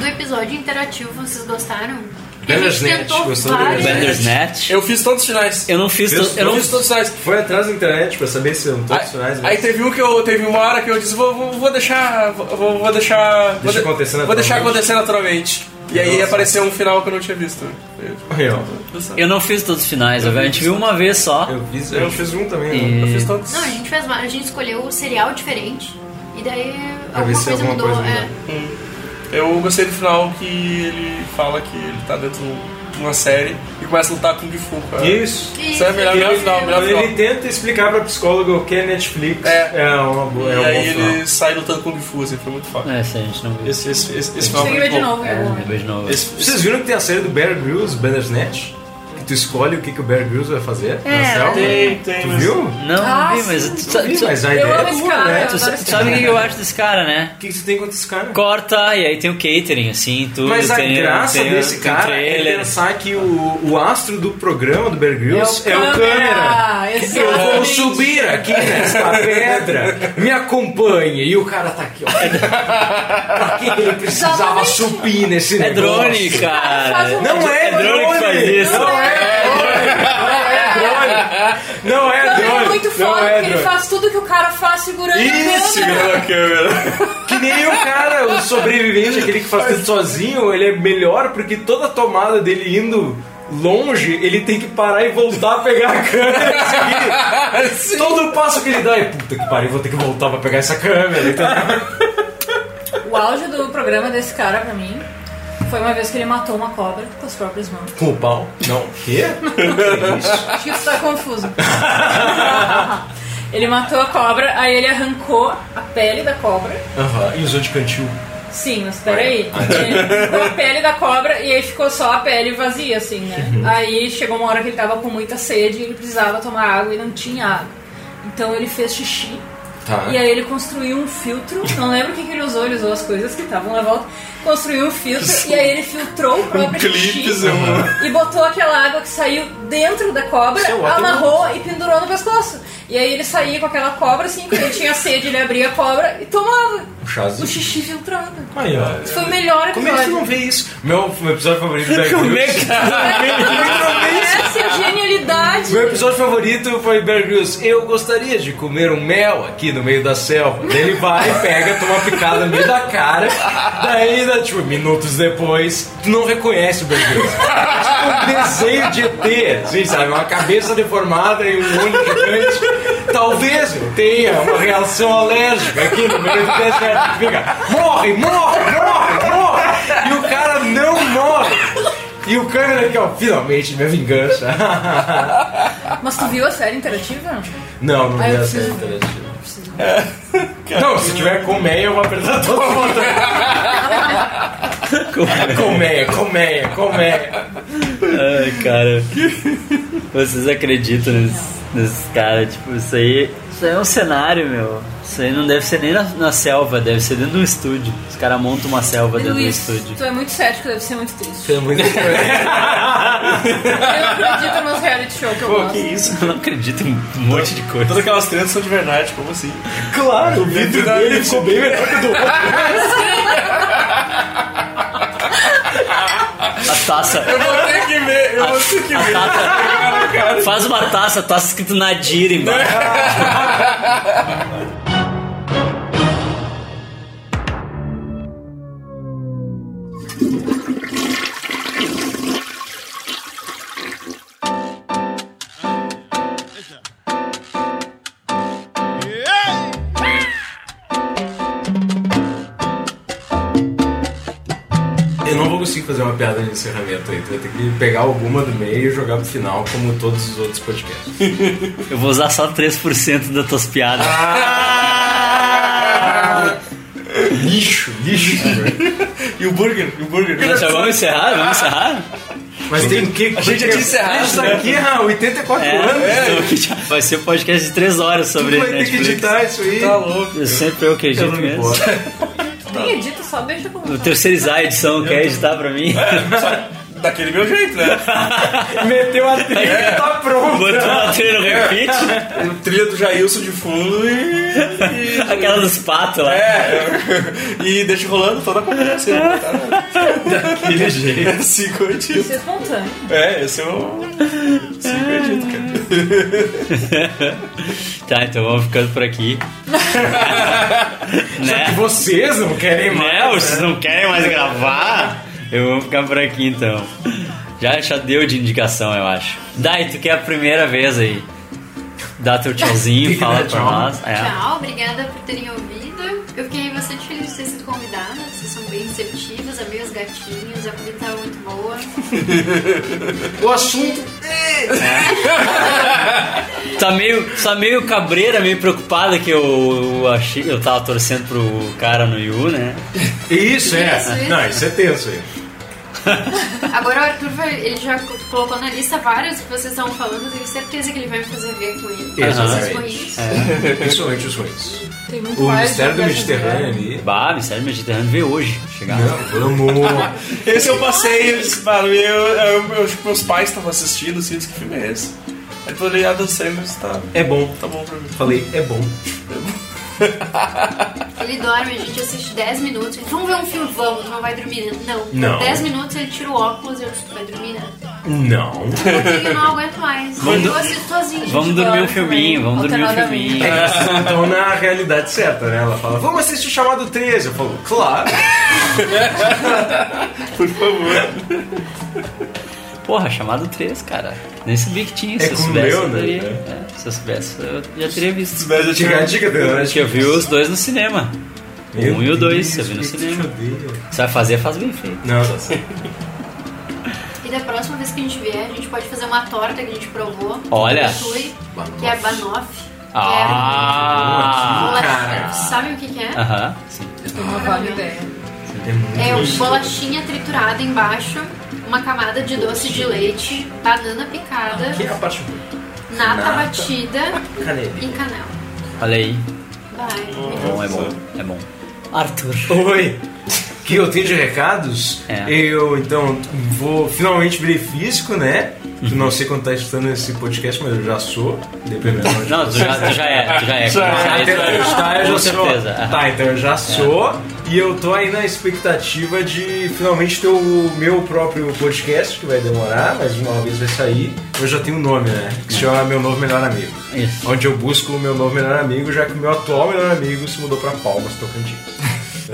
S8: Do episódio interativo, vocês gostaram? Porque a gente
S3: Bandersnatch,
S8: tentou
S3: gostou do
S8: várias-
S2: Bandersnatch.
S4: Eu fiz todos os finais.
S2: Eu não fiz.
S3: Fez
S2: to- Eu
S4: Eu
S2: não
S4: fiz todos os finais.
S3: Foi atrás da internet pra saber se são todos finais.
S4: Aí teve um que eu teve uma hora que eu disse, vou, vou, vou deixar. Vou, vou deixar. vou
S3: Deixa acontecer
S4: Vou deixar
S3: naturalmente.
S4: acontecer naturalmente. E aí
S3: Nossa.
S4: apareceu um final que eu não tinha visto.
S3: Real.
S2: Eu não fiz todos os finais, eu- a gente viu uma vez só.
S3: Eu fiz, eu fiz um também.
S2: E-
S3: né? Eu fiz todos.
S8: Não, a gente fez várias, a gente escolheu o cereal diferente. E
S3: Pra
S8: daí
S3: ver
S8: alguma
S3: se
S8: coisa
S3: alguma
S8: mudou.
S3: coisa
S8: é.
S4: Eu gostei do final que ele fala que ele tá dentro de uma série e começa a lutar com o Gifu, cara.
S3: Isso.
S4: Isso é melhor, melhor final, melhor
S3: Quando ele
S4: final.
S3: tenta explicar pra psicóloga o que é Netflix,
S4: É.
S3: é, uma boa. É um
S4: E
S3: bom
S4: aí
S3: final.
S4: ele sai lutando com o Gifu, assim, foi muito foda.
S2: É, se a gente não viu. É,
S4: Esse, esse, esse, esse
S5: Tem
S4: final
S5: que
S4: foi
S5: ver de
S4: muito bom.
S3: É.
S5: novo. eu-
S2: Depois de novo.
S4: Esse-
S3: Vocês viram que tem a série do Bear Grylls, Bandersnatch? Que tu escolhe o que, que o Bear Grylls vai fazer na selva?
S4: Tem, tem,
S3: Tu
S4: mas-
S3: viu?
S2: Não,
S5: Ah,
S2: não vi, mas tu, sa- tu,
S3: Vi,
S2: sa-
S3: mas a
S5: eu
S3: ideia
S5: amo
S3: é
S5: esse
S3: boa,
S5: cara,
S3: né?
S5: eu
S2: tu
S5: adoro
S2: sa-
S5: esse
S2: sabe o que eu acho desse cara, né?
S3: O que, que tu tem contra esse cara?
S2: Corta e aí tem o catering, assim, tudo.
S3: Mas a
S2: tem-
S3: graça
S2: tem-
S3: desse
S2: tem
S3: cara é
S2: trailer.
S3: pensar que o, o astro do programa do Bear Grylls é o câmera.
S5: Esse
S3: Eu
S5: é
S3: vou
S5: o
S3: subir aqui nesta pedra, me acompanhe. E o cara tá aqui, ó. pra que ele precisava
S5: Exatamente.
S3: subir nesse
S2: É
S3: negócio?
S2: drone, cara.
S5: Faz um-
S3: Não é,
S2: É drone que faz isso.
S3: Não é. Não é
S5: Não, ele
S3: drone.
S5: é muito
S3: não
S5: foda,
S3: é
S5: porque ele né?
S3: drone.
S5: faz tudo que o cara faz segurando
S3: Isso,
S5: a câmera.
S3: câmera. Que nem o cara, o sobrevivente, aquele que faz tudo sozinho, ele é melhor porque toda tomada dele indo longe, ele tem que parar e voltar a pegar a câmera. e seguir. Todo passo que ele dá é puta que pariu, vou ter que voltar pra pegar essa câmera. Então,
S5: O auge do programa desse cara pra mim foi uma vez que ele matou uma cobra com as próprias mãos.
S3: com o pau? Não. Quê? Que É isso?
S5: Acho que isso tá confuso. ele matou a cobra, aí ele arrancou a pele da cobra.
S3: Aham, e usou de cantil.
S5: Sim, mas peraí. Ele arrancou a pele da cobra e aí ficou só a pele vazia, assim, né?
S3: Uhum.
S5: Aí chegou uma hora que ele tava com muita sede e ele precisava tomar água e não tinha água. Então ele fez xixi.
S3: Tá.
S5: E aí ele construiu um filtro, não lembro o que, que ele usou, ele usou as coisas que estavam na volta, construiu um filtro e aí ele filtrou
S3: Um
S5: o próprio xixi
S13: clipe, um-
S5: e botou aquela água que saiu dentro da cobra,
S13: Isso é ótimo.
S5: amarrou e pendurou no pescoço. E aí ele saía com aquela cobra, assim, quando ele tinha sede, ele abria a cobra e tomava
S3: Um chazinho.
S5: o xixi filtrado.
S3: Aí, ó.
S5: Foi o melhor
S3: Como é que tu não
S5: episódio.
S3: vê isso? Meu, meu episódio favorito do Bear Grylls.
S13: Como é que tu
S5: Essa é a genialidade.
S3: Meu episódio favorito foi Bear Grylls. Eu gostaria de comer um mel aqui no meio da selva. Daí Ele vai, pega, toma uma picada no meio da cara. Daí, né, tipo, minutos depois, tu não reconhece o Bear Grylls. É tipo um desenho de ET, assim, sabe? Uma cabeça deformada e um olho gigante. Talvez eu tenha uma reação alérgica aqui no meio do deserto. Fica, morre, morre, morre, morre. E o cara não morre. E o câmera aqui, ó, finalmente, minha vingança.
S5: Mas tu viu a série interativa?
S3: Não, não
S5: Ah,
S3: vi
S5: eu
S3: a série
S5: preciso ver.
S3: interativa. É. Não, se tiver colmeia, eu vou apertar todo mundo. colmeia, colmeia, colmeia.
S2: Ai, cara. Vocês acreditam nesses, nesses caras? Tipo, isso aí, isso aí é um cenário, meu. Isso aí não deve ser nem na, na selva, deve ser dentro de um estúdio. Os caras montam uma selva dentro
S5: Luiz,
S2: do estúdio.
S5: tu é muito cético, deve ser muito triste.
S2: Pelo amor de
S5: Eu não acredito nos reality show que eu
S13: Pô,
S5: gosto.
S13: que isso?
S2: Eu não acredito em um monte de coisa.
S13: Todas aquelas tretas são de verdade, como assim?
S3: Claro, o
S13: vidro dele ficou bem melhor que o do
S2: A taça.
S13: Eu vou ter que ver, eu vou ter que ver.
S2: Faz uma taça, taça escrito Nadir embaixo.
S3: Eu não vou conseguir fazer uma piada de encerramento aí. Tu vai ter que pegar alguma do meio e jogar pro final, como todos os outros podcasts.
S2: Eu vou usar só 3% das tuas piadas.
S3: Ah, lixo, lixo.
S13: E o burger, e o burger.
S2: Nós já vamos encerrar? Vamos encerrar?
S3: Mas tem que.
S2: A gente
S3: porque
S2: tinha encerrado,
S3: Isso
S2: né?
S3: aqui há 84
S2: É,
S3: anos.
S2: então, que já vai ser um podcast de 3 horas sobre
S3: Tu vai ter que
S2: Netflix.
S3: editar isso aí.
S2: Tá louco. Eu sempre eu que
S3: Eu
S2: edito
S3: não me
S2: mesmo.
S3: importo.
S5: Nem edito, só deixa com
S2: Vou terceirizar a edição, quer editar pra mim?
S13: Daquele meu jeito, né? É.
S3: Meteu a trilha e tá pronto.
S2: Botou a trilha no repeat.
S3: É.
S13: O trilho do Jailson de fundo e. e-
S2: Aquela dos patos lá.
S13: É, e deixa rolando toda a conversa. né, cara?
S2: Daquele jeito.
S13: É assim que eu edito.
S5: Isso é espontâneo.
S13: É, esse é o. Assim que eu edito, cara.
S2: Tá, então vamos ficando por aqui.
S3: Já que
S2: né?
S3: vocês não querem
S2: Né?
S3: mais.
S2: Vocês não querem mais gravar? Eu vou ficar por aqui então. Já, já deu de indicação, eu acho. Dai, tu que é a primeira vez aí. Dá teu tchauzinho, fala pra nós. É.
S8: Tchau, obrigada por terem ouvido. Eu fiquei bastante feliz de ter sido convidada. Vocês são bem receptivas, amei os gatinhos, a comida tava muito boa.
S3: O assunto
S2: Tá meio, tá meio cabreira, meio preocupada que eu achei, eu tava torcendo pro cara no Yu, né?
S3: Isso, é.
S8: Isso, isso.
S3: Não, isso é tenso aí.
S8: Agora o Arthur vai- ele já co- colocou na lista vários que vocês estavam falando, eu tenho certeza que ele vai me fazer ver com ele. Vocês
S3: Exatamente.
S8: ruins.
S3: É. assim, Principalmente os ruins.
S5: Tem muito
S3: O
S5: mais
S3: Mistério
S5: de
S3: do
S5: um
S3: Mediterrâneo ali.
S2: Bah, Mistério Mediterrâneo veio hoje chegar.
S3: Não, pelo amor.
S13: Esse eu passei, eu disse, mano, eu, eu, eu, acho que meus pais estavam assistindo, assim, eu disse, que filme
S4: "Ah,
S13: é esse? Aí eu falei, Adam Sanders tá,
S3: É bom.
S13: tá bom pra mim.
S3: Falei, é bom.
S2: É.
S8: Ele dorme, a gente assiste 10 minutos. Ele, Vamos ver um filme, vamos, tu não vai dormir, né? Não.
S3: Não.
S8: 10 minutos ele tira o óculos e eu disse, tu vai dormir, né?
S3: Não.
S8: Eu não aguento mais.
S3: Vamos
S8: eu
S3: do-
S8: assisto sozinho.
S2: Vamos dormir um filminho, vamos dormir um
S8: Alternadamente.
S2: filminho.
S3: É que vocês não estão na realidade certa, né? Ela fala, vamos assistir o chamado 13. Eu falo, claro.
S2: Por favor. Porra, chamado 3, cara. Nem sabia que tinha. Se
S3: É
S2: eu
S3: com
S2: soubesse, eu
S3: Leonard,
S2: teria.
S3: né?
S2: É, se eu soubesse, eu já teria visto. Se
S3: soubesse, eu tinha a dica dele, né?
S2: Eu vi os dois no cinema. O
S3: Meu
S2: um e o dois,
S3: Deus,
S2: eu vi no
S3: que
S2: cinema.
S3: chuveiro.
S2: Você vai fazer, faz bem feito.
S3: Não.
S8: E da próxima vez que a gente vier, a gente pode fazer uma torta que a gente provou.
S2: Olha.
S8: Tui, que é banoff.
S2: Ah!
S8: Bolachinha. Sabe o que, que é?
S2: Aham, sim.
S5: Uma vale ideia.
S8: É um bolachinha triturada embaixo, uma camada de doce de leite, banana picada,
S3: Que é a parte boa.
S8: nata,
S3: Nata.
S8: batida
S3: Canela.
S8: e canela.
S2: Olha aí.
S8: Vai.
S2: É bom, é bom, é bom. Arthur.
S3: Oi. O que eu tenho de recados?
S2: É.
S3: Eu, então, vou finalmente virei físico, né?
S2: Uhum.
S3: Eu não sei quando tá escutando esse podcast, mas eu já sou. Dependendo de onde
S2: Não, tu já- tu já é, tu já é.
S3: Já
S2: Com
S3: Até
S2: certeza.
S3: eu estar, eu
S2: Com
S3: então, já sou.
S2: certeza. Aham.
S3: Tá, então eu já sou. E eu tô aí na expectativa de finalmente ter o meu próprio podcast, que vai demorar, mas uma vez vai sair. Eu já tenho um nome, né? Que se chama Meu Novo Melhor Amigo.
S2: Isso.
S3: Onde eu busco o meu novo melhor amigo, já que o meu atual melhor amigo se mudou pra Palmas, Tocantins.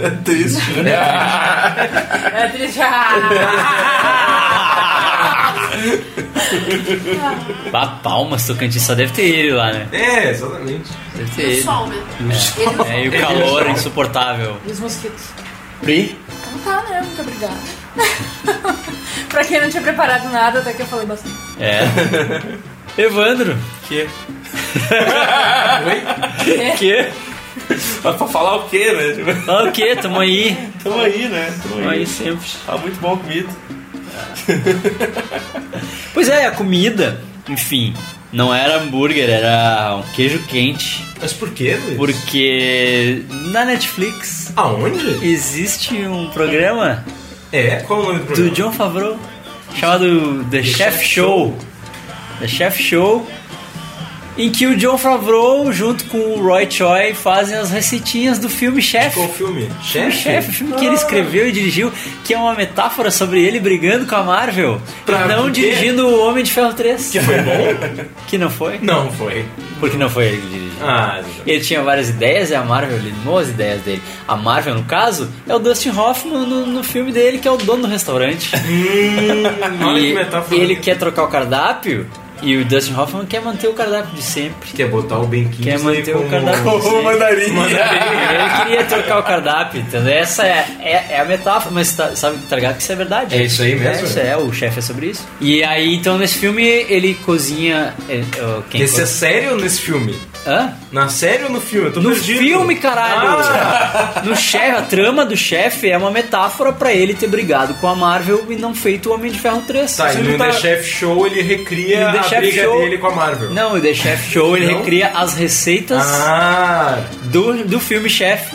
S3: É triste,
S5: É triste. Ah,
S2: Bah, palmas, Tocantins, só deve ter ele lá, né?
S3: É, exatamente.
S2: Deve ter
S8: E
S2: ele.
S8: o sol, né?
S2: É.
S8: sol.
S2: É, e o
S8: Ele-
S2: calor insuportável.
S5: E os mosquitos.
S2: Pri?
S5: Então tá, né? Muito obrigada. pra quem não tinha preparado nada, até que eu falei bastante.
S2: É. Evandro?
S13: Que?
S2: Oi? Que?
S13: Mas pra falar o quê, né? Tipo...
S2: Falar o quê? Tamo aí.
S13: Tamo aí, né?
S2: Tamo aí sempre.
S13: Tá muito bom a comida.
S2: Pois é, a comida, enfim, não era hambúrguer, era um queijo quente.
S3: Mas por quê, Luiz?
S2: Porque na Netflix.
S3: Aonde?
S2: Existe um programa.
S3: É, qual o nome do programa?
S2: Do John Favreau, chamado The, Chef,
S3: Chef
S2: Show. The Chef Show. Em que o John Favreau, junto com o Roy Choi, fazem as receitinhas do filme Chef.
S3: Qual filme?
S2: Filme
S3: um Chefe?
S2: Chef, o filme que ele escreveu e dirigiu, que é uma metáfora sobre ele brigando com a Marvel,
S3: Pra
S2: e não
S3: quê?
S2: dirigindo o Homem de Ferro 3. Que
S3: foi bom?
S2: que não foi?
S3: Não foi.
S2: Porque não foi ele que dirigiu.
S3: Ah,
S2: ele tinha várias ideias e a Marvel limou as ideias dele. A Marvel, no caso, é o Dustin Hoffman no, no filme dele, que é o dono do restaurante.
S3: olha que
S2: E
S3: metáfora.
S2: Ele quer trocar o cardápio e o Dustin Hoffman quer manter o cardápio de sempre.
S3: Quer botar o Ben Kingsley
S2: Quer manter o
S3: como-
S2: cardápio de
S3: como
S2: sempre.
S3: mandarim.
S2: Ele queria trocar o cardápio, entendeu? Essa é, é, é a metáfora, mas tá- sabe, tá ligado que isso é verdade.
S3: É isso aí mesmo?
S2: É, isso é, o chefe é sobre isso. E aí, então, nesse filme, ele cozinha... é, ó, quem
S3: Esse é
S2: cozinha?
S3: sério ou nesse filme?
S2: Hã?
S3: Na série ou no filme? Eu tô
S2: No
S3: perdido. Tá,
S2: filme, caralho!
S3: Ah.
S2: No chefe, a trama do chefe é uma metáfora pra ele ter brigado com a Marvel e não feito o Homem de Ferro 3.
S3: Tá, e
S2: Ele
S3: no The Chef Show ele recria
S2: No The
S3: a
S2: Chef
S3: briga
S2: Show-
S3: dele com a Marvel.
S2: Não, o The Chef Show ele
S3: Não?
S2: recria as receitas
S3: Ah.
S2: do, do filme Chef,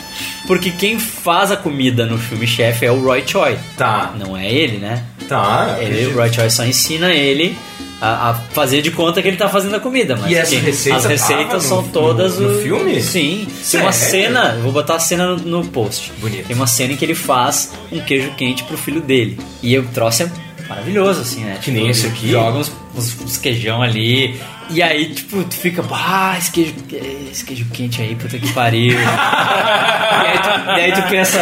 S2: porque quem faz a comida no filme Chef é o Roy Choi.
S3: Tá.
S2: Não é ele, né?
S3: Tá.
S2: Ele, o Roy Choi só ensina ele a, a fazer de conta que ele tá fazendo a comida, mas
S3: E essa
S2: quem-
S3: receita
S2: as
S3: tava
S2: receitas são
S3: no-
S2: todas
S3: no- no
S2: o-
S3: filme?
S2: Sim. Tem
S3: Sério?
S2: uma cena, eu vou botar a cena no, no post.
S3: Bonito.
S2: Tem uma cena em que ele faz um queijo quente pro filho dele. E o troço é maravilhoso, assim, né? Que
S3: nem esse aqui?
S2: Joga uns, uns- uns queijão ali. E aí, tipo, tu fica, ah, esse queijo, esse queijo quente aí, puta que pariu. e, aí tu, e aí tu pensa,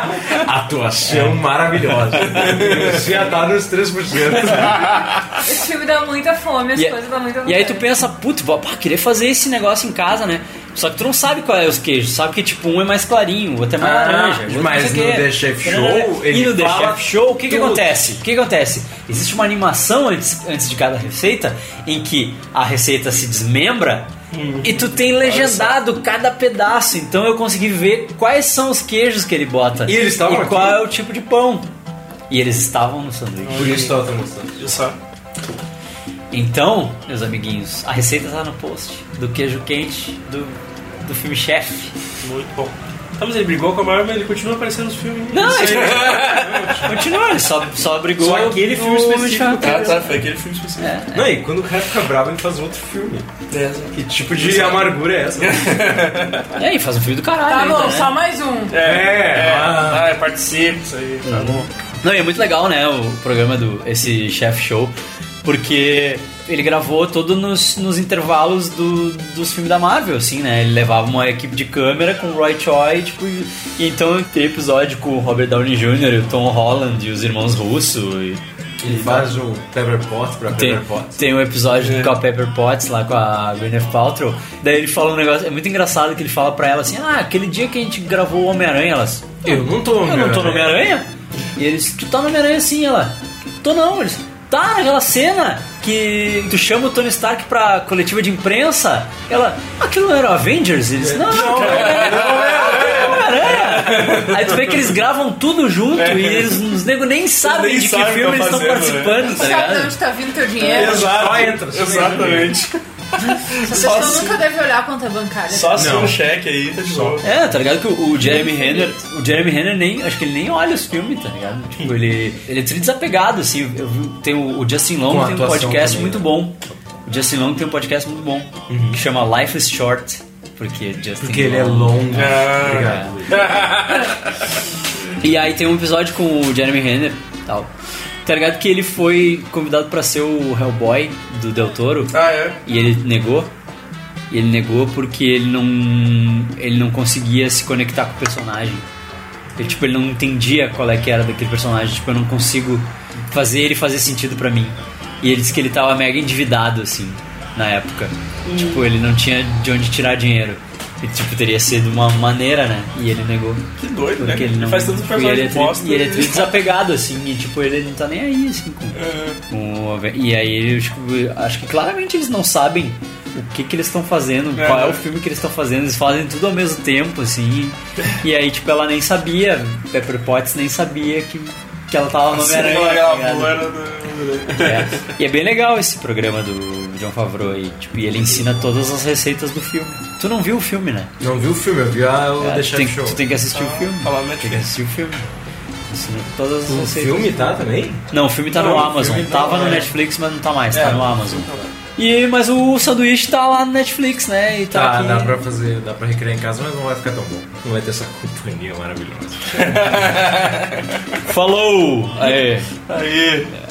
S2: é
S3: Atuação maravilhosa. Você um já tá nos 3%.
S5: Esse filme dá muita fome, as
S2: E- é-
S5: coisas dão muita
S2: E aí
S5: vontade.
S2: tu pensa, putz, vou pá, querer fazer esse negócio em casa, né? Só que tu não sabe qual é os queijos, sabe que tipo um é mais clarinho, o outro é mais
S3: Ah,
S2: laranja. o outro
S3: mas
S2: não sei o
S3: no
S2: quê.
S3: The Chef Show,
S2: E
S3: ele
S2: no The
S3: fala
S2: Chef Show, o que que
S3: tudo.
S2: acontece? O que que acontece? Existe uma animação antes, antes de cada receita em que a receita se desmembra
S3: Uhum.
S2: e tu tem legendado cada pedaço. Então eu consegui ver quais são os queijos que ele bota
S3: E eles estavam
S2: e qual
S3: aqui?
S2: é o tipo de pão. E eles estavam no sanduíche.
S3: Por isso tava tão gostando.
S2: Então, meus amiguinhos, a receita tá no post do queijo quente do, do filme Chef.
S13: Muito bom.
S3: Tá, mas ele brigou com a Marvel, ele continua aparecendo nos filmes.
S2: Não,
S3: Isso aí.
S2: ele- Continua, ele só, só brigou.
S3: Só aquele filme
S2: no- no
S3: específico.
S4: Ah,
S2: Homem de Ferro.
S4: tá,
S13: aquele filme específico.
S2: É.
S3: Não, e quando o cara fica bravo, ele faz outro filme. que tipo de amargura é essa?
S2: E aí, faz um filme do caralho.
S5: Tá
S2: aí,
S5: bom,
S2: né?
S5: só mais um.
S13: É, é, ah, participa, isso aí, tá bom.
S2: Não, e é muito legal, né, o programa do esse chef show, porque ele gravou todo nos, nos intervalos do, dos filmes da Marvel, assim, né? Ele levava uma equipe de câmera com o Roy Choi, tipo, e, e então tem episódio com o Robert Downey Jr., e o Tom Holland e os irmãos Russo e
S10: Ele faz o Pepper Potts pra
S2: tem,
S10: Pepper Potts.
S2: tem um episódio com a Pepper Potts lá com a Gwyneth Paltrow. Daí ele fala um negócio, é muito engraçado que ele fala pra ela assim: "Ah, aquele dia que a gente gravou o Homem-Aranha, elas.
S10: Eu não tô no
S2: Eu não tô no
S10: Homem-Aranha."
S2: Homem-Aranha?" E eles: "Tu tá no Homem-Aranha sim, ela. Tô não, eles. Tá naquela cena que tu chama o Tony Stark pra coletiva de imprensa, ela, aquilo não era o Avengers? Eles, não, não, cara, é o Homem-Aranha." Aí tu vê que eles gravam tudo junto e eles, os nego nem sabem
S13: Nem
S2: de que
S13: sabem o que
S2: filme eles
S13: tá
S2: estão
S13: fazendo, né?
S2: participando, tá
S5: Sabe de
S2: ligado?
S5: onde tá vindo teu
S4: É,
S5: dinheiro?
S13: É. Exato,
S3: entra,
S13: exatamente.
S5: Essa
S13: Só
S5: pessoa
S13: se-
S5: nunca deve olhar a conta bancária.
S13: Só assina um cheque aí, tá de boa.
S2: É, tá ligado que o o Jeremy Renner, o Jeremy Renner nem, acho que ele nem olha os filmes, tá ligado? Tipo, ele, ele é tri desapegado, assim. Eu vi- tem o, o Justin Long
S10: Com
S2: tem um
S10: atuação
S2: podcast
S10: também, né? Uhum.
S2: muito bom. O Justin Long tem um podcast muito bom que chama Life is Short, porque Justin
S10: Porque ele é longo.
S2: É.
S10: Obrigado,
S2: E aí tem um episódio com o Jeremy Renner, tal. Tá ligado que ele foi convidado pra ser o Hellboy do Del Toro?
S13: Ah, é?
S2: E ele negou. E ele negou porque ele não ele não conseguia se conectar com o personagem. Ele, tipo, ele não entendia qual é que era daquele personagem, tipo, eu não consigo fazer ele fazer sentido pra mim. E ele disse que ele tava mega endividado assim na época. Tipo, ele não tinha de onde tirar dinheiro. E, tipo, teria sido uma maneira, né? E ele negou.
S13: Que doido, né?
S2: Porque ele não.
S13: Faz tanto
S2: tipo,
S13: personagem
S2: e ele é, tri-
S13: bosta né?
S2: e ele é
S13: e-
S2: tri- desapegado, assim, e tipo, ele não tá nem aí, assim, com.
S13: É.
S2: com a- e aí, eu, tipo, acho que claramente eles não sabem o que que eles estão fazendo,
S13: É,
S2: qual é
S13: né?
S2: o filme que eles estão fazendo, eles fazem tudo ao mesmo tempo, assim. E aí, tipo, ela nem sabia, Pepper Potts nem sabia que, que ela tava no
S13: Assim,
S2: Homem-Aranha. tá ligado?
S13: né?
S2: É. E é bem legal esse programa do John Favreau aí, tipo, e ele ensina todas as receitas do filme. Tu não viu o filme, né?
S10: Não viu o filme, eu vi a, o
S2: É,
S10: The
S2: tu
S10: Chef
S2: tem,
S10: Show.
S2: Tu tem que assistir
S13: Ah,
S2: o filme.
S13: é
S2: Tem que assistir o filme. Ensina todas as
S10: O
S2: receitas.
S10: filme tá também?
S2: Não, o filme tá
S10: Não,
S2: no
S10: o
S2: Amazon.
S10: filme não,
S2: Tava no
S10: é.
S2: Netflix, mas não tá mais,
S10: É,
S2: tá no Amazon. E, mas o sanduíche tá lá no Netflix, né? E tá,
S10: Tá,
S2: aqui.
S10: dá pra fazer, dá pra recriar em casa, mas não vai ficar tão bom. Não vai ter essa companhia maravilhosa.
S2: Falou! Aê!
S13: Aí.